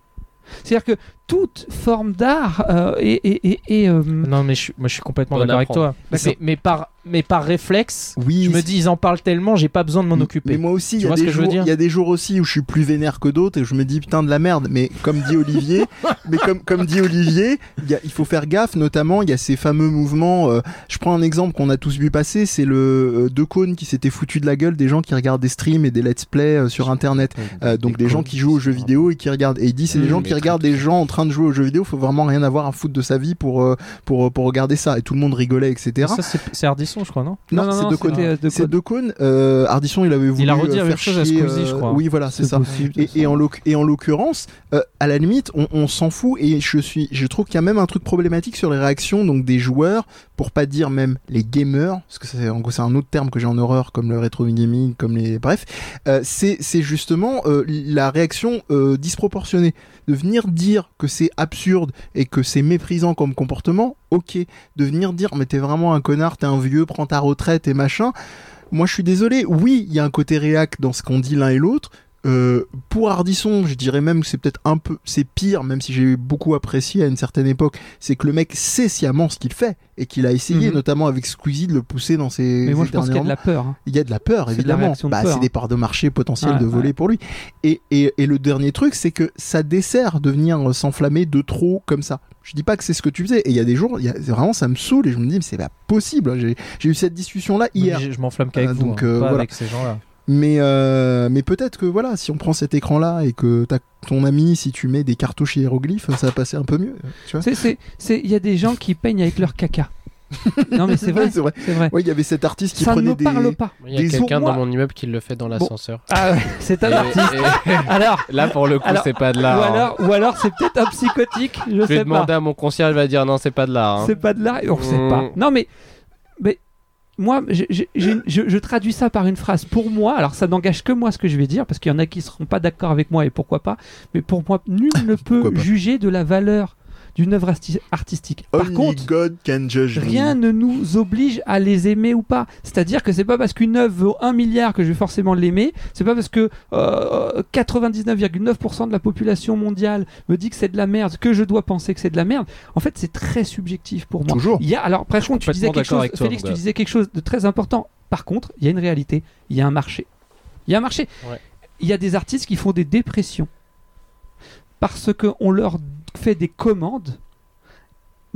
C'est-à-dire que toute forme d'art euh, est. est- est- est, euh,
Non, mais je, suis- moi, je suis complètement
Bon
d'accord avec
apprendre.
toi. Mais, mais par, mais par réflexe,
oui,
je me
c'est-
dis, ils en parlent tellement, j'ai pas besoin de m'en
Mais
occuper.
moi aussi, il y,
Tu
a
vois ce
des
que je veux
jours-
dire
il y a des jours aussi où je suis plus vénère que d'autres et je me dis putain de la merde. Mais comme dit Olivier, mais comme, comme dit Olivier, il y a- il faut faire gaffe. Notamment, il y a ces fameux mouvements. euh, je prends un exemple qu'on a tous vu passer, c'est le euh, deux cônes qui s'était foutu de la gueule des gens qui regardent des streams et des let's play euh, sur internet. Euh, donc des gens qui jouent aux
hein.
jeux vidéo et qui regardent. Et il dit c'est des
Mmh,
gens
mais
qui regardent des gens en train de jouer aux jeux vidéo. Faut vraiment rien avoir à foutre de sa vie pour euh, pour pour regarder ça. Et tout le monde rigolait, etc.
Ça, c'est c'est Ardisson, je crois, non
non, non, non,
deux cônes.
c'était, euh, de
C'est
Cônes.
deux cônes. Euh, Ardisson, il avait voulu.
a redit
euh,
la même
faire
chose à
chier,
Squeezie,
euh,
je crois.
Oui, voilà, c'est ça.
possible,
Et, et en l'oc- et en l'occurrence, euh, à la limite, on, on s'en fout et je suis, je trouve qu'il y a même un truc problématique sur les réactions donc des joueurs, pour pas dire même les gamers, parce que c'est en gros c'est un autre terme que j'ai en horreur comme le rétro gaming, comme les bref, euh, c'est c'est justement euh, la réaction euh, disproportionnée de venir dire que que c'est absurde et que c'est méprisant comme comportement, ok. De venir dire, mais t'es vraiment un connard, t'es un vieux, prends ta retraite et machin. Moi, je suis désolé. Oui, il y a un côté réac dans ce qu'on dit l'un et l'autre. Euh, pour Ardisson, je dirais même que c'est peut-être un peu, c'est pire, même si j'ai beaucoup apprécié à une certaine époque, c'est que le mec sait sciemment ce qu'il fait et qu'il a essayé,
Mhm.
notamment avec Squeezie, de le pousser dans ses.
Mais moi,
ses
je pense qu'il y a
derniers
de la peur. hein.
il y a de la peur,
C'est de la
évidemment.
réaction de
Bah,
peur. hein.
c'est des parts de marché potentielles
Ouais,
de voler
ouais.
pour lui. Et, et, et le dernier truc, c'est que ça dessert de venir euh, s'enflammer de trop comme ça. Je dis pas que c'est ce que tu faisais. Et il y a des jours, il y a- vraiment, ça me saoule et je me dis, mais c'est pas possible. hein. J'ai j'ai eu cette discussion-là hier.
Je, je m'enflamme qu'avec
Ah,
vous,
donc,
hein,
euh,
pas
voilà.
avec ces gens-là.
Mais, euh, mais peut-être que voilà, si on prend cet écran-là et que t'as ton ami, si tu mets des cartouches hiéroglyphes, ça va passer un peu mieux. Tu vois
C'est- c'est- c'est- Il y a des gens qui peignent avec leur caca. non, mais c'est vrai.
C'est vrai.
C'est vrai.
Ouais, il y avait cet artiste qui
Ça ne
prenait
me
des.
parle pas.
Il y a
Des
quelqu'un
ours-
dans mon immeuble qui le fait dans l'ascenseur.
Ah ouais, c'est un
Et-
artiste.
et-
Alors,
là, pour le coup,
Alors-
c'est pas de
ou
Ah.
l'art. hein.
alors, ou alors c'est peut-être un psychotique. Je
Je vais
sais pas.
demander à mon concierge, il va dire non, c'est pas de l'art. hein.
C'est pas de l'art, on sait
Mm.
pas. Non, mais, mais moi, j'ai- j'ai- j'ai une- je, je traduis ça par une phrase. Pour moi, alors ça n'engage que moi ce que je vais dire, parce qu'il y en a qui seront pas d'accord avec moi et pourquoi pas. Mais pour moi, nul ne peut
Pourquoi pas.
juger de la valeur d'une œuvre arti- artistique. Par
Only
contre,
God can judge me.
rien ne nous oblige à les aimer ou pas. C'est-à-dire que c'est pas parce qu'une œuvre vaut 1 milliard que je vais forcément l'aimer. C'est pas parce que euh, 99,9% de la population mondiale me dit que c'est de la merde que je dois penser que c'est de la merde. En fait, c'est très subjectif pour moi.
Toujours.
Il y a alors par contre, tu disais
complètement
quelque
d'accord
chose,
avec toi,
Félix,
mon
tu
gars.
disais quelque chose de très important. Par contre, il y a une réalité. Il y a un marché. Il y a un marché.
Ouais.
Il y a des artistes qui font des dépressions parce qu'on leur fait des commandes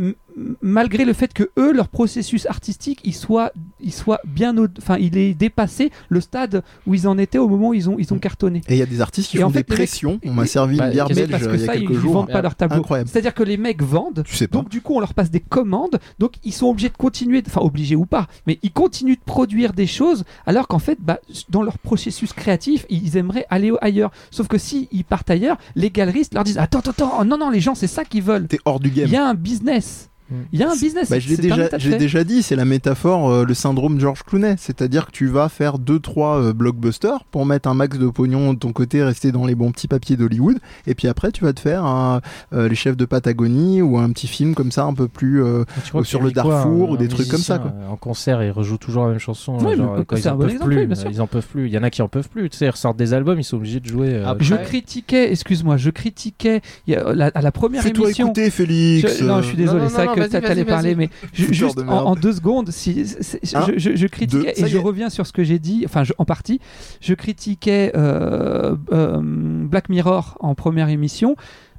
m- m- malgré le fait que eux leur processus artistique il soit il soit bien au- enfin il est dépassé le stade où ils en étaient au moment où ils ont
Mm.
ils ont cartonné
Et il y a des artistes qui
Et en
font
fait,
des
les mecs-
pressions. On m'a
et-
servi
Bah,
une bière
qu'est-ce
belge
que-
parce
euh,
que
il y a
ça ils
quelques
ils
jours.
vendent pas leur tableau
Incroyable.
c'est à dire que les mecs vendent
Tu sais pas.
donc du coup, on leur passe des commandes, donc ils sont obligés de continuer, enfin obligés ou pas, mais ils continuent de produire des choses alors qu'en fait, bah, dans leur processus créatif, ils aimeraient aller ailleurs. Sauf que si ils partent ailleurs, les galeristes leur disent attends, attends, attends, non, non, les gens, c'est ça qu'ils veulent.
T'es hors du game.
Il y a un business. Il y a un business.
Bah,
c'est-
je l'ai
c'est un
déjà,
état de
j'ai
fait.
déjà dit, c'est la métaphore, euh, le syndrome George Clooney. C'est-à-dire que tu vas faire 2-3 blockbusters pour mettre un max de pognon de ton côté, rester dans les bons petits papiers d'Hollywood. Et puis après, tu vas te faire un, euh, Les Chefs de Patagonie ou un petit film comme ça, un peu plus. euh,
Tu crois
Ou
que
sur
j'ai
le
dit quoi,
Darfour,
un-
ou des
un
trucs comme ça,
musicien, euh, En concert, ils rejouent toujours la même chanson.
Oui, mais bah,
genre, euh,
le-
quand
c'est
ils
un
en
bon
peuvent
exemple,
plus,
oui, bien sûr.
ils en peuvent plus. Il y en a qui en peuvent plus. Tu sais, ils ressortent des albums, ils sont obligés de jouer. euh,
Après-
Ah, Je
Ouais.
critiquais, excuse-moi, je critiquais il y a, euh, la- à la première
Fais-toi
émission.
écouter, Félix.
Je- non, je suis
Non,
désolé,
non,
c'est
non,
vrai que
vas-y,
t'as-
vas-y,
t'allais parler,
vas-y.
mais ju-
Fouteur
juste
de
en,
merde.
en deux secondes, si, c'est- c'est-
Un,
je, je- je critiquais,
deux, ça
et
y
je
est.
reviens sur ce que j'ai dit, enfin je- en partie, je critiquais euh, euh, Black Mirror en première émission.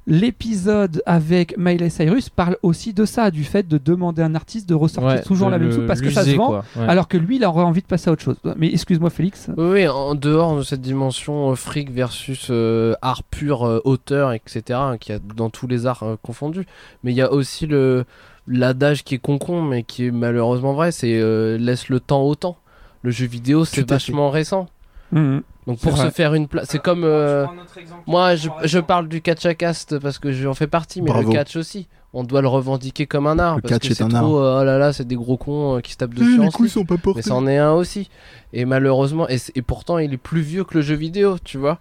L'épisode avec Miley Cyrus parle aussi de ça, du fait de demander à un artiste de ressortir
Ouais,
toujours
de
la même
le-
chose parce que ça se
l'user,
vend,
quoi. Ouais.
alors que lui, il aurait envie de passer à autre chose. Mais excuse-moi, Félix.
Oui, oui, en dehors de cette dimension euh, fric versus euh, art pur, euh, auteur, etc., hein, qu'il y a dans tous les arts euh, confondus. Mais il y a aussi le l'adage qui est concon, mais qui est malheureusement vrai, c'est euh, laisse le temps au temps. Le jeu vidéo, c'est
Tout à fait.
vachement récent. Donc pour
C'est
se
vrai.
faire une place, c'est comme euh, moi, je, je parle du catch à cast parce que j'en fais partie, mais
Bravo.
le catch aussi. On doit le revendiquer comme un art
Le
parce
catch
que
est
c'est
un
trop. euh, oh là là, c'est des gros cons euh, qui se tapent
Eh,
dessus. en
les couilles
slip.
sont pas
Mais
portées.
c'en est un aussi. Et malheureusement, et, c'est- et pourtant, il est plus vieux que le jeu vidéo, tu vois.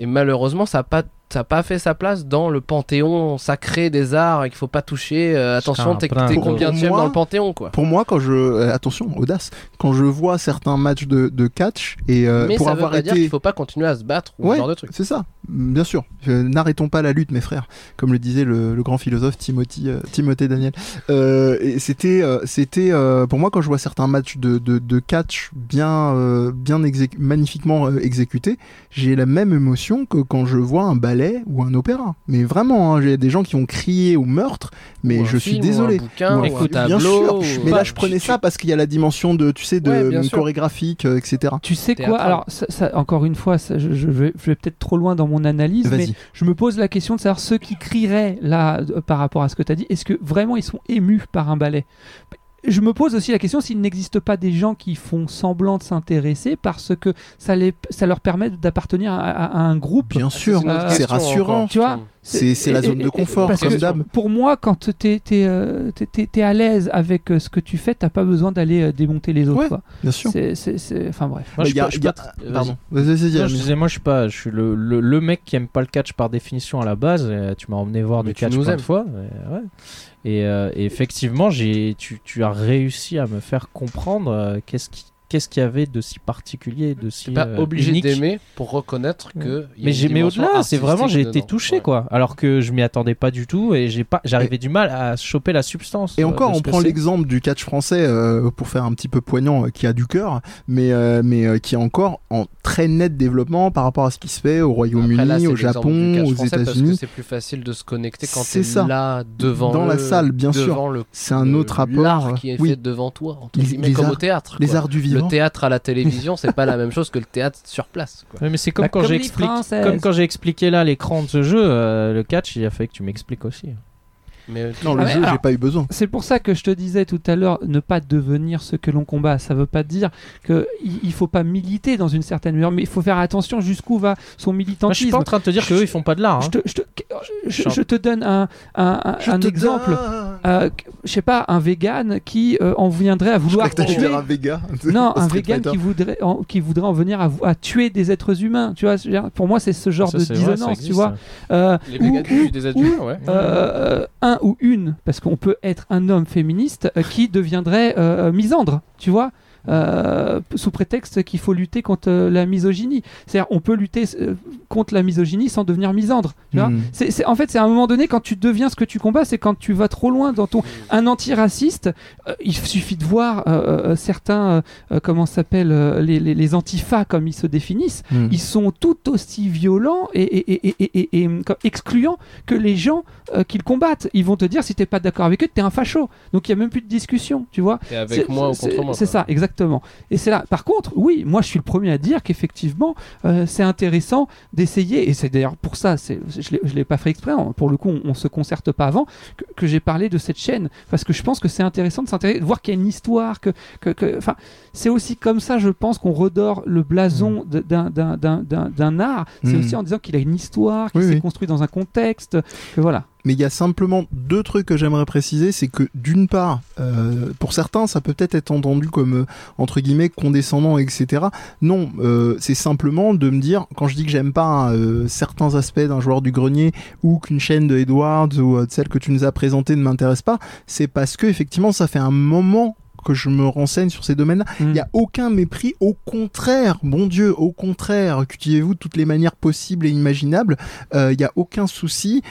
Et malheureusement, ça n'a pas, ça a pas fait sa place dans le panthéon sacré des arts et qu'il faut pas toucher. Euh, attention, t'es
plein
t'es
gros.
combien de
Pour moi-
dans le panthéon, quoi.
Pour moi, quand je. euh, attention, audace. Quand je vois certains matchs de, de catch, et euh,
Mais
pour
ça
avoir
veut pas
été.
dire qu'il faut pas continuer à se battre ou
Ouais.
ce genre de truc.
C'est ça, bien sûr. Euh, N'arrêtons pas la lutte, mes frères, comme le disait le, le grand philosophe Timothy, euh, Timothée Daniel. Euh, et c'était, euh, c'était euh, pour moi quand je vois certains matchs de, de, de catch bien, euh, bien exé- magnifiquement euh, exécutés, j'ai la même émotion que quand je vois un ballet ou un opéra. Mais vraiment, hein, j'ai des gens qui ont crié au meurtre, mais
Ou un
je suis
film, ou un
désolé.
bouquin,
Ou un-
ou un
bien sûr.
tableau, ou-
Mais là,
Enfin,
je prenais
tu-
ça parce qu'il y a la dimension de, tu sais, de
Ouais, bien sûr.
chorégraphique, euh, etc.
Tu sais quoi
Théâtral.
Alors, ça- ça- encore une fois, ça- je, je vais, je vais peut-être trop loin dans mon analyse, mais
Vas-y.
je me pose la question de savoir ceux qui crieraient là euh, par rapport à ce que tu as dit, est-ce que vraiment ils sont émus par un ballet je me pose aussi la question s'il n'existe pas des gens qui font semblant de s'intéresser parce que ça, les, ça leur permet d'appartenir à, à- à un groupe.
Bien sûr,
c'est une autre
c'est
question
rassurant.
encore.
Tu vois,
C'est c'est la
Et-
zone
et-
de
et-
confort,
parce
comme
que
d'hab.
Pour moi, quand t'es t'es, euh, t'es- t'es- t'es à l'aise avec euh, ce que tu fais, t'as pas besoin d'aller euh, démonter les autres.
Ouais,
quoi.
Bien sûr.
C'est- c'est- c'est- Enfin bref.
Moi,
Mais
je
il y a-
suis
il y a-
pas- je suis pas-
Pardon. Vas-y, vas-y,
Non,
Yann.
je disais, moi, je suis pas, je suis le, le, le mec qui aime pas le catch par définition à la base. Euh, Tu m'as emmené voir
Mais
du
tu
catch
nous
plein
aimes.
de fois. euh, ouais. Et, euh, et effectivement, j'ai, tu, tu as réussi à me faire comprendre euh, qu'est-ce qui, qu'est-ce qu'il y avait de si particulier, de si
T'es pas
euh,
obligé
unique.
d'aimer pour reconnaître que. il y a
Mais
une
j'ai, mais
dimension
au-delà, c'est vraiment, j'ai
artistique
été
dedans.
touché,
Ouais.
quoi. Alors que je m'y attendais pas du tout et j'ai pas, j'arrivais du mal à choper la substance.
Et
euh,
encore,
de ce
on
que
prend
c'est.
l'exemple du catch français euh, pour faire un petit peu poignant, euh, qui a du cœur, mais euh, mais euh, qui est encore en très net développement par rapport à ce qui se fait au
Après, là,
Royaume-Uni,
c'est
au
l'exemple du
Japon,
catch
aux
français Parce que
États-Unis.
c'est plus facile de se connecter quand
C'est
t'es
ça.
là devant
Dans la
le-
salle, bien sûr.
devant le
C'est un autre
le-
rapport.
l'art qui est
oui,
fait devant toi, entre
Les-
guillemets,
les
comme au
arts-
théâtre.
les
quoi.
arts du
Le
vivant.
théâtre à la télévision, c'est pas la même chose que le théâtre sur place. quoi.
Ouais, mais c'est comme
La
quand j'ai
comédie
expliqué,
française.
comme quand j'ai expliqué là l'écran de ce jeu, euh, le catch, il a fallu que tu m'expliques aussi.
Mais euh,
Non,
Ah
le
ouais,
jeu, j'ai
alors-
pas eu besoin.
C'est pour ça que je te disais tout à l'heure, ne pas devenir ce que l'on combat. Ça veut pas dire que il il faut pas militer dans une certaine mesure, mais il faut faire attention jusqu'où va son
Moi, je suis
militantisme.
pas en train de te dire qu'eux ils font pas de l'art. hein.
Je te, je te- je-
Chante.
je te donne un, un- un- un exemple. Euh, que- je sais pas, un vegan qui euh, en viendrait à vouloir
T'as
tuer.
un Vega.
Non,
Street
un vegan
Fighter.
qui voudrait, en, qui voudrait en venir à, vou- à tuer des êtres humains. Tu vois, je veux dire, pour moi, c'est ce genre
Ça,
de
c'est vrai, ça
dissonance, tu
existe,
vois.
ça.
Euh,
les
ou-
vegans
ou-
tuent des êtres humains, ouais.
euh, un ou une, parce qu'on peut être un homme féministe euh, qui deviendrait euh, misandre, tu vois, euh, sous prétexte qu'il faut lutter contre euh, la misogynie. C'est-à-dire, on peut lutter euh, contre la misogynie sans devenir misandre. Tu vois
Hmm.
c'est, c'est- en fait, c'est à un moment donné, quand tu deviens ce que tu combats, c'est quand tu vas trop loin dans ton. Un antiraciste, euh, il suffit de voir euh, euh, certains, euh, euh, comment ça s'appelle, euh, les, les, les antifas, comme ils se définissent,
Hmm.
ils sont tout aussi violents et, et, et, et, et- et, hum, comme excluants que les gens euh, qu'ils combattent. Ils vont te dire, si t'es pas d'accord avec eux, t'es un facho. Donc il y a même plus de discussion, tu vois.
Et avec
C'est-
moi ou
c'est-
contre moi.
C'est
quoi.
ça, exactement. Et c'est là. Par contre, oui, moi je suis le premier à dire qu'effectivement, euh, c'est intéressant d'essayer, et c'est d'ailleurs pour ça, c'est- je ne l'ai pas fait exprès, hein, pour le coup, on, on se concerte pas avant, que, que j'ai parlé de cette chaîne, parce que je pense que c'est intéressant de s'intéresser, de voir qu'il y a une histoire, que. que, que- enfin, c'est aussi comme ça, je pense, qu'on redore le blason de- d'un- d'un- d'un- d'un d'un art. C'est
Mm.
aussi en disant qu'il a une histoire, qu'il
Oui,
s'est
oui.
construit dans un contexte, que voilà.
Mais il y a simplement deux trucs que j'aimerais préciser, c'est que d'une part, euh, pour certains, ça peut peut-être être entendu comme euh, entre guillemets condescendant, etc. Non, euh, c'est simplement de me dire quand je dis que j'aime pas euh, certains aspects d'un joueur du grenier ou qu'une chaîne de Edwards ou euh, de celle que tu nous as présentée ne m'intéresse pas, c'est parce que effectivement, ça fait un moment que je me renseigne sur ces domaines-là. Il n'y a aucun mépris, au contraire, bon Dieu, au contraire, cultivez-vous de toutes les manières possibles et imaginables, Euh, il n'y a aucun souci,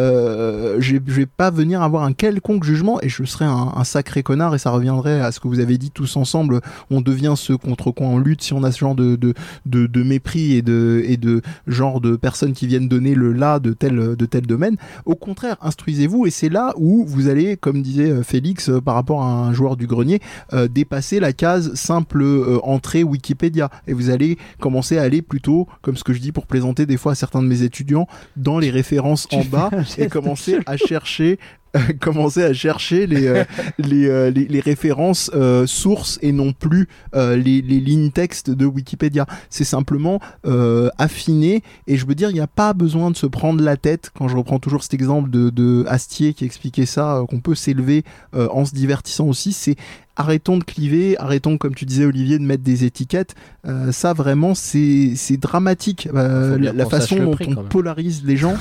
euh, je je vais pas venir avoir un quelconque jugement et je serai un, un sacré connard et ça reviendrait à ce que vous avez dit tous ensemble, on devient ce contre quoi on lutte si on a ce genre de, de, de, de mépris et de, et de genre de personnes qui viennent donner le là de tel, de tel domaine. Au contraire, instruisez-vous et c'est là où vous allez, comme disait euh, Félix euh, par rapport à un joueur du grenier, euh, dépasser la case simple euh, entrée Wikipédia et vous allez commencer à aller plutôt, comme ce que je dis pour plaisanter des fois à certains de mes étudiants, dans les références en bas et commencer à chercher euh, commencer à chercher les, euh, les, euh, les, les références euh, sources et non plus euh, les, les lignes textes de Wikipédia. C'est simplement euh, affiner et je veux dire, il n'y a pas besoin de se prendre la tête quand je reprends toujours cet exemple de, de Astier qui expliquait ça, euh, qu'on peut s'élever euh, en se divertissant aussi. C'est arrêtons de cliver, arrêtons, comme tu disais Olivier, de mettre des étiquettes. Euh, ça vraiment, c'est c'est dramatique. Euh,
Faut bien
la la
qu'on sache
façon
le
dont
prix, quand
on
même.
polarise les gens.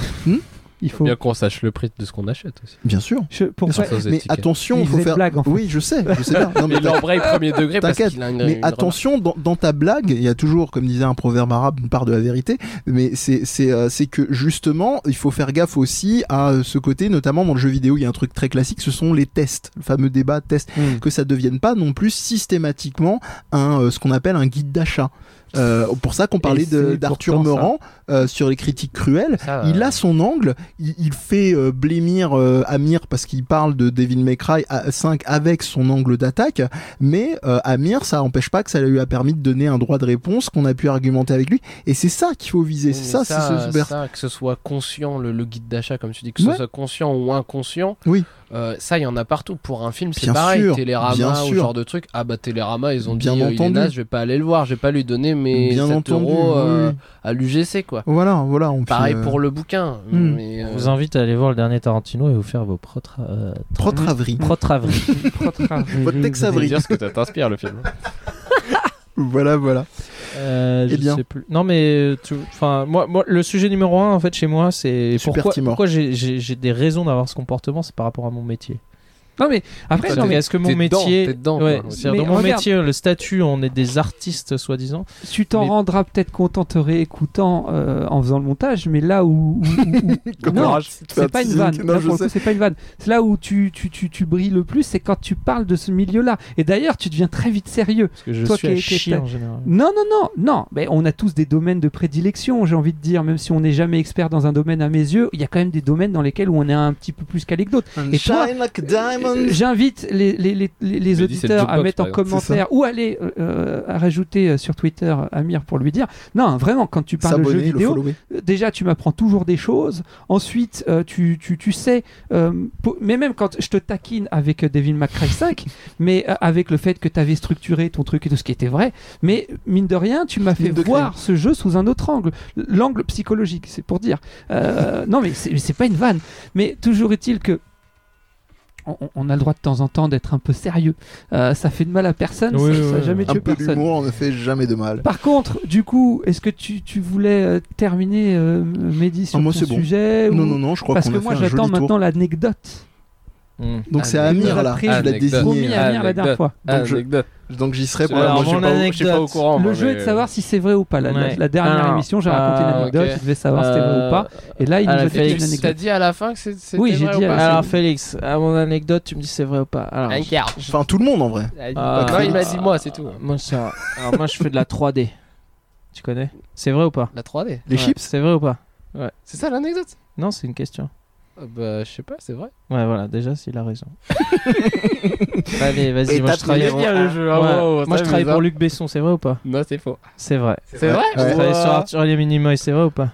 Il faut.
Bien qu'on sache le prix de ce qu'on achète aussi.
Bien sûr.
Je- pour
Bien
ça,
sûr.
Sans
Mais
étiquette.
attention,
Il
il faut
faisait
faire.
blague, en fait.
Oui, je sais, je sais bien. Non, mais
Mais
t'as-
l'embraye premier degré parce
T'inquiète,
qu'il a une.
mais
une
attention, dans, dans ta blague, il y a toujours, comme disait un proverbe arabe, une part de la vérité, mais c'est c'est, euh, c'est que justement, il faut faire gaffe aussi à euh, ce côté, notamment dans le jeu vidéo, il y a un truc très classique, ce sont les tests, le fameux débat test,
Mm.
que ça devienne pas non plus systématiquement un, euh, ce qu'on appelle un guide d'achat. Euh, pour ça qu'on parlait
c'est
de- d'Arthur
pourtant ça.
Morand euh, sur les critiques cruelles,
Ça,
il
euh,
a son angle, il, il fait euh, blémir euh, Amir parce qu'il parle de Devil May Cry à- 5 avec son angle d'attaque, mais euh, Amir, ça empêche pas que ça lui a permis de donner un droit de réponse, qu'on a pu argumenter avec lui, et c'est ça qu'il faut viser,
Oui,
c'est
mais
ça, c'est ce- ce ber-
ça, que ce soit conscient, le, le guide d'achat, comme tu dis, que ce
Ouais.
soit conscient ou inconscient.
Oui.
Euh, ça, il y en a partout. Pour un film, c'est
Bien
pareil.
sûr, bien
Télérama ou ce
sûr.
genre de truc. Ah bah Télérama, ils ont
Bien
dit euh, il est
entendu.
naze, je vais pas aller le voir, je vais pas lui donner mes
Bien
7
entendu,
euros euh,
oui.
à l'UGC quoi.
Voilà, voilà. On
Pareil
fait, euh,
pour le bouquin.
hmm.
Mais,
On
euh,
vous invite à aller voir le dernier Tarantino et vous faire vos protres. Euh,
Protraverie.
protraveries.
Votre
Faut
texaverie.
dire ce que ça t'inspire le film.
Voilà, voilà.
Euh, je
Eh bien.
sais plus. Non, mais euh, tu- enfin, moi, moi, le sujet numéro un en fait chez moi, c'est
Super
pourquoi,
Timor.
pourquoi j'ai- j'ai j'ai des raisons d'avoir ce comportement, c'est par rapport à mon métier.
Non, mais après,
Toi,
non,
t'es-
mais
Est-ce que mon
t'es dedans,
métier,
t'es dedans,
Ouais,
quoi.
c'est-à-dire
Mais
dans mon
regarde.
métier, le statut, on est des artistes soi-disant.
tu t'en
mais-
rendras peut-être compte en te réécoutant euh, en faisant le montage, mais là où. où- où- où- non,
Courage.
c'est pas une vanne.
Non,
Là,
je
pour le
sais.
coup, c'est pas une vanne. C'est là où tu, tu, tu, tu brilles le plus, c'est quand tu parles de ce milieu-là. Et d'ailleurs, tu deviens très vite sérieux.
Parce que je
Toi qui
suis à
as été
chier
ta-
en général.
Non, non, non, non. Mais on a tous des domaines de prédilection, j'ai envie de dire, même si on n'est jamais expert dans un domaine à mes yeux, il y a quand même des domaines dans lesquels où on est un petit peu plus calé que d'autres. Et toi,
Shine like a diamond.
Euh, J'invite les, les, les,
Mais
les- les
dis, c'est le
auditeurs à
jukebox,
mettre en
par exemple.
commentaire ou aller euh, euh, à rajouter euh, sur Twitter euh, Amir pour lui dire non vraiment quand tu parles de jeux
S'abonner, le
vidéo
follower.
euh, déjà tu m'apprends toujours des choses ensuite euh, tu, tu, tu sais euh, po- mais même quand je te taquine avec euh, Devil May Cry 5 mais euh, avec le fait que tu avais structuré ton truc et tout ce qui était vrai mais mine de rien tu m'as fait
Mine de
voir ce jeu sous un autre angle l'angle psychologique c'est pour dire Euh, non mais c'est mais c'est pas une vanne mais toujours est-il que on, on a le droit de temps en temps d'être un peu sérieux. Euh, ça fait de mal à personne,
Oui,
ça, ça a
oui,
jamais
oui.
Un
tué
peu
personne.
d'humour ne fait jamais de mal.
Par contre, du coup, est-ce que tu, tu voulais euh, terminer, euh, Mehdi, sur
Ah, moi,
ton
c'est bon.
sujet
Non,
ou-
non, non, je crois
Parce
qu'on
que
a
moi,
fait un
j'attends
joli tour.
maintenant l'anecdote.
Mmh.
Donc c'est
Anecdote.
Amir là, tu l'as
Anecdote.
Euh,
désigné.
Promis à venir la dernière fois.
Donc, je-
Anecdote.
Donc j'y serai pour
Alors,
la
moi, je suis
prochaine.
mon
pas au- je suis pas au
anecdote.
courant.
Le
moi,
jeu est
mais-
de savoir si c'est vrai ou pas. La, la-
Oh, bah, euh, Ouais.
la dernière
Ah,
émission, j'ai
ah,
raconté une anecdote,
ok.
il devait savoir si c'était vrai
Euh,
ou pas. Et là, il
à
nous
la
a dit une
Félix,
anecdote.
T'as dit à la fin que c'est- c'était
Oui, j'ai
vrai
dit
ou
à la
pas Ah,
fin.
Alors Félix, à mon anecdote, tu me dis c'est vrai ou pas Alors,
Un quart.
Enfin tout le monde en vrai.
Ah,
Bah,
non, il m'a dit moi, c'est tout.
moi ça, alors moi je fais de la 3D. Tu connais C'est vrai ou pas
La 3D.
Les
Ouais.
chips
C'est vrai ou pas
C'est ça l'anecdote
Non, c'est une question.
Euh, Bah, je sais pas, c'est vrai.
Ouais, voilà, déjà s'il a raison. Allez, vas-y,
Et
moi
t'as
je travaille.
trouvé bien
Ouais.
le jeu, ah,
Ouais.
wow,
moi
ça,
je travaille
mais
pour
ça-
Luc Besson, c'est vrai ou pas
Non, c'est faux.
C'est vrai.
C'est vrai
Je
Ouais.
travaille sur Arthur et les Minimoys, c'est vrai ou pas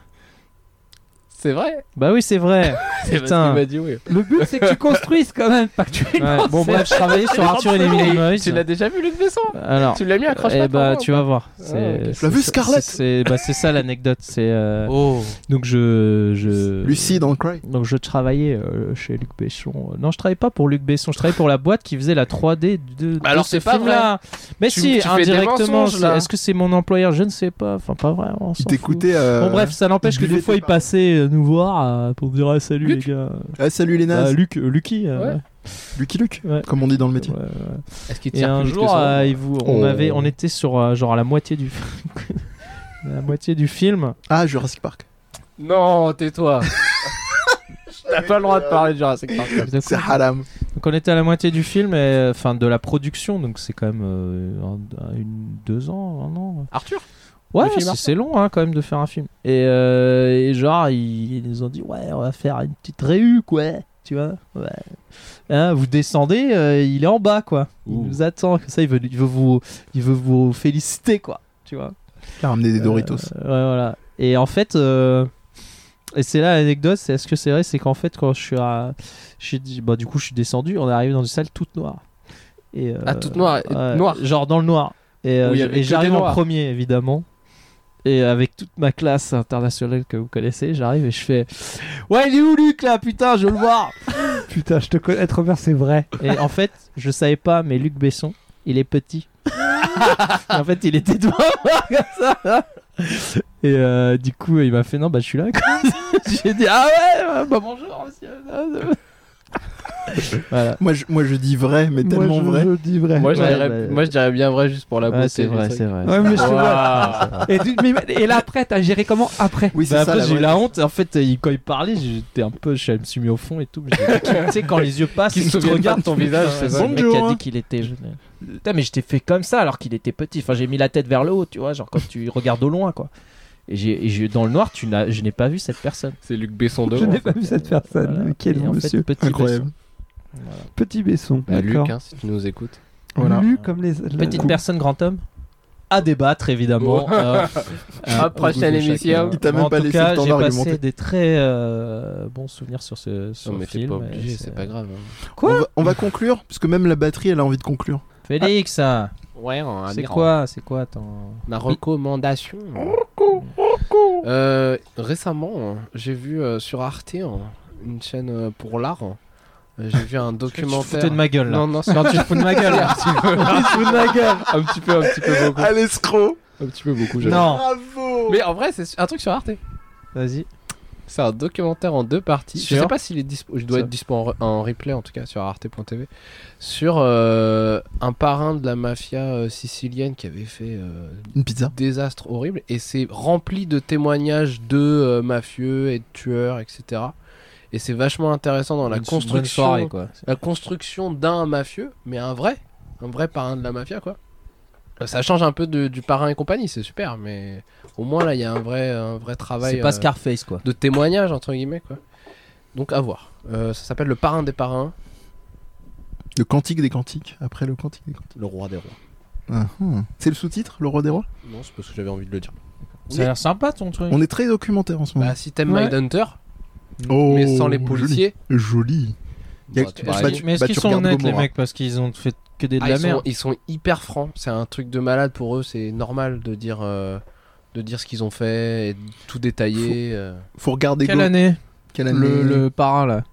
C'est vrai
Bah oui, c'est vrai.
C'est parce
Putain.
qu'il m'a dit oui.
Le but, c'est que tu construises quand même, pas que tu
Ouais, Bon bref, je travaillais sur Arthur et les Minimoys.
Tu l'as déjà vu, Luc Besson
Alors,
Tu l'as mis à crash
eh bah tu
hein,
vas voir.
ok.
C'est
Tu l'as vu,
c'est-
Scarlett
C'est bah, c'est ça l'anecdote. C'est euh,
Oh
donc je je
Lucie dans Cry.
Donc Euh, je travaillais euh, chez Luc Besson. Euh, Non, je travaillais pas pour Luc Besson, je travaillais pour la boîte qui faisait la 3D de, de
Alors,
ce
c'est pas
film-là. Mais
Tu-
si,
tu fais des
indirectement.
mensonges,
c'est-
là.
Est-ce que c'est mon employeur Je ne sais pas. Enfin, pas vraiment. on
Qui
s'en fout.
t'écoutait. euh,
Bon bref, ça n'empêche que des
buvait
fois
tes
il passait euh, nous voir euh, pour me dire ah, salut
Luc.
les gars,
ah, salut les
Ah,
nazes.
Luc, euh, Lucky. euh,
Lucky Luke,
Ouais.
comme on dit dans le métier.
ouais, ouais.
Est-ce qu'il
Et
tire
un
plus que
jour,
ça
euh, il vous- on
Oh.
avait, on était sur euh, genre à la moitié du, à la moitié du film.
Ah, Jurassic Park.
Non, tais-toi T'as pas le droit de parler de Jurassic Park.
C'est haram.
Donc on était à la moitié du film, et, euh, enfin de la production, donc c'est quand même euh, un- un- une, deux ans, un an.
Arthur
Ouais,
Le film
c'est-
Arthur.
c'est long hein, quand même de faire un film. Et, euh, et genre ils, ils nous ont dit ouais, on va faire une petite réu quoi, tu vois. Ouais. Hein, vous descendez, euh, il est en bas quoi. Il
Ouh.
nous attend, comme ça il veut, il veut vous, il veut vous féliciter quoi, tu vois.
Il a ramené des Doritos.
Euh, ouais, voilà. Et en fait, euh, et c'est là l'anecdote, c'est est-ce que c'est vrai, c'est qu'en fait quand je suis à, je suis dit- bah du coup je suis descendu, on est arrivé dans une salle toute noire. Et, euh,
Ah, toute noire, et- noire.
Genre dans le noir. Et, euh,
Où il y
je-
avait
et
que
j'arrive
des
en
noirs.
premier évidemment. Et avec toute ma classe internationale que vous connaissez, j'arrive et je fais Ouais, il est où Luc là Putain, je veux le voir
Putain, je te connais, Robert, c'est vrai.
Et en fait, je savais pas, mais Luc Besson, il est petit. Et en fait, il était devant moi comme ça. Et euh, du coup, il m'a fait non, bah je suis là. quoi. J'ai dit ah ouais, bah bonjour monsieur. voilà.
Moi je, moi je dis vrai, mais tellement
Moi, je-
vrai.
je dis vrai.
Moi,
Ouais,
je dirais-
bah-
moi, je dirais bien Ah, vrai juste pour la
Ouais,
beauté.
c'est vrai, c'est vrai.
Ouais, mais je te vois.
Waouh.
Et, du- mais- et là, après, t'as géré comment après
Oui, c'est
Bah
ça.
après
la
j'ai eu
vraie-
la honte en fait euh, il- quand il parlait j'étais un peu je me suis mis au fond et tout mais j'ai- tu sais quand les yeux passent
Qu'ils se
ils te
souviennent pas
regardent
de ton visage, c'est
c'est
ça.
Ah, le mec qui
Bonjour,
a
hein.
dit qu'il était jeune putain mais je t'ai fait comme ça alors qu'il était petit enfin j'ai mis la tête vers le haut tu vois genre quand tu regardes au loin quoi et j'ai et j'ai- dans le noir tu n'as je n'ai pas vu cette personne
C'est Luc Besson
Je
devant.
n'ai pas vu cette personne.
Voilà.
Quel
Et en fait,
monsieur.
petit
Incroyable.
personne. Voilà.
Petit Besson.
Bah, Luc,
d'accord.
hein, si tu nous écoutes.
Voilà.
Lu comme les. la-
petite personne grand homme à débattre évidemment. euh,
À prochaine
au goût de
émission.
chacun.
Il t'a même
en
pas
tout
laissé
cas,
le temps
j'ai
d'argumenter.
passé des très euh, bons souvenirs sur ce, sur
Non, mais
ce
t'es
film.
pas
et
obligé,
c'est-
c'est pas grave. hein.
on, va, on va conclure, parce que même la batterie, elle a envie de conclure.
Félix, ça
Ouais, on a
c'est
des grands.
quoi, c'est quoi ton
Ma recommandation. Euh, récemment, j'ai vu euh, sur Arte, hein, une chaîne euh, pour l'art, hein, j'ai vu un
Tu te
documentaire.
foutais de ma gueule là.
Non, non, c'est
Non, tu te fous de ma gueule là.
un petit peu, un petit peu beaucoup.
À l'escroc
Un petit peu beaucoup, j'avoue.
Ah,
non,
Bravo
Mais en vrai, c'est un truc sur Arte.
vas-y.
C'est un documentaire en deux parties. je
Sur-
sais pas s'il est dispo. Je dois
Ça.
être dispo en, re- en replay en tout cas sur arte.tv. Sur euh, un parrain de la mafia euh, sicilienne qui avait fait euh,
Une pizza.
désastre horrible. Et c'est rempli de témoignages de euh, mafieux et de tueurs, etc. Et c'est vachement intéressant dans la
Une bonne
construction,
soirée, quoi.
la construction d'un mafieux, mais un vrai, un vrai parrain de la mafia quoi. Euh, Ça change un peu de- du parrain et compagnie, c'est super, mais au moins là il y a un vrai, un vrai travail.
C'est pas
euh,
Scarface quoi.
de témoignage entre guillemets quoi. Donc à voir. Euh, ça s'appelle le parrain des parrains,
Le cantique des cantiques, après le cantique des cantiques.
le roi des rois.
Ah, hum. C'est le sous-titre, le roi des rois
Non, c'est parce que j'avais envie de le dire.
Ça a l'air sympa ton truc.
On est très documentaire en ce moment.
Bah si t'aimes
Ouais.
Mindhunter,
oh,
mais sans les policiers,
Joli. Y a-
bah, tu
bah,
vas
bah,
aller.
tu-
Mais est-ce
bah,
qu'ils
tu
sont
regardes
honnêtes les
Gomorrah.
mecs parce qu'ils ont fait que des de
Ah,
la
ils, sont,
merde.
ils sont hyper francs. C'est un truc de malade pour eux. C'est normal de dire euh, de dire ce qu'ils ont fait et de tout détailler. euh.
Faut regarder
Quelle
Go-
année
quelle année
le, le parrain là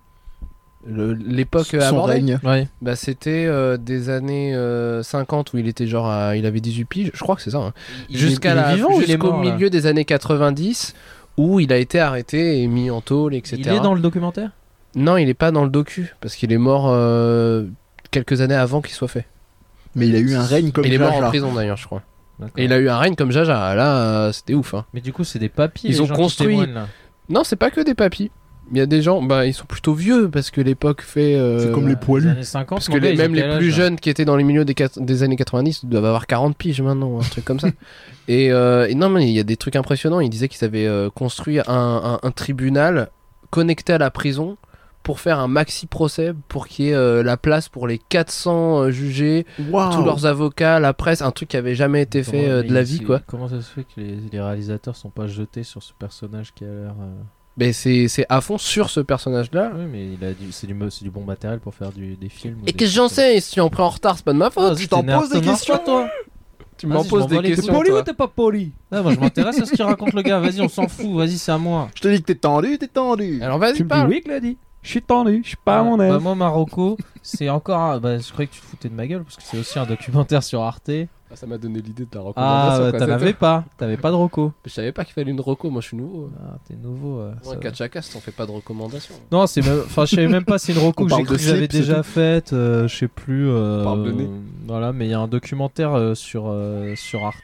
Le- L'époque
son
abordée,
règne.
Ouais.
bah, c'était euh, des années euh, 50 où il était genre à- il avait 18 piges. Je crois que c'est ça. hein. jusqu'à
il est
la-
vivant ou il est
jusqu'au
mort, là
milieu des années 90 où il a été arrêté et mis en tôle, etc.
Il est dans le documentaire
Non, il est pas dans le docu parce qu'il est mort euh, quelques années avant qu'il soit fait.
Mais il a eu un règne comme
il est
Jar
mort en
Jar.
prison d'ailleurs, je crois. Et il a eu un règne comme Jaja. Là, euh, c'était ouf. hein.
Mais du coup, c'est des papiers.
Ils
les
ont
gens qui
construit-
témoignent, là.
Non, c'est pas que des papis. Il y a des gens, bah, ils sont plutôt vieux parce que l'époque fait. euh,
C'est comme les
Les
poilus.
années 50,
Parce
mon
que
gars,
les,
ils
même
étaient à
les plus
l'âge, là.
jeunes qui étaient dans les milieux des, quat- des années 90 doivent avoir 40 piges maintenant, un truc comme ça. Et, euh, et non, mais il y a des trucs impressionnants. Ils disaient qu'ils avaient euh, construit un, un- un tribunal connecté à la prison pour faire un maxi procès pour qu'il y ait euh, la place pour les 400 euh, jugés, tous
Waouh.
leurs avocats, la presse, un truc qui avait jamais été fait
Comment-
euh,
mais
de la
c'est-
vie, quoi.
Comment ça se fait que les, les réalisateurs sont pas jetés sur ce personnage qui a l'air. euh,
Mais c'est c'est à fond sur ce personnage-là.
Oui, mais il a du- c'est du, mo- c'est du bon matériel pour faire du- des films. ou
Et
des
qu'est-ce que
trucs
j'en
comme ça.
sais Si tu en prends en retard, c'est pas de ma
Ah,
faute.
vas-y,
tu t'en
t'énerves,
poses des
t'énerves
questions.
pas, toi
Tu
Vas-y,
m'en
je
poses
m'en
des
bats les
questions.
Poli ou
toi.
t'es pas poli
Ah, moi, je m'intéresse à ce qu'il raconte le gars. Vas-y, on s'en fout. Vas-y, c'est à moi.
Je te dis que t'es tendu, t'es
Ah,
tendu.
Alors vas-y,
Tu me dis
parle.
oui, Gladys Je suis tendu, je suis pas à mon
Bah,
aise.
moi, Marocco, c'est encore. un- Bah, je croyais que tu te foutais de ma gueule parce que c'est aussi un documentaire sur Arte.
Ça m'a donné l'idée de ta
Ah,
recommandation.
bah,
quoi,
t'en
c'est
avais pas. T'avais pas de Rocco.
Je savais pas qu'il fallait une reco, moi je suis nouveau. hein.
Ah, t'es nouveau. euh,
Moi,
ça-
Kachacast, on fait pas de recommandation.
Non, c'est même. Enfin, je savais même pas si une reco
On
que
parle
j'ai
de
cru que j'avais
slip, c'est
déjà faite. euh, je sais plus. euh,
parle de nez.
Voilà, mais il y a un documentaire euh, sur euh, sur Arte.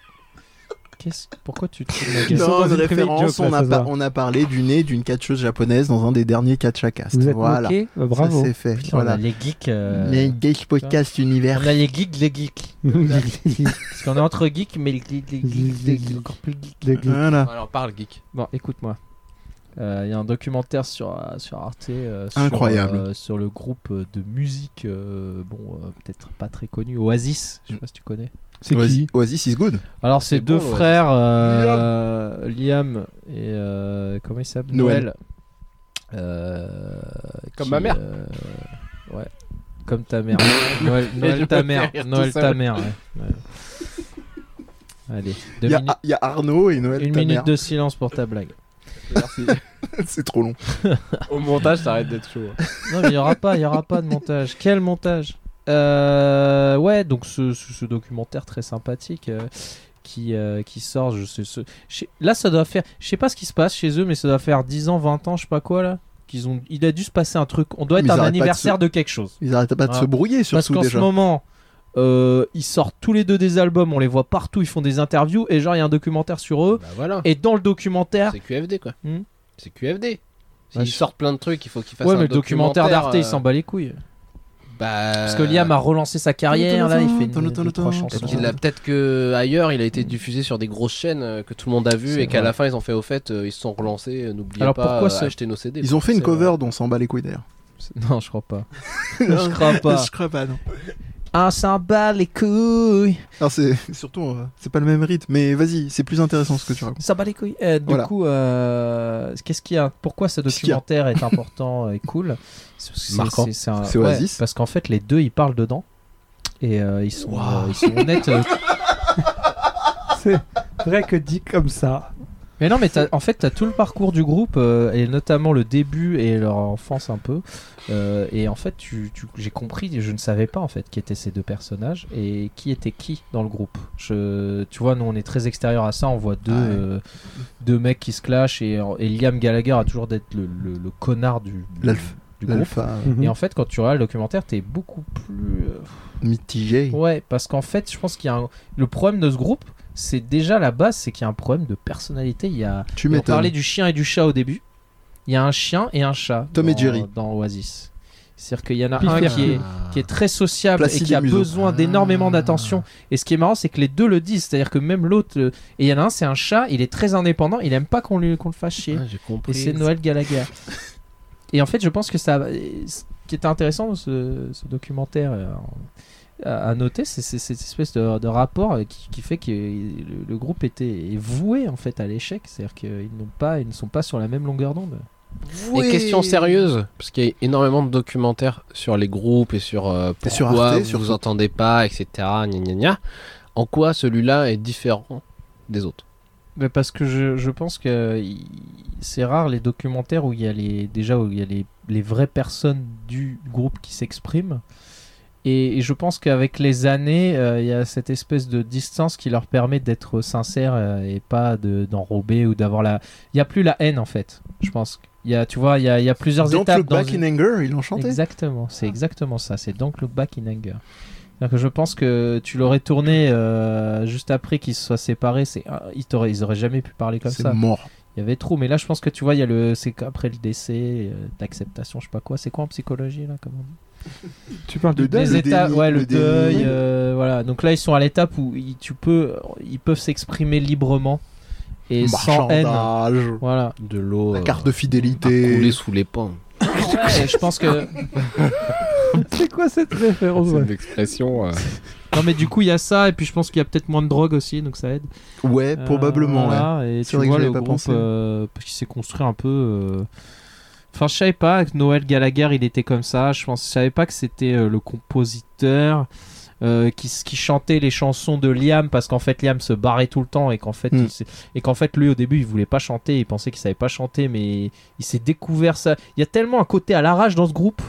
Qu'est-ce Pourquoi tu te fous de ma gueule
sont
Non,
dans
une
une private
référence,
joke,
on
là,
a,
faut
par-
savoir.
on a parlé du nez d'une catcheuse japonaise dans un des derniers catchacast.
Vous êtes
Voilà.
moqués Bah, Bravo.
Ça c'est fait.
Putain, On
voilà.
a les geeks. euh,
Les Gay Podcast Univers.
On a les geeks, les geeks. Parce qu'on est entre geeks, mais les geeks, les geeks, les geeks, encore plus geeks.
Voilà.
Alors parle, geek.
Bon, écoute-moi. Euh, Il y a un documentaire sur, euh, sur Arte euh,
Incroyable.
Sur, euh, sur le groupe euh, de musique, euh, bon, euh, peut-être pas très connu, Oasis.
Mm.
Je sais pas si tu connais.
C'est
Oasis,
qui
Oasis is good.
Alors, c'est
C'est
deux
bon, Oasis.
frères, euh, Liam. et euh, comment il s'appelle
Noël.
Euh,
Comme
qui,
ma mère.
euh, ouais. Comme ta mère. Noël, Noël
je me
ta
fais
mère.
rire tout
Noël ta
seul.
mère. ouais. Ouais. Allez, deux
Il y, a-
minutes.
il y a Arnaud et Noël.
Une
ta
minute
mère.
de silence pour ta blague.
c'est trop long.
Au montage, ça arrête d'être chaud. hein.
Non, mais il n'y aura pas, il y aura pas de montage. Quel montage Euh, Ouais, donc ce, ce- ce documentaire très sympathique euh, qui, euh, qui sort. Je sais, ce- je sais- là, ça doit faire. Je sais pas ce qui se passe chez eux, mais ça doit faire 10 ans, 20 ans, je sais pas quoi là. Qu'ils ont, il a dû se passer un truc. On doit être
Mais ils
un
arrêtent pas de
anniversaire
se-
de quelque chose.
Ils arrêtent pas de
Ah.
se brouiller
Parce
surtout
qu'en ce
déjà.
moment, euh, ils sortent tous les deux des albums, on les voit partout, ils font des interviews, et genre, il y a un documentaire sur eux.
Bah voilà.
Et dans le documentaire,
C'est QFD quoi.
Hmm.
C'est QFD. S'ils
Ouais, je-
sortent plein de trucs, il faut qu'ils fassent
ouais,
un
mais le documentaire d'Arte,
euh,
il s'en bat les couilles.
Bah.
Parce que Liam a relancé sa carrière, là, il fait une,
Tonton, tonton,
deux, trois
tonton.
chansons.
Peut-être qu'il l'a- peut-être que ailleurs il a été diffusé sur des grosses chaînes euh, que tout le monde a vu
C'est
et qu'à
vrai.
la fin ils ont fait au fait euh, ils se sont relancés euh, n'oubliez
Alors
pas
pourquoi
euh,
ce-
acheter nos CD.
Ils ont fait une
C'est vrai.
cover dont on s'en bat les couilles d'ailleurs.
Non, je crois pas. je crois pas.
Je crois pas, non.
Ah, ça en bat les couilles.
Alors c'est surtout, euh, c'est pas le même rythme, mais vas-y, c'est plus intéressant ce que tu racontes.
Ça bat les couilles. Euh, du
Voilà.
coup, euh, qu'est-ce qu'il y a Pourquoi ce
Qu'est-ce qu'il y a
documentaire est important et cool C'est- c'est-
Marquant.
c'est- C'est un-
C'est
ouais,
Oasis.
parce qu'en fait, les deux, ils parlent dedans. Et euh, ils, sont, euh, ils sont honnêtes. euh.
C'est vrai que dit comme ça.
Mais non, mais t'as- en fait, t'as tout le parcours du groupe, euh, et notamment le début et leur enfance un peu. Euh, et en fait, tu, tu- j'ai compris, je ne savais pas en fait qui étaient ces deux personnages et qui était qui dans le groupe. Je, tu vois, nous on est très extérieur à ça, on voit deux,
Ah ouais.
euh, deux mecs qui se clashent et, et Liam Gallagher a toujours d'être le, le- le connard du, du-
L'alpha.
du groupe.
L'alpha euh,
Et en fait, quand tu regardes le documentaire, t'es beaucoup plus. euh,
mitigé.
Ouais, parce qu'en fait, je pense qu'il y a un- le problème de ce groupe, c'est déjà la base, c'est qu'il y a un problème de personnalité. Il y a
Tu
on
m'étonnes.
parlait du chien et du chat au début. Il y a un chien et un chat
Tom
dans,
et Jerry.
dans Oasis. C'est-à-dire qu'il y en a
Piffer.
un qui est,
Ah.
qui est très sociable
Placide
et qui a
et Musso.
besoin d'énormément d'attention. Et ce qui est marrant, c'est que les deux le disent. C'est-à-dire que même l'autre. le- Et il y en a un, c'est un chat, il est très indépendant, il aime pas qu'on lui- qu'on le fasse chier.
Ah, J'ai compris.
Et c'est Noël Gallagher. et en fait, je pense que ça, ce qui était intéressant dans ce, ce documentaire euh, à à noter, c'est c'est cette espèce de, de rapport euh, qui, qui fait que le, le groupe était est voué en fait à l'échec. C'est-à-dire qu'ils n'ont pas, ils ne sont pas sur la même longueur d'onde.
Et question sérieuse, parce qu'il y a énormément de documentaires sur les groupes et sur euh,
Et
pourquoi
sur Arte,
vous
surtout.
vous entendez pas, etc. gna gna gna. En quoi celui-là est différent des autres
Mais parce que je, je pense que euh, il- c'est rare les documentaires où il y a les déjà où il y a les, les vraies personnes du groupe qui s'expriment. Et, et je pense qu'avec les années, euh, il y a cette espèce de distance qui leur permet d'être sincères euh, et pas de- d'enrober ou d'avoir la. Il n'y a plus la haine en fait. Je pense. Il y a, tu vois, il y a, il y a plusieurs
Don't
étapes.
look
dans
back
une-
in anger, ils l'ont chanté. Ah.
Exactement, c'est exactement ça. C'est Don't Look Back in Anger. C'est-à-dire que je pense que tu l'aurais tourné euh, juste après qu'ils se soient séparés. C'est, ah, ils, t'auraient- ils auraient jamais pu parler comme
C'est
ça.
mort.
Il y avait trop. Mais là, je pense que tu vois, il y a le, c'est après le décès, euh, d'acceptation, je sais pas quoi. C'est quoi en psychologie là, comment on dit
Tu parles de
Le deuil,
les étapes,
déni,
ouais, le,
déni.
deuil, euh, voilà. Donc là, ils sont à l'étape où ils, tu peux, ils peuvent s'exprimer librement et sans haine. Ah,
Marchandage.
Voilà.
De l'eau
La carte de euh,
coulée
fidélité.
sous les ponts.
Et je pense que
C'est quoi cette
Oh,
référence ouais
expression. euh,
non, mais du coup, il y a ça, et puis je pense qu'il y a peut-être moins de drogue aussi, donc ça aide.
Ouais, probablement.
Euh,
ouais.
voilà, Et
C'est
tu
vrai que
vois
j'avais
le
pas
groupe
pensé.
euh, qui s'est construit un peu. euh, Enfin, je savais pas que Noël Gallagher il était comme ça. Je pense, je savais pas que c'était euh, le compositeur euh, qui, s- qui chantait les chansons de Liam parce qu'en fait Liam se barrait tout le temps et qu'en fait
Mm.
il s'est- et qu'en fait lui au début il voulait pas chanter, il pensait qu'il savait pas chanter, mais il s'est découvert ça. Il y a tellement un côté à l'arrache dans ce groupe.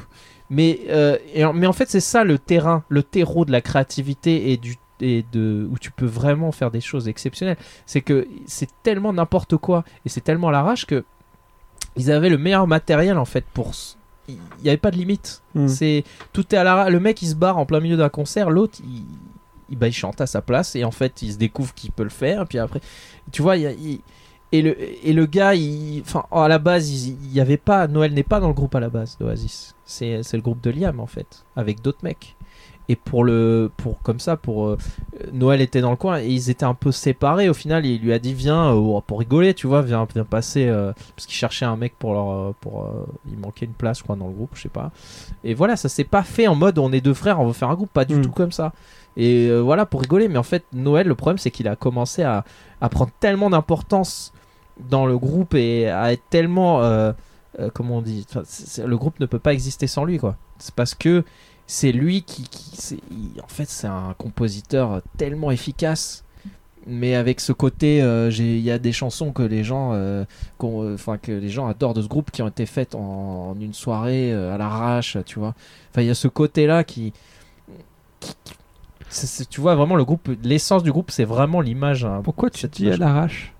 Mais, euh, et en, mais en fait, c'est ça le terrain, le terreau de la créativité et, du, et de, où tu peux vraiment faire des choses exceptionnelles. C'est que c'est tellement n'importe quoi et c'est tellement à l'arrache que ils avaient le meilleur matériel en fait pour. s- Il n'y avait pas de limite.
Hmm.
C'est tout est à l'arrache. Le mec il se barre en plein milieu d'un concert, l'autre il, il, bah, il chante à sa place et en fait il se découvre qu'il peut le faire. Et puis après, tu vois, il y a- il- et le, et le gars, il, enfin, oh, à la base, il il y avait pas. Noël n'est pas dans le groupe à la base d'Oasis. C'est c'est le groupe de Liam, en fait, avec d'autres mecs. Et pour le. Pour, comme ça, pour. euh, Noël était dans le coin et ils étaient un peu séparés. Au final, il lui a dit Viens, euh, pour rigoler, tu vois, viens, viens passer. euh, parce qu'il cherchait un mec pour leur. euh, Pour, euh, il manquait une place, je crois, dans le groupe, je sais pas. Et voilà, ça s'est pas fait en mode on est deux frères, on veut faire un groupe. Pas du
Hmm.
tout comme ça. Et euh, voilà, pour rigoler. Mais en fait, Noël, le problème, c'est qu'il a commencé à à prendre tellement d'importance dans le groupe et à être tellement euh, euh, comment on dit enfin, c'est- c'est- le groupe ne peut pas exister sans lui quoi c'est parce que c'est lui qui, qui- c'est- il- en fait c'est un compositeur tellement efficace mais avec ce côté euh, j'ai- il y a des chansons que les gens euh, qu'on- euh, enfin que les gens adorent de ce groupe qui ont été faites en, en une soirée euh, à l'arrache tu vois enfin il y a ce côté là qui, qui- qui- c'est- c'est- tu vois vraiment le groupe l'essence du groupe c'est vraiment l'image hein,
Pourquoi tu
Cette
dis à
image.
l'arrache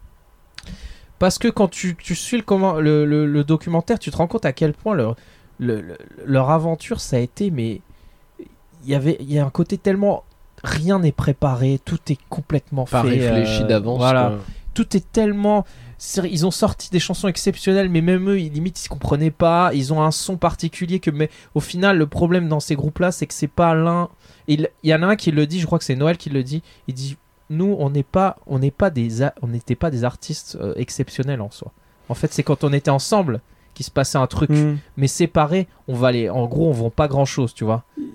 parce que quand tu, tu suis le, comment- le, le- le documentaire, tu te rends compte à quel point leur, le- le- leur aventure, ça a été, mais il y avait il y a un côté tellement... Rien n'est préparé, tout est complètement
Pas
fait.
réfléchi
euh,
d'avance.
Voilà
quoi.
tout est tellement c'est- ils ont sorti des chansons exceptionnelles mais même eux ils- limite ils se comprenaient pas ils ont un son particulier que mais au final le problème dans ces groupes là c'est que c'est pas l'un il il y en a un qui le dit je crois que c'est Noël qui le dit il dit nous on n'est pas on n'est pas des a- on n'était pas des artistes euh, exceptionnels en soi en fait c'est quand on était ensemble
Mm.
qu'il se passait un truc
Hmm.
mais séparés on va aller en gros on vend pas grand chose tu vois
Il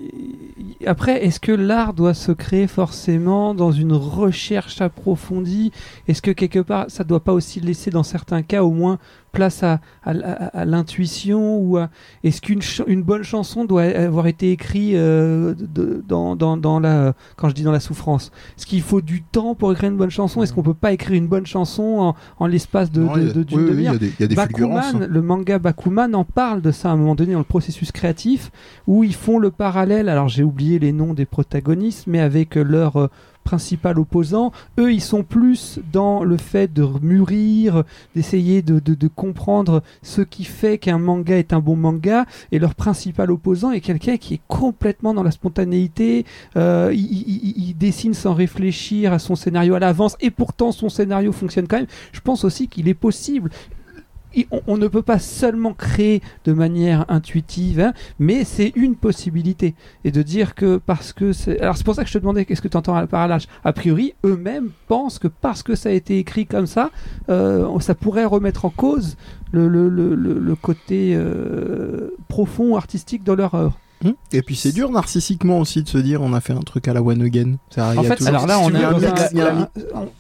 après, est-ce que l'art doit se créer forcément dans une recherche approfondie Est-ce que quelque part, ça doit pas aussi laisser dans certains cas au moins place à, à, à, à l'intuition ou Est-ce qu'une ch- une bonne chanson doit avoir été écrite euh, de- dans, dans, dans la quand je dis dans la souffrance Est-ce qu'il faut du temps pour écrire une bonne chanson
Hmm.
Est-ce qu'on peut pas écrire une bonne chanson en, en l'espace de,
Non,
de-
il y a-
de- d'une
oui, oui, il y
demi-heure
a des, il y a des fulgurances. hein.
Bakuman, le manga Bakuman en parle de ça à un moment donné dans le processus créatif où ils font le parallèle. Alors j'ai oublié les noms des protagonistes, mais avec euh, leur euh, principal opposant, eux ils sont plus dans le fait de mûrir, d'essayer de, de- de comprendre ce qui fait qu'un manga est un bon manga, et leur principal opposant est quelqu'un qui est complètement dans la spontanéité, euh, il, il- il- il dessine sans réfléchir à son scénario à l'avance, et pourtant son scénario fonctionne quand même. Je pense aussi qu'il est possible il- on, on ne peut pas seulement créer de manière intuitive, hein, mais c'est une possibilité. Et de dire que parce que c'est. Alors c'est pour ça que je te demandais qu'est-ce que tu entends par l'âge. A priori, eux-mêmes pensent que parce que ça a été écrit comme ça, euh, ça pourrait remettre en cause le, le- le- le- le côté euh, profond artistique de leur œuvre.
Hmm. Et puis c'est dur narcissiquement aussi de se dire on a fait un truc à la One Again. Ça, il y
En
a
fait,
toujours-
alors là,
si
on
tu
est
veux un
dans
mec,
un-
il y a un-
Voilà,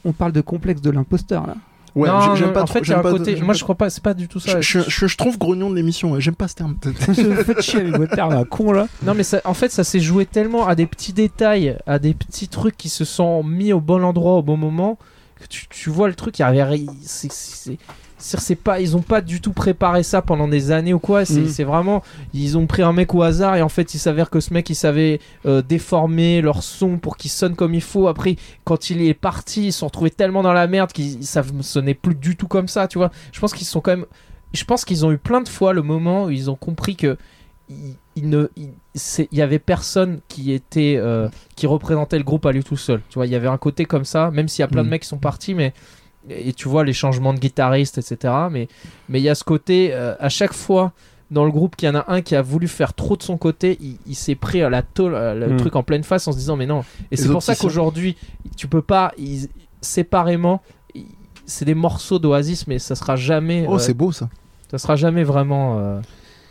on, on parle de complexe de l'imposteur là.
Ouais,
Non,
j'ai- j'aime
non,
pas
en
trop-
fait, il y a
j'aime
un
pas-
côté-
j'aime
moi
pas-
je crois pas, c'est pas du tout ça.
je, je- je- je trouve grognon de l'émission. ouais, J'aime pas ce terme.
Je fais chier avec vos termes, là, con là.
Non mais ça, en fait ça s'est joué tellement à des petits détails, à des petits trucs qui se sont mis au bon endroit au bon moment que tu, tu vois le truc il y avait ri- c'est- c'est- c'est- c'est pas ils ont pas du tout préparé ça pendant des années ou quoi c'est
Mm.
c'est vraiment ils ont pris un mec au hasard et en fait il s'avère que ce mec il savait euh, déformer leur son pour qu'il sonne comme il faut après quand il est parti ils se sont retrouvés tellement dans la merde qu'ils ça sonnait plus du tout comme ça tu vois je pense qu'ils sont quand même je pense qu'ils ont eu plein de fois le moment où ils ont compris que il, il ne il, c'est- il y avait personne qui était euh, qui représentait le groupe à lui tout seul tu vois il y avait un côté comme ça même s'il y a plein de
Mm.
mecs qui sont partis mais et tu vois les changements de guitaristes etc mais mais il y a ce côté euh, à chaque fois dans le groupe qu'il y en a un qui a voulu faire trop de son côté il, il s'est pris à la tôle à le
Mm.
truc en pleine face en se disant mais non et c'est
autres
pour ça
qui sont-
qu'aujourd'hui tu peux pas ils- séparément ils- c'est des morceaux d'Oasis mais ça sera jamais
Oh,
euh,
c'est beau ça.
ça sera jamais vraiment euh,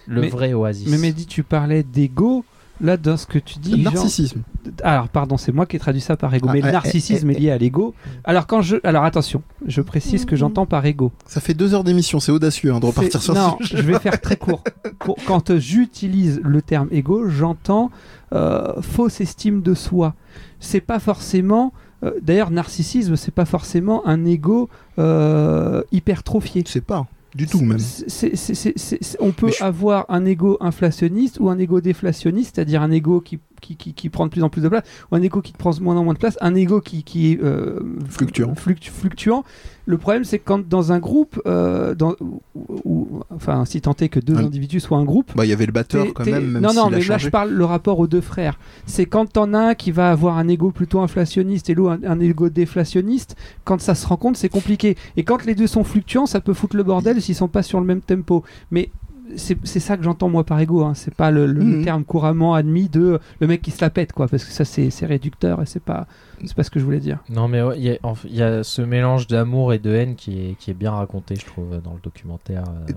le
Mais-
vrai Oasis.
Mais Mehdi, tu parlais d'ego. Là, dans ce que tu dis, genre-
Narcissisme.
Alors, pardon, c'est moi qui ai traduit ça par ego,
Ah,
mais
eh,
le narcissisme
eh,
est lié à l'ego. Alors, quand je. Alors, attention, je précise ce que j'entends par ego.
Ça fait deux heures d'émission. C'est audacieux hein, de repartir sur
C'est- Non, je vais faire très court. Pour- Quand euh, j'utilise le terme ego, j'entends euh, fausse estime de soi. C'est pas forcément. euh, D'ailleurs, narcissisme, c'est pas forcément un ego euh, hypertrophié.
C'est pas du tout même.
C'est- c'est- c'est- c'est- c'est- on peut
Mais je-
avoir un ego inflationniste ou un ego déflationniste, c'est-à-dire un ego qui, qui, qui, qui prend de plus en plus de place, ou un ego qui prend de moins en moins de place, un ego qui, qui est euh,
Fluctuant.
fluctu- fluctuant. Le problème, c'est que quand dans un groupe, euh, dans, ou- ou- enfin, si tant est que deux
Un-
individus soient un groupe,
Bah, il y avait le batteur
T'es-
quand
t'es-
même. même
non, non,
s'il a
mais là
changé.
je parle le rapport aux deux frères. C'est quand t'en as un qui va avoir un ego plutôt inflationniste et l'autre un, un ego déflationniste, quand ça se rencontre, c'est compliqué. Et quand les deux sont fluctuants, ça peut foutre le bordel s'ils sont pas sur le même tempo. Mais c'est c'est ça que j'entends moi par ego. hein. C'est pas le, le- le
Mhm.
terme couramment admis de euh, le mec qui se la pète, quoi. Parce que ça, c'est c'est réducteur et c'est pas, c'est pas ce que je voulais dire.
Non, mais ouais, il y, a- en fait, il y a ce mélange d'amour et de haine qui est, qui est bien raconté, je trouve, dans le documentaire euh,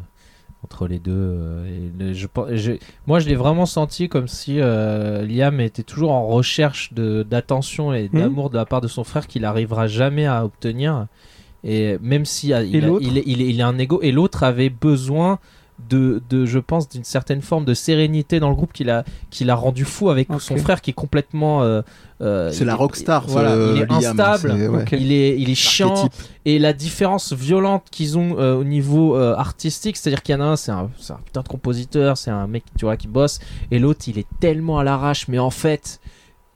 entre les deux. euh, et le- je, pense- je- moi, je l'ai vraiment senti comme si euh, Liam était toujours en recherche de- d'attention et
Mhm.
d'amour de la part de son frère qu'il n'arrivera jamais à obtenir. Et même si ah, il,
Et
a,
l'autre
il, est- il est- il est un ego, et l'autre avait besoin de, de, je pense, d'une certaine forme de sérénité dans le groupe qu'il a, qu'il a rendu fou avec
Ok.
son frère qui est complètement. euh, euh,
C'est la
il-
rockstar.
Voilà,
ce,
il est
Liam,
instable.
c'est- ouais.
Ok.
Il est, il est chiant
L'archétype.
et la différence violente qu'ils ont euh, au niveau euh, artistique, c'est-à-dire qu'il y en a un, c'est un, c'est un putain de compositeur, c'est un mec tu vois qui bosse, et l'autre il est tellement à l'arrache, mais en fait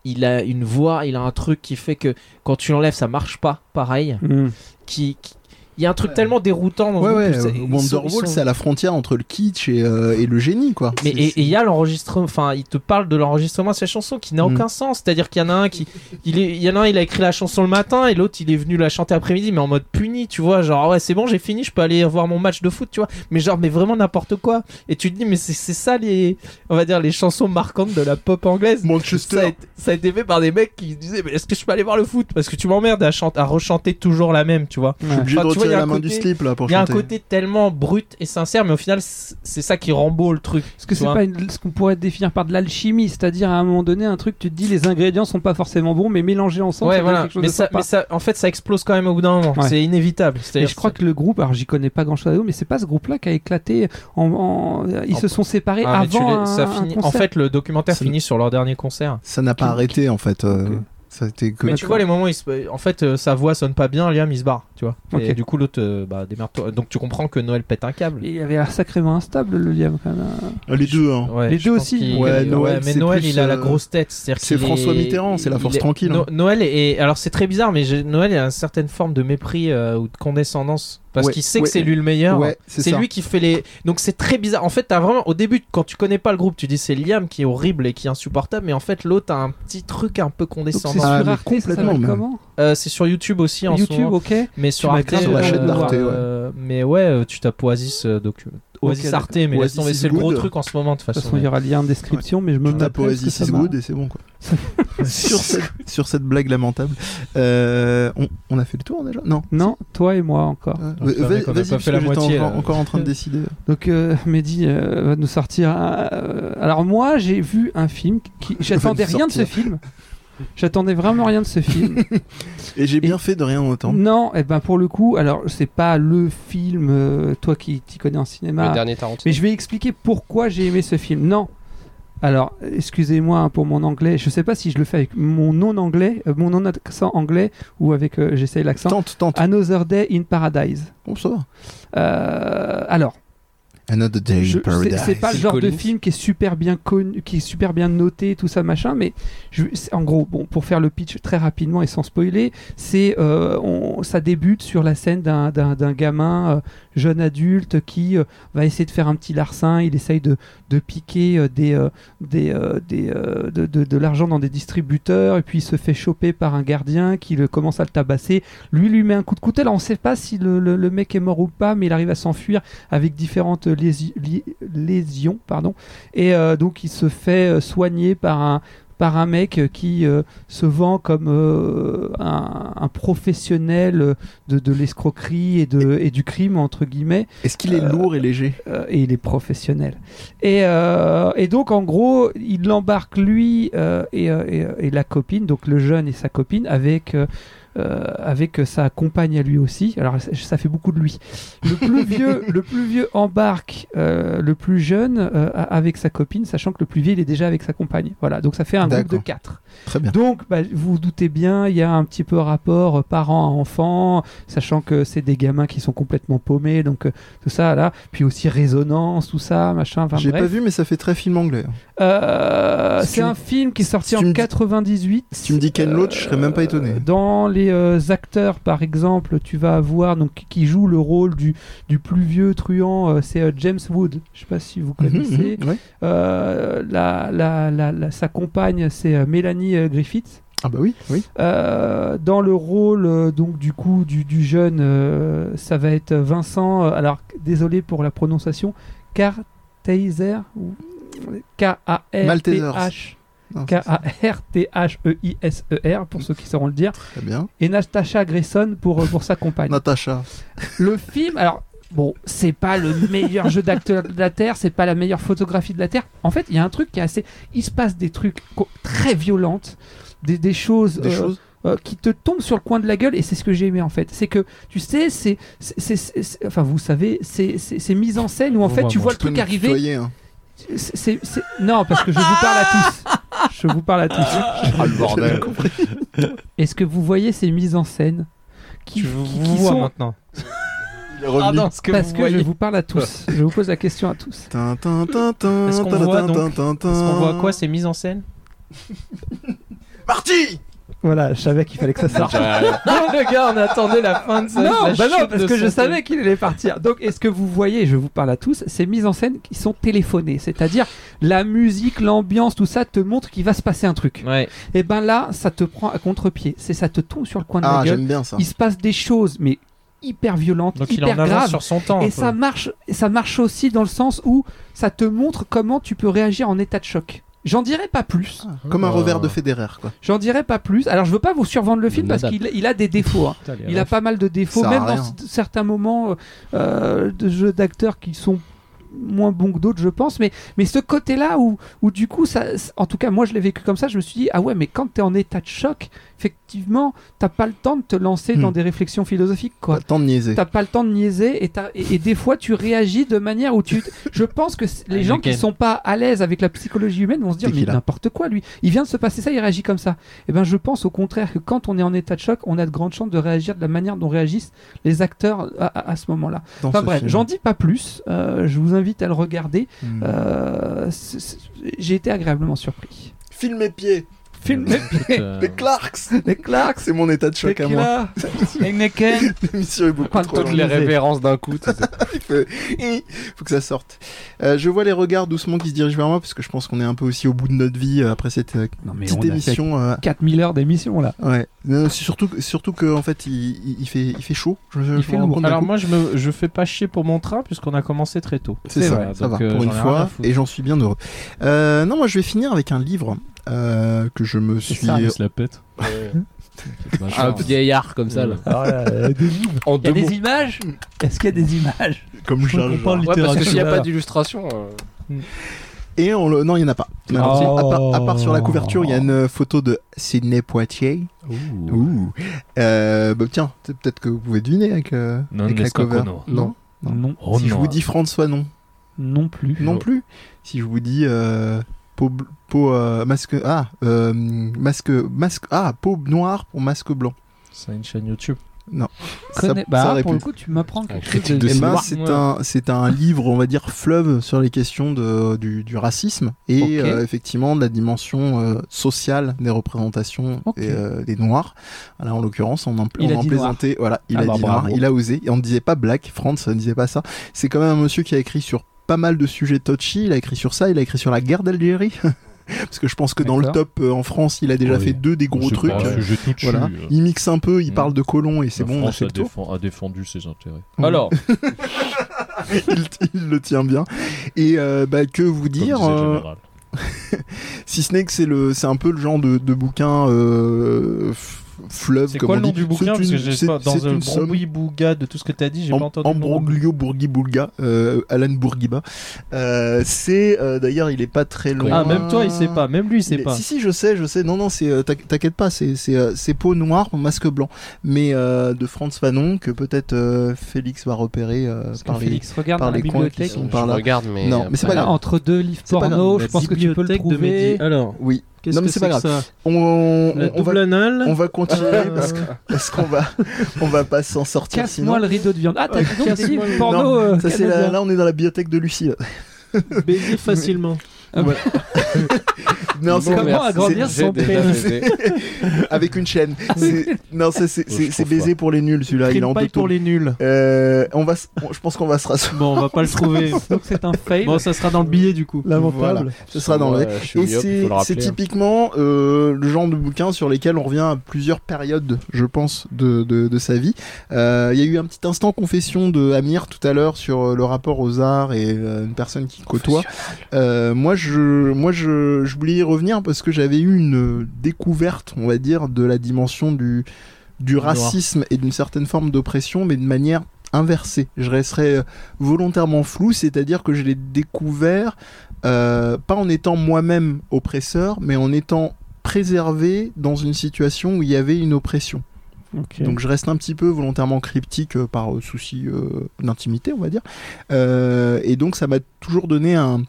il a une voix, il a un truc qui fait que quand tu l'enlèves ça marche pas, pareil.
Mhm.
Qui, qui- il y a un truc tellement déroutant. Dans ce
Ouais,
groupe,
ouais, euh,
c'est- ils sont- ils
Wonderwall,
sont-
c'est à la frontière entre le kitsch et, euh, et le génie, quoi.
mais
C'est-
et et il y a l'enregistrement, enfin, il te parle de l'enregistrement de ces chansons qui n'a
Mm.
aucun sens. C'est-à-dire qu'il y en a un qui, il est, il y en a un, il a écrit la chanson le matin et l'autre, il est venu la chanter après-midi, mais en mode puni, tu vois. Genre, ah ouais, c'est bon, j'ai fini, je peux aller voir mon match de foot, tu vois. Mais genre, mais vraiment n'importe quoi. Et tu te dis, mais c'est c'est ça les, on va dire, les chansons marquantes de la pop anglaise. Ça a,
Manchester.
été, ça a été fait par des mecs qui se disaient, mais est-ce que je peux aller voir le foot Parce que tu m'emmerdes à, chanter, à rechanter toujours la même, tu vois.
Je suis obligé
Enfin,
de
tu
tirer
vois,
y a
la
un
main
côté-
du slip là pour
Il y a un
chanter.
côté tellement brut et sincère, mais au final, c'est c'est ça qui rend beau le truc.
Est-ce que
tu
c'est
vois.
pas une- ce qu'on pourrait définir par de l'alchimie, c'est-à-dire à un moment donné un truc, tu te dis les ingrédients sont pas forcément bons, mais mélangés ensemble,
Ouais,
ça donne
voilà.
quelque chose
Mais
de
ça,
sympa.
mais ça, en fait, ça explose quand même au bout d'un moment.
Ouais.
C'est inévitable.
Et
C'est-à-dire
je crois que le groupe, alors j'y connais pas grand-chose à eux, mais c'est pas ce groupe-là qui a éclaté. En, en- ils
En-
se sont séparés
Ah, mais tu
avant
l'es-
un,
ça
un
finit- En
concert.
fait, le documentaire
C'est-
finit sur leur dernier concert.
Ça n'a pas
Ok.
arrêté en fait. euh,
Ok.
Ça a été que.
Mais tu vois les moments, où il se- en fait, euh, sa voix sonne pas bien, Liam il se barre, tu vois. Et
Ok.
du coup, l'autre, euh, bah, démerde-toi. Donc tu comprends que Noël pète un câble.
Il y avait l'air sacrément instable le Liam quand même.
Ah, les deux. Hein.
Ouais,
Les
je
deux
pense
aussi.
qu'il-
Ouais, Noël,
mais
c'est
Noël,
plus,
il a la
euh,
grosse tête. C'est-à-dire
c'est
qu'il
François
est-
Mitterrand, c'est la
il
force
est-
tranquille, hein.
No- Noël, est... alors c'est très bizarre, mais j'ai- Noël a une certaine forme de mépris euh, ou de condescendance. Parce
Ouais,
qu'il sait
ouais.
que c'est lui le meilleur.
Ouais, c'est
C'est
ça.
lui qui fait les. Donc c'est très bizarre. En fait, t'as vraiment. Au début, quand tu connais pas le groupe, tu dis c'est Liam qui est horrible et qui est insupportable. Mais en fait, l'autre a un petit truc un peu
Donc c'est
condescendant.
sur
Ah, mais
Arte, ça s'appelle
complètement, même.
comment
Euh, C'est sur YouTube aussi en ce
YouTube,
moment.
ok.
Mais sur
m'as
Arte,
grave
Sur la chaîne d'Arte,
euh, Mais ouais, euh, tu tapes Oasis, euh, docu- Oasis
Ok,
Arte, mais laisse
Oasis
tomber,
is
c'est le gros
good.
truc en ce moment de toute
De toute
façon.
façon, il y aura le lien en description, mais je me
Tu tapes
noterai parce que
Oasis
ça
is
m'a-
good et c'est bon quoi. sur, cette, sur cette blague lamentable, euh, on, on a fait le tour déjà Non
Non, toi et moi encore.
Ah,
on
vas-
a
Vas-y,
pas
parce que
fait la
j'étais
moitié,
encore,
là.
encore en train de décider.
Donc euh, Mehdi euh, va nous sortir. un- euh, alors moi, j'ai vu un film qui. J'attendais
nous
rien de ce
sortir.
film. J'attendais vraiment rien de ce film.
Et j'ai bien fait de rien entendre.
non, et ben pour le coup, alors c'est pas le film. euh, toi qui t'y connais en cinéma.
Ah.
Le dernier Tarantino.
Mais je vais expliquer pourquoi j'ai aimé ce film. Non. Alors, excusez-moi hein, pour mon anglais. Je sais pas si je le fais avec mon non anglais, euh, mon non accent anglais, ou avec euh, j'essaye l'accent.
Tente, tente.
Another Day in Paradise.
Bon, ça va.
Euh, alors,
Another day
je-
in paradise.
c'est- c'est pas le
Phil
genre de
Collins.
film qui est super bien connu, qui est super bien noté, tout ça machin, mais je- c'est- en gros, bon, pour faire le pitch très rapidement et sans spoiler, c'est euh, on- ça débute sur la scène d'un- d'un d'un gamin euh, jeune adulte qui euh, va essayer de faire un petit larcin, il essaye de, de piquer euh, des, euh, des, euh, des, euh, de, de- de l'argent dans des distributeurs, et puis il se fait choper par un gardien qui le, commence à le tabasser, lui lui met un coup de couteau, alors on sait pas si le- le- le mec est mort ou pas, mais il arrive à s'enfuir avec différentes lési- li- lésions pardon et euh, donc il se fait euh, soigner par un par un mec euh, qui euh, se vend comme euh, un, un professionnel euh, de, de l'escroquerie et, de, et du crime, entre guillemets
Est-ce qu'il est
Euh,
lourd et léger
euh, et il est professionnel. Et, euh, et donc, en gros, il l'embarque lui euh, et, euh, et, euh, et la copine, donc le jeune et sa copine, avec, euh, euh, avec sa compagne à lui aussi. Alors, ça, ça fait beaucoup de lui. Le plus vieux, le plus vieux embarque euh, le plus jeune euh, a- avec sa copine, sachant que le plus vieux, il est déjà avec sa compagne. Voilà, donc ça fait un groupe de
D'accord.
quatre.
Très bien.
Donc, bah, vous vous doutez bien, il y a un petit peu rapport euh, parent à enfant, sachant que c'est des gamins qui sont complètement paumés, donc euh, tout ça, là. Puis aussi résonance, tout ça, machin. Enfin,
J'ai
bref.
pas vu, mais ça fait très film anglais.
Euh,
Si
c'est
tu me-
un film qui est sorti
si tu
en
me dis-
98.
Si tu me dis Ken Loach, je serais même pas étonné.
Euh, Dans les euh, acteurs, par exemple, tu vas avoir donc qui- qui joue le rôle du, du plus vieux truand, euh, c'est euh, James Wood. Je sais pas si vous
Mhm,
connaissez.
mhm, ouais.
Euh, la, la, la, la- sa compagne, c'est euh, Mélanie euh, Griffith.
Ah bah oui, oui.
Euh, dans le rôle euh, donc du coup du, du jeune, euh, ça va être Vincent. euh, alors désolé pour la prononciation. Carteiser ou K A R T H
Maltesers. Non,
K A R T H E I S E R pour ceux qui sauront le dire.
Très bien.
Et Natasha Grayson pour euh, pour sa compagne.
Natacha.
Le film, alors bon, c'est pas le meilleur jeu d'acteur de la Terre, c'est pas la meilleure photographie de la Terre. En fait, il y a un truc qui est assez, il se passe des trucs co- très violentes, des, des choses,
Des
euh,
choses
euh, qui te tombent sur le coin de la gueule et c'est ce que j'ai aimé en fait. C'est que tu sais, c'est, c'est- c'est- c'est- c'est- enfin vous savez, c'est, c'est, c'est mise en scène où en
Bon,
fait
bah,
tu
bon,
vois le
Tu peux
truc
nous
arriver.
tutoyer, hein.
C'est, c'est- c'est- non parce que je vous parle à tous. Je vous parle à tous.
Ah, le bordel.
Est-ce que vous voyez ces mises en scène qui,
Tu
qui-
vous
qui
vois
sont
maintenant.
Il est revenu.
non, ce que
parce
vous
que
voyez.
je vous parle à tous. je vous pose la question à tous.
Tin, tin, tin, tin,
Est-ce qu'on
tin,
voit,
tin,
donc
tin, tin,
Est-ce qu'on
tin.
voit quoi C'est mise en scène
Parti
Voilà, je savais qu'il fallait que ça sorte.
Ah, Le gars, on attendait la fin Ah de ça.
Non, bah non, parce que je savais qu'il allait partir. Donc, est-ce que vous voyez, je vous parle à tous, ces mises en scène qui sont téléphonées, c'est-à-dire la musique, l'ambiance, tout ça te montre qu'il va se passer un truc.
Ouais.
Et ben là, ça te prend à contre-pied, c'est ça te tombe sur le coin de
Ah,
la gueule.
j'aime bien ça.
Il se passe des choses, mais hyper violentes,
Donc il est
hyper
en avance
graves.
sur son temps. un
Et
peu.
ça marche, ça marche aussi dans le sens où ça te montre comment tu peux réagir en état de choc. J'en dirai pas plus.
Comme un revers de Federer, quoi.
J'en dirai pas plus. Alors, je veux pas vous survendre le film parce
Nadal.
qu'il il a des défauts. hein.
Putain, les
Il a
refs.
pas mal de défauts,
Ça a
même dans
rien.
c- certains moments euh, euh, de jeux d'acteurs qui sont moins bons que d'autres, je pense. Mais, mais ce côté-là où, où, du coup, ça, c- en tout cas, moi, je l'ai vécu comme ça. Je me suis dit, ah ouais, mais quand t'es en état de choc, effectivement, t'as pas le temps de te lancer
Hmm.
dans des réflexions philosophiques, quoi.
Pas le temps de niaiser.
T'as pas le temps de niaiser et, t'as- et, et des fois tu réagis de manière où tu. Je pense que c- les gens qui
Nickel.
sont pas à l'aise avec la psychologie humaine vont se dire
C'est
mais
qui, là
n'importe quoi lui. Il vient de se passer ça, il réagit comme ça. Et ben je pense au contraire que quand on est en état de choc, on a de grandes chances de réagir de la manière dont réagissent les acteurs à, à- à ce moment-là.
dans
Enfin
ce
bref,
film.
j'en dis pas plus. euh, je vous invite à le regarder.
Hmm.
Euh, c'est- c'est- J'ai été agréablement surpris.
Filme mes pieds,
Film
Écoute, euh,
les Clarks.
les Clarks.
C'est mon état de choc à moi.
Tequila.
Heineken
L'émission est beaucoup
Enfin,
trop
Toutes les
longue.
révérences d'un coup. tu sais.
Il faut que ça sorte. Euh, je vois les regards doucement qui se dirigent vers moi parce que je pense qu'on est un peu aussi au bout de notre vie euh, après cette euh,
Non mais
petite
on a fait
émission. euh,
4000 heures d'émission là.
ouais. Non, non, c'est surtout que- surtout que en fait il, il- il fait il fait chaud. Je, je me
fait
rends
lourd.
compte d'un
Alors
coup.
moi je me je fais pas chier pour mon train puisqu'on a commencé très tôt.
c'est
c'est
ça,
vrai,
ça
donc,
va
euh,
pour
j'en
une
ai rien à
fois
foutre.
et j'en suis bien heureux. Euh, non, moi je vais finir avec un livre euh, que je me suis
Il se la pète.
Un vieillard comme ça. là. En
Il y a
deux mots.
des images Est-ce qu'il y a des images
comme Jar Jar.
Ouais, parce que s'il n'y a
littérature.
pas d'illustration. euh,
Et on le... non, il y en a pas. Non,
gentil.
à, part, à part
Oh.
sur la couverture, il y a une photo de Sidney Poitier. Ouh. Euh, bah, tiens, c'est peut-être que vous pouvez deviner avec, euh,
Non,
avec la
Nescocco,
cover.
non.
non. Non.
Non,
Oh
si je
non.
vous dis François, non.
non plus.
Non plus. Si je vous dis euh, peau, bl- peau, euh, masque ah euh, masque masque ah peau noire pour masque blanc.
C'est une chaîne YouTube.
Ça-
Connais- bah,
ça
pour
répond.
le coup, tu m'apprends quelque chose
Eh ben,
cinéma.
c'est
Ouais.
un c'est un livre on va dire fleuve sur les questions de, du, du racisme et
Ok.
euh, effectivement de la dimension euh, sociale des représentations
Ok.
des, euh, des noirs là en l'occurrence on en,
Il
on
a
en
dit noir.
plaisantait voilà il
Ah
a
bah,
dit
bravo.
noir, il a osé et on ne disait pas black France ne disait pas ça c'est quand même un monsieur qui a écrit sur pas mal de sujets touchy il a écrit sur ça il a écrit sur la guerre d'Algérie parce que je pense que dans le
D'accord.
top euh, en France il a déjà
Oui.
fait deux des gros
Je
trucs
pense que je tout tue,
voilà.
euh.
il mixe un peu il
Mm.
parle de colons et c'est
La
bon on a
France
fait
a,
le tour
défend- a défendu ses intérêts.
Oui.
Oh
Alors,
il, il le tient bien. Et euh, bah, que vous dire,
dire,
euh, si ce n'est que c'est le, c'est un peu le genre de, de bouquin euh, f- fleuve.
C'est
comme
quoi
on
le nom
dit.
du bouquin
C'est
Parce que
une-
j'ai
c'est-
pas dans
c'est
un
une somme.
bruit bouga de tout ce que t'as dit, j'ai pas
Am-
entendu. le nom.
Ambroglio Bourgui Boulga, euh, Alan Bourguiba. Euh, c'est euh, d'ailleurs, il est pas très loin.
Ah même toi il sait pas, même lui il sait
Mais-
pas.
Si si je sais je sais non non c'est euh, t'inqui- t'inquiète pas c'est c'est euh, c'est peau noire au masque blanc mais euh, de Franz Fanon que peut-être euh, Félix va repérer euh,
Parce que
par les
Félix regarde
par
dans la
les coins qui
bibliothèque.
sont-
je
par là.
regarde, mais.
Non, mais c'est pas
Voilà,
grave.
entre deux livres
C'est pas
porno,
grave.
je pense que tu peux le
Bibliothèque de
trouver.
Mehdi. Alors,
oui
qu'est-ce
Non, mais
que
c'est
c'est
pas
que ça
on
Le
on, on va
double anal
on va continuer
Euh,
parce que parce qu'on va on va pas s'en sortir sinon
Casse-moi le rideau de viande. Ah, t'as dit donc des
Casse-moi
livres
le-
porno euh,
ça c'est la-
canadiens.
là on est dans la bibliothèque de Lucie là.
Baiser facilement.
non c'est
Comment agrandir
c'est-
son pénis
avec une chaîne C'est- non ça c'est c'est-
Oh, je
c'est
trouve
baiser pour les nuls celui-là il est
Crime
en deux
paille pour
tomes.
les nuls.
Euh, on va s- on- je pense qu'on va se rassurer
Bon, on va pas le trouver.
Donc c'est un fail.
Bon, ça sera dans le billet du coup.
Voilà. ce sera dans le
Ouais, je suis
Et
myope, il
c'est
faut le rappeler,
c'est
hein.
typiquement euh, le genre de bouquin sur lesquels on revient à plusieurs périodes, je pense, de, de, de sa vie. Euh, Il y a eu un petit instant confession de Amir tout à l'heure sur euh, le rapport aux arts et euh, une personne qui côtoie. Euh, moi, je, moi je, je voulais y revenir parce que j'avais eu une découverte, on va dire, de la dimension du, du racisme et d'une certaine forme d'oppression, mais de manière inversée. Je resterai euh, volontairement flou, c'est-à-dire que je l'ai découvert euh, pas en étant moi-même oppresseur, mais en étant préservé dans une situation où il y avait une oppression.
Ok.
Donc je reste un petit peu volontairement cryptique euh, par euh, souci euh, d'intimité, on va dire. Euh, et donc ça m'a toujours donné un,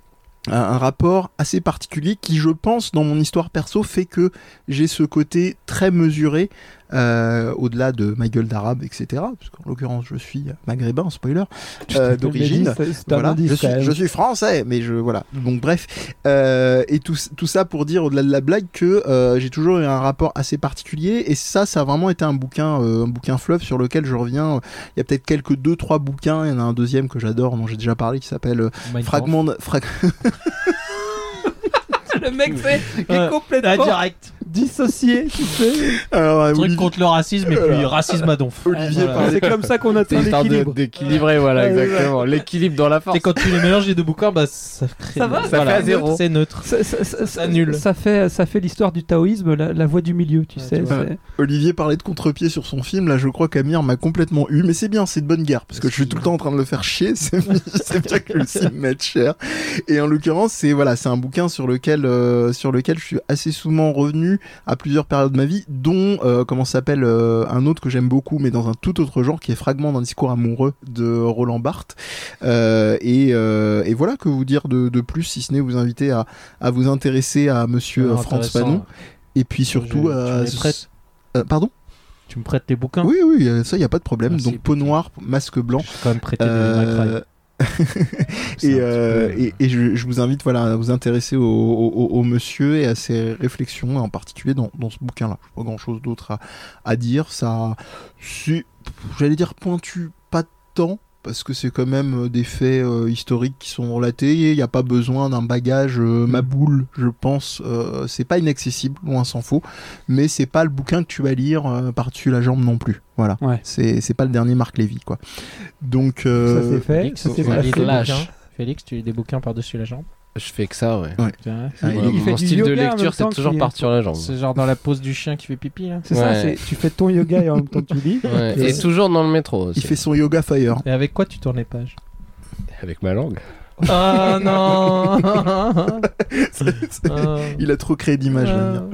un- un rapport assez particulier qui, je pense, dans mon histoire perso, fait que j'ai ce côté très mesuré, euh, au-delà de ma gueule d'arabe, etc. Parce qu'en l'occurrence, je suis maghrébin, spoiler, euh, d'origine.
Mais dis, c'est- c'est un
Voilà.
indice,
je, suis,
quand même.
je suis français, mais je voilà. Donc bref, Euh, et tout, tout ça pour dire au-delà de la blague que euh, j'ai toujours eu un rapport assez particulier. Et ça, ça a vraiment été un bouquin, euh, un bouquin fleuve sur lequel je reviens. Il y a peut-être quelques deux, trois bouquins. Il y en a un deuxième que j'adore, dont j'ai déjà parlé, qui s'appelle euh, Fragment. de- Frag-
Le mec fait est
Ouais.
complètement
direct.
dissocier, tu sais.
Alors, euh,
Truc
Olivier-
contre le racisme et puis racisme à donf.
Olivier
Euh,
Voilà.
parlait
C'est comme ça qu'on atteint
histoire de-
l'équilibre.
d'équilibrer, voilà,
Ouais, ouais,
exactement. L'équilibre dans la force.
Et quand tu les mélanges les deux bouquins, bah ça crée.
Ça va,
ça fait à zéro.
C'est neutre.
Ça, ça- ça- ça-
nul.
ça fait, ça fait l'histoire du taoïsme, la, la voie du milieu, Ah, tu
Ouais,
sais.
tu
vois.
c'est-
Olivier parlait de contre-pied sur son film, là je crois qu'Amir m'a complètement eu, mais c'est bien, c'est de bonne guerre, parce que je suis tout le temps en train de le faire chier, c'est c'est bien que le film mette cher. Et en l'occurrence, c'est voilà, c'est un bouquin sur lequel, euh, sur lequel je suis assez souvent revenu à plusieurs périodes de ma vie, dont, euh, comment ça s'appelle, euh, un autre que j'aime beaucoup, mais dans un tout autre genre, qui est Fragment d'un discours amoureux de Roland Barthes. Euh, et, euh, et voilà, que vous dire de, de plus, si ce n'est vous inviter à, à vous intéresser à monsieur euh, Franz Fanon, et puis surtout
Ah, Je- tu
à...
les prêtes
Euh, pardon
Tu me prêtes tes bouquins
oui, oui, euh, ça, il n'y a pas de problème.
Hein Merci,
Donc, peau
Petit.
noire, masque blanc.
Je vais quand même prêter des
Euh,
Macrae.
et,
C'est un petit
euh,
peu-
et, et je, je vous invite voilà, à vous intéresser au, au- au- au monsieur et à ses réflexions, en particulier dans, dans ce bouquin-là. Je pas grand-chose d'autre à, à dire. Ça, c'est, j'allais dire pointu, pas tant, parce que c'est quand même des faits euh, historiques qui sont relatés. Il n'y a pas besoin d'un bagage euh,
Mm.
maboule, je pense. Euh, c'est pas inaccessible, loin s'en faut. Mais c'est pas le bouquin que tu vas lire euh, par-dessus la jambe non plus. Voilà.
Ouais.
C'est, c'est pas le dernier Marc Lévy, quoi. Donc,
Ça
euh,
c'est fait,
Félix,
ça c'est
tu lis
passé.
des
Lâche.
bouquins Félix, tu lis des bouquins par-dessus la jambe
Je fais que ça, ouais.
Tu vois
ah,
Il-
il-
Ouais,
il fait
mon
du
style de
yoga en même
lecture, c'est
temps
toujours
qu'il-
parti sur la jambe.
Oh.
C'est genre dans la pose du chien qui fait pipi là
C'est ça,
Ouais.
c'est- tu fais ton yoga et en même temps tu lis.
Ouais,
Et
Et toujours dans le métro aussi.
Il fait son yoga fire.
Et avec quoi tu tournes les pages
Avec ma langue.
Ah non Ah.
Il a trop créé d'images.
Ah.
Damien.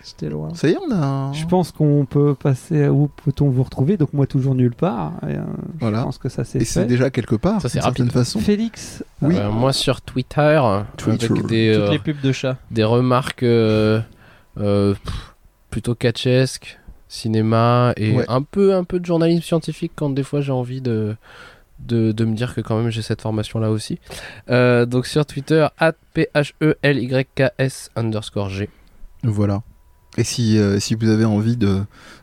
C'était loin.
Ça y est, on a. un-
Je pense qu'on peut passer où peut-on vous retrouver. Donc moi toujours nulle part. Et, euh, Je
Voilà.
pense que ça c'est
Ah. Et
fait.
c'est déjà quelque part,
Ça,
d'une
c'est
certaine façon.
Félix,
Oui.
Euh, moi sur Twitter,
Twitter.
avec des,
Toutes
euh,
les pubs de chat.
des remarques euh, euh, pff, plutôt catchesques, cinéma et
Ouais.
un peu un peu de journalisme scientifique quand des fois j'ai envie de, de de me dire que quand même j'ai cette formation là aussi. Euh, donc sur Twitter E @phelyks underscore g.
Voilà. Et si, euh, si vous avez envie de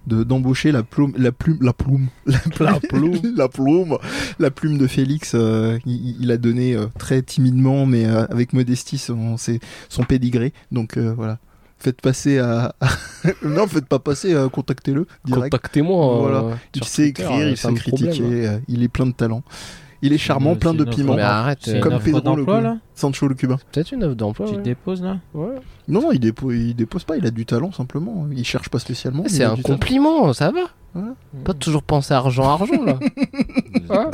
de- d'embaucher la plume la plume la plume la plume la plume la plume de Félix euh, il, il a donné euh, très timidement mais euh, avec modestie son c'est- son pédigré donc euh, voilà faites passer à non faites pas passer euh, contactez-le direct
Contactez-moi.
Voilà.
euh,
il
sur
sait
Twitter,
écrire
euh,
il
ça
sait
me problème.
critiquer euh, il est plein de talent il est charmant
C'est
plein de
une offre
piment
Mais arrête,
C'est
euh,
une
Comme
offre
Pedro le
d'emploi
Gond.
là
Sancho le cubain
peut-être une œuvre d'emploi.
Tu te
ouais.
déposes là
Ouais.
Non, non, il dépose, il dépose pas, il a du talent simplement. Il cherche pas spécialement. il
C'est
a
un
du talent.
compliment, ça va. Pas toujours penser argent argent là. Hein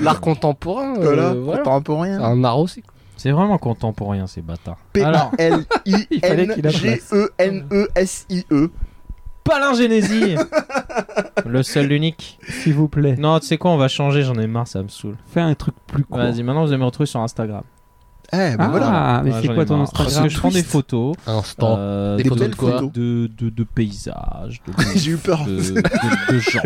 L'art contemporain, euh,
Voilà,
voilà. C'est
Ah.
contemporain.
un art aussi.
C'est vraiment contemporain hein, ces bâtards. Alors,
Il fallait qu'il la
E P-A-L-I-N-G-E-N-E-S-I-E.
palingénésie Le seul, l'unique.
s'il vous plaît,
Non, tu sais quoi, on va changer, j'en ai marre, ça me saoule.
fais un truc plus court.
Vas-y, maintenant vous allez me retrouver sur Instagram.
Eh, ben
ah,
voilà. Ah,
mais
Ouais,
c'est
j'en ai
quoi ton
marre. Parce
Instagram
que je prends des photos.
Instant.
euh,
Des
de-
photos de
belles
quoi
photos.
de, de, de paysages, de,
J'ai eu peur.
de,
E.
de- de gens.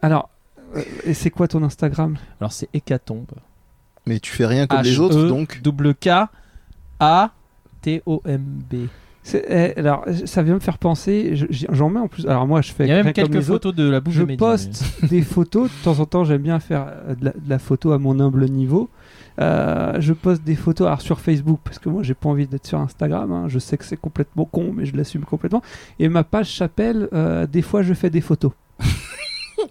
Alors, euh, et c'est quoi ton Instagram
Alors c'est hécatombe.
Mais tu fais rien comme les
E.
H-E,
autres, donc.
Double K A T O M B.
C'est- eh, Alors, ça vient me faire penser. je- j'y- J'en mets en plus. Alors moi, je fais
Il y a
rien
même
comme
quelques
les autres.
photos de la bouche
Je
de Mehdi,
poste des photos. De temps en temps, j'aime bien faire euh, de la, de la photo à mon humble niveau. Euh, je poste des photos alors, sur Facebook parce que moi, j'ai pas envie d'être sur Instagram. hein. Je sais que c'est complètement con, mais je l'assume complètement. Et ma page s'appelle euh, Des fois, je fais des photos.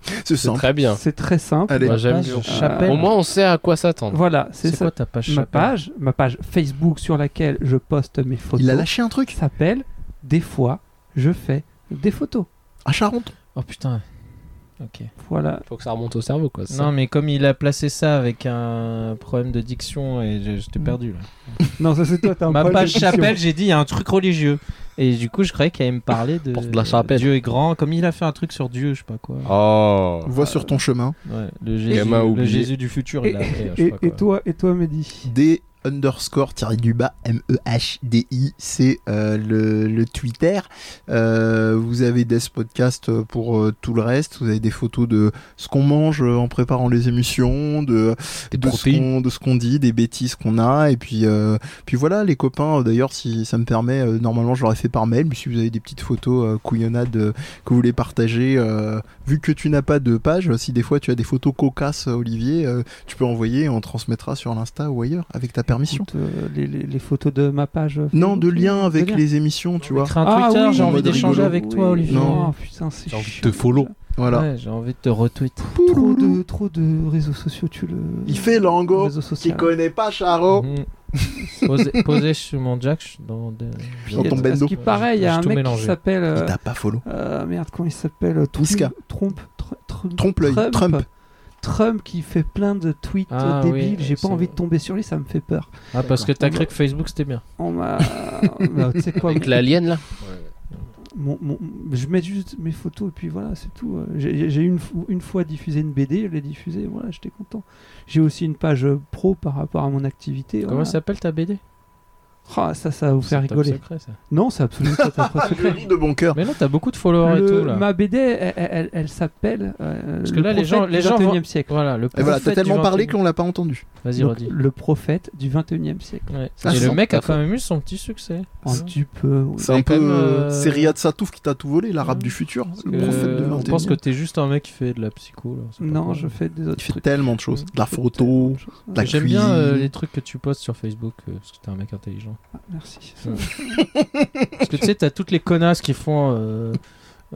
C'est
C'est
simple.
très bien.
C'est très simple.
Allez,
Moi,
mais-
j'aime
Page
bien.
Chapelle.
Au moins, on sait à quoi s'attendre.
Voilà, c'est
Ah, c'est
ça.
quoi ta page
Ma
Chapelle
page, ma page Facebook sur laquelle je poste mes photos
il a lâché un truc
s'appelle Des fois, je fais des photos.
à Charenton.
Oh putain.
Voilà.
Faut que ça remonte au cerveau, quoi. ça.
Non mais comme il a placé ça avec un problème de diction et je-
Mm.
j'étais perdu là.
Non, ça c'est toi, t'as un
Ma
problème
page
de diction.
chapelle, j'ai dit il y a un truc religieux. Et du coup, je croyais qu'elle allait me parler de,
Porte de la chapelle.
Dieu est grand, comme il a fait un truc sur Dieu, je sais pas quoi.
Oh.
Vois sur ton chemin.
Ouais, le Jésus,
Gamin
le
oublié.
Jésus du futur, il a fait, je sais
Et,
pas
et
quoi.
toi, et toi, Mehdi
D underscore tiré du bas E M-E-H-D-I, c'est euh, le, le Twitter. Euh, vous avez des podcasts pour euh, tout le reste. Vous avez des photos de ce qu'on mange euh, en préparant les émissions, de, de ce
protéines.
qu'on- de ce qu'on dit, des bêtises qu'on a. Et puis, euh, puis voilà, les copains, euh, d'ailleurs, si ça me permet, euh, normalement je l'aurais fait par mail, mais si vous avez des petites photos euh, couillonnades euh, que vous voulez partager, euh, vu que tu n'as pas de page, euh, si des fois tu as des photos cocasses, euh, Olivier, euh, tu peux envoyer, on transmettra sur l'Insta ou ailleurs avec ta permission.
Écoute, euh, les, les- les photos de ma page. euh,
Non, de
Facebook,
lien avec
liens.
les émissions, tu vois.
Créer un
Ah
Twitter,
oui,
j'ai
en
envie
mode
d'échanger
rigolo.
avec toi,
Oui.
Olivier.
Non.
Oh, putain, c'est
J'ai envie de
chiant,
te follow.
Voilà.
Ouais, j'ai envie de te retweet.
Trop de, trop de réseaux sociaux, tu le.
Il fait l'ango
réseau
qui
social.
connaît pas Charo.
Mhm. posé, posé sur mon jack, je euh, suis dans des-
Dans ton
Parce
bendo.
qu'il paraît, il y a
J'ai
un
tout
mec qui
mélangé.
s'appelle. euh,
Il t'a pas follow.
euh, merde, comment il s'appelle euh, Trump,
Niska.
Trump, Tr- Tr-
Trompe l'œil.
Trump.
Trump.
Trump qui fait plein de tweets
Ah,
euh,
oui,
débiles. J'ai pas
c'est-
envie de tomber sur lui, ça me fait peur.
Ah, parce que t'as cru que Facebook c'était bien.
On m'a. Bah, tu sais quoi
Avec
mon-
l'alien là
mon- mon- Je mets juste mes photos et puis voilà, c'est tout. Euh, J'ai j'ai une, fo- une fois diffusé une BD, je l'ai diffusée, voilà, j'étais content. J'ai aussi une page euh, pro par rapport à mon activité.
Comment
voilà.
ça s'appelle ta BD
Ah, ça, ça va vous faire
C'est top
rigoler.
secret, ça.
Non, c'est absolument pas top
Le
secret.
lit de bon cœur.
Mais là, t'as beaucoup de followers
Le-
et tout là.
ma BD, elle, elle- elle- elle s'appelle. euh,
Parce que
le
là, les gens-
prophète
les
du
gens vont-
21e siècle.
Voilà, le
Et voilà,
prophète
t'as
du
tellement parlé
21e.
que l'on l'a pas entendu.
Vas-y,
Donc,
redis.
le prophète du 21e siècle.
Ouais.
Ça
Et
sent
le mec
pas
a quand même eu son petit succès.
Un petit peu. oui.
C'est
Mais
un
quand
peu.
même,
euh,
euh,
C'est Riyad Satouf qui t'a tout volé, l'arabe
ouais.
du futur. Le
Euh,
prophète de
on pense que
21
t'es juste un mec qui fait de la psycho. Là. c'est pas
Non,
grave.
je fais des
Il
autres
fait
trucs.
tellement de choses. De la photo, de la
J'aime bien euh, les
cuisine.
trucs que tu postes sur Facebook euh, parce que t'es un mec intelligent.
Merci.
Parce que tu sais, t'as toutes les connasses qui font. euh,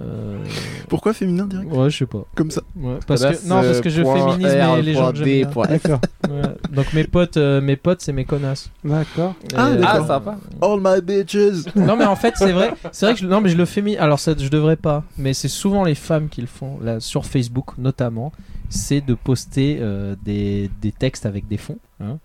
euh,
Pourquoi féminin direct
Ouais, je sais pas.
Comme ça.
Ouais, parce que, non, parce que
Euh,
je féminise mais les gens que j'aime bien.
D'accord.
Ouais, Donc mes potes, euh, mes potes, c'est mes connasses.
D'accord.
Ah,
Et,
d'accord.
euh,
sympa.
All my bitches.
Non mais en fait c'est vrai, c'est vrai que je, non mais je le fais mis. Alors ça je devrais pas, mais c'est souvent les femmes qui le font là sur Facebook notamment, c'est de poster euh, des, des textes avec des fonds hein,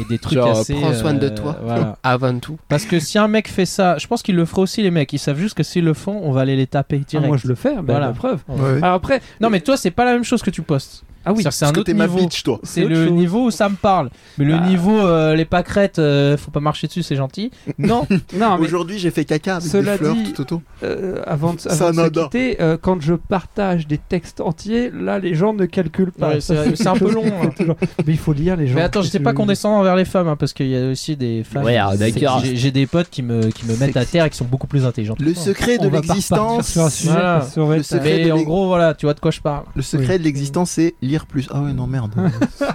et des trucs
Genre,
assez.
prends soin de
euh,
toi.
Voilà.
Avant tout.
Parce que si un mec fait ça, je pense qu'ils le feront aussi les mecs. Ils savent juste que s'ils le font, on va aller les taper
Ah,
direct.
moi, je le fais. bah,
Voilà.
La preuve.
Ouais.
Alors après.
Non mais toi c'est pas la même chose que tu postes.
Ah oui.
C'est-à-dire, c'est
Parce
Ah, un
que
autre
t'es ma
niveau.
bitch, toi.
C'est
C'est autre
le
chose.
niveau où ça me parle. Mais le
Bah.
niveau euh, les pâquerettes, euh, faut pas marcher dessus, c'est gentil. Non,
Non, mais
Aujourd'hui, j'ai fait caca avec
Cela
des fleurs
dit-
tout autour.
euh, avant de,
Ça
avant de se
nada.
quitter, euh, quand je partage des textes entiers, là, les gens ne calculent pas.
Ouais,
Ça,
c'est- c'est un peu
quelque
long,
chose qu'on
hein.
fait toujours. Mais il faut lire les gens.
Mais attends, j'étais pas condescendant envers les femmes, hein, parce qu'il y a aussi des femmes.
Ouais, ah, d'accord.
J'ai- J'ai des potes qui me, qui me mettent à
Sexy.
terre et qui sont beaucoup plus intelligents.
Le secret de
On va pas repartir
l'existence.
sur un sujet
Voilà.
parce que ça aurait
Le
été-
secret
Mais
de
en
l'ex-
gros, voilà, tu vois de quoi je parle.
Le secret de l'existence, c'est lire plus. Ah ouais, non, merde.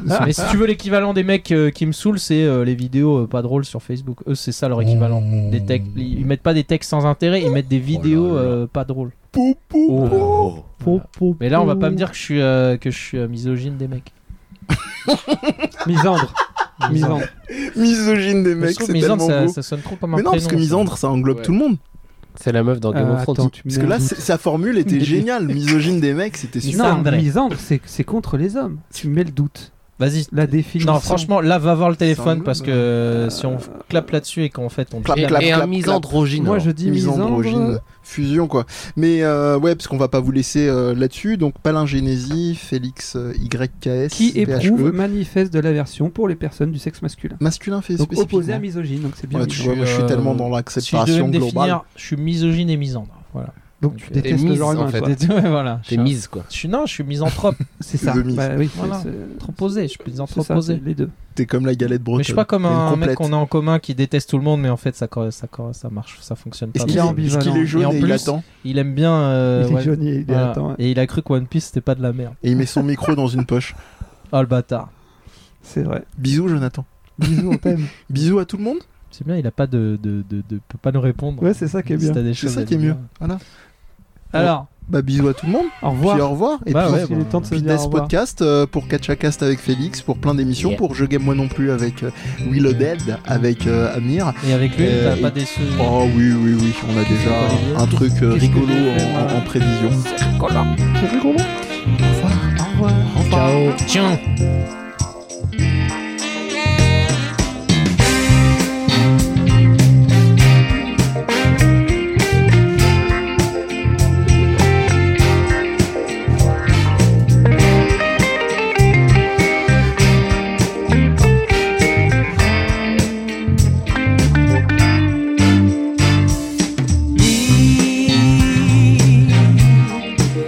Ah.
Mais si tu veux l'équivalent des mecs euh, qui me saoulent, c'est euh, les vidéos euh, pas drôles sur Facebook. Eux, c'est
Oh.
ça leur équivalent. Des textes, ils ils mettent pas des textes sans intérêt, ils mettent des vidéos euh, pas drôles.
Pou, pou,
Oh.
pou.
Po, po,
Mais là, on va
po.
pas me dire que je suis euh, que je suis euh, misogyne des mecs.
Misandre. Misandre.
Misogyne des
Je
mecs,
trouve
c'est
misandre,
tellement
ça,
beau.
ça sonne trop comme un
Mais non,
prénom.
parce que
ça.
misandre, ça englobe
Ouais.
tout le monde.
C'est la meuf dans Game
Euh,
of Thrones.
attends, tu me
Parce que
mets
là,
un doute.
c'est- sa formule était géniale. Misogyne des mecs, c'était super.
Non,
Misandre.
misandre, c'est c'est contre les hommes. Tu mets le doute.
Vas-y.
La définition.
Non, franchement, là, va voir le téléphone
englobe,
parce que euh, si on clappe là-dessus et qu'en fait on
Clap,
Et,
clap,
et un
clap,
misandrogyne.
moi
alors.
je dis misandre.
Misandrogyne. Fusion, quoi. Mais euh, ouais, parce qu'on va pas vous laisser euh, là-dessus. Donc, Palingénésie, Félix euh, YKS,
qui éprouve
PHE.
manifeste de l'aversion pour les personnes du sexe masculin.
E. Masculin fait
Donc opposé à
spécifiquement.
misogyne, donc c'est bien.
Ouais, tu
misandre.
vois, moi, je suis
euh,
tellement dans
Si je devais
l'acceptation
me
globale.
définir, je suis misogyne et misandre. Voilà.
donc tu
T'es
détestes le
mise,
genre
en
humain.
fait.
quoi.
Ouais, voilà. Je
T'es
suis un-
mise quoi.
Je suis non, je suis misanthrope,
C'est ça.
De mise.
Bah oui,
Voilà.
c'est-
trop posé. Je suis
c'est ça, c'est euh,
misanthroposé.
les deux.
T'es comme la galette bretonne.
Mais je suis pas comme
T'es une
un mec
complète.
qu'on a en commun qui déteste tout le monde, mais en fait ça cor- ça cor- ça marche, ça fonctionne pas.
Est-ce
Il
qu'il
est
est,
ambivalent.
est-ce qu'il est jaune
Et en
et, il
plus-
attend
Il aime bien. euh,
il est
ouais,
jaune, il est
voilà.
attends, ouais.
Et il a cru que One Piece c'était pas de la merde.
Et il met son micro dans une poche.
Oh le bâtard.
C'est vrai.
Bisous, Jonathan.
Bisous, on t'aime.
Bisous à tout le monde.
C'est bien, il a pas de, de, de- de- peut pas nous répondre.
Ouais, c'est ça qui est
Si
bien.
t'as des
C'est
choses
ça
à
qui est
dire.
mieux. Voilà.
Alors,
Bah, bisous à tout le monde.
Au
Puis
revoir.
au revoir. Et
Bah
puis,
ouais,
Il est temps de se
puis
dire au
Death
revoir.
Podcast euh, pour Catchacast avec Félix, pour plein d'émissions,
Yeah.
pour Je Game Moi Non Plus avec euh, Willow Dead, avec euh, Amir.
et avec lui,
Euh,
t'as pas
et-
déçu.
Oh oui, oui, oui, on a déjà un truc euh, rigolo en- en- en prévision.
C'est rigolo. Au revoir. Au revoir.
Ciao. Tiens.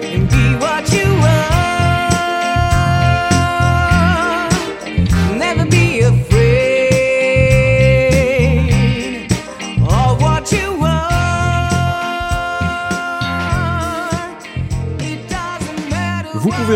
and be what you are.
pouvez